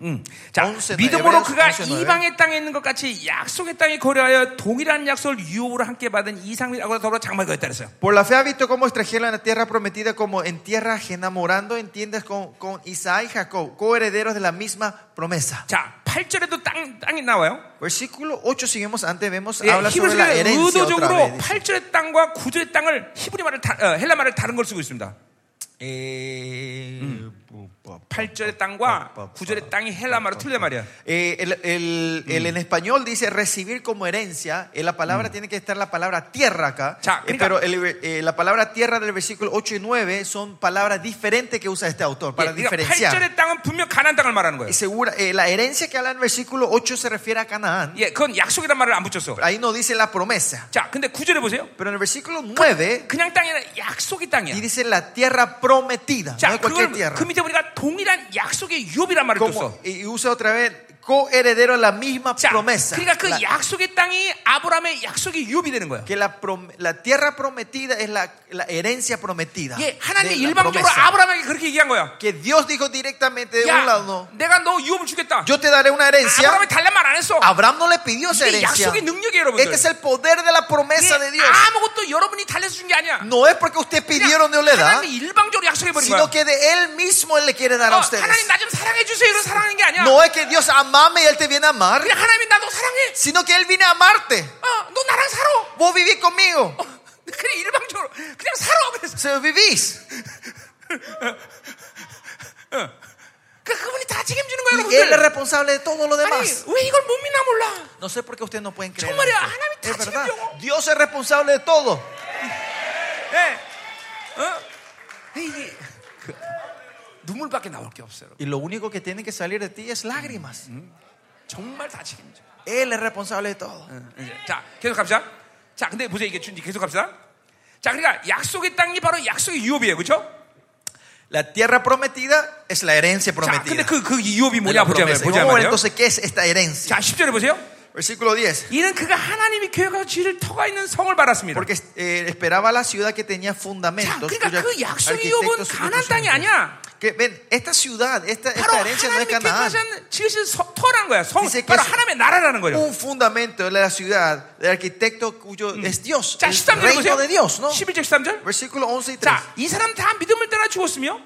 Speaker 1: 음. 자,
Speaker 2: 온세
Speaker 1: 믿음으로
Speaker 2: 나의
Speaker 1: 그가
Speaker 2: 온세 나의.
Speaker 1: 이방의 땅에 있는 것 같이 약속의 땅에 거래하여 동일한 약속을 유업으로 함께 받은 이상이라고 더불어 장막이었다 그랬어요.
Speaker 2: Por la fe ha visto cómo extrajeron en la tierra prometida como en tierra ajena morando en tiendas con, con Isaac y Jacob, coherederos de la misma promesa.
Speaker 1: 자, 8절에도 땅 땅이 나와요.
Speaker 2: Versículo 8, seguimos antes, vemos,
Speaker 1: 예,
Speaker 2: habla sobre la
Speaker 1: 히브리서는
Speaker 2: herencia otra
Speaker 1: 의도적으로
Speaker 2: vez.
Speaker 1: 8절의 땅과 9절의 땅을 히브리 말을 다, 어, 헬라 말을 다른 걸 쓰고 있습니다.
Speaker 2: Eh, pu- pa- pa-
Speaker 1: 8절의 땅과 9절의 땅이 헬라 말로 틀려 말이야.
Speaker 2: eh, el, el- el en español dice recibir como herencia. En la palabra tiene que estar la palabra tierra acá.
Speaker 1: Ya,
Speaker 2: Eh,
Speaker 1: mira.
Speaker 2: pero el- eh, la palabra tierra del versículo 8 y 9 son palabras diferentes que usa este autor para
Speaker 1: 그러니까
Speaker 2: diferenciar.
Speaker 1: 8절의 땅은 분명 가나안 땅을 말하는
Speaker 2: Y
Speaker 1: 거예요.
Speaker 2: segura, eh, la herencia que habla en el versículo 8 se refiere a Canaán.
Speaker 1: 예, 그건 약속이란 말을 안 붙였어.
Speaker 2: Ahí no dice la promesa.
Speaker 1: 자, 근데 9절에 보세요.
Speaker 2: Pero en el versículo 9
Speaker 1: 그냥 땅이 아니라 약속의 땅이야.
Speaker 2: y dice la tierra prometida. No
Speaker 1: 자,
Speaker 2: es cualquier
Speaker 1: 그걸
Speaker 2: tierra.
Speaker 1: 그 밑에 보니까 동일한 약속의 유업이란 말을
Speaker 2: Como,
Speaker 1: 줬어.
Speaker 2: y usa otra vez coheredero de la misma
Speaker 1: 자,
Speaker 2: promesa.
Speaker 1: 그러니까 그
Speaker 2: La-
Speaker 1: 약속의 땅이 아브라함의 약속의 유업이 되는 거야.
Speaker 2: que la, prom- la tierra prometida es la, la herencia prometida.
Speaker 1: 예,
Speaker 2: de
Speaker 1: 하나님이
Speaker 2: la
Speaker 1: 일방적으로
Speaker 2: promesa.
Speaker 1: 아브라함에게 그렇게 얘기한 거야.
Speaker 2: Que Dios dijo directamente de un
Speaker 1: 야,
Speaker 2: lado,
Speaker 1: 내가 너 유업을 주겠다.
Speaker 2: yo te daré una herencia.
Speaker 1: 아브라함이 달란 말 안 했어.
Speaker 2: Abraham no le pidió esa
Speaker 1: 이게
Speaker 2: herencia.
Speaker 1: 약속의 능력이에요, 여러분들.
Speaker 2: Este es el poder de la promesa
Speaker 1: 이게
Speaker 2: de Dios.
Speaker 1: 예, 아무것도 여러분이 달래서 준 게 아니야.
Speaker 2: No es porque usted pidieron Dios le da,
Speaker 1: 하나님이 일방적으로 약속해 버린 거야.
Speaker 2: sino que de Él mismo Él le quiere dar
Speaker 1: 어,
Speaker 2: a ustedes.
Speaker 1: 하나님 나 좀 사랑해 주세요. 이런 사랑하는 게 아니야.
Speaker 2: No es que Dios amame y Él te viene a amar,
Speaker 1: 그냥 하나님이 나도 사랑해.
Speaker 2: sino que Él viene a amarte.
Speaker 1: 어, 너 나랑 살아.
Speaker 2: Vos vivís conmigo.
Speaker 1: 어, 그냥 일방적으로 그냥 살아. 그래서
Speaker 2: Se vivís.
Speaker 1: 그 그분이 다 책임지는 거야,
Speaker 2: Y Él es
Speaker 1: 여러분들.
Speaker 2: responsable de todo lo
Speaker 1: 아니
Speaker 2: demás.
Speaker 1: 왜 이걸 못 믿나 몰라.
Speaker 2: No sé por qué ustedes no pueden creer.
Speaker 1: 정말이야.
Speaker 2: esto.
Speaker 1: 하나님이 다
Speaker 2: Es verdad.
Speaker 1: 책임져.
Speaker 2: Dios es responsable de todo.
Speaker 1: 예, 어, 이게 그, 눈물밖에 나올 게 없어요. 여러분.
Speaker 2: Y lo único que tiene que salir de ti es lágrimas.
Speaker 1: 정말 다 책임져.
Speaker 2: Él es responsable de todo.
Speaker 1: 응, 이제. 자, 계속 갑시다. 자, 근데 보세요. 이게 주- 계속 갑시다. 자, 그러니까 약속의 땅이 바로 약속의 유업이에요. 그렇죠?
Speaker 2: La tierra prometida es la herencia
Speaker 1: 자, 근데
Speaker 2: prometida.
Speaker 1: 그, 그 유업이
Speaker 2: De
Speaker 1: 뭐냐
Speaker 2: la
Speaker 1: 보자
Speaker 2: promesa. Y
Speaker 1: 보자
Speaker 2: vamos a ver
Speaker 1: 말이에요.
Speaker 2: entonces qué es esta herencia.
Speaker 1: 자, 10절에 보세요.
Speaker 2: Versículo 10.
Speaker 1: 이는 그가 하나님이 계획하여 지를 터가 있는 성을 바랐습니다.
Speaker 2: Porque eh, esperaba la ciudad que tenía
Speaker 1: 자,
Speaker 2: fundamentos.
Speaker 1: 그러니까 그
Speaker 2: cuyos
Speaker 1: 약속의 유업은
Speaker 2: arquitectos y
Speaker 1: 가난 땅이
Speaker 2: constructores-
Speaker 1: 아니야.
Speaker 2: Que ven, esta ciudad, esta,
Speaker 1: 바로
Speaker 2: esta herencia no
Speaker 1: 하나님이
Speaker 2: es Canaán.
Speaker 1: 계획하신 지으신 서- 터라는 거야. 성,
Speaker 2: Dice que
Speaker 1: 바로
Speaker 2: es-
Speaker 1: 하나님의 나라라는 거예요.
Speaker 2: Un fundamento de la ciudad, del arquitecto cuyo es Dios.
Speaker 1: 자,
Speaker 2: El
Speaker 1: 13절에 보세요.
Speaker 2: reino de Dios, ¿no?
Speaker 1: 11절 13절.
Speaker 2: Versículo 11 y 3.
Speaker 1: 자, 이 사람 다 믿음을 따라 죽었으며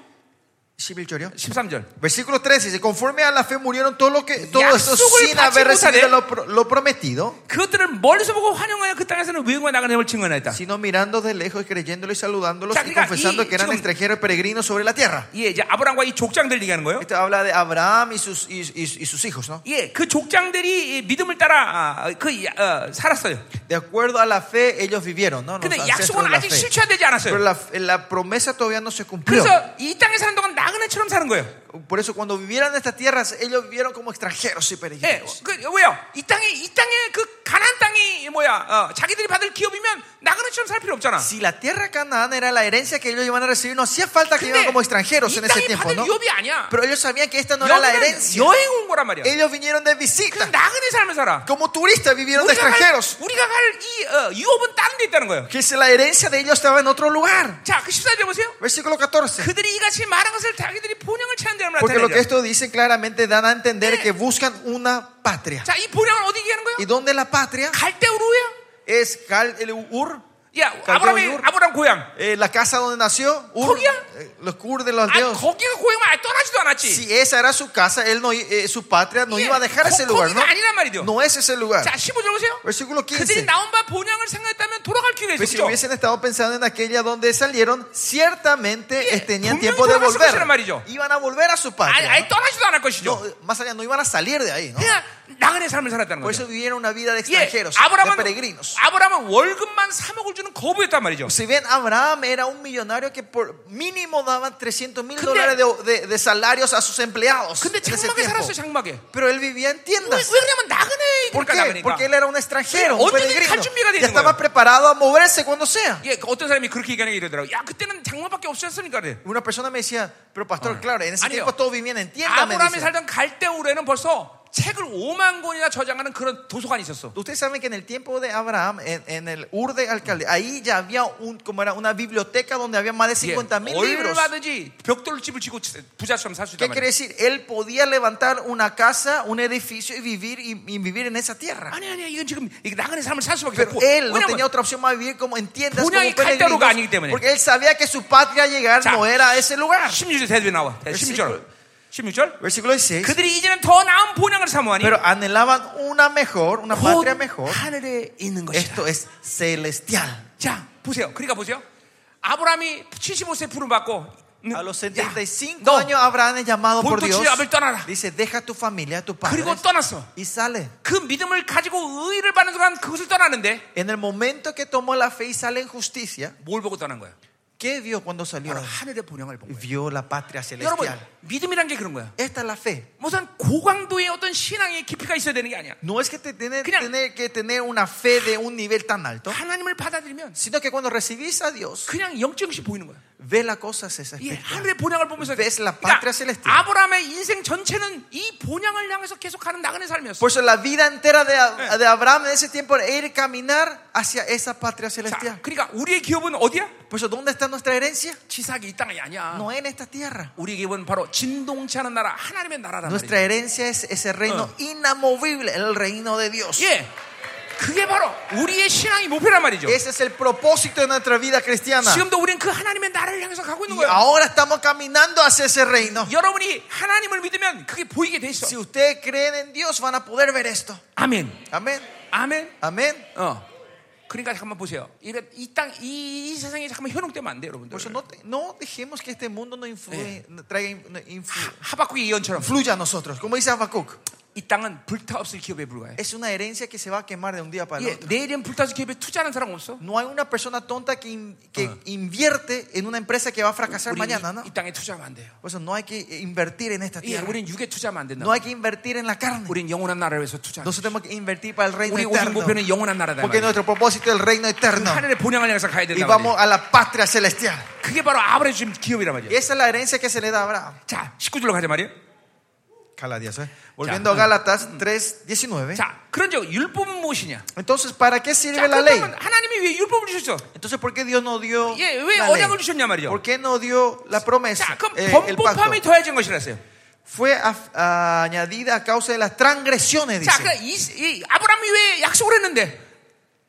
Speaker 2: 11 lloró.
Speaker 1: 13절.
Speaker 2: Versículo 13 dice, conforme a la fe murieron todo lo que todo eso
Speaker 1: Yaksugul
Speaker 2: sin haber
Speaker 1: 받지
Speaker 2: recibido
Speaker 1: 못하되.
Speaker 2: lo, pro- lo prometido,
Speaker 1: 그것들을 멀리서 보고 환영하여 그 땅에서는 외국에 나간 힘을 증언하였다.
Speaker 2: sino mirando de lejos y creyéndolo y saludándolos
Speaker 1: 자,
Speaker 2: y
Speaker 1: 그러니까
Speaker 2: confesando
Speaker 1: 이
Speaker 2: que eran
Speaker 1: 지금-
Speaker 2: extranjeros y peregrinos sobre la tierra.
Speaker 1: 예, 이제 아브라함과 이 족장들 얘기하는 거예요.
Speaker 2: Esto habla de Abraham y sus, y, y- y sus hijos, ¿no?
Speaker 1: 예, 그 족장들이 이 믿음을 따라 아, 그 야- 어, 살았어요.
Speaker 2: De acuerdo a la fe, ellos vivieron, ¿no? Los
Speaker 1: 근데
Speaker 2: ancestros de
Speaker 1: 약속은
Speaker 2: la
Speaker 1: 아직
Speaker 2: fe.
Speaker 1: 실체화되지
Speaker 2: Pero
Speaker 1: 않았어요.
Speaker 2: la, la promesa todavía no se cumplió.
Speaker 1: 그래서 이 땅에 사는 동안 나그네처럼 사는 거예요.
Speaker 2: Por eso cuando vivieron en estas tierras, ellos vivieron como extranjeros y
Speaker 1: 예,
Speaker 2: peregrinos.
Speaker 1: 그 왜요? 이 땅에 이 땅에 그 가난 땅이 뭐야? 어, 자기들이 받을 기업이면 나그네처럼 살 필요 없잖아.
Speaker 2: Si la tierra canaán era la herencia que ellos iban a recibir, no hacía falta que
Speaker 1: 근데
Speaker 2: vivan como extranjeros
Speaker 1: 이
Speaker 2: en ese
Speaker 1: 땅이
Speaker 2: tiempo,
Speaker 1: 받을
Speaker 2: ¿no?
Speaker 1: 기업이 아니야.
Speaker 2: Pero ellos sabían que esta no era la
Speaker 1: 여기는
Speaker 2: herencia.
Speaker 1: 여행 온 거란 말이야.
Speaker 2: Ellos vinieron de
Speaker 1: 그래서
Speaker 2: visita.
Speaker 1: 나그네 삶을 살아.
Speaker 2: Como turistas vivieron de
Speaker 1: 우리가 갈,
Speaker 2: extranjeros.
Speaker 1: 우리가 갈이 어, 유업은 다른 데 있다는 거예요.
Speaker 2: Que si la herencia de ellos estaba en otro lugar.
Speaker 1: 자, 그 14절 보세요.
Speaker 2: Versículo 14.
Speaker 1: 그들이 이같이 말한 것을 자기들이 본향을 찾는 데로
Speaker 2: Porque lo que
Speaker 1: 나타내죠.
Speaker 2: esto dice claramente dan a entender que buscan una patria.
Speaker 1: 자, 이 본향은 어디 얘기하는 거예요?
Speaker 2: ¿Y dónde la patria?
Speaker 1: 갈대우루야?
Speaker 2: Es Cal el Ur.
Speaker 1: 야, 아브라함이
Speaker 2: ur.
Speaker 1: 아브라함 고향.
Speaker 2: Eh, la casa donde nació, Ur,
Speaker 1: ¿Corea?
Speaker 2: eh, los Kur de los
Speaker 1: 아,
Speaker 2: Deos.
Speaker 1: 거기가 고향만 아예 떠나지도 않았지.
Speaker 2: Si esa era su casa, él no, i- eh, su patria no
Speaker 1: Yeah,
Speaker 2: iba a dejar ese
Speaker 1: co-
Speaker 2: lugar, ¿no?
Speaker 1: comida 예, 아니란 말이죠.
Speaker 2: No es ese lugar.
Speaker 1: 자, 15절 보세요.
Speaker 2: Versículo
Speaker 1: 그들이
Speaker 2: 15.
Speaker 1: 나온 바 본향을 생각했다면 돌아갈 길이
Speaker 2: Pues si
Speaker 1: 있었죠.
Speaker 2: hubiesen estado pensando en aquella donde salieron, ciertamente eh, tenían
Speaker 1: 분명히
Speaker 2: tiempo de
Speaker 1: 돌아갔을 것이란 말이죠.
Speaker 2: volver. Iban a volver a su
Speaker 1: 아예,
Speaker 2: patria.
Speaker 1: 아예 떠나지도 않을
Speaker 2: ¿no?
Speaker 1: 것이죠.
Speaker 2: No, más allá, no iban a salir de ahí. ¿no?
Speaker 1: 그냥 나그네 삶을 살았다는
Speaker 2: Por eso
Speaker 1: 거죠.
Speaker 2: vivieron una vida de
Speaker 1: 예,
Speaker 2: extranjeros, de
Speaker 1: 아브라함은
Speaker 2: peregrinos.
Speaker 1: 아브라함은 월급만 3억을 주는 거부했단 말이죠.
Speaker 2: Si bien Abraham era un millonario que por mínimo daban 300 mil
Speaker 1: 근데-
Speaker 2: dólares de, de- de salarios a sus empleados.
Speaker 1: 근데
Speaker 2: en ese
Speaker 1: 장막에
Speaker 2: tiempo.
Speaker 1: 살았어요, 장막에.
Speaker 2: Pero él vivía en
Speaker 1: 왜,
Speaker 2: tiendas.
Speaker 1: 왜 그러냐면
Speaker 2: ¿Por
Speaker 1: 나그네니까
Speaker 2: qué? Porque él
Speaker 1: 나그네니까.
Speaker 2: era un extranjero, un
Speaker 1: Sí, 언제든지 갈
Speaker 2: peregrino.
Speaker 1: 준비가 돼 있는
Speaker 2: Ya estaba
Speaker 1: 거예요.
Speaker 2: preparado a moverse cuando sea.
Speaker 1: 예, 그 어떤 사람이 그렇게 얘기하는 게 이러더라고. 야, 그때는 장막밖에 없었으니까 그래.
Speaker 2: Una persona me decía, pero pastor, claro, en ese
Speaker 1: Año.
Speaker 2: tiempo todos vivían en tiendas. me
Speaker 1: 아브라함이
Speaker 2: dice.
Speaker 1: 살던 갈대우레는 벌써 책을 5만 권이나 저장하는 그런 도서관이 있었어.
Speaker 2: Ustedes saben que en el tiempo de Abraham, en, en el Ur de Alcalde, ahí ya había un, como era una biblioteca donde había más de
Speaker 1: 예,
Speaker 2: 50 mil libros.
Speaker 1: 얼마든지 벽돌집을 지고 부자처럼 살 수
Speaker 2: ¿Qué
Speaker 1: 있단 말이야.
Speaker 2: quiere decir? Él podía levantar una casa, un edificio y vivir, y, y vivir en esa tierra.
Speaker 1: 아니 아니 이건 지금 이 나그네 삶을 살 수밖에
Speaker 2: Pero
Speaker 1: 없고
Speaker 2: él no tenía
Speaker 1: 왜냐면
Speaker 2: otra opción más vivir como en tiendas, como
Speaker 1: 분양이
Speaker 2: peregrinos,
Speaker 1: 갈대로가 아니기 때문에.
Speaker 2: porque él sabía que su patria llegar
Speaker 1: 자,
Speaker 2: no era a ese lugar.
Speaker 1: 16절 대답이 나와 네, 16절 16절
Speaker 2: Versículo 16.
Speaker 1: 그들이 이제는 더 나은 본향을 사모하니
Speaker 2: Pero anhelaban una mejor, una
Speaker 1: 곧
Speaker 2: patria mejor.
Speaker 1: 하늘에 있는 것이다
Speaker 2: Esto es celestial.
Speaker 1: 자 보세요 그러니까 보세요 아브라함이 75세 부름받고
Speaker 2: A los
Speaker 1: 야,
Speaker 2: 75
Speaker 1: 너
Speaker 2: años Abraham es llamado por
Speaker 1: Punto
Speaker 2: Dios.
Speaker 1: chillab을 떠나라.
Speaker 2: Dice, deja tu familia, tu padre.
Speaker 1: 그리고 떠났어
Speaker 2: Y sale.
Speaker 1: 그 믿음을 가지고 의의를 받는 순간 그것을 떠나는데
Speaker 2: En el momento que tomó la fe y sale en justicia,
Speaker 1: 뭘 보고 떠난 거야
Speaker 2: ¿qué vio cuando salió?
Speaker 1: 바로 하늘의 본향을 본 거야
Speaker 2: Vio la patria
Speaker 1: 여러분
Speaker 2: celestial.
Speaker 1: 믿음이란 게 그런 거야
Speaker 2: Esta es la fe.
Speaker 1: 무슨 고강도의 어떤 신앙의 깊이가 있어야 되는 게 아니야
Speaker 2: No es que te tiene,
Speaker 1: 그냥-
Speaker 2: tener que tener una fe de un nivel tan alto,
Speaker 1: 하나님을 받아들이면
Speaker 2: sino que cuando recibís a Dios,
Speaker 1: 그냥 영적시 보이는 거야
Speaker 2: ve las cosas esas.
Speaker 1: 이 하늘의 본향을 보면서
Speaker 2: Ves 그러니까. la
Speaker 1: 그러니까
Speaker 2: patria celestial.
Speaker 1: 아브라함의 인생 전체는 이 본향을 향해서 계속하는 나그네 삶이었어.
Speaker 2: Por eso la vida entera de, de Abraham en ese tiempo era ir caminar hacia esa patria celestial.
Speaker 1: 자, 그러니까 우리의 기업은 어디야?
Speaker 2: Por eso, ¿dónde está nuestra herencia?
Speaker 1: 지삭이 이 땅이 아니야.
Speaker 2: No en esta tierra.
Speaker 1: 우리의 기업은 바로 진동치 않은 나라 하나님의 나라란
Speaker 2: Nuestra
Speaker 1: 말이야.
Speaker 2: herencia es ese reino
Speaker 1: Ah.
Speaker 2: inamovible, el reino de Dios.
Speaker 1: 예, 그게 바로 우리의 신앙의 목표란 말이죠.
Speaker 2: Ese es el propósito de nuestra vida cristiana.
Speaker 1: 지금도 우리는 그 하나님의 나라를 향해서 가고 있는
Speaker 2: Y
Speaker 1: 거야.
Speaker 2: ahora estamos caminando hacia ese reino.
Speaker 1: 여러분이 하나님을 믿으면 그게 보이게 돼 있어.
Speaker 2: Si ustedes creen en Dios, van a poder ver esto.
Speaker 1: 아멘.
Speaker 2: Amén.
Speaker 1: 아멘.
Speaker 2: Amén.
Speaker 1: 어. 그러니까 잠깐만 보세요. 이땅이 이, 이 세상에 잠깐만 현혹되면 안 돼요, 여러분들.
Speaker 2: Por eso no, te- no dejemos que este mundo nos influye, no traiga in- no influ-
Speaker 1: 하박국의 예언처럼
Speaker 2: influya a nosotros. Como dice Habacuc,
Speaker 1: 이 땅은 불타없을 기업에 불과해.
Speaker 2: es una herencia que se va a quemar de un día para
Speaker 1: 예,
Speaker 2: el otro.
Speaker 1: 내일은 불타서 기업에 투자하는 사람 없어?
Speaker 2: No hay una persona tonta que, in- que invierte en una empresa que va a fracasar
Speaker 1: 우리
Speaker 2: mañana, ¿no?
Speaker 1: 이, 이 땅에 투자하면 안 돼요.
Speaker 2: Por eso no hay que invertir en esta
Speaker 1: 예,
Speaker 2: tierra.
Speaker 1: 우리는 육에 투자하면 안 된다.
Speaker 2: No hay que invertir en la carne.
Speaker 1: 우리는 영원한 나라를 위해서 투자.
Speaker 2: Nosotros tenemos que invertir para el reino
Speaker 1: 우리 오직
Speaker 2: eterno.
Speaker 1: 목표는 영원한 나라다. 이
Speaker 2: Porque
Speaker 1: 말이야.
Speaker 2: nuestro propósito es el reino
Speaker 1: 그
Speaker 2: eterno.
Speaker 1: 하늘의 본향을 향해서 가야
Speaker 2: Y
Speaker 1: 된다.
Speaker 2: vamos
Speaker 1: 말이야.
Speaker 2: a la patria celestial.
Speaker 1: 그게 바로 아브라함 지금 기업이란 말이야.
Speaker 2: Esa es la herencia que se le da a Abraham.
Speaker 1: 자, 19절로 가자 말이야.
Speaker 2: Galatas, ¿eh? Volviendo
Speaker 1: Ya.
Speaker 2: a Gálatas 3, 19.
Speaker 1: 자, 그런즉 율법은 무엇이냐?
Speaker 2: Entonces, ¿para qué
Speaker 1: 자,
Speaker 2: sirve la ley?
Speaker 1: 그러면 하나님이 왜 율법을 주셨어?
Speaker 2: Entonces, ¿por qué Dios no dio
Speaker 1: 예, 왜
Speaker 2: la ley?
Speaker 1: 언약을 주셨냐 말이야.
Speaker 2: ¿Por qué no dio la promesa?
Speaker 1: 자, 그럼
Speaker 2: eh, el pacto?
Speaker 1: 범법함이 더해진 것이라서요.
Speaker 2: Fue af- a- añadida a causa de las transgresiones,
Speaker 1: 자,
Speaker 2: dice.
Speaker 1: 그러니까 이, 이 아브라함이 왜 약속을 했는데?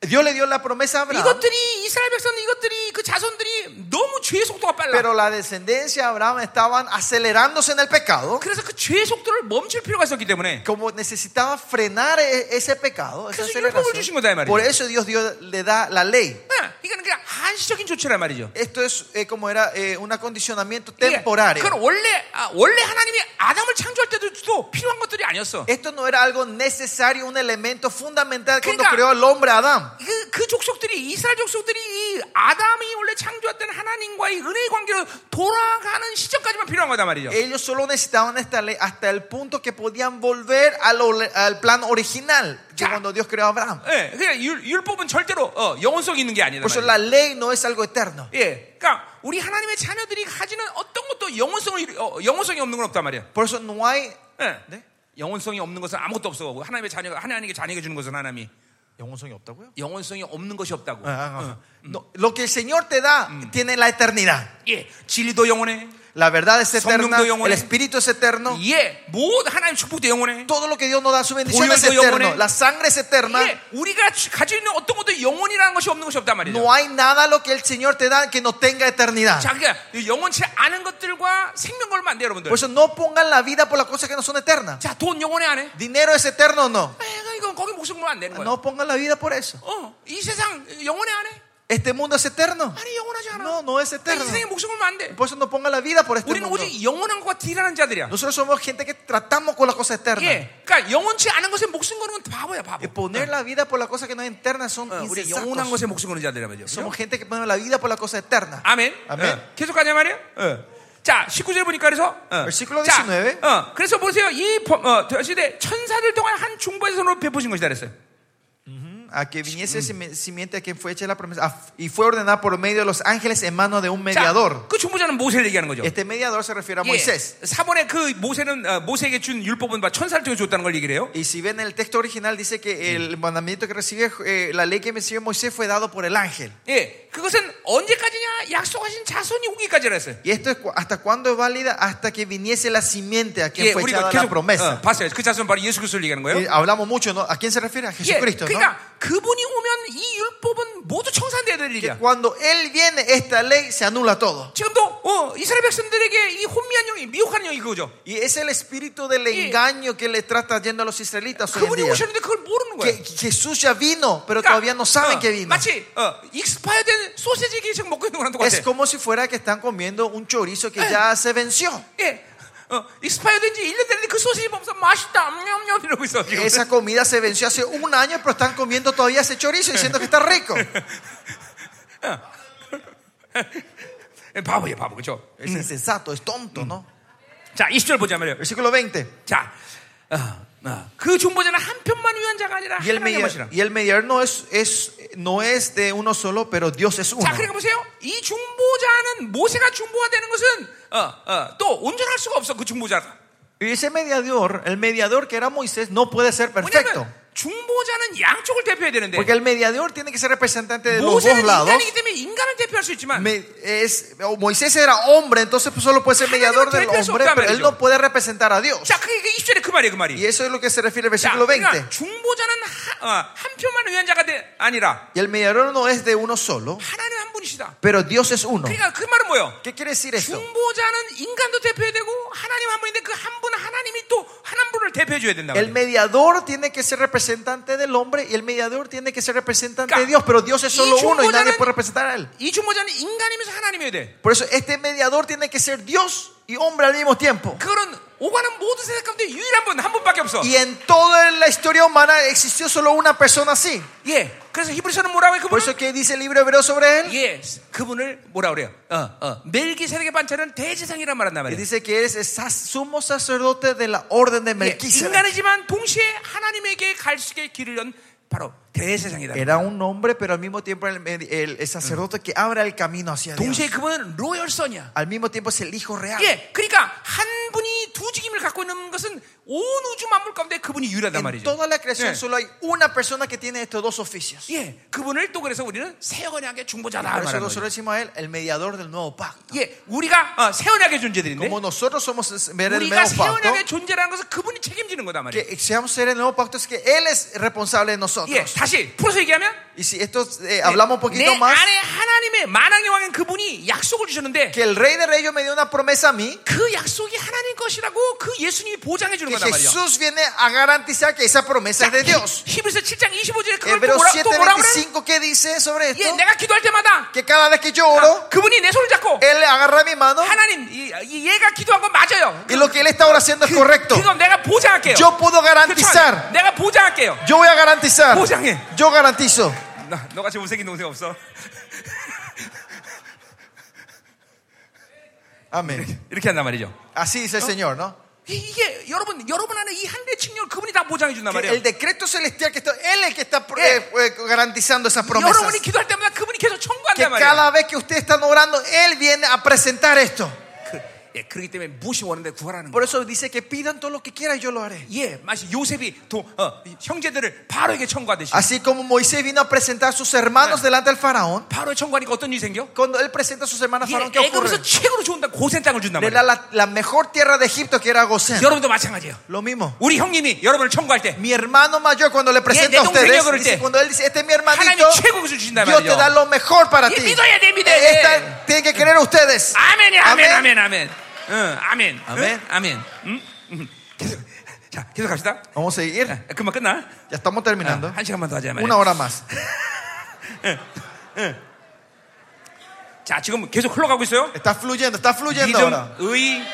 Speaker 2: Dios le dio la promesa a Abraham.
Speaker 1: 이것들이 이스라엘 백성 이것들이 그 자손들이 너무 죄의 속도가 빨라.
Speaker 2: Pero la descendencia de Abraham estaban acelerándose en el pecado.
Speaker 1: 그래서 그 죄의 속도를 멈출 필요가 있었기 때문에
Speaker 2: como necesitaba frenar e- ese pecado, esa
Speaker 1: 그래서
Speaker 2: aceleración,
Speaker 1: 율법을 주신 거다, 이 말이죠.
Speaker 2: por eso Dios dio- le da la ley.
Speaker 1: 예, 이거는 그냥 한시적인 조치란 말이죠.
Speaker 2: Esto es eh, como era eh, un acondicionamiento
Speaker 1: 이게
Speaker 2: temporario.
Speaker 1: 그건 원래 아, 원래 하나님이 아담을 창조할 때도 필요한 것들이 아니었어.
Speaker 2: Esto no era algo necesario, un elemento fundamental cuando
Speaker 1: 그러니까-
Speaker 2: creó al hombre Adán.
Speaker 1: 그, 그 족속들이 이스라엘 족속들이 이 아담이 원래 창조했던 하나님과의 은혜의 관계로 돌아가는 시점까지만 필요한 거다 말이죠.
Speaker 2: Ellos solo necesitaban esta ley hasta el punto que podían volver al, ole- al plan original de
Speaker 1: Ya.
Speaker 2: cuando Dios creó a Abraham.
Speaker 1: 예, 그러니까 율, 율법은 절대로 어, 영원성 있는 게 아니다.
Speaker 2: Por eso
Speaker 1: 말이죠.
Speaker 2: la ley no es algo eterno.
Speaker 1: 예, 그러니까 우리 하나님의 자녀들이 가지는 어떤 것도 영원성을 이루- 어, 영원성이 없는 건 없단 말이야.
Speaker 2: Por eso no hay...
Speaker 1: 예.
Speaker 2: 네?
Speaker 1: 영원성이 없는 것은 아무것도 없어. 하나님의 자녀가 하나님에게 자녀에게 주는 것은 하나님이
Speaker 2: 영혼성이 없다고요?
Speaker 1: 영원성이 없는 것이
Speaker 2: Ah,
Speaker 1: 없다고.
Speaker 2: 아, 아, 아. No, lo que el Señor te da tiene la eternidad.
Speaker 1: 예, 진리도 영원해.
Speaker 2: la verdad es eterna,
Speaker 1: 성령도 영원해.
Speaker 2: el Espíritu es eterno.
Speaker 1: 예, 모든 하나님 축복도 영원해.
Speaker 2: Todo lo que Dios nos da, su bendición es
Speaker 1: 보혈도
Speaker 2: eterno.
Speaker 1: 영원해.
Speaker 2: La sangre es eterna.
Speaker 1: 예, 우리가 주- 가지고 있는 어떤 것도 영원이라는 것이 없는 것이 없단 말이에요.
Speaker 2: No hay nada lo que el Señor te da que no tenga eternidad.
Speaker 1: 자, 그러니까 이 영원치 않은 것들과 생명 걸면 안 돼요, 여러분들.
Speaker 2: Por eso no pongan la vida por las cosas que no son eternas.
Speaker 1: 자, 돈 영원해 안 해? 아,
Speaker 2: ¿Dinero es eterno o no?
Speaker 1: 에이, 이건 거기 목숨 걸면 안 되는 거야.
Speaker 2: No pongan la vida por eso.
Speaker 1: 어, 이 세상 영원해 안 해?
Speaker 2: ¿Este mundo es eterno?
Speaker 1: 아니, 영원하지 않아.
Speaker 2: No, no es
Speaker 1: 그러니까
Speaker 2: eterno.
Speaker 1: 이 세상에 목숨 걸면 안 돼.
Speaker 2: Por eso no pongan la vida por este
Speaker 1: 우리는
Speaker 2: mundo.
Speaker 1: 오직 영원한 것과 딜하는 자들이야.
Speaker 2: Nosotros somos gente que tratamos con las cosas eternas.
Speaker 1: 예, 그러니까 영원치 않은 것에 목숨 거는 건 바보야,
Speaker 2: Y
Speaker 1: 바보.
Speaker 2: poner la vida por las cosas que no es eterna son
Speaker 1: 어, 우리 영원한
Speaker 2: insensatos.
Speaker 1: 것에 목숨 거는 자들이란 말이죠.
Speaker 2: Somos gente que pone la vida por las cosas eternas.
Speaker 1: 아멘.
Speaker 2: 아멘.
Speaker 1: 계속 가냐 말이에요. 어. 자, 19절 보니까 그래서 어.
Speaker 2: Versículo
Speaker 1: 자,
Speaker 2: 19.
Speaker 1: 어, 그래서 보세요. 이 범- 어, 저 시대 천사들 동안 한 중보의 손으로 베푸신 것이다 그랬어요.
Speaker 2: A que viniese simi- simiente a quien fue hecha la promesa. Ah, Y fue ordenada por medio de los ángeles en mano de un
Speaker 1: 자,
Speaker 2: mediador.
Speaker 1: 그 중보자는 모세를 얘기하는 거죠.
Speaker 2: Este mediador se refiere a
Speaker 1: 예,
Speaker 2: Moisés.
Speaker 1: 사본의 그 모세는 어, 모세에게 준 율법은 바 천사를 통해 줬다는 걸 얘기를 해요.
Speaker 2: Y si ven el texto original, dice que el mandamiento que recibe, eh, la ley que recibe Moisés fue dado por el ángel.
Speaker 1: 예, 그것은 언제까지냐? 약속하신 자손이 오기까지라 했어요.
Speaker 2: Y esto es cu- hasta cuándo es válida, hasta que viniese la simiente a quien
Speaker 1: 예,
Speaker 2: fue
Speaker 1: 우리가
Speaker 2: echada la
Speaker 1: 계속 어,
Speaker 2: promesa.
Speaker 1: 봤어요. 그 자손 바로 예수 그리스도를 얘기하는 거예요.
Speaker 2: Eh, hablamos mucho, ¿no? ¿A quién se refiere? A
Speaker 1: 예,
Speaker 2: Jesucristo, ¿no?
Speaker 1: 그러니까 그분이 오면 이 율법은 모두 청산돼야 될
Speaker 2: Que
Speaker 1: 일이야.
Speaker 2: cuando Él viene, esta ley se anula todo.
Speaker 1: 지금도 어, 이스라엘 백성들에게 이 혼미한 영이 미혹하는 영이 그거죠.
Speaker 2: Y es el espíritu del engaño que le está trayendo a los israelitas hoy en
Speaker 1: 그분이
Speaker 2: día.
Speaker 1: 오셨는데 그걸 모르는 거예요.
Speaker 2: Que Jesús ya vino, pero
Speaker 1: 그러니까,
Speaker 2: todavía no saben
Speaker 1: 어,
Speaker 2: que vino.
Speaker 1: 마치 어, 익스파이어된 소세지 계속 먹고 있는 거랑
Speaker 2: Es
Speaker 1: 똑같아.
Speaker 2: como si fuera que están comiendo un chorizo que ya se venció.
Speaker 1: 예, 어, 익스파이어된 지 1년 됐는데 그 소세지 먹으면서 맛있다, 냠냠 이러고 있어. 지금.
Speaker 2: Esa comida se venció hace un año, pero están comiendo todavía ese chorizo diciendo que está [laughs] rico.
Speaker 1: 예, 바보예요, 바보 그죠?
Speaker 2: Es insensato, es tonto, ¿no?
Speaker 1: 자, 20절 보자면요.
Speaker 2: Versículo 20.
Speaker 1: 자, 어, 어, 그 중보자는 한편만 위한 자가 아니라
Speaker 2: Y el,
Speaker 1: 하나님의
Speaker 2: media-
Speaker 1: 것이라.
Speaker 2: y el mediador no es, es, no es de uno solo, pero Dios es uno.
Speaker 1: 자, 그러니까 보세요. 이 중보자는 모세가 중보가 되는 것은 어, 어, 또 온전할 수가 없어 그 중보자가.
Speaker 2: Y ese mediador, el mediador que era Moisés, no puede ser perfecto.
Speaker 1: 왜냐면 중보자는 양쪽을 대표해야 되는데
Speaker 2: Porque el mediador tiene que ser representante de los
Speaker 1: 모세는
Speaker 2: dos lados.
Speaker 1: 인간이기 때문에 인간을 대표할 수 있지만
Speaker 2: Me- es, o Moisés era hombre, entonces pues, solo puede ser mediador del hombre, pero él no puede representar a Dios.
Speaker 1: 자, 그게 20절에 그 말이에요, 그
Speaker 2: Y
Speaker 1: 말이.
Speaker 2: eso es lo que se refiere al
Speaker 1: 자,
Speaker 2: versículo
Speaker 1: 그러니까
Speaker 2: 20.
Speaker 1: 중보자는 하- 어, 한 편만 위한 자가 되- 아니라
Speaker 2: Y el mediador no es de uno solo,
Speaker 1: 하나님 한 분이시다.
Speaker 2: pero Dios es uno.
Speaker 1: 그러니까 그 말은 뭐예요?
Speaker 2: ¿Qué quiere decir esto?
Speaker 1: 중보자는 인간도 대표해야 되고 하나님 한 분인데 그 한 분은 하나님이 또 하나님 분을 대표해 줘야 된다.
Speaker 2: El mediador tiene que ser representante del hombre y el mediador tiene que ser representante de
Speaker 1: Claro.
Speaker 2: Dios, pero Dios es
Speaker 1: Y
Speaker 2: solo uno y nadie
Speaker 1: 중보자는-
Speaker 2: puede representar a él.
Speaker 1: 이 중보자는 인간이면서 하나님이어야 돼.
Speaker 2: Por eso este mediador tiene que ser Dios y hombre al mismo tiempo.
Speaker 1: 그거는 오가는 모든 세상 가운데 유일한 분, 한 분밖에 없어.
Speaker 2: Y en toda la historia humana existió solo una persona así.
Speaker 1: 예. 그래서 히브리서는 뭐라고 해?
Speaker 2: Por
Speaker 1: 그분을
Speaker 2: eso que dice el libro hebreo sobre él.
Speaker 1: 예. 그분을 뭐라 그래요? 어, 어. 멜기세덱의 반찬은 대제사장이란 말한단
Speaker 2: Y
Speaker 1: 말이에요.
Speaker 2: dice que eres el sac- sumo sacerdote de la orden de
Speaker 1: 예,
Speaker 2: Melquisedec.
Speaker 1: 인간이지만 동시에 하나님에게 갈 수 있게 길을 연 바로 대제사장이다.
Speaker 2: Era un hombre, pero al mismo tiempo el, el- el sacerdote que abra el camino hacia Dios.
Speaker 1: 동시에 그분은 로열선이야.
Speaker 2: Al mismo tiempo es el hijo real.
Speaker 1: 예, 그러니까 한 분이 두 직임을 갖고 있는 것은 온 우주 만물 가운데 그분이 유일하단
Speaker 2: En
Speaker 1: 말이죠.
Speaker 2: toda la creación
Speaker 1: Sí. Ah,
Speaker 2: solo hay una persona que tiene estos dos oficios.
Speaker 1: 예, 그분을 또 그래서 우리는 새 언약의 중보자다
Speaker 2: Por eso
Speaker 1: 말하는 거죠.
Speaker 2: nosotros decimos a él el mediador del nuevo pacto.
Speaker 1: 예, 우리가 어, 새 언약의 존재들인데
Speaker 2: Como nosotros somos el del
Speaker 1: 우리가
Speaker 2: nuevo
Speaker 1: 새
Speaker 2: pacto,
Speaker 1: 언약의 존재라는 것은 그분이 책임지는 거다 말이에요.
Speaker 2: que seamos seres del nuevo pacto es que él es responsable de
Speaker 1: 예,
Speaker 2: nosotros.
Speaker 1: 다시 풀어서 얘기하면
Speaker 2: Y si esto eh,
Speaker 1: 예,
Speaker 2: hablamos un
Speaker 1: 내
Speaker 2: poquito más,
Speaker 1: 안에 하나님의 만왕의 왕인 그분이 약속을 주셨는데
Speaker 2: que el rey de reyes me dio una promesa a mí.
Speaker 1: 그 약속이 하나님 것이라고 그 예수님이 보장해 주는
Speaker 2: que
Speaker 1: 거단 말이야.
Speaker 2: Jesús viene a garantizar que esa promesa es de Dios.
Speaker 1: 히브리서 7장 25절에 그걸 또
Speaker 2: Hebreos
Speaker 1: 뭐라 또 뭐라 그래?
Speaker 2: 7:25 que dice sobre esto,
Speaker 1: 예, 내가 기도할 때마다
Speaker 2: que cada vez que yo oro,
Speaker 1: 그분이 내 손을 잡고
Speaker 2: él agarra mi mano
Speaker 1: 하나님 이, 이 얘가 기도한 건 맞아요.
Speaker 2: y lo que él está ahora haciendo es correcto.
Speaker 1: 그건 내가 보장할게요.
Speaker 2: Yo puedo
Speaker 1: 그렇죠?
Speaker 2: garantizar.
Speaker 1: 내가 보장할게요.
Speaker 2: Yo voy a garantizar.
Speaker 1: 보장해.
Speaker 2: Yo garantizo.
Speaker 1: 너, 너같이 못생긴 동생 없어.
Speaker 2: Amén.
Speaker 1: 이렇게 한단 말이죠.
Speaker 2: Así dice el Señor, ¿no?
Speaker 1: 이- 이게 여러분 여러분 안에 이 한 대의 측면을 그분이 다 보장해 준단
Speaker 2: Que
Speaker 1: 말이에요.
Speaker 2: el decreto celestial que está, él es el que está
Speaker 1: Yeah.
Speaker 2: eh, eh, garantizando esas promesas.
Speaker 1: 여러분이 기도할 때마다 그분이 계속
Speaker 2: Que
Speaker 1: 청구한단 말이에요.
Speaker 2: cada vez que ustedes están orando, él viene a presentar esto.
Speaker 1: 그, 예, 그렇기 때문에 무엇이 원하는데 구하라는
Speaker 2: Por
Speaker 1: 거예요.
Speaker 2: eso dice que pidan todo lo que quieran, yo lo haré.
Speaker 1: 예, 마치 요셉이 도, 어, 형제들을 바로에게 청구하듯이
Speaker 2: Así como Moisés vino a presentar a sus hermanos delante del faraón,
Speaker 1: 바로에 청구하니까 어떤 일이 생겨?
Speaker 2: cuando él presenta a sus hermanos,
Speaker 1: 예,
Speaker 2: faraón, ¿qué ocurre?
Speaker 1: 애굽에서 최고로 좋은 땅 고센 땅을 준단
Speaker 2: Le da
Speaker 1: 말이에요.
Speaker 2: la, la mejor tierra de Egipto que era Gosén.
Speaker 1: 여러분도 마찬가지예요.
Speaker 2: Lo mismo.
Speaker 1: 우리 형님이 여러분을 청구할 때
Speaker 2: Mi hermano mayor, cuando le presenta
Speaker 1: 내 동생이
Speaker 2: a ustedes,
Speaker 1: 그럴
Speaker 2: dice,
Speaker 1: 때
Speaker 2: cuando él dice, este es mi hermanito,
Speaker 1: 하나님이 최고 것을 주신단
Speaker 2: Dios te da
Speaker 1: 말이에요.
Speaker 2: lo mejor para
Speaker 1: Y
Speaker 2: ti.
Speaker 1: 믿어야 돼, 믿어야 돼.
Speaker 2: Esta, tienen que creer ustedes.
Speaker 1: 아멘이 아멘
Speaker 2: 아멘.
Speaker 1: 아멘 아멘. 응, 아멘.
Speaker 2: 아멘.
Speaker 1: 응, 아멘. 응? 응. 계속 자, 계속 갑시다.
Speaker 2: Vamos a seguir.
Speaker 1: 아, 금방 끝나.
Speaker 2: Ya estamos terminando.
Speaker 1: 한 시간만 더 하자 말이야.
Speaker 2: Una hora más.
Speaker 1: 자, 지금 계속 흘러가고 있어요.
Speaker 2: Está fluyendo, está fluyendo
Speaker 1: 믿음,
Speaker 2: ahora.
Speaker 1: 의,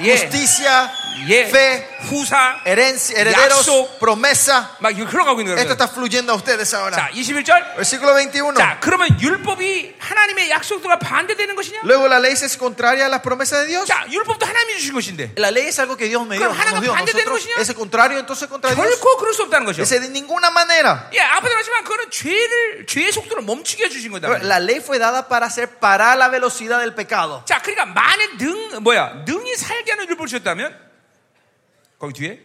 Speaker 1: 예,
Speaker 2: Justicia,
Speaker 1: 예,
Speaker 2: fe,
Speaker 1: 후사,
Speaker 2: herencia, herederos,
Speaker 1: Yazo.
Speaker 2: promesa.
Speaker 1: 막 이거 흘러가고 있는 거예요.
Speaker 2: Esto está fluyendo a ustedes
Speaker 1: 자,
Speaker 2: ahora.
Speaker 1: 21절.
Speaker 2: Versículo 21.
Speaker 1: 자, 그러면 율법이 하나님의 약속들과 반대되는 것이냐?
Speaker 2: Luego la ley es contraria a las promesas de Dios.
Speaker 1: 자, 율법도 하나님이 주신 것인데
Speaker 2: La ley es algo que Dios me dio.
Speaker 1: Claro,
Speaker 2: nos dio a
Speaker 1: ¿hagan 반대되는
Speaker 2: nosotros.
Speaker 1: 것이냐?
Speaker 2: Ese contrario, entonces
Speaker 1: 음.
Speaker 2: contra Dios.
Speaker 1: 결코 그럴 수 없다는 것이요.
Speaker 2: Dice de ninguna manera.
Speaker 1: 예, 앞에도 말했지만 그거는 죄를 죄의 속도를 멈추게 해 주신 거다.
Speaker 2: La ley fue dada para hacer parar la velocidad del pecado.
Speaker 1: 자, 그러니까 만에 능 뭐야 능이 살게 하는 율법을 주셨다면 거기 뒤에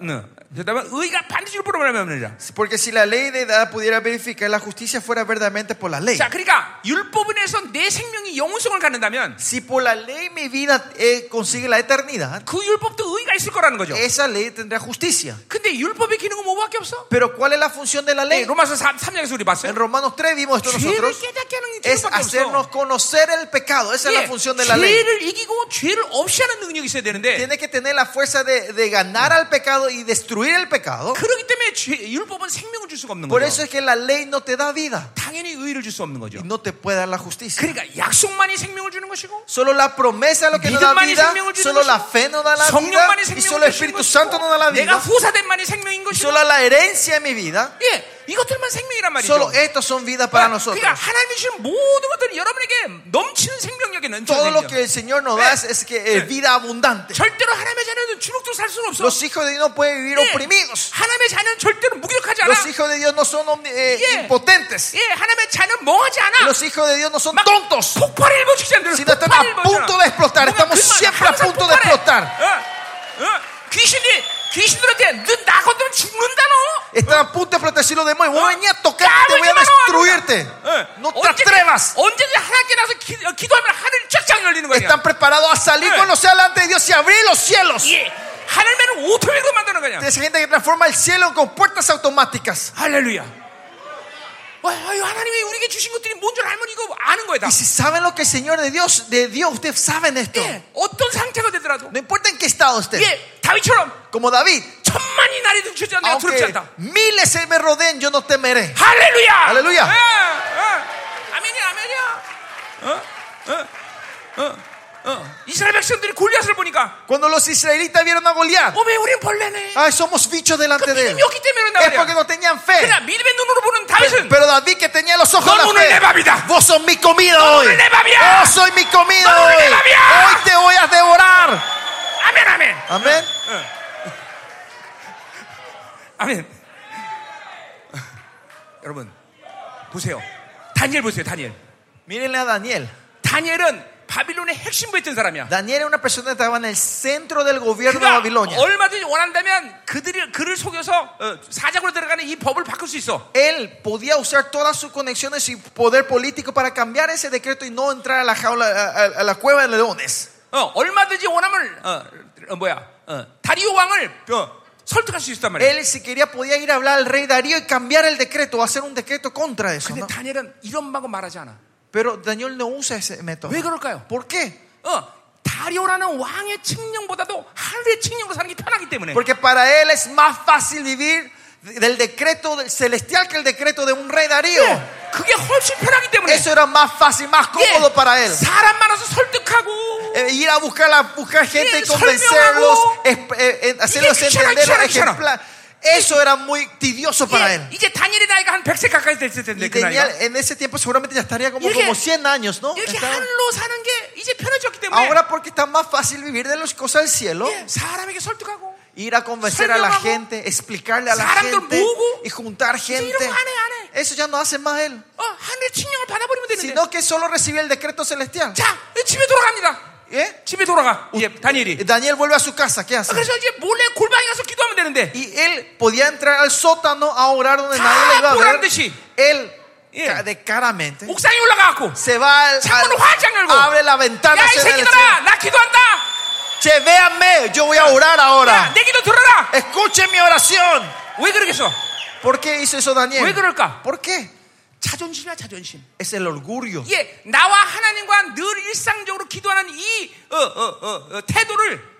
Speaker 1: 응. 그렇다면 의가 반드시 율법으로 말하면 되자.
Speaker 2: Porque si la ley de edad pudiera verificar la justicia fuera verdaderamente por la ley.
Speaker 1: 자, 그러니까 율법 인해서 내 생명이 영원성을 갖는다면
Speaker 2: Si por la ley mi vida eh, consigue la eternidad,
Speaker 1: 그 율법도 의가 있을 거라는 거죠.
Speaker 2: esa ley tendrá justicia.
Speaker 1: 근데 율법의 기능은 뭐밖에 없어?
Speaker 2: Pero ¿cuál es la función de la
Speaker 1: 예,
Speaker 2: ley?
Speaker 1: 로마서 3, 3장에서 우리
Speaker 2: En
Speaker 1: 봤어요.
Speaker 2: Romanos 3 vimos esto
Speaker 1: 죄를
Speaker 2: nosotros.
Speaker 1: 깨닫게 하는
Speaker 2: Es
Speaker 1: 기능밖에
Speaker 2: hacernos
Speaker 1: 없어.
Speaker 2: conocer el pecado. Esa es
Speaker 1: 예,
Speaker 2: la función de la ley.
Speaker 1: 죄를 이기고 죄를 없이 하는 능력이 있어야 되는데
Speaker 2: Tiene que tener la fuerza de, de ganar al pecado y destruir el pecado.
Speaker 1: 그렇기 때문에 죄- 율법은 생명을 줄 수가 없는
Speaker 2: Por eso
Speaker 1: 거죠.
Speaker 2: es que la ley no te da vida
Speaker 1: 당연히 의를 줄 수 없는 거죠.
Speaker 2: y no te puede dar la justicia.
Speaker 1: 그러니까 약속만이 생명을 주는 것이고
Speaker 2: Solo la promesa es lo que nos da
Speaker 1: 믿음만이
Speaker 2: vida,
Speaker 1: 생명을 주는
Speaker 2: solo la
Speaker 1: 것이고
Speaker 2: fe nos da la vida
Speaker 1: 성령만이
Speaker 2: y solo
Speaker 1: 생명을 주는
Speaker 2: el Espíritu Santo nos da la
Speaker 1: 것이고 내가
Speaker 2: vida.
Speaker 1: 후사된만이 생명인 것이고
Speaker 2: Solo la herencia de mi vida,
Speaker 1: 예, 이것들만 생명이란 말이죠
Speaker 2: solo estos son vidas para
Speaker 1: 그러니까
Speaker 2: nosotros.
Speaker 1: 하나님이 주신 모든 것들이 여러분에게 넘치는 생명력이
Speaker 2: Todo lo
Speaker 1: 넘쳐야
Speaker 2: que el Señor nos da es, es que es vida abundante.
Speaker 1: 절대로 하나님의 자녀는 주눅도 살 수는 없어
Speaker 2: Los hijos de Dios no pueden vivir
Speaker 1: 예,
Speaker 2: oprimidos.
Speaker 1: 하나님의 자녀는 절대로 무기력하지 않아
Speaker 2: Los hijos de Dios no son omni- eh,
Speaker 1: Yeah.
Speaker 2: impotentes.
Speaker 1: 예, 하나님의 자녀는 멍하지 않아
Speaker 2: Los hijos de Dios no son
Speaker 1: 막
Speaker 2: tontos.
Speaker 1: 폭발 일보 직전들
Speaker 2: Si no están a punto de explotar, estamos siempre a punto de explotar.
Speaker 1: 어, 귀신이 귀신들한테 너나 건드면 죽는다 너
Speaker 2: Están a punto de proteger los demonios. Voy a venir a tocar, te voy a
Speaker 1: 까불지 마라,
Speaker 2: destruirte.
Speaker 1: 예.
Speaker 2: No te
Speaker 1: 언제든-
Speaker 2: atrevas.
Speaker 1: 언제든 하나님께 나서 기, 어, 기도하면 하늘 쫙쫙 열리는 거야.
Speaker 2: Están preparados a salir
Speaker 1: Eh.
Speaker 2: con los cielos delante de Dios y abrir los cielos.
Speaker 1: 예. 하늘만을 오토매로 만드는 거냐.
Speaker 2: Esa gente que transforma el cielo con puertas automáticas.
Speaker 1: 할렐루야. 와, 아유, 하나님이 우리에게 주신 것들이 뭔 줄 알면 이거 아는 거야 다.
Speaker 2: Y si saben lo que el Señor de Dios, de Dios, ustedes saben esto.
Speaker 1: 예. 어떤 상태가 되더라도
Speaker 2: No importa en qué estado estés.
Speaker 1: 예, 다윗처럼
Speaker 2: Como David,
Speaker 1: 천만이 나를 등치지 않아 내가 두렵지
Speaker 2: aunque
Speaker 1: 않다.
Speaker 2: miles se me rodeen, yo no temeré.
Speaker 1: 할렐루야.
Speaker 2: 할렐루야.
Speaker 1: 예, 예. 아멘이야, 아멘이야. 어, 어, 어, 어. 이스라엘 백성들이 골리앗을 보니까
Speaker 2: Cuando los israelitas vieron a Goliat,
Speaker 1: 어메 우린 벌레네.
Speaker 2: ay, somos bichos delante de él.
Speaker 1: 믿음이 없기 때문에 그런다
Speaker 2: Es
Speaker 1: 말이야.
Speaker 2: porque no tenían fe.
Speaker 1: 그러나 믿음의 눈으로 보는 다윗은
Speaker 2: Pero David que tenía los ojos
Speaker 1: ¡No,
Speaker 2: de
Speaker 1: no,
Speaker 2: la fe.
Speaker 1: no, no, no, no.
Speaker 2: Vos sos mi comida hoy.
Speaker 1: no, no, no.
Speaker 2: Vos soy mi comida
Speaker 1: No, no, no,
Speaker 2: hoy.
Speaker 1: no, no.
Speaker 2: Hoy te voy a devorar.
Speaker 1: 아멘 아멘
Speaker 2: Amén.
Speaker 1: 아멘 [laughs] 여러분 보세요 다니엘 보세요 다니엘
Speaker 2: Mírenle a Daniel.
Speaker 1: 다니엘은 바빌론의 핵심부에 있던 사람이야
Speaker 2: Daniel era una persona que estaba en el centro del gobierno de
Speaker 1: 그가
Speaker 2: Babilonia.
Speaker 1: 얼마든지 원한다면 그들을 그를 속여서 어, 사장으로 들어가는 이 법을 바꿀 수 있어
Speaker 2: Él podía usar todas sus conexiones y poder político para cambiar ese decreto y no entrar a la jaula, a, a- a la cueva de leones.
Speaker 1: 어, 얼마든지 원하면 어, 어, 뭐야 어, 다리오 왕을 어, 설득할 수 있단 말이야
Speaker 2: Él, si quería, podía ir a hablar al rey Darío y cambiar el decreto o hacer un decreto contra eso.
Speaker 1: 근데
Speaker 2: ¿no?
Speaker 1: 다니엘은 이런 마고 말하지 않아
Speaker 2: Pero Daniel no usa ese método.
Speaker 1: 왜 그럴까요?
Speaker 2: ¿Por qué?
Speaker 1: 어, 다리오라는 왕의 칙령보다도 하늘의 칙령으로 사는 게 편하기 때문에
Speaker 2: Porque para él es más fácil vivir del decreto del- celestial que el decreto de un rey Darío.
Speaker 1: 예, 그게 훨씬 편하기 때문에
Speaker 2: Eso era más fácil, más
Speaker 1: 예,
Speaker 2: cómodo para él.
Speaker 1: 사람 많아서 설득하고
Speaker 2: Eh, ir a buscar, la- buscar gente
Speaker 1: Eh,
Speaker 2: y convencerlos,
Speaker 1: 설명하고.
Speaker 2: es- eh, eh, hacerlos
Speaker 1: Iye, 귀찮아,
Speaker 2: entender,
Speaker 1: 귀찮아, 귀찮아.
Speaker 2: ejemplar. Eso era muy tedioso para
Speaker 1: 예,
Speaker 2: él.
Speaker 1: 이제 다니엘의 나이가 한 100세 가까이 됐을 텐데
Speaker 2: Y
Speaker 1: 그
Speaker 2: tenía,
Speaker 1: 나이가
Speaker 2: en ese tiempo seguramente ya estaría como,
Speaker 1: Iye,
Speaker 2: como 100 años, ¿no?
Speaker 1: 이렇게
Speaker 2: Estaba-
Speaker 1: 하늘로 사는 게 이제 편해졌기 때문에
Speaker 2: Ahora porque está más fácil vivir de las cosas del cielo,
Speaker 1: 예, 사람에게 설득하고
Speaker 2: ir a convencer a la
Speaker 1: 설명하고,
Speaker 2: gente, explicarle a la
Speaker 1: 사람들
Speaker 2: gente
Speaker 1: 모으고,
Speaker 2: y juntar
Speaker 1: 이런
Speaker 2: gente.
Speaker 1: 거안 해, 안 해.
Speaker 2: Eso ya no hace más él.
Speaker 1: 어, 하늘의 칙령을 받아버리면 되는데
Speaker 2: sino que solo recibe el decreto celestial.
Speaker 1: 자 집에 돌아갑니다
Speaker 2: ¿Eh?
Speaker 1: 집에 돌아가. 이제 다니엘이.
Speaker 2: Daniel vuelve a su casa, ¿qué hace?
Speaker 1: 그래서 이제 몰래 골방에 가서 기도하면 되는데
Speaker 2: Y él podía entrar al sótano a orar donde nadie le iba
Speaker 1: 다
Speaker 2: a
Speaker 1: 보란
Speaker 2: ver.
Speaker 1: 듯이
Speaker 2: Él,
Speaker 1: 예.
Speaker 2: ca- de caramente,
Speaker 1: 옥상에 올라가갖고
Speaker 2: se va al.
Speaker 1: 창문
Speaker 2: al-
Speaker 1: 활짝 열고
Speaker 2: abre la ventana,
Speaker 1: 야 이
Speaker 2: se da el-
Speaker 1: 새끼들아 나 기도한다.
Speaker 2: Che, véanme, yo voy a orar
Speaker 1: 야,
Speaker 2: ahora.
Speaker 1: 내 기도 들어라.
Speaker 2: Escuchen mi oración.
Speaker 1: 왜 그러겠어?
Speaker 2: ¿Por qué hizo eso Daniel?
Speaker 1: 왜 그럴까?
Speaker 2: ¿Por qué?
Speaker 1: 예. 자존심이야 자존심.
Speaker 2: Es el orgullo.
Speaker 1: 이게 나와 하나님과 늘 일상적으로 기도하는 이 어, 어, 어, 어, 태도를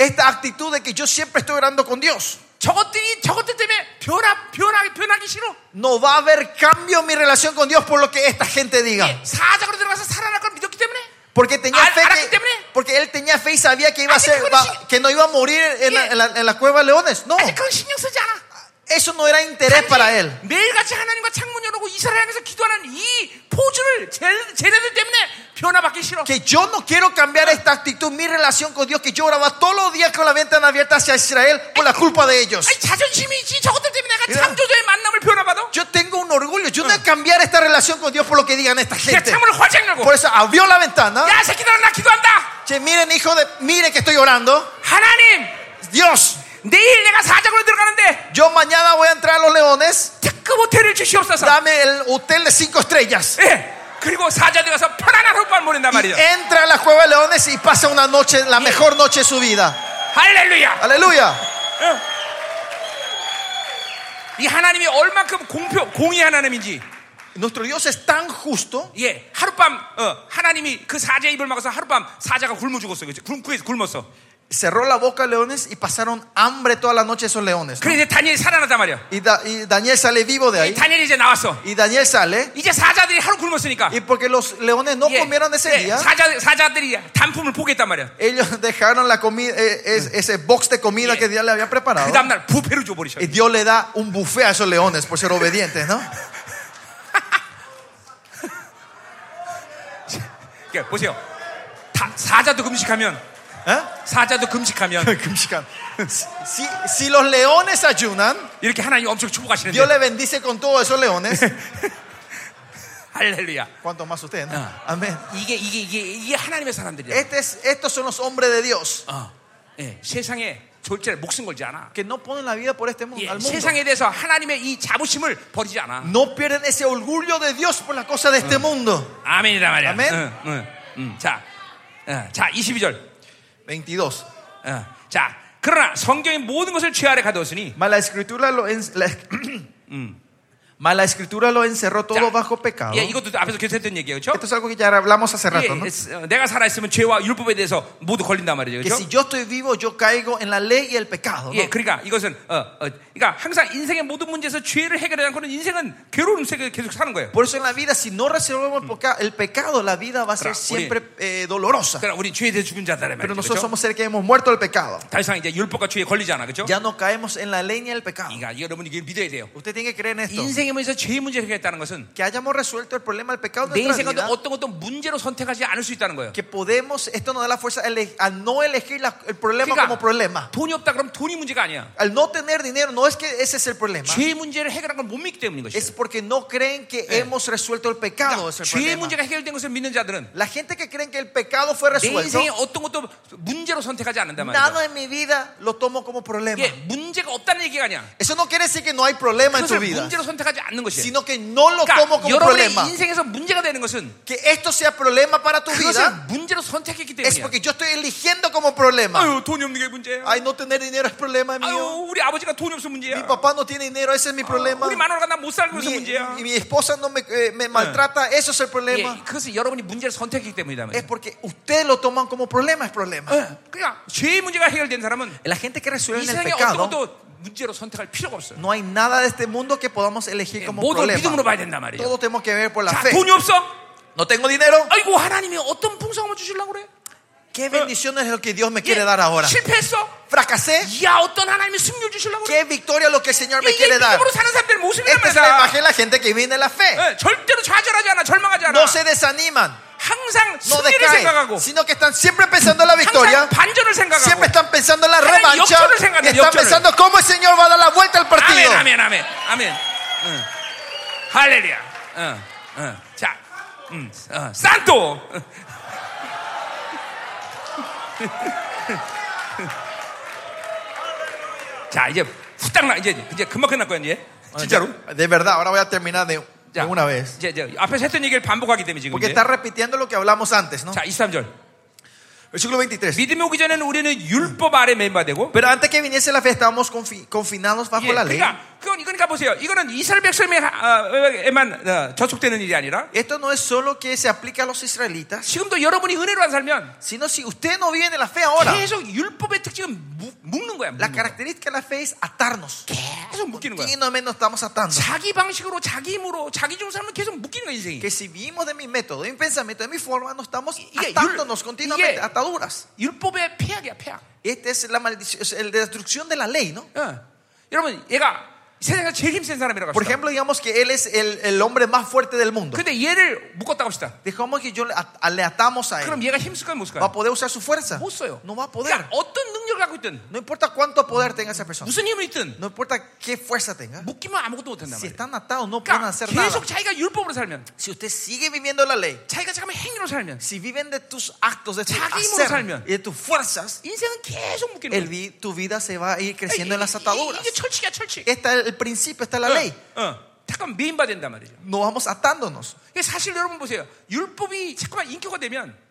Speaker 2: Esta actitud de que yo siempre estoy orando con Dios.
Speaker 1: 저것들이 저것들 때문에 변화 변하기 변하기 싫어.
Speaker 2: No va a haber cambio en mi relación con Dios por lo que esta gente diga.
Speaker 1: 이게 사적으로 들어가서 살아날 걸 믿었기 때문에
Speaker 2: Porque tenía
Speaker 1: Al-
Speaker 2: fe
Speaker 1: ahora que
Speaker 2: que,
Speaker 1: te viene.
Speaker 2: porque él tenía fe y sabía que iba a
Speaker 1: Así
Speaker 2: ser
Speaker 1: que
Speaker 2: va-
Speaker 1: bueno, sí.
Speaker 2: que no iba a morir en la,
Speaker 1: Sí.
Speaker 2: en la- en la cueva de leones. No,
Speaker 1: 아직 그런 신경 쓰지 않아.
Speaker 2: eso no era interés para él.
Speaker 1: 매일같이 하나님과 창문 열고 이스라엘 향해서 기도하는 이 포즈를 쟤- 쟤네들 때문에 변화받기 싫어.
Speaker 2: Que yo no quiero cambiar esta actitud, mi relación con Dios, que yo oraba todos los días con la ventana abierta hacia Israel por la culpa de ellos.
Speaker 1: 아니 자존심이지 저것들 때문에 내가
Speaker 2: 이런-
Speaker 1: 창조자의 만남을 변화받아.
Speaker 2: Yo tengo un orgullo, yo no
Speaker 1: Ah.
Speaker 2: voy a cambiar esta relación con Dios por lo que digan esta
Speaker 1: 그냥
Speaker 2: gente.
Speaker 1: 창문을 활짝 열고
Speaker 2: Por eso abrió la ventana.
Speaker 1: 야 새끼들아 나 기도한다.
Speaker 2: Che, miren, hijo de, miren que estoy orando.
Speaker 1: 하나님
Speaker 2: Dios,
Speaker 1: 내일 내가 사적으로 들어가는데
Speaker 2: yo mañana voy a entrar a los leones.
Speaker 1: 특급 호텔을 주시옵소서.
Speaker 2: Dame el hotel de cinco estrellas.
Speaker 1: 예. 그리고 사자들 가서 편안한 호흡만 보낸단
Speaker 2: Y
Speaker 1: 말이야.
Speaker 2: entra a la cueva de leones y pasa una noche, la mejor noche de su vida.
Speaker 1: 할렐루야.
Speaker 2: Aleluya.
Speaker 1: 이 하나님이 얼만큼 공표 공의 하나님인지.
Speaker 2: Nuestro Dios es tan justo
Speaker 1: 예, 하룻밤 어, 하나님이 그 사자의 입을 막아서 하룻밤 사자가 굶어 죽었어. 그치? 굶, 굶- 굶었어.
Speaker 2: cerró la boca de leones y pasaron hambre toda la noche esos leones. ¿no?
Speaker 1: 그래 이제 다니엘이 살아났단 말이야.
Speaker 2: Y, Da- y Daniel sale vivo de ahí.
Speaker 1: 다니엘이 이제 나왔어.
Speaker 2: Y Daniel sale.
Speaker 1: 이제 사자들이 하루 굶었으니까.
Speaker 2: Y porque los leones no
Speaker 1: 예,
Speaker 2: comieron ese
Speaker 1: 예,
Speaker 2: día,
Speaker 1: 사자 사자들이 단품을 포기했단 말이야.
Speaker 2: ellos [laughs] dejaron la comida, eh, es- ese box de comida
Speaker 1: Sí.
Speaker 2: que Dios le había
Speaker 1: 그
Speaker 2: preparado.
Speaker 1: 다음 날 부패로 줘버리셔.
Speaker 2: Y Dios le da un buffet a esos leones por ser obedientes, ¿no?
Speaker 1: 그러니까 보세요. 다- 사자도 금식하면
Speaker 2: ¿Eh? [laughs]
Speaker 1: 사자도 금식하면
Speaker 2: Si, si los leones ayunan,
Speaker 1: 이렇게 하나님 엄청 축복하시는데.
Speaker 2: Dios le bendice con todos esos leones.
Speaker 1: 할렐루야.
Speaker 2: Cuanto más usted, ¿no?
Speaker 1: Ah.
Speaker 2: Amén.
Speaker 1: 이게 이게 이게 이게 하나님의 사람들이야.
Speaker 2: Este es- estos son los hombres de Dios
Speaker 1: 어, 예, 세상에 절대 목숨 걸지 않아.
Speaker 2: que no ponen la vida por este mundo,
Speaker 1: 예,
Speaker 2: al mundo.
Speaker 1: 세상에 대해서 하나님의 이 자부심을 버리지 않아.
Speaker 2: No pierden ese orgullo de Dios por las cosas de este mundo.
Speaker 1: 아멘이다 말이야.
Speaker 2: 아멘.
Speaker 1: 응, 응, 응. 자, 어, 자, 22절.
Speaker 2: 22.
Speaker 1: 자, 그러나 성경의 모든 것을 죄 아래 가두었으니
Speaker 2: Mas la escritura lo, en- [clears throat] la- Mm. Mas la escritura lo encerró todo
Speaker 1: 자,
Speaker 2: bajo pecado.
Speaker 1: 예, 이것도 앞에서 계속했던 얘기예요, 그렇죠? 예,
Speaker 2: Esto es algo que ya hablamos hace rato, ¿no?
Speaker 1: 내가 살아 있으면 죄와 율법에 대해서 모두 걸린단 말이죠,
Speaker 2: Que si
Speaker 1: 그렇죠?
Speaker 2: yo estoy vivo, yo caigo en la ley y el pecado. ¿no?
Speaker 1: 예, 그러니까 이것은 어, 어, 그러니까 항상 인생의 모든 문제에서 죄를 해결하지 않고는 인생은 괴로운 세계에 계속 사는 거예요.
Speaker 2: Por eso en la vida, si no resolvemos el peca- el pecado, la vida va a ser
Speaker 1: Claro,
Speaker 2: siempre eh, dolorosa.
Speaker 1: 그러나 그러니까 우리 죄에 대해 죽은 자들의 말이죠.
Speaker 2: Pero nosotros
Speaker 1: 그렇죠?
Speaker 2: somos seres que hemos muerto al pecado.
Speaker 1: 더 이상 이제 율법과 죄에 걸리지 않아, 그렇죠?
Speaker 2: Ya no caemos en la ley ni en el pecado.
Speaker 1: 그러니까 이거 여러분 이게 믿어야 돼요.
Speaker 2: Usted tiene que creer en esto.
Speaker 1: 인생에 문제에서 죄의 문제를 해결했다는 것은
Speaker 2: Que hayamos resuelto el problema del pecado
Speaker 1: 내
Speaker 2: en nuestra
Speaker 1: 인생
Speaker 2: vida.
Speaker 1: 어떤 어떤 것도 문제로 선택하지 않을 수 있다는 거예요.
Speaker 2: Que podemos, esto nos da la fuerza a, ele- a no elegir la- el problema
Speaker 1: 그러니까
Speaker 2: como problema.
Speaker 1: 돈이 없다 그럼 돈이 문제가 아니야.
Speaker 2: Al no tener dinero, no es que ese es el problema.
Speaker 1: 죄의 문제를 해결한 걸 못 믿기 때문인
Speaker 2: Es
Speaker 1: 것이에요. 그러니까
Speaker 2: porque no creen que hemos resuelto el pecado. es el
Speaker 1: 죄의
Speaker 2: problema.
Speaker 1: 문제가 해결된 것을 믿는 자들은
Speaker 2: La gente que creen que el pecado fue
Speaker 1: 내
Speaker 2: resuelto,
Speaker 1: 인생의 어떤 것도 문제로 선택하지 않는단 말이에요.
Speaker 2: nada en mi vida lo tomo como problema.
Speaker 1: 이게 문제가 없다는 얘기가 아니야.
Speaker 2: Eso no quiere decir que no hay problema en tu
Speaker 1: 그것을
Speaker 2: vida,
Speaker 1: 문제로 선택하지 않는 것이에요.
Speaker 2: sino que no lo tomo
Speaker 1: 그러니까
Speaker 2: como
Speaker 1: 여러분의
Speaker 2: problema.
Speaker 1: 인생에서 문제가 되는 것은
Speaker 2: Que esto sea problema para tu
Speaker 1: 그것을
Speaker 2: vida
Speaker 1: 문제로 선택했기
Speaker 2: es
Speaker 1: 때문이야.
Speaker 2: porque yo estoy eligiendo como problema.
Speaker 1: 아유 돈이 없는 게 문제야.
Speaker 2: Ay, no tener dinero es problema
Speaker 1: 아유
Speaker 2: mío.
Speaker 1: 우리 아버지가 돈이 없어
Speaker 2: Mi
Speaker 1: 문제야.
Speaker 2: papá no tiene dinero, ese es mi problema.
Speaker 1: 우리 마누라가 나 못 살고 있어
Speaker 2: Mi,
Speaker 1: 문제야.
Speaker 2: mi- mi esposa no me, eh, me maltrata, eso es el
Speaker 1: 예,
Speaker 2: problema.
Speaker 1: 그것은 여러분이 문제를 선택했기 때문이다.
Speaker 2: Es porque ustedes lo toman como problema, es problema.
Speaker 1: 예, 그러니까 죄의 문제가 해결된 사람은
Speaker 2: La gente que
Speaker 1: 이
Speaker 2: resuelve en el
Speaker 1: 세상에 어떤
Speaker 2: pecado,
Speaker 1: 것도 문제로 선택할 필요가 없어요.
Speaker 2: no hay nada de este mundo que podamos elegir como
Speaker 1: 모두 믿음으로
Speaker 2: problema.
Speaker 1: 봐야 된단 말이에요.
Speaker 2: Todo tenemos que ver por la
Speaker 1: 자,
Speaker 2: fe.
Speaker 1: 돈이 없어?
Speaker 2: No tengo dinero.
Speaker 1: 아이고 하나님이 어떤 풍성함을 주시려고 그래?
Speaker 2: ¿Qué bendiciones es lo que Dios me
Speaker 1: 예,
Speaker 2: quiere dar ahora?
Speaker 1: 실패했어?
Speaker 2: Fracasé.
Speaker 1: 이야 어떤 하나님이 승리를 주시려고 그래?
Speaker 2: ¿Qué victoria es lo que el Señor me
Speaker 1: 이게
Speaker 2: quiere dar?
Speaker 1: 믿음으로 사는 사람들 모습이란
Speaker 2: Esta es
Speaker 1: 말이야.
Speaker 2: la imagen de la gente que viene en la fe.
Speaker 1: 예, 절대로 좌절하지 않아, 절망하지 않아.
Speaker 2: Ah, No se desaniman,
Speaker 1: 항상
Speaker 2: no
Speaker 1: 승리를 생각하고,
Speaker 2: decaen, sino que están siempre pensando en la
Speaker 1: 항상
Speaker 2: victoria.
Speaker 1: 반전을
Speaker 2: Siempre
Speaker 1: 생각하고.
Speaker 2: están pensando en la
Speaker 1: Hagan
Speaker 2: revancha.
Speaker 1: 역전을 생각해,
Speaker 2: Están
Speaker 1: 역전을.
Speaker 2: pensando cómo el Señor va a dar la vuelta al partido.
Speaker 1: 아멘, 아멘, 아멘, 아멘. 응. 할렐루야. 응, 응. 자, 음, 어, 산토. [laughs] 자, 이제 후딱 나 이제 이제 금방 끝날 거야 어, 이제. 진짜로.
Speaker 2: De verdad, ahora voy a terminar de, de
Speaker 1: 자,
Speaker 2: una vez.
Speaker 1: 이제, 이제 앞에서 했던 얘기를 반복하기 때문에 지금
Speaker 2: Porque
Speaker 1: 이제.
Speaker 2: está repitiendo lo que hablamos antes, ¿no?
Speaker 1: 자, 23절.
Speaker 2: Versículo 23.
Speaker 1: 믿음이 오기 전에는 우리는 율법 아래 멤버되고
Speaker 2: Pero antes que viniese la fe, estábamos confi- confinados
Speaker 1: 예,
Speaker 2: bajo la ley.
Speaker 1: 그러니까 그건 그러니까 보세요. 이거는 이스라엘 백성에게만 어, 저촉되는 일이 아니라
Speaker 2: Esto no es solo que se aplica a los israelitas,
Speaker 1: 지금도 여러분이 은혜로 안 살면
Speaker 2: sino si usted no vive en la fe ahora,
Speaker 1: 계속 율법의 특징은 무- 묶는 거야. 묶는
Speaker 2: la
Speaker 1: 거야.
Speaker 2: característica de la fe es atarnos.
Speaker 1: 계속 묶이는 거야.
Speaker 2: Continuamente nos estamos atando.
Speaker 1: 자기 방식으로 자기 힘으로 자기 중으로 살면 계속 묶이는 거야 인생이.
Speaker 2: Que si vivimos de mi método, de mi pensamiento, de mi forma, nos estamos
Speaker 1: y-
Speaker 2: atándonos continuamente,
Speaker 1: y-
Speaker 2: ataduras.
Speaker 1: 율법의 폐악이야 폐악.
Speaker 2: Esta es la maldición, es el- la destrucción de la ley, ¿no?
Speaker 1: 어. 여러분 얘가 세상에서 제일 힘센 사람이라고
Speaker 2: Por
Speaker 1: 합시다.
Speaker 2: ejemplo, digamos que él es el, el hombre más fuerte del mundo.
Speaker 1: 근데 얘를 묶었다고 합시다.
Speaker 2: Dejamos que yo le at- le atamos a
Speaker 1: 그럼
Speaker 2: él.
Speaker 1: 얘가 힘쓸 거야 못 쓸
Speaker 2: ¿Va a
Speaker 1: 거야?
Speaker 2: poder usar su fuerza?
Speaker 1: 못 써요.
Speaker 2: No va a poder.
Speaker 1: 그러니까 어떤 능력을 갖고 있든
Speaker 2: No importa cuánto poder tenga esa persona.
Speaker 1: 무슨 힘을 있든
Speaker 2: No importa qué fuerza tenga.
Speaker 1: 묶이면 아무것도 못 한단
Speaker 2: Si
Speaker 1: 말이야.
Speaker 2: están atados, no pueden
Speaker 1: 그러니까
Speaker 2: hacer nada.
Speaker 1: 계속 자기가 율법으로 살면
Speaker 2: Si usted sigue viviendo la ley,
Speaker 1: 자기가 잠깐만 행위로 살면
Speaker 2: si viven de tus actos, de tus
Speaker 1: Chagim으로
Speaker 2: hacer,
Speaker 1: 살면.
Speaker 2: y de tus fuerzas,
Speaker 1: 인생은 계속 묶이는
Speaker 2: el
Speaker 1: 거야.
Speaker 2: vi- tu vida se va a ir creciendo en las
Speaker 1: 이- 이-
Speaker 2: ataduras.
Speaker 1: 이게 철칙이야 철칙.
Speaker 2: Está el principio, está la ley.
Speaker 1: 어, 어. 잠깐 메인바 된단 말이죠.
Speaker 2: No vamos atándonos.
Speaker 1: 이게 사실 여러분 보세요. 율법이 잠깐만 인격화되면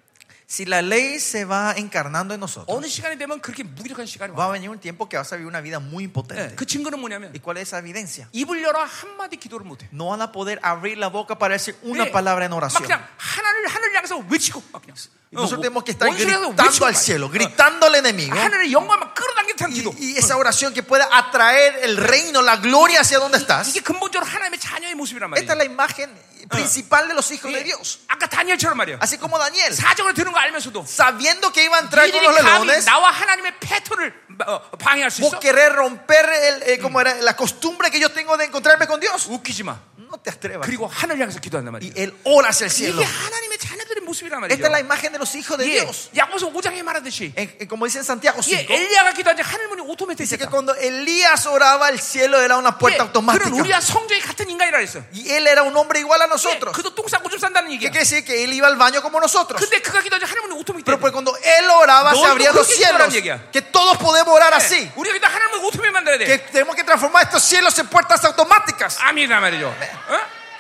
Speaker 2: Si la ley se va encarnando en nosotros,
Speaker 1: 어느 시간이 되면 그렇게 무기력한 시간이 와.
Speaker 2: va a venir un tiempo que vas a vivir una vida muy
Speaker 1: 예,
Speaker 2: impotente.
Speaker 1: 그 증거는 뭐냐면
Speaker 2: ¿Y cuál es esa evidencia?
Speaker 1: 입을 열어 한 마디 기도를 못 해.
Speaker 2: No van a poder abrir la boca para decir una
Speaker 1: 예,
Speaker 2: palabra en
Speaker 1: 막
Speaker 2: oración.
Speaker 1: 그냥 하나를 하늘 향해서 외치고 막 그냥. 어,
Speaker 2: Nosotros tenemos que estar gritando al cielo,
Speaker 1: 다
Speaker 2: gritando al enemigo.
Speaker 1: 하늘의 영광 막 끌어당기는 기도.
Speaker 2: Y, y esa oración que pueda atraer el reino, la gloria hacia donde estás.
Speaker 1: 이게 근본적으로 하나님의 자녀의 모습이란
Speaker 2: Esta es
Speaker 1: 말이에요.
Speaker 2: la imagen principal de los hijos de
Speaker 1: 예,
Speaker 2: Dios.
Speaker 1: 아까 다니엘처럼 말이에요.
Speaker 2: Así como Daniel,
Speaker 1: 사정을 드는 거 알면서도
Speaker 2: sabiendo que iba a entrar con
Speaker 1: 너희들이
Speaker 2: los
Speaker 1: 감히
Speaker 2: leones,
Speaker 1: 나와 하나님의 패턴을 어, 방해할 수
Speaker 2: vos
Speaker 1: 있어?
Speaker 2: querés romper el, eh, como era, la costumbre que yo tengo de encontrarme con Dios.
Speaker 1: 웃기지 마.
Speaker 2: No te atrevas.
Speaker 1: 그리고 하늘 향해서 기도한단 말이에요.
Speaker 2: Y él ora hacia el cielo.
Speaker 1: 이게 하나님의 자녀들의 모습이란 말이죠.
Speaker 2: Esta es la imagen de los hijos de
Speaker 1: 예,
Speaker 2: Dios.
Speaker 1: 야고보서 5장에 말하듯이
Speaker 2: En- en- como dice en Santiago
Speaker 1: 예,
Speaker 2: 5.
Speaker 1: 엘리야가 기도하자 하늘문이
Speaker 2: Dice que
Speaker 1: 오토매틱했다. 예,
Speaker 2: cuando Elías oraba, el cielo era una puerta
Speaker 1: 그런
Speaker 2: automática.
Speaker 1: 우리와 성전이 같은 인간이라 했어.
Speaker 2: Y él era un hombre igual a
Speaker 1: 예,
Speaker 2: nosotros.
Speaker 1: 그도 똥 싸고 좀 산다는
Speaker 2: ¿Qué
Speaker 1: 얘기야.
Speaker 2: quiere decir? Que él iba al baño como nosotros.
Speaker 1: 근데 그가 기도하자 하늘문이 오토매틱했다.
Speaker 2: Pero pues cuando él oraba,
Speaker 1: No,
Speaker 2: se abrían
Speaker 1: no,
Speaker 2: los
Speaker 1: no,
Speaker 2: cielos.
Speaker 1: no, no, no.
Speaker 2: Que todos podemos orar así.
Speaker 1: 예, 우리가 기도 하늘문이 오토매 만들어야
Speaker 2: Que
Speaker 1: 돼.
Speaker 2: tenemos que transformar estos cielos en puertas automáticas.
Speaker 1: 아미란 말이죠. 어?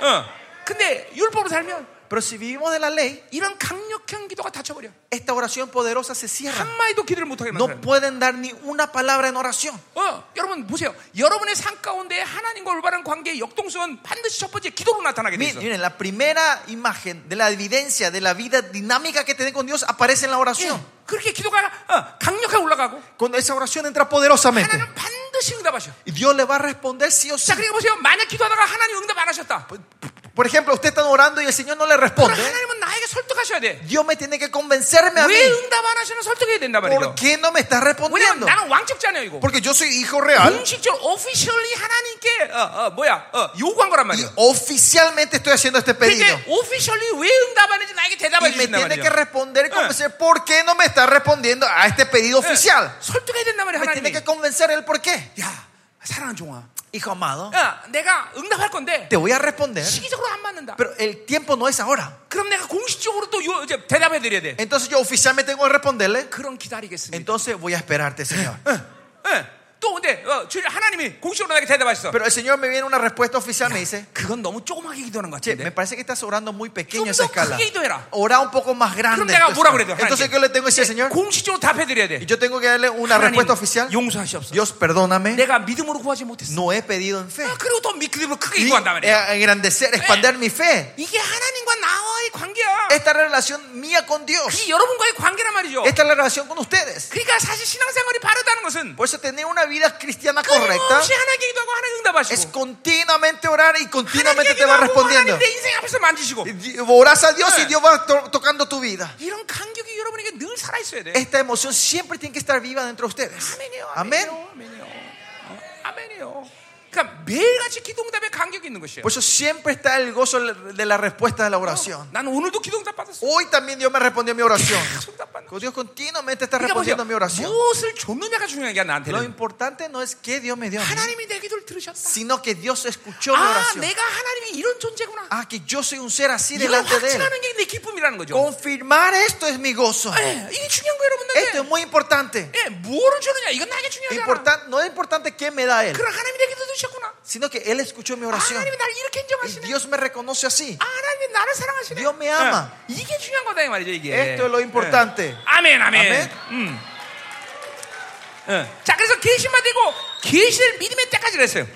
Speaker 1: 어. 근데 율법으로 살면
Speaker 2: Pero si vivimos de la ley,
Speaker 1: 이런 강력한 기도가 닫혀버려.
Speaker 2: esta oración poderosa se cierra.
Speaker 1: 한마디도 기도를 못하게 만들어.
Speaker 2: No pueden dar ni una palabra en oración.
Speaker 1: 어, 여러분 보세요. 여러분의 삶 가운데 하나님과 올바른 관계의 역동성은 반드시 첫 번째 기도로 나타나게 돼 있어.
Speaker 2: Miren, miren, la primera imagen de la evidencia de la vida dinámica que tienen con Dios aparece en la oración.
Speaker 1: 예, 그렇게 기도가 어, 강력하게 올라가고
Speaker 2: Cuando esa oración entra poderosamente,
Speaker 1: 하나님 반드시 응답하셔.
Speaker 2: y Dios le va a responder sí o sí.
Speaker 1: 자, 그러니까 보세요. 만약 기도하다가 하나님 응답 안 하셨다.
Speaker 2: Por ejemplo, usted está orando y el Señor no le
Speaker 1: 그럼
Speaker 2: responde.
Speaker 1: 하나님은 나에게 설득하셔야 돼.
Speaker 2: Dios me tiene que convencerme a mí.
Speaker 1: 왜 응답 안 하시는 설득해야 된단
Speaker 2: ¿Por
Speaker 1: 말이죠.
Speaker 2: qué no me está
Speaker 1: 왜냐면
Speaker 2: respondiendo?
Speaker 1: 나는 왕족자녀 이거.
Speaker 2: Porque yo soy hijo real
Speaker 1: 공식적으로 오피셜리 하나님께 어, 어, 뭐야 어, 요구한 거란
Speaker 2: y
Speaker 1: 말이야.
Speaker 2: oficialmente estoy haciendo este pedido.
Speaker 1: 근데 오피셜리 왜 응답하는지 나에게 대답해
Speaker 2: Y me Eh.
Speaker 1: 주신단
Speaker 2: tiene que
Speaker 1: 말이야.
Speaker 2: responder y
Speaker 1: Ah.
Speaker 2: convencer por qué no me está respondiendo a este pedido oficial.
Speaker 1: 예, 설득해야 된단 말이야
Speaker 2: Me tiene
Speaker 1: 하나님이.
Speaker 2: que convencer él por qué.
Speaker 1: 야 사랑하는 종아.
Speaker 2: Hijo amado,
Speaker 1: 야, 내가 응답할 건데
Speaker 2: te voy a responder,
Speaker 1: 시기적으로 안 맞는다.
Speaker 2: pero el tiempo no es ahora.
Speaker 1: 그럼 내가 공식적으로 또 요- 이제 대답해 드려야 돼.
Speaker 2: Entonces yo oficialmente tengo que responderle.
Speaker 1: 그럼 기다리겠습니다.
Speaker 2: Entonces voy a
Speaker 1: [laughs]
Speaker 2: esperarte, Señor.
Speaker 1: 예. 또 근데 어, 주님 하나님이 공식적으로 나에게 대답하셨어.
Speaker 2: Pero el Señor me viene una respuesta oficial, me dice,
Speaker 1: 그건 너무 조그맣게 기도하는 것
Speaker 2: che, me
Speaker 1: 같은데.
Speaker 2: parece que estás orando muy pequeño
Speaker 1: Yo
Speaker 2: esa
Speaker 1: no
Speaker 2: escala.
Speaker 1: creído era.
Speaker 2: Ora un poco más grande.
Speaker 1: 내가 뭐라
Speaker 2: Entonces,
Speaker 1: 그래야 돼,
Speaker 2: Entonces
Speaker 1: 하나님께?
Speaker 2: yo le tengo que decir, Señor,
Speaker 1: 공식적으로 답해 드려야 돼.
Speaker 2: y yo tengo que darle una
Speaker 1: 하나님,
Speaker 2: respuesta oficial.
Speaker 1: 용서하시옵소서.
Speaker 2: Dios, perdóname.
Speaker 1: 내가 믿음으로 구하지 못했어.
Speaker 2: No he pedido en fe.
Speaker 1: 아, 그리고 또 믿음으로 크게
Speaker 2: Y
Speaker 1: 구한다 말이야.
Speaker 2: eh, engrandecer, expandir mi fe.
Speaker 1: 이게 하나님과 나와의 관계야.
Speaker 2: Esta es la relación mía con Dios.
Speaker 1: 그게 여러분과의 관계란 말이죠.
Speaker 2: Esta es la relación con ustedes.
Speaker 1: 그러니까 사실 신앙생활이 바르다는 것은
Speaker 2: Por eso tener una vida cristiana correcta
Speaker 1: 끊임없이 하나님께 기도하고 하나님
Speaker 2: es
Speaker 1: 응답하시고
Speaker 2: continuamente orar y continuamente
Speaker 1: 하나님께
Speaker 2: te va
Speaker 1: 기도하고
Speaker 2: respondiendo.
Speaker 1: 하나님 내 인생 앞에서 만지시고
Speaker 2: Y di- Orás a Dios y Dios va to- tocando tu vida.
Speaker 1: 이런 간격이 여러분에게 늘 살아 있어야 돼.
Speaker 2: Esta emoción siempre tiene que estar viva dentro de ustedes.
Speaker 1: 아멘이요.
Speaker 2: Amén.
Speaker 1: 아멘이요. 아멘이요. 어, 아멘이요. 그러니까 매일같이 기도응답에 간격이 있는 것이에요.
Speaker 2: Por eso siempre está el gozo de la respuesta de la oración.
Speaker 1: 난 오늘도 기도응답 받았어.
Speaker 2: Hoy también Dios me respondió mi oración.
Speaker 1: 응답 받는
Speaker 2: Que Dios continuamente está
Speaker 1: 그러니까 보세요. 그러니까.
Speaker 2: respondiendo a mi oración.
Speaker 1: 무엇을 줬느냐가 중요한 게
Speaker 2: Lo
Speaker 1: 나한테는.
Speaker 2: importante no es que Dios me dio, a mí,
Speaker 1: 하나님이 내 기도를 들으셨다.
Speaker 2: sino que Dios escuchó mi
Speaker 1: 아,
Speaker 2: oración.
Speaker 1: 내가 하나님이 이런 존재구나.
Speaker 2: Ah, que yo soy un ser así
Speaker 1: 아, 이걸
Speaker 2: delante de Él.
Speaker 1: 확신하는 게 내 기쁨이라는 거죠.
Speaker 2: Confirmar esto es mi gozo.
Speaker 1: 예, 이게 중요한 거예요,
Speaker 2: Esto es
Speaker 1: 여러분들.
Speaker 2: muy importante.
Speaker 1: 예, 뭐를 주느냐? 이건 나에게 중요하잖아.
Speaker 2: Importan- no es importante qué me da Él,
Speaker 1: 그럼 하나님이 내 기도 들으셨구나.
Speaker 2: sino que Él escuchó mi
Speaker 1: 아,
Speaker 2: oración.
Speaker 1: 하나님이 나를 이렇게
Speaker 2: Y
Speaker 1: 인정하시네.
Speaker 2: Dios me reconoce así.
Speaker 1: 아, 하나님이 나를 사랑하시네.
Speaker 2: Dios me ama.
Speaker 1: 예, 이게 중요한 거다 이 말이죠, 이게.
Speaker 2: Esto es lo importante.
Speaker 1: 예. 아멘, 아멘.
Speaker 2: 아멘.
Speaker 1: 음. 예. 자, 그래서 계시만 되고 계시를 믿음의 때까지 그랬어요.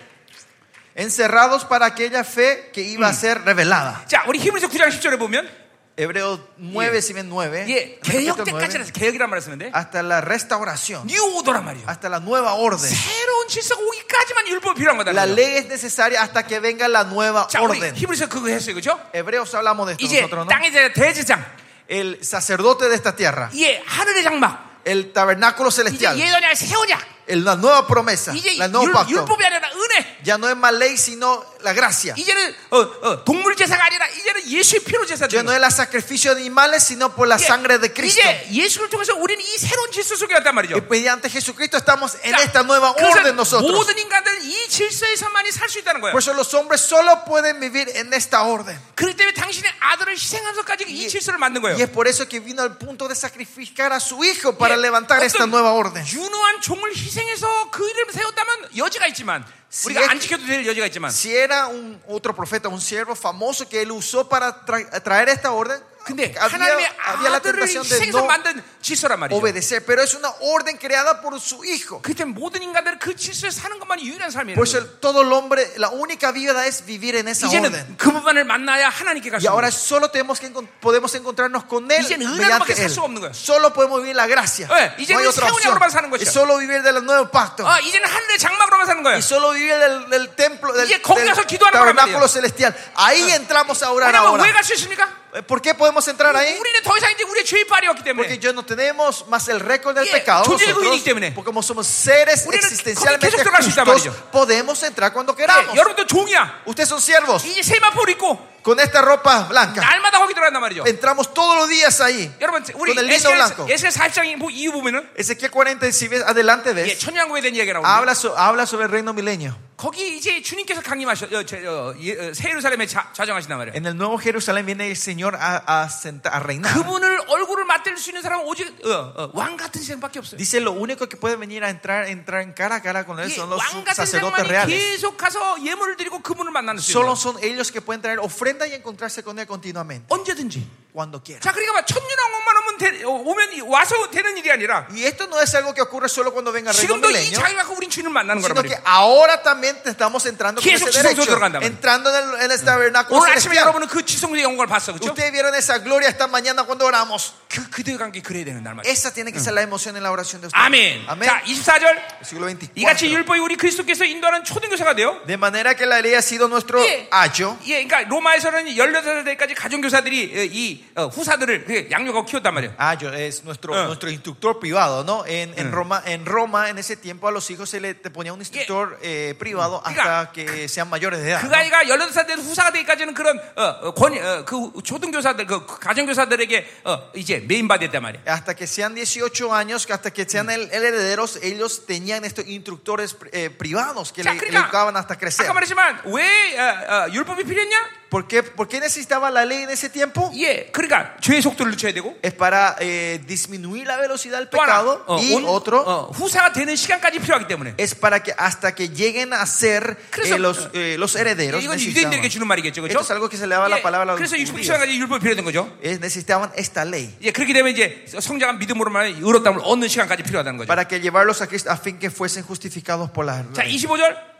Speaker 2: Encerrados para aquella fe que iba a ser revelada.
Speaker 1: 자, 우리 히브리서 9장 10절에 보면
Speaker 2: Hebreo 9, si bien 9.
Speaker 1: 예, 개혁
Speaker 2: capítulo
Speaker 1: 때까지
Speaker 2: 9,
Speaker 1: 그랬어요. 개혁이란 말을 쓰면 돼.
Speaker 2: hasta la restauración,
Speaker 1: 뉴 오더란 말이에요.
Speaker 2: hasta la nueva orden.
Speaker 1: 새로운 질서가 오기까지만 율법이 필요한 거다.
Speaker 2: 네. La ley es necesaria hasta que venga la nueva
Speaker 1: 자, 우리
Speaker 2: orden.
Speaker 1: 히브리서 그거 했어요, 그죠?
Speaker 2: Hebreos hablamos de esto
Speaker 1: 이제
Speaker 2: nosotros, ¿no?
Speaker 1: 땅에 대한 대제장,
Speaker 2: El sacerdote de esta tierra,
Speaker 1: 예, 하늘의 장막,
Speaker 2: el tabernáculo
Speaker 1: 이제
Speaker 2: celestial,
Speaker 1: 예언의 새 언약,
Speaker 2: el- la nueva promesa,
Speaker 1: 이제
Speaker 2: el nuevo
Speaker 1: 율,
Speaker 2: pacto.
Speaker 1: 율법이 아니라 은혜,
Speaker 2: Ya no es más ley, sino la gracia.
Speaker 1: 이제는 어, 어, 동물 제사가 아니라 이제는 예수의 피로 제사
Speaker 2: Ya
Speaker 1: 드리는
Speaker 2: no es la sacrificio de animales, sino por la
Speaker 1: 거예요.
Speaker 2: sangre de
Speaker 1: 예,
Speaker 2: Cristo.
Speaker 1: 이제 예수를 통해서 우리는 이 새로운 질서 속에 왔단 말이죠.
Speaker 2: Y mediante Jesucristo estamos en
Speaker 1: 자,
Speaker 2: esta nueva
Speaker 1: 그래서
Speaker 2: orden nosotros.
Speaker 1: 모든 인간들은 이 질서에서만이 살 수 있다는 거예요.
Speaker 2: Por eso los hombres solo pueden vivir en esta orden.
Speaker 1: 그렇기 때문에 당신의 아들을 희생하면서까지 이
Speaker 2: 예.
Speaker 1: 질서를 만든 거예요.
Speaker 2: Y es por eso que vino al punto de sacrificar a su hijo para
Speaker 1: 예,
Speaker 2: levantar esta
Speaker 1: 어떤
Speaker 2: nueva orden.
Speaker 1: 유능한 종을 희생해서 그 이름을 세웠다면 여지가 있지만 우리가
Speaker 2: 예.
Speaker 1: 안 지켜도 될 여지가 있지만
Speaker 2: Si era un otro profeta, un siervo famoso que él usó para tra- traer esta orden,
Speaker 1: 근데 하나님의
Speaker 2: había, había la
Speaker 1: 아들을
Speaker 2: tentación de
Speaker 1: 희생해서
Speaker 2: no
Speaker 1: 만든 질서란 말이죠.
Speaker 2: obedecer. Pero es una orden creada por su hijo.
Speaker 1: 그때 모든 인간들은 그 질서에 사는 것만이 유일한 삶이에요.
Speaker 2: Por eso todo el hombre, la única vida es vivir en esa orden.
Speaker 1: 이제는 그 부분을 만나야 하나님께 갈
Speaker 2: Y
Speaker 1: 수
Speaker 2: ahora
Speaker 1: 있는
Speaker 2: solo tenemos que encon- podemos encontrarnos con Él.
Speaker 1: 이제는 은혜로밖에
Speaker 2: mediante
Speaker 1: 살
Speaker 2: él.
Speaker 1: 수가 없는 거야.
Speaker 2: Solo podemos vivir la gracia.
Speaker 1: 예, 이제는
Speaker 2: No hay otra
Speaker 1: 새 언약으로만 사는
Speaker 2: opción.
Speaker 1: 것이야.
Speaker 2: Y solo vivir del nuevo pacto.
Speaker 1: 아, 이제는 하늘의 장막으로만 사는 거예요.
Speaker 2: Y solo vivir del, del templo, del,
Speaker 1: 이제 거기
Speaker 2: del
Speaker 1: 가서 기도하는
Speaker 2: tabernáculo
Speaker 1: 거란 말이에요.
Speaker 2: celestial. Ahí entramos a orar
Speaker 1: 왜냐면
Speaker 2: ahora.
Speaker 1: 왜 갈 수 있습니까?
Speaker 2: Eh, ¿Por qué podemos entrar ahí?
Speaker 1: 우리는 더 이상 이제 우리의 죄의 빨이었기
Speaker 2: Porque
Speaker 1: 때문에
Speaker 2: yo no tenemos más el récord del
Speaker 1: 예,
Speaker 2: pecado.
Speaker 1: 존재의
Speaker 2: nosotros,
Speaker 1: 의이기 때문에.
Speaker 2: porque como somos seres
Speaker 1: 우리는 거기
Speaker 2: existencialmente
Speaker 1: 계속 들어갈 수 있단
Speaker 2: justos,
Speaker 1: 말이죠.
Speaker 2: podemos entrar cuando
Speaker 1: 예,
Speaker 2: queramos.
Speaker 1: 여러분도 종이야.
Speaker 2: Ustedes son siervos
Speaker 1: 이제 세마포를 입고
Speaker 2: con esta ropa blanca.
Speaker 1: 날마다 거기 들어간단 말이죠.
Speaker 2: Entramos todos los días ahí.
Speaker 1: 여러분 네. 우리
Speaker 2: Con el lino blanco.
Speaker 1: 에스겔 살장이 뭐 이유 보면은
Speaker 2: Ezequiel 40, si ves adelante
Speaker 1: 예,
Speaker 2: ves,
Speaker 1: 천양국에 대한 이야기가 나오는데
Speaker 2: habla, so- habla sobre el reino milenio.
Speaker 1: 거기 이제 주님께서 강림하셔 어, 제- 어, 예, 어, 새 예루살렘에 자- 좌정하신단 말이에요.
Speaker 2: En el nuevo Jerusalén viene el Señor a, a, senta- a reinar.
Speaker 1: 그분을 얼굴을 맞댈 수 있는 사람은 오직 어, 어, 왕 같은 세상밖에 없어요.
Speaker 2: Dice lo único que puede venir a entrar, entrar en cara a cara con él
Speaker 1: 이
Speaker 2: son los
Speaker 1: 왕 같은
Speaker 2: sacerdotes
Speaker 1: 세상만이
Speaker 2: reales.
Speaker 1: 계속 가서 예물을 드리고 그분을 만나는 수 있어요.
Speaker 2: Solo son ellos que pueden traer ofrenda y encontrarse con él continuamente,
Speaker 1: 언제든지.
Speaker 2: cuando quieran.
Speaker 1: 자, 그러니까 막 천년왕 오만 오면 되- 어, 오면 이- 와서 되는 일이 아니라
Speaker 2: Y esto no es algo que ocurre solo cuando
Speaker 1: 그러니까
Speaker 2: venga el reino
Speaker 1: 지금도 이
Speaker 2: milenio,
Speaker 1: 자유 갖고 우린 주님을 만나는 거란
Speaker 2: sino
Speaker 1: 말이에요.
Speaker 2: que ahora también te estamos entrando con
Speaker 1: Jesús,
Speaker 2: ese
Speaker 1: Jesús,
Speaker 2: derecho,
Speaker 1: 들어간다 말이야.
Speaker 2: entrando en el, en
Speaker 1: Mm.
Speaker 2: el tabernáculo
Speaker 1: 오늘 아침에
Speaker 2: celestial.
Speaker 1: 여러분은 그 지성의 영광을 봤어, 그렇죠?
Speaker 2: Ustedes vieron esa gloria esta mañana cuando oramos.
Speaker 1: 그 그들의 관계 그래야 되는 날 말이에요.
Speaker 2: Esa tiene que ser la emoción en la oración de ustedes.
Speaker 1: 아멘.
Speaker 2: Amén.
Speaker 1: 자, 24절.
Speaker 2: Siglo
Speaker 1: 이같이
Speaker 2: 24.
Speaker 1: 율법이 우리 그리스도께서 인도하는 초등교사가 돼요.
Speaker 2: De manera que la ley ha sido nuestro
Speaker 1: 예.
Speaker 2: ayo.
Speaker 1: 예, 그러니까 로마에서는 18살 때까지 가정교사들이 어, 이 어, 후사들을 그 양육하고 키웠단 말이에요.
Speaker 2: Ayo es nuestro,
Speaker 1: Ah.
Speaker 2: nuestro instructor privado, ¿no? En, en, Roma, en Roma, en ese tiempo, a los hijos se le te ponía un instructor eh, privado hasta que sean mayores de edad.
Speaker 1: 그
Speaker 2: ¿no?
Speaker 1: 아이가 18살 때 후사가 되기까지는 그런 어, 어, 권, 어, 그 초등교사들, 그 가정교사들에게 어, 이제 메인바디였단 말이에요.
Speaker 2: Hasta que sean 18 años, hasta que sean el, el herederos, ellos tenían estos instructores eh, privados que
Speaker 1: 자, 그러니까
Speaker 2: le, le educaban hasta crecer.
Speaker 1: 아까 말했지만 왜 어, 어, 율법이 필요했냐?
Speaker 2: ¿Por qué, por qué necesitaba la ley en ese tiempo?
Speaker 1: 예, 그러니까 죄의 속도를 늦춰야 되고
Speaker 2: Es para eh, disminuir la velocidad del
Speaker 1: 또 하나
Speaker 2: pecado
Speaker 1: 어,
Speaker 2: y
Speaker 1: 온-
Speaker 2: otro.
Speaker 1: 어, 후사가 되는 시간까지 필요하기 때문에
Speaker 2: es para que hasta que lleguen a ser
Speaker 1: 그래서-
Speaker 2: eh, los, eh, los herederos
Speaker 1: 이건
Speaker 2: necesitaban,
Speaker 1: 유대인들에게 주는 말이겠죠, 그렇죠?
Speaker 2: Esto es algo que Eh, se le daba la palabra a los
Speaker 1: 그래서 60시간까지
Speaker 2: judíos.
Speaker 1: 율법이 필요했던 거죠.
Speaker 2: Eh, necesitaban esta ley
Speaker 1: 예, 그렇게 되면 이제 성장한 믿음으로만 의롭다움을 얻는 시간까지 필요하다는 거죠.
Speaker 2: para que llevarlos a Cristo a fin que fuesen justificados por la
Speaker 1: 자,
Speaker 2: ley.
Speaker 1: 25절.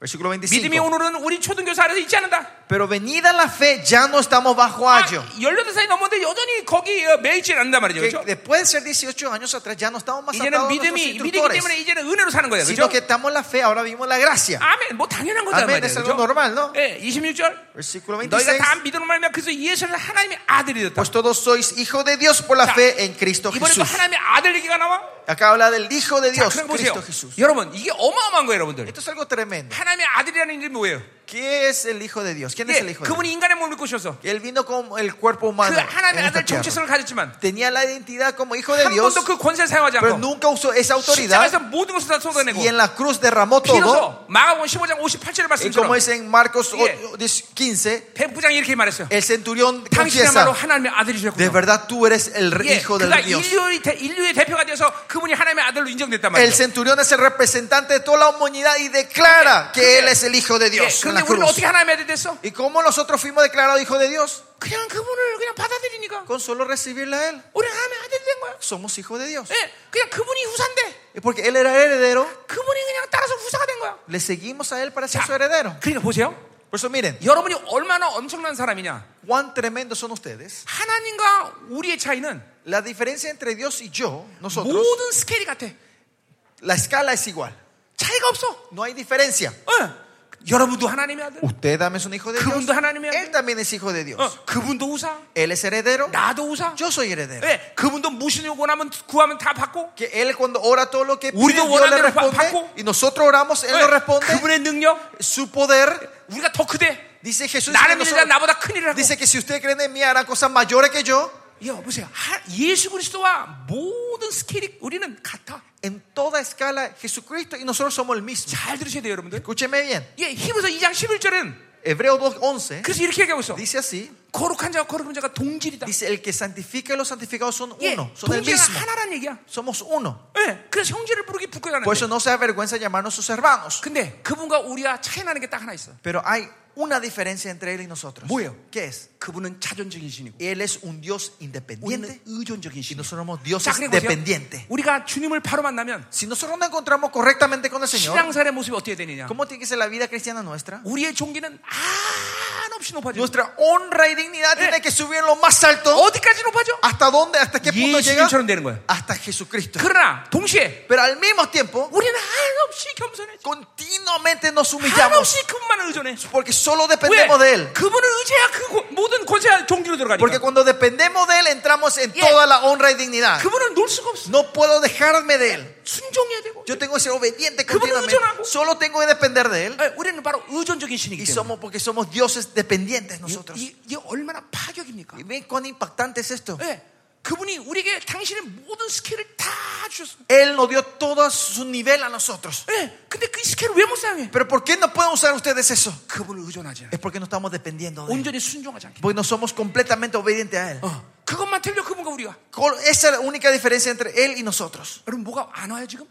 Speaker 2: Versículo
Speaker 1: 믿음이
Speaker 2: 25.
Speaker 1: 오늘은 우리 초등교사 아래서 있지 않는다.
Speaker 2: Pero venida la fe, ya no estamos bajo
Speaker 1: 아,
Speaker 2: ayo.
Speaker 1: 18살이 넘었는데 여전히 거기 어, 매이질 않는단 말이죠.
Speaker 2: Que
Speaker 1: 그렇죠?
Speaker 2: después de ser 18 años atrás, ya no estamos más
Speaker 1: 이제는
Speaker 2: atados a nuestros
Speaker 1: 믿음이 믿기
Speaker 2: instructores,
Speaker 1: 때문에 이제는 은혜로 사는 거예요.
Speaker 2: sino
Speaker 1: 그렇죠?
Speaker 2: que estamos en la fe, ahora vivimos la gracia.
Speaker 1: 아멘. 뭐 당연한 거잖아요.
Speaker 2: Amén, es
Speaker 1: 말이에요,
Speaker 2: algo
Speaker 1: 그렇죠?
Speaker 2: normal, ¿no?
Speaker 1: 예, 26절.
Speaker 2: Versículo
Speaker 1: 너희가
Speaker 2: 26.
Speaker 1: 다 믿음으로 말면 그래서 예수는 하나님의 아들이 됐다.
Speaker 2: Pues todos sois hijos de Dios por la
Speaker 1: 자,
Speaker 2: fe en Cristo
Speaker 1: 이번에 또
Speaker 2: Jesús.
Speaker 1: 하나님의 아들 얘기가 나와.
Speaker 2: Acá habla del Hijo de
Speaker 1: 자,
Speaker 2: Dios,
Speaker 1: 그럼 보세요.
Speaker 2: Cristo Jesús.
Speaker 1: 여러분, 이게 어마어마한 거예요, 여러분들.
Speaker 2: Esto es algo tremendo.
Speaker 1: 하나님의 아들이라는 이름이 뭐예요?
Speaker 2: ¿Qué- ¿Qué es el Hijo de Dios? ¿Quién es
Speaker 1: 예,
Speaker 2: el Hijo de Dios?
Speaker 1: 그분이 인간의 몸을 입고 오셔서
Speaker 2: Él vino con el
Speaker 1: 그
Speaker 2: cuerpo humano. en
Speaker 1: 하나님의
Speaker 2: esta
Speaker 1: 아들
Speaker 2: tierra.
Speaker 1: 정체성을 가졌지만
Speaker 2: Tenía la identidad como Hijo de
Speaker 1: 한
Speaker 2: Dios,
Speaker 1: 번도 그 권세를 사용하지
Speaker 2: pero
Speaker 1: 않고
Speaker 2: nunca usó
Speaker 1: 십자가에서
Speaker 2: esa autoridad
Speaker 1: 모든 것을 다 뭐? 쏟아내고
Speaker 2: y en la cruz derramó todo.
Speaker 1: 비로소 마가복음 15장 58절의
Speaker 2: Y como
Speaker 1: 말씀처럼
Speaker 2: dice en Marcos
Speaker 1: Yeah.
Speaker 2: 8, 15,
Speaker 1: 백부장이 이렇게 말했어요.
Speaker 2: el centurión
Speaker 1: 당신이야말로
Speaker 2: confiesa,
Speaker 1: 하나님의
Speaker 2: de
Speaker 1: 아들이셨군요.
Speaker 2: verdad tú eres el
Speaker 1: 예,
Speaker 2: Hijo de
Speaker 1: 그가
Speaker 2: Dios.
Speaker 1: 인류의, 대, 인류의 대표가 되어서 그분이 하나님의 아들로 인정됐단 말이에요.
Speaker 2: El centurión es el representante de toda la humanidad y declara que él es el Hijo de
Speaker 1: 예,
Speaker 2: Dios en
Speaker 1: 그런데
Speaker 2: la
Speaker 1: 우리는
Speaker 2: cruz.
Speaker 1: 어떻게 하나님의 아들이 됐어?
Speaker 2: ¿Y cómo nosotros fuimos declarados Hijo de Dios?
Speaker 1: 그냥 그분을 그냥 받아들이니까
Speaker 2: Con solo recibirle a él.
Speaker 1: 우리가 하나님의 아들이 된 거야.
Speaker 2: Somos hijos de Dios.
Speaker 1: 예, 그냥 그분이 후사인데
Speaker 2: Y Porque él era heredero,
Speaker 1: 그분이 그냥 따라서 후사가 된 거야.
Speaker 2: le seguimos a él para ser
Speaker 1: Ya.
Speaker 2: su heredero.
Speaker 1: 그러니까 보세요.
Speaker 2: Por eso miren,
Speaker 1: 여러분이 얼마나 엄청난 사람이냐.
Speaker 2: cuán tremendos son ustedes.
Speaker 1: 하나님과 우리의 차이는
Speaker 2: La diferencia entre Dios y yo, nosotros,
Speaker 1: 모든 스케일이 같아.
Speaker 2: la escala es igual.
Speaker 1: 차이가 없어.
Speaker 2: No hay diferencia.
Speaker 1: 어. 여러분도 하나님의 아들.
Speaker 2: Usted también es un hijo de Dios.
Speaker 1: 그분도 하나님의
Speaker 2: Él
Speaker 1: 아들.
Speaker 2: también es hijo de Dios.
Speaker 1: 어, 그분도 후사.
Speaker 2: Él es heredero.
Speaker 1: 나도 후사.
Speaker 2: Yo soy heredero.
Speaker 1: 예, 그분도 무엇을 원하면 구하면 다 받고.
Speaker 2: Que él cuando ora todo lo que
Speaker 1: Uri
Speaker 2: pide,
Speaker 1: do
Speaker 2: Dios le
Speaker 1: 원하는 대로
Speaker 2: responde.
Speaker 1: 받고.
Speaker 2: Y nosotros oramos, él nos
Speaker 1: 예,
Speaker 2: responde.
Speaker 1: 그분의 능력
Speaker 2: Su poder,
Speaker 1: 우리가 더 크대.
Speaker 2: dice Jesús, que
Speaker 1: 나를 믿는 자
Speaker 2: nosotros-
Speaker 1: 나보다 큰 일을 하고.
Speaker 2: dice que si usted creen en mí harán cosas mayores que yo.
Speaker 1: 예, 보세요. 하- 예수 그리스도와 모든 스케일이 우리는 같아.
Speaker 2: En toda escala, Jesucristo y nosotros somos el mismo.
Speaker 1: 잘 들으셔야 돼요, 여러분들.
Speaker 2: Escúcheme bien.
Speaker 1: 예, 히브리서 2장 11절은
Speaker 2: Hebreo 2.11
Speaker 1: 그래서 이렇게 얘기하고 있어.
Speaker 2: dice así.
Speaker 1: 거룩한 자와 거룩한 자가 동질이다.
Speaker 2: Dice, el que santifica y los santificados son
Speaker 1: 예,
Speaker 2: uno. Son el
Speaker 1: 동질이
Speaker 2: mismo.
Speaker 1: 하나라는 얘기야.
Speaker 2: Somos uno.
Speaker 1: 예, 그래서 형제를 부르기 부끄러워하는데.
Speaker 2: Por eso no se avergüenza llamarnos sus hermanos.
Speaker 1: 근데 그분과 우리가 차이 나는 게 딱 하나 있어.
Speaker 2: Pero hay una diferencia entre él y nosotros.
Speaker 1: Bueno.
Speaker 2: ¿Qué es?
Speaker 1: 그분은 자존적인 신이고
Speaker 2: Él es un Dios
Speaker 1: 우리는
Speaker 2: independiente
Speaker 1: 의존적인
Speaker 2: y
Speaker 1: 신이야.
Speaker 2: nosotros somos dioses
Speaker 1: 자, 그리고 보세요.
Speaker 2: dependientes.
Speaker 1: 우리가 주님을 바로 만나면
Speaker 2: Si nosotros no encontramos correctamente con el Señor,
Speaker 1: 신앙사의 모습이 어떻게 되느냐?
Speaker 2: ¿cómo tiene que ser la vida cristiana nuestra?
Speaker 1: 우리의 종기는 한없이 높아져.
Speaker 2: Nuestra honra y dignidad tiene que subir en lo más alto.
Speaker 1: 어디까지 높아져?
Speaker 2: ¿Hasta dónde? ¿Hasta qué punto llega?
Speaker 1: 예수님처럼 되는 거야.
Speaker 2: Hasta Jesucristo.
Speaker 1: 그러나 동시에
Speaker 2: Pero al mismo tiempo,
Speaker 1: 우리는 한없이 겸손해져.
Speaker 2: continuamente nos humillamos
Speaker 1: 한없이 그분만 의존해.
Speaker 2: porque solo
Speaker 1: 왜?
Speaker 2: dependemos de Él.
Speaker 1: 그분을 의지해야 그 고- 모든 권세와 종기로
Speaker 2: Porque
Speaker 1: 들어가니까.
Speaker 2: cuando dependemos de Él entramos en
Speaker 1: 예.
Speaker 2: toda la honra y dignidad.
Speaker 1: 그분을 놀 수가 없어.
Speaker 2: No puedo dejarme de Él.
Speaker 1: 순종해야 되고.
Speaker 2: Yo tengo que ser obediente
Speaker 1: 그분을
Speaker 2: continuamente.
Speaker 1: 의존하고.
Speaker 2: Solo tengo que depender de Él.
Speaker 1: 예, 우리는 바로 의존적인 신이기
Speaker 2: Y
Speaker 1: 때문에.
Speaker 2: somos porque somos dioses dependientes nosotros.
Speaker 1: 이, 이게 얼마나 파격입니까?
Speaker 2: Y ven cuán impactante es esto.
Speaker 1: 예, 그분이 우리에게 당신의 모든 스킬을 다 주셨어.
Speaker 2: Él nos dio todo su nivel a nosotros.
Speaker 1: 예, 근데 그 스킬을 왜 못 사용해?
Speaker 2: Pero ¿por qué no pueden usar ustedes eso?
Speaker 1: 그분을 의존하지 않아.
Speaker 2: Es porque no estamos dependiendo de Él.
Speaker 1: 예. 온전히 순종하지 않게.
Speaker 2: Porque no somos completamente obedientes a Él.
Speaker 1: 어, 그것만 틀려 그분과 우리가.
Speaker 2: Col- Esa es la única diferencia entre Él y nosotros.
Speaker 1: 여러분 뭐가 안 와요 지금?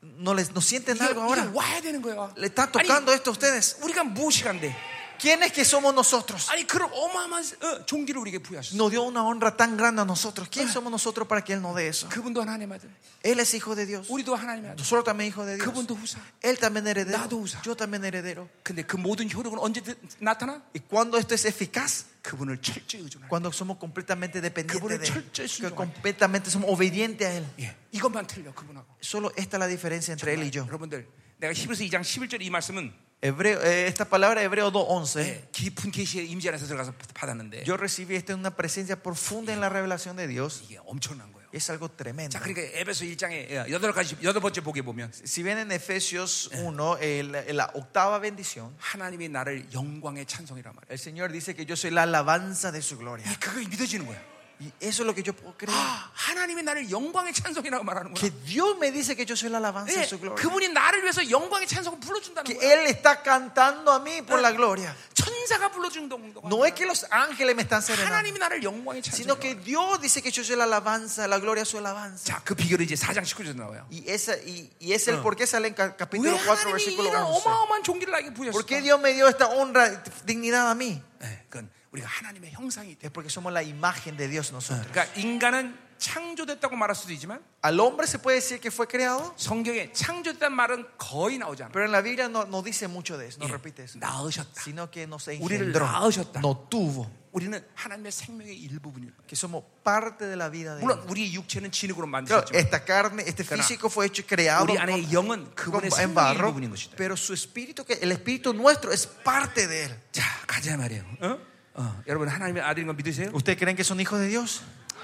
Speaker 2: ¿No, les, no sienten
Speaker 1: 이게,
Speaker 2: algo ahora?
Speaker 1: 이게 와야 되는 거예요.
Speaker 2: ¿Le está tocando
Speaker 1: 아니,
Speaker 2: esto a ustedes?
Speaker 1: 우리가 무엇이간데?
Speaker 2: ¿Quiénes que somos nosotros?
Speaker 1: 아니 그런 어마어마한 어, 종기를 우리에게 부여하셨어.
Speaker 2: Nos dio una honra tan grande a nosotros. ¿Quién somos nosotros para que Él nos dé eso?
Speaker 1: 그분도 하나님의 아들,
Speaker 2: Él es hijo de Dios.
Speaker 1: 우리도 하나님의 아들,
Speaker 2: Nosotros también hijo de Dios.
Speaker 1: 그분도 후사.
Speaker 2: Él también heredero.
Speaker 1: 나도 후사.
Speaker 2: Yo también heredero.
Speaker 1: 근데 그 모든 효력은 언제 드- 나타나?
Speaker 2: Y cuando esto es eficaz,
Speaker 1: 그분을 철저히 의존하는.
Speaker 2: cuando somos completamente dependientes
Speaker 1: 그분을
Speaker 2: de Él,
Speaker 1: 철저히
Speaker 2: que
Speaker 1: 순종할
Speaker 2: completamente somos obedientes a Él.
Speaker 1: 예, 네, 이것만 틀려 그분하고.
Speaker 2: Solo esta es la diferencia entre Él y yo.
Speaker 1: 여러분들, 내가 히브리서 2장 11절 이 말씀은
Speaker 2: Hebreo, eh, esta palabra Hebreo 2.11,
Speaker 1: 예, 깊은 계시의 임재 안에서 들어가서 받았는데
Speaker 2: yo recibí esto en una presencia profunda en la revelación de Dios.
Speaker 1: 이게 엄청난 거예요.
Speaker 2: Es algo tremendo.
Speaker 1: 자, 그러니까 에베소 1장에 여덟 가지 여덟 번째 복에 보면
Speaker 2: Si ven en Efesios 1, eh, la, la octava bendición,
Speaker 1: 하나님이 나를 영광의 찬송이란 말이에요.
Speaker 2: el Señor dice que yo soy la alabanza de su gloria.
Speaker 1: 이 그게 믿어지는 거야.
Speaker 2: Y eso es lo que yo puedo creer.
Speaker 1: 아, 하나님이 나를 영광의 찬송이라고 말하는
Speaker 2: Que
Speaker 1: 거야.
Speaker 2: Dios me dice que yo soy la alabanza
Speaker 1: 예,
Speaker 2: de su gloria.
Speaker 1: 그분이 나를 위해서 영광의 찬송을 불러준다는
Speaker 2: que
Speaker 1: 거야.
Speaker 2: Él está cantando a mí por la gloria.
Speaker 1: 천사가 불러준 정도.
Speaker 2: No es que los ángeles me están serenando,
Speaker 1: 하나님이 나를 영광의
Speaker 2: sino que
Speaker 1: 찬송.
Speaker 2: Dios dice que yo soy la alabanza, la gloria es su alabanza.
Speaker 1: 자, 그 비결이 이제 4장 19절에 나와요.
Speaker 2: Y, esa, y, y es el
Speaker 1: Ah.
Speaker 2: por qué sale en ca-
Speaker 1: 왜
Speaker 2: capítulo
Speaker 1: 하나님이
Speaker 2: 4, versículo
Speaker 1: 이런
Speaker 2: 11.
Speaker 1: 어마어마한 종기를 나에게
Speaker 2: ¿Por qué
Speaker 1: 부여하셨을까?
Speaker 2: Dios me dio esta honra, dignidad a mí?
Speaker 1: 예, 그건 우리가 하나님의 형상이 돼.
Speaker 2: Es porque somos la imagen de Dios nosotros.
Speaker 1: 그러니까 인간은 창조됐다고 말할 수도 있지만
Speaker 2: Al hombre se puede decir que fue creado,
Speaker 1: 성경에 창조됐다는 말은 거의 나오지 않아.
Speaker 2: pero en la Biblia no, no dice mucho de eso, no
Speaker 1: 예,
Speaker 2: repite eso.
Speaker 1: 나으셨다. 예,
Speaker 2: Sino que nos
Speaker 1: 우리를
Speaker 2: engendró,
Speaker 1: 낳으셨다.
Speaker 2: no tuvo,
Speaker 1: 우리는 하나님의 생명의 일부분일 거예요.
Speaker 2: que somos parte de la vida de Dios.
Speaker 1: 물론 우리의 육체는 진흙으로
Speaker 2: Claro,
Speaker 1: 만드셨지만
Speaker 2: esta carne, este
Speaker 1: Claro.
Speaker 2: físico fue hecho creado
Speaker 1: 우리
Speaker 2: con-
Speaker 1: 안에 영은
Speaker 2: con-
Speaker 1: 그분의
Speaker 2: en
Speaker 1: 생명의
Speaker 2: barro,
Speaker 1: 일부분인 것이다.
Speaker 2: pero su espíritu, que el espíritu nuestro es parte de él.
Speaker 1: 자, 가자 말이에요. 어? 어, 여러분 하나님의 아들인 거 믿으세요? 아,
Speaker 2: ¿Ustedes creen que son hijos de Dios?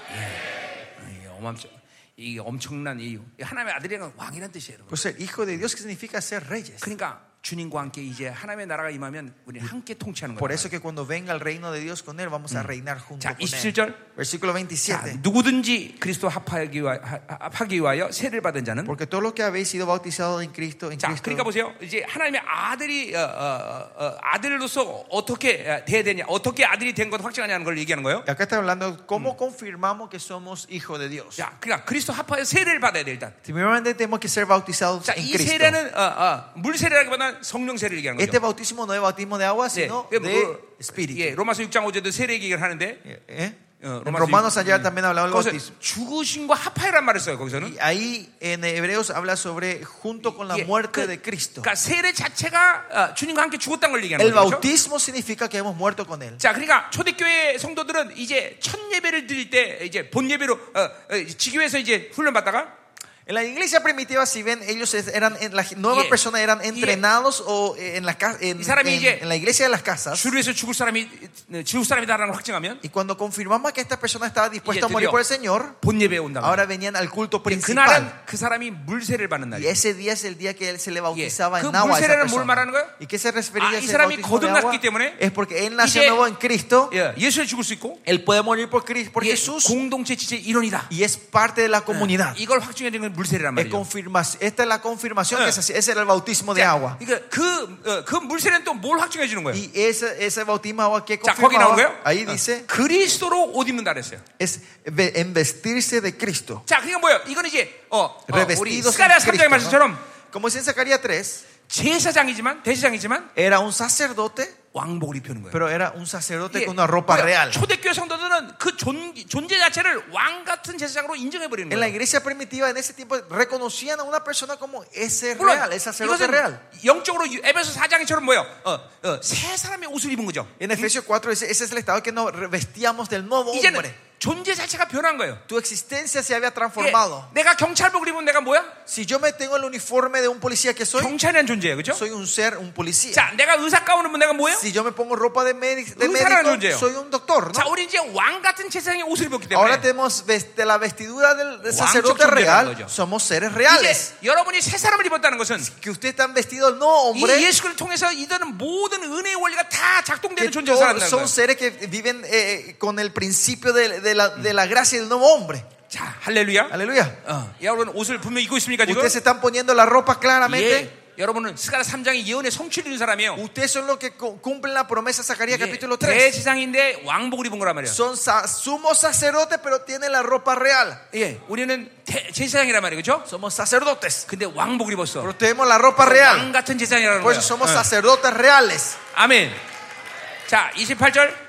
Speaker 1: 이게 엄청 이게 엄청난 이 하나님의 아들이란 건 왕이란 뜻이에요, 여러분.
Speaker 2: Pues ser hijo de Dios, ¿qué significa ser reyes?
Speaker 1: 그러니까 주님과 함께 이제 하나님의 나라가 임하면 우리는 함께 통치하는
Speaker 2: Por
Speaker 1: 거예요.
Speaker 2: eso que cuando venga el reino de Dios con Él, vamos a reinar junto
Speaker 1: 자,
Speaker 2: con Él.
Speaker 1: 27절.
Speaker 2: Versículo
Speaker 1: 자,
Speaker 2: 27.
Speaker 1: 누구든지 그리스도 합하기, 위- 하- 합하기 위하여 세를 받은 자는
Speaker 2: Porque todos los que habéis sido bautizados en Cristo, en
Speaker 1: 자, 그러니까
Speaker 2: Cristo
Speaker 1: 보세요. 이제 하나님의 아들이 어, 어, 어, 어, 아들로서 어떻게 어, 돼야 되냐, 어떻게 아들이 된 건 확증하냐는 걸 얘기하는 거예요.
Speaker 2: acá está hablando cómo confirmamos que somos hijos de Dios.
Speaker 1: 자, 그러니까 그리스도 합하여 세례를 받아야 돼 일단.
Speaker 2: Primeramente tenemos que ser bautizados
Speaker 1: 자,
Speaker 2: en
Speaker 1: 이
Speaker 2: Cristo.
Speaker 1: 세례는 어, 어, 물 세례라기보다는 성령 세례를 얘기하는
Speaker 2: Este
Speaker 1: 거죠.
Speaker 2: bautismo no es bautismo de agua,
Speaker 1: 네,
Speaker 2: sino
Speaker 1: 그
Speaker 2: de
Speaker 1: 로- 예,
Speaker 2: espíritu.
Speaker 1: 로마서 6장 5절도 세례 얘기를 하는데
Speaker 2: ¿Eh?
Speaker 1: 어,
Speaker 2: En Romanos mm.
Speaker 1: 육-
Speaker 2: ayer también hablaba del
Speaker 1: 거기서
Speaker 2: bautismo.
Speaker 1: 죽으신과 합하여란 말을 써요. 거기서는.
Speaker 2: Y ahí en Hebreos habla sobre junto con la
Speaker 1: 예,
Speaker 2: muerte
Speaker 1: 그-
Speaker 2: de Cristo.
Speaker 1: 그러니까 세례 자체가 어, 주님과 함께 죽었다는 걸 얘기하는
Speaker 2: El
Speaker 1: 거죠. 그렇죠?
Speaker 2: bautismo significa que hemos muerto con Él.
Speaker 1: 자, 그러니까 초대교회 성도들은 이제 첫 예배를 드릴 때 이제 본 예배로 어, 어, 지교회에서 이제 훈련받다가
Speaker 2: En la iglesia primitiva, si ven, ellos es- eran en las nuevas
Speaker 1: Yeah.
Speaker 2: personas eran
Speaker 1: Yeah.
Speaker 2: entrenados o eh, en, la, ca- en,
Speaker 1: 이 사람이
Speaker 2: en-
Speaker 1: 이제
Speaker 2: en la iglesia de las casas.
Speaker 1: 주류에서 죽을 사람이 죽을 사람이다라는 걸 확증하면
Speaker 2: Y cuando confirmamos que esta persona estaba dispuesta a
Speaker 1: Yeah,
Speaker 2: morir
Speaker 1: 드디어.
Speaker 2: por el Señor,
Speaker 1: 본 예배에 온다고.
Speaker 2: ahora venían al culto principal.
Speaker 1: 그날은 그 사람이 물세를 받는
Speaker 2: Y
Speaker 1: 날이에요.
Speaker 2: ese día es el día que él se le bautizaba
Speaker 1: Yeah.
Speaker 2: en
Speaker 1: 그
Speaker 2: agua. a esa
Speaker 1: 물세례는 뭘
Speaker 2: persona.
Speaker 1: 말하는 거예요?
Speaker 2: ¿Y qué se
Speaker 1: Ah,
Speaker 2: refería a
Speaker 1: 이
Speaker 2: ese
Speaker 1: 사람이
Speaker 2: bautismo de eh?
Speaker 1: 거듭났기
Speaker 2: agua?
Speaker 1: 때문에
Speaker 2: Es porque él nació
Speaker 1: 이제-
Speaker 2: nuevo en Cristo.
Speaker 1: 예, 예수를 죽을 수 있고
Speaker 2: Él puede morir por, Cris- por
Speaker 1: 예,
Speaker 2: Jesús Ah,
Speaker 1: 공동체 지체 일원이다.
Speaker 2: y es parte de la comunidad.
Speaker 1: 이걸 확증해야 되는 건 물세례란 말이죠.
Speaker 2: Es confirmación, esta es la confirmación
Speaker 1: Yeah.
Speaker 2: que se hacía. Ese era el bautismo de agua.
Speaker 1: 그러니까 그, 어, 그 물세례는 또 뭘 확증해 주는 거예요?
Speaker 2: Y ese, ese bautismo de agua que
Speaker 1: 자,
Speaker 2: Ah.
Speaker 1: 거기 나온
Speaker 2: confirmaba,
Speaker 1: 거예요?
Speaker 2: ahí
Speaker 1: 어,
Speaker 2: dice,
Speaker 1: 그리스도로 옷 입는다 그랬어요.
Speaker 2: es ve- en vestirse de Cristo.
Speaker 1: 자, 그러니까 뭐예요? 이건 이제 어, 어,
Speaker 2: Ah,
Speaker 1: 우리
Speaker 2: Revestidos en
Speaker 1: 스가랴 3장의
Speaker 2: Cristo. ¿no?
Speaker 1: 말씀처럼
Speaker 2: Como dice en Zacarías 3,
Speaker 1: 제사장이지만 대제사장이지만
Speaker 2: era un sacerdote,
Speaker 1: 왕복을 입히는 거예요.
Speaker 2: pero era un sacerdote
Speaker 1: 이게
Speaker 2: con una ropa
Speaker 1: 그러니까
Speaker 2: real.
Speaker 1: 초대교회 성도들은 그 존, 존재 자체를 왕 같은 제사장으로 인정해 버리는
Speaker 2: En la
Speaker 1: 거예요.
Speaker 2: iglesia primitiva en ese tiempo reconocían a una persona como ese
Speaker 1: 물론
Speaker 2: real, el sacerdote
Speaker 1: 이것은
Speaker 2: real.
Speaker 1: 영적으로 유- 에베소 4장처럼 뭐예요? 어, 어, 새 사람의 옷을 입은 거죠.
Speaker 2: En Efesios 4 dice, ese es el estado que nos vestíamos del nuevo
Speaker 1: 음, 이제는
Speaker 2: hombre.
Speaker 1: 존재 자체가 변한 거예요.
Speaker 2: Tu existencia se había
Speaker 1: 이게
Speaker 2: transformado.
Speaker 1: 내가 경찰복을 입으면 내가 뭐야?
Speaker 2: Si yo me tengo el uniforme de un policía que soy,
Speaker 1: 경찰이란 존재예요, 그렇죠?
Speaker 2: soy un ser, un policía.
Speaker 1: 자, 내가 의사 가운을 입으면 내가 뭐예요?
Speaker 2: Si yo me pongo ropa de, médi- de
Speaker 1: Un sarano,
Speaker 2: médico,
Speaker 1: Geo.
Speaker 2: soy un doctor. ¿no?
Speaker 1: 자, 우리 이제 왕 같은 제사장의 옷을 입었기 때문에
Speaker 2: Ahora tenemos vest- la vestidura del del
Speaker 1: Guangzhou
Speaker 2: sacerdote
Speaker 1: Chongde
Speaker 2: real.
Speaker 1: Ganggoyo.
Speaker 2: Somos seres
Speaker 1: 이제
Speaker 2: reales.
Speaker 1: 여러분이 새 사람을 입었다는 것은
Speaker 2: Que usted está vestido del nuevo
Speaker 1: 이
Speaker 2: hombre.
Speaker 1: 예수를 통해서 이들은 모든 은혜의 원리가 다
Speaker 2: que
Speaker 1: 작동되는 존재로
Speaker 2: todos
Speaker 1: 살아간다는 거예요.
Speaker 2: son seres que viven eh, con el principio de, de la, de la gracia del nuevo hombre.
Speaker 1: 자, 할렐루야.
Speaker 2: Aleluya.
Speaker 1: 어, 여러분 옷을 분명 히 입고 있습니까 지금?
Speaker 2: Ustedes se están poniendo la ropa claramente.
Speaker 1: 예, 여러분은 스가랴 3장의 예언의 성취를 이룬 사람이에요.
Speaker 2: Ustedes son los que cu- cumplen la promesa de Zacarías
Speaker 1: 예,
Speaker 2: capítulo 3.
Speaker 1: 대지상인데 왕복을 입은 거란 말이에요.
Speaker 2: Son sa- sumos sacerdotes, pero tienen la ropa real.
Speaker 1: 예, 우리는 대- 제사장이란 말이에요, 그렇죠?
Speaker 2: Somos sacerdotes,
Speaker 1: 근데 왕복을 입었어.
Speaker 2: pero tenemos la ropa
Speaker 1: 왕
Speaker 2: real.
Speaker 1: 같은 제사장이라는 거예요.
Speaker 2: Por eso somos
Speaker 1: 예.
Speaker 2: sacerdotes reales.
Speaker 1: 아멘. 자, 28절.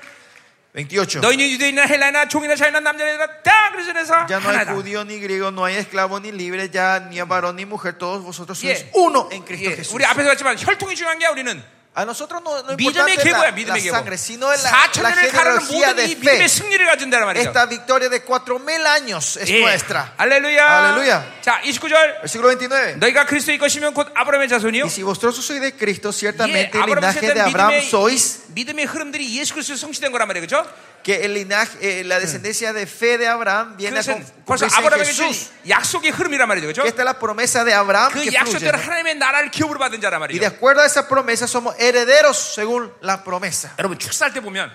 Speaker 2: 28.
Speaker 1: 너희는 유대인이나 헬라나 종이나 자유나 남자나 다 그리스도 안에서
Speaker 2: Ya no hay
Speaker 1: 하나다.
Speaker 2: judío ni griego, no hay esclavo ni libre, ya ni varón ni mujer, todos vosotros sois
Speaker 1: 예.
Speaker 2: uno en Cristo
Speaker 1: 예,
Speaker 2: Jesús.
Speaker 1: 우리 앞에서 봤지만 혈통이 중요한 게 우리는
Speaker 2: A nosotros no, no importa
Speaker 1: 믿음의 계보야, 믿음의
Speaker 2: la, la
Speaker 1: 계보.
Speaker 2: sangre, sino la, la
Speaker 1: 4천년을 가르는
Speaker 2: genealogía
Speaker 1: 모든
Speaker 2: de
Speaker 1: 이 믿음의
Speaker 2: fe.
Speaker 1: 승리를 가진다는 말이죠.
Speaker 2: Esta victoria de 4000 años es
Speaker 1: 예.
Speaker 2: nuestra.
Speaker 1: 할렐루야.
Speaker 2: 할렐루야.
Speaker 1: 자, 29절.
Speaker 2: Versículo 29.
Speaker 1: 너희가 그리스도의 것이면 곧 아브라함의 자손이요.
Speaker 2: Y si vosotros sois de Cristo,
Speaker 1: 예,
Speaker 2: ciertamente el
Speaker 1: 아브라함
Speaker 2: linaje de
Speaker 1: 세대는
Speaker 2: Abraham
Speaker 1: 믿음의,
Speaker 2: sois,
Speaker 1: 믿음의 흐름들이 예수 그리스도 성취된 거란 말이에요. 그렇죠?
Speaker 2: que el linaje, eh, la descendencia de fe de Abraham viene a
Speaker 1: 그것은 벌써
Speaker 2: cumplirse en
Speaker 1: 아브라함에게 준
Speaker 2: Jesús.
Speaker 1: 약속의 흐름이란 말이죠.
Speaker 2: Que
Speaker 1: 그렇죠?
Speaker 2: esta es la promesa de Abraham que
Speaker 1: 그
Speaker 2: fluye.
Speaker 1: 약속대로
Speaker 2: ¿no?
Speaker 1: 하나님의 나라를 기업으로 받은 자란
Speaker 2: Y
Speaker 1: 말이에요.
Speaker 2: de acuerdo a esa promesa somos herederos según la promesa.
Speaker 1: 여러분 축사할 때 보면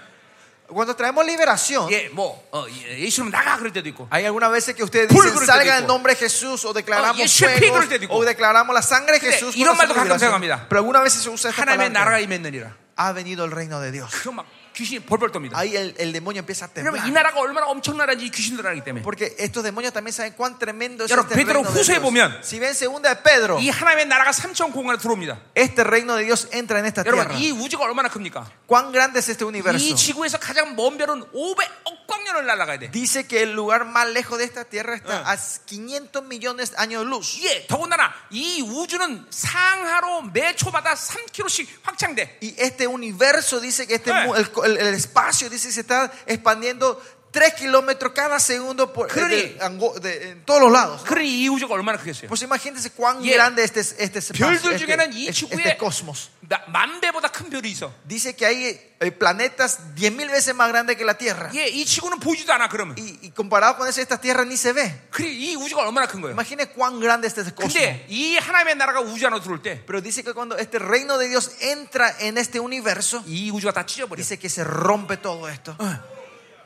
Speaker 2: Cuando traemos liberación,
Speaker 1: 예, 뭐 어, 예, 예수님 나가 그럴 때도 있고.
Speaker 2: Hay algunas veces que ustedes
Speaker 1: Pulver
Speaker 2: dicen
Speaker 1: te
Speaker 2: salga
Speaker 1: digo.
Speaker 2: en nombre de Jesús o
Speaker 1: Oh, y
Speaker 2: declaramos
Speaker 1: es
Speaker 2: fuego
Speaker 1: Shepigol te digo.
Speaker 2: o declaramos la sangre de
Speaker 1: Pero,
Speaker 2: Jesús.
Speaker 1: 이런
Speaker 2: con
Speaker 1: 말도
Speaker 2: esa
Speaker 1: 가끔
Speaker 2: liberación.
Speaker 1: 생각합니다.
Speaker 2: Pero algunas veces se usa esta
Speaker 1: 하나님의 나라가
Speaker 2: palabra.
Speaker 1: 임했느니라.
Speaker 2: Ha venido el reino de Dios.
Speaker 1: 그럼 막 귀신이 벌벌 떱니다.
Speaker 2: Ahí el, el demonio empieza a
Speaker 1: 왜냐면 이
Speaker 2: temblar.
Speaker 1: 나라가 얼마나 엄청나는지 귀신들 알기 때문에.
Speaker 2: Porque estos demonios también saben cuán tremendo es
Speaker 1: Pero
Speaker 2: este
Speaker 1: Pedro
Speaker 2: reino de
Speaker 1: 후서에
Speaker 2: Dios.
Speaker 1: 보면
Speaker 2: Si ven segunda de Pedro,
Speaker 1: 이 하나님의 나라가 삼천 공간에 들어옵니다.
Speaker 2: este reino de Dios entra en esta tierra.
Speaker 1: 여러분 이 우주가 얼마나 큽니까?
Speaker 2: ¿Cuán grande es este universo?
Speaker 1: 이 지구에서 가장 먼 별은 500억 광년을 날아가야 돼.
Speaker 2: Dice que el lugar más lejos de esta tierra está
Speaker 1: Ah.
Speaker 2: a 500 millones de años de luz.
Speaker 1: 예, 더군다나 이 우주는 상하로 매 초마다 3km씩 확장돼.
Speaker 2: Y este universo dice que este,
Speaker 1: Eh.
Speaker 2: mu- el, el- el espacio dice que se está expandiendo 3 kilómetros cada segundo por,
Speaker 1: 그러니-
Speaker 2: de Ango- de- en todos los lados.
Speaker 1: 그러니 이 우주가 얼마나 크겠어요?
Speaker 2: Pues imagínense cuán
Speaker 1: Yeah.
Speaker 2: grande este, es- este, espacio,
Speaker 1: 별들
Speaker 2: este,
Speaker 1: 중에는 이
Speaker 2: este-
Speaker 1: 지구에
Speaker 2: este cosmos.
Speaker 1: 나- 만 배보다 큰 별이 있어.
Speaker 2: Dice que hay eh, planetas 10.000 veces más grandes que la Tierra.
Speaker 1: 예, 이 지구는 보이지도 않아 그러면.
Speaker 2: Y, y comparado con eso, esta Tierra ni se ve.
Speaker 1: 그래 이 우주가 얼마나 큰 거예요?
Speaker 2: Imagine cuán grande este es cosmos.
Speaker 1: 근데 이 하나님의 나라가 우주 안으로 들어올 때 이
Speaker 2: Pero dice que cuando este reino de Dios entra en este universo,
Speaker 1: 우주가 다 찢어버려.
Speaker 2: dice que se rompe todo esto.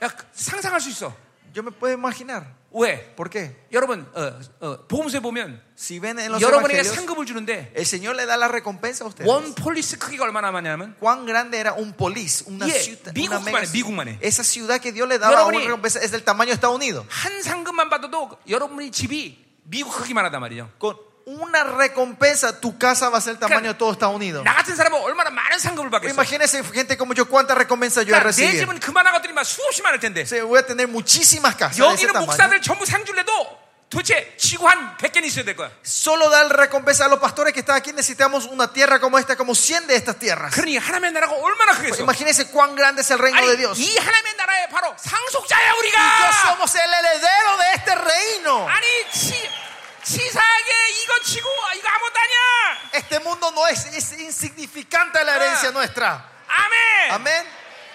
Speaker 1: 야, 그- 상상할 수 있어.
Speaker 2: Yo me puedo imaginar.
Speaker 1: 왜?
Speaker 2: ¿Por qué?
Speaker 1: 여러분, 어, 어, 보험세 보면
Speaker 2: Si ven en los
Speaker 1: 여러분에게
Speaker 2: evangelios,
Speaker 1: 상급을 주는데
Speaker 2: el Señor le da la recompensa a ustedes.
Speaker 1: 원 폴리스 크기가 얼마나 많냐면
Speaker 2: ¿Cuán grande era un polis? Una
Speaker 1: Yeah,
Speaker 2: ciudad.
Speaker 1: 미국만
Speaker 2: una mega-
Speaker 1: 해, 미국만 해.
Speaker 2: esa ciudad que Dios le daba a una
Speaker 1: 여러분이-
Speaker 2: recompensa es del tamaño de Estados Unidos.
Speaker 1: 한 상급만 받아도 여러분의 집이 미국 크기만 하단 말이죠.
Speaker 2: Con una recompensa, tu casa va a ser el tamaño de todo Estados Unidos.
Speaker 1: 나 같은 사람은 얼마나 많은 상급을 받겠어.
Speaker 2: Imagínense, gente como yo, cuántas recompensas yo he
Speaker 1: 그러니까 내
Speaker 2: recibido.
Speaker 1: 집은 그만한 것들이 막 수없이 많을 텐데
Speaker 2: O sea, voy a tener muchísimas casas. de ese
Speaker 1: 여기는
Speaker 2: tamaño.
Speaker 1: 목사들 전부 상줄 내도 도대체 지구 한 100개는 있어야 될 거야.
Speaker 2: Solo dar recompensa a los pastores que están aquí. Necesitamos una tierra como esta, como 100 de estas tierras.
Speaker 1: 그러니 하나님의 나라가 얼마나 크겠어.
Speaker 2: Imagínense cuán grande es el reino
Speaker 1: 아니
Speaker 2: de Dios.
Speaker 1: 이 하나님의 나라의 바로 상속자야
Speaker 2: Yo
Speaker 1: 우리가.
Speaker 2: somos el heredero de este reino.
Speaker 1: 아니 치 치사하게 이거 치고 이거 아무것도 아니야.
Speaker 2: Este mundo no es, es insignificante la herencia
Speaker 1: Ah. Eh.
Speaker 2: nuestra.
Speaker 1: 아멘.
Speaker 2: Amén.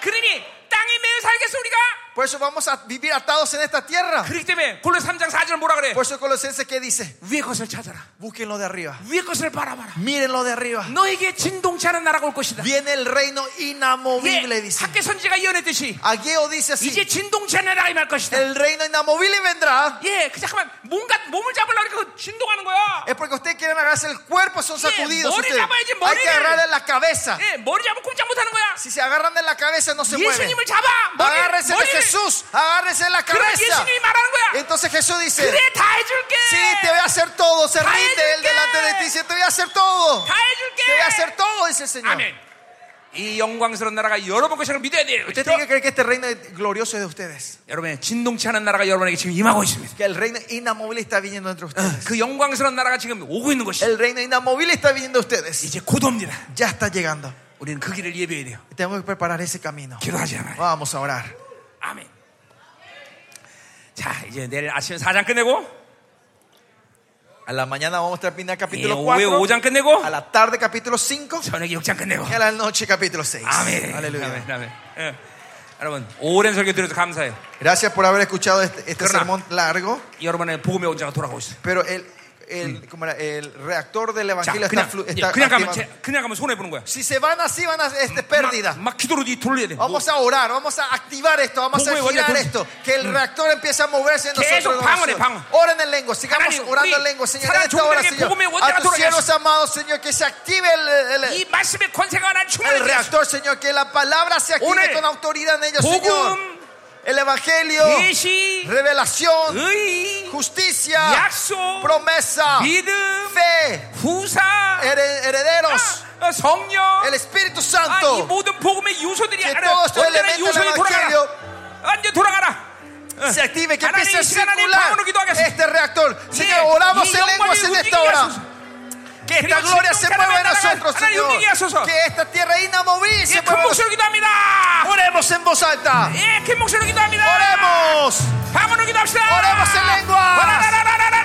Speaker 1: 그러니 땅에 매여 살겠어 우리가.
Speaker 2: Por eso vamos a vivir atados en esta tierra.
Speaker 1: 그렇기 때문에 골로 3장 4절 뭐라 그래?
Speaker 2: Por eso Colosenses que dice,
Speaker 1: 위의 것을 찾아라.
Speaker 2: búsquenlo de arriba.
Speaker 1: 위의 것을 바라봐라.
Speaker 2: Mírenlo de arriba.
Speaker 1: 너에게 진동치 않은 나라가 올 것이다.
Speaker 2: Viene el reino inamovible,
Speaker 1: 예,
Speaker 2: dice.
Speaker 1: 학계 선지가 예언했듯이 예.
Speaker 2: Ageo dice así,
Speaker 1: 이제 진동치 않은 나라가 임할 것이다.
Speaker 2: el reino inamovible vendrá.
Speaker 1: 예, 그 잠깐만 뭔가 몸을 잡으려니까 그 진동하는 거야.
Speaker 2: Es porque ustedes quieren agarrarse el cuerpo, son
Speaker 1: Yeah,
Speaker 2: sacudidos.
Speaker 1: morir,
Speaker 2: ustedes.
Speaker 1: 잡아야지,
Speaker 2: Hay
Speaker 1: morir.
Speaker 2: que agarrarle la cabeza.
Speaker 1: 예, 머리 잡으면 꼼짝 못하는 거야.
Speaker 2: Si se agarran de la cabeza, no se mueven.
Speaker 1: 예수님을 잡아. 머리,
Speaker 2: Agárrense de
Speaker 1: 머리를.
Speaker 2: Jesús, agárrense de la
Speaker 1: 그래
Speaker 2: cabeza.
Speaker 1: 예수님이 말하는 거야.
Speaker 2: Entonces Jesús dice:
Speaker 1: 그래 다 해줄게.
Speaker 2: Sí, te voy a hacer todo. Se
Speaker 1: Ay,
Speaker 2: rinde él
Speaker 1: ¿qué?
Speaker 2: delante de ti. Dice: Te voy a hacer todo.
Speaker 1: 다 해줄게.
Speaker 2: Te voy a hacer todo, dice el Señor.
Speaker 1: 아멘. 이 영광스러운 나라가 여러분 것이라고 믿어야 돼요. 그렇죠?
Speaker 2: Usted tiene que creer que este reino glorioso es de ustedes.
Speaker 1: 여러분의 진동치 않은 나라가 여러분에게 지금 임하고 있습니다.
Speaker 2: Que el reino inamovible está viniendo entre ustedes.
Speaker 1: 그 영광스러운 나라가 지금 오고 있는 것이
Speaker 2: El reino inamovible está viniendo a ustedes.
Speaker 1: 이제 곧 옵니다.
Speaker 2: Ya está llegando.
Speaker 1: 우리는 그 길을 예배해야 돼요.
Speaker 2: Tenemos que preparar ese camino.
Speaker 1: 기도하지 않아요.
Speaker 2: Vamos a orar.
Speaker 1: 아멘. 자, 이제 내일 아침에 4장 끝내고
Speaker 2: A la mañana vamos a terminar
Speaker 1: 예,
Speaker 2: capítulo
Speaker 1: 오후에
Speaker 2: 4.
Speaker 1: 5장 끝내고
Speaker 2: A la tarde capítulo 5
Speaker 1: 저녁에 6장 끝내고
Speaker 2: y a la noche capítulo 6.
Speaker 1: 아멘.
Speaker 2: Aleluya.
Speaker 1: 아멘. 아멘. 예. 여러분 오랜 설교 들어서 감사해요.
Speaker 2: Gracias por haber escuchado este, este
Speaker 1: Corona.
Speaker 2: sermón largo,
Speaker 1: 여러분의 복음의 온자가 돌아가고 있어요.
Speaker 2: pero el,
Speaker 1: Mm.
Speaker 2: el, ¿cómo era? el reactor del
Speaker 1: 자,
Speaker 2: evangelio está,
Speaker 1: 그냥
Speaker 2: flu-
Speaker 1: 예,
Speaker 2: está
Speaker 1: 그냥 가면
Speaker 2: activando.
Speaker 1: 제- 그냥 가면 손해 보는 거야.
Speaker 2: Si se van así, van a este, pérdida.
Speaker 1: 막, 막 기도로 뒤 돌려야 돼. 뭐,
Speaker 2: Vamos a orar, vamos a activar esto, vamos a
Speaker 1: Pongo Mm. igual de
Speaker 2: girar
Speaker 1: acuerdo.
Speaker 2: esto. Que el reactor empiece a moverse en
Speaker 1: Queso,
Speaker 2: nosotros. en
Speaker 1: pan,
Speaker 2: oración.
Speaker 1: pan.
Speaker 2: Oren en lengua, sigamos
Speaker 1: Haránim,
Speaker 2: orando
Speaker 1: uy,
Speaker 2: en lengua, Señor. En
Speaker 1: 사랑
Speaker 2: esta hora,
Speaker 1: 종들에게
Speaker 2: Señor.
Speaker 1: 복음의 원자가
Speaker 2: A tus
Speaker 1: 돌아가게
Speaker 2: siervos amados, Señor, que se active el, el- el-
Speaker 1: 이 말씀의 권세가 하나
Speaker 2: el
Speaker 1: 충만해.
Speaker 2: reactor, Señor. Que la palabra se active
Speaker 1: 오늘
Speaker 2: con autoridad en ellos, Señor.
Speaker 1: 복음,
Speaker 2: El evangelio,
Speaker 1: 예시,
Speaker 2: revelación,
Speaker 1: 의,
Speaker 2: justicia,
Speaker 1: 약속,
Speaker 2: promesa,
Speaker 1: 믿음,
Speaker 2: fe,
Speaker 1: 후사,
Speaker 2: here- herederos,
Speaker 1: 아, 어, 성령,
Speaker 2: el Espíritu
Speaker 1: 아, 이
Speaker 2: Santo.
Speaker 1: 모든 복음의 요소들이
Speaker 2: Que
Speaker 1: 하나
Speaker 2: todo estos
Speaker 1: 언제나
Speaker 2: elementos del
Speaker 1: 요소에
Speaker 2: evangelio.
Speaker 1: 돌아가라. 완전 돌아가라. 어.
Speaker 2: se active, que
Speaker 1: 하나님,
Speaker 2: empiece a
Speaker 1: 이 시간 안에
Speaker 2: circular
Speaker 1: 방언으로 기도하겠습니다.
Speaker 2: este reactor. Señor,
Speaker 1: 예,
Speaker 2: oramos
Speaker 1: 이
Speaker 2: en
Speaker 1: 영광이
Speaker 2: lenguas en
Speaker 1: 움직이게
Speaker 2: esta hora.
Speaker 1: 하소서.
Speaker 2: Que esta
Speaker 1: 그리고
Speaker 2: gloria se mueva
Speaker 1: 진동자는
Speaker 2: en nosotros,
Speaker 1: 하나님 움직이게 하소서.
Speaker 2: Señor. Que esta tierra inamovible
Speaker 1: 예,
Speaker 2: se
Speaker 1: 큰
Speaker 2: mueva en nosotros.
Speaker 1: 목소리로 기도합니다.
Speaker 2: Oremos en voz alta.
Speaker 1: 예, 큰 목소리로 기도합니다.
Speaker 2: Oremos.
Speaker 1: 방언으로 기도합시다.
Speaker 2: Oremos en lenguas.
Speaker 1: 라라라라라라.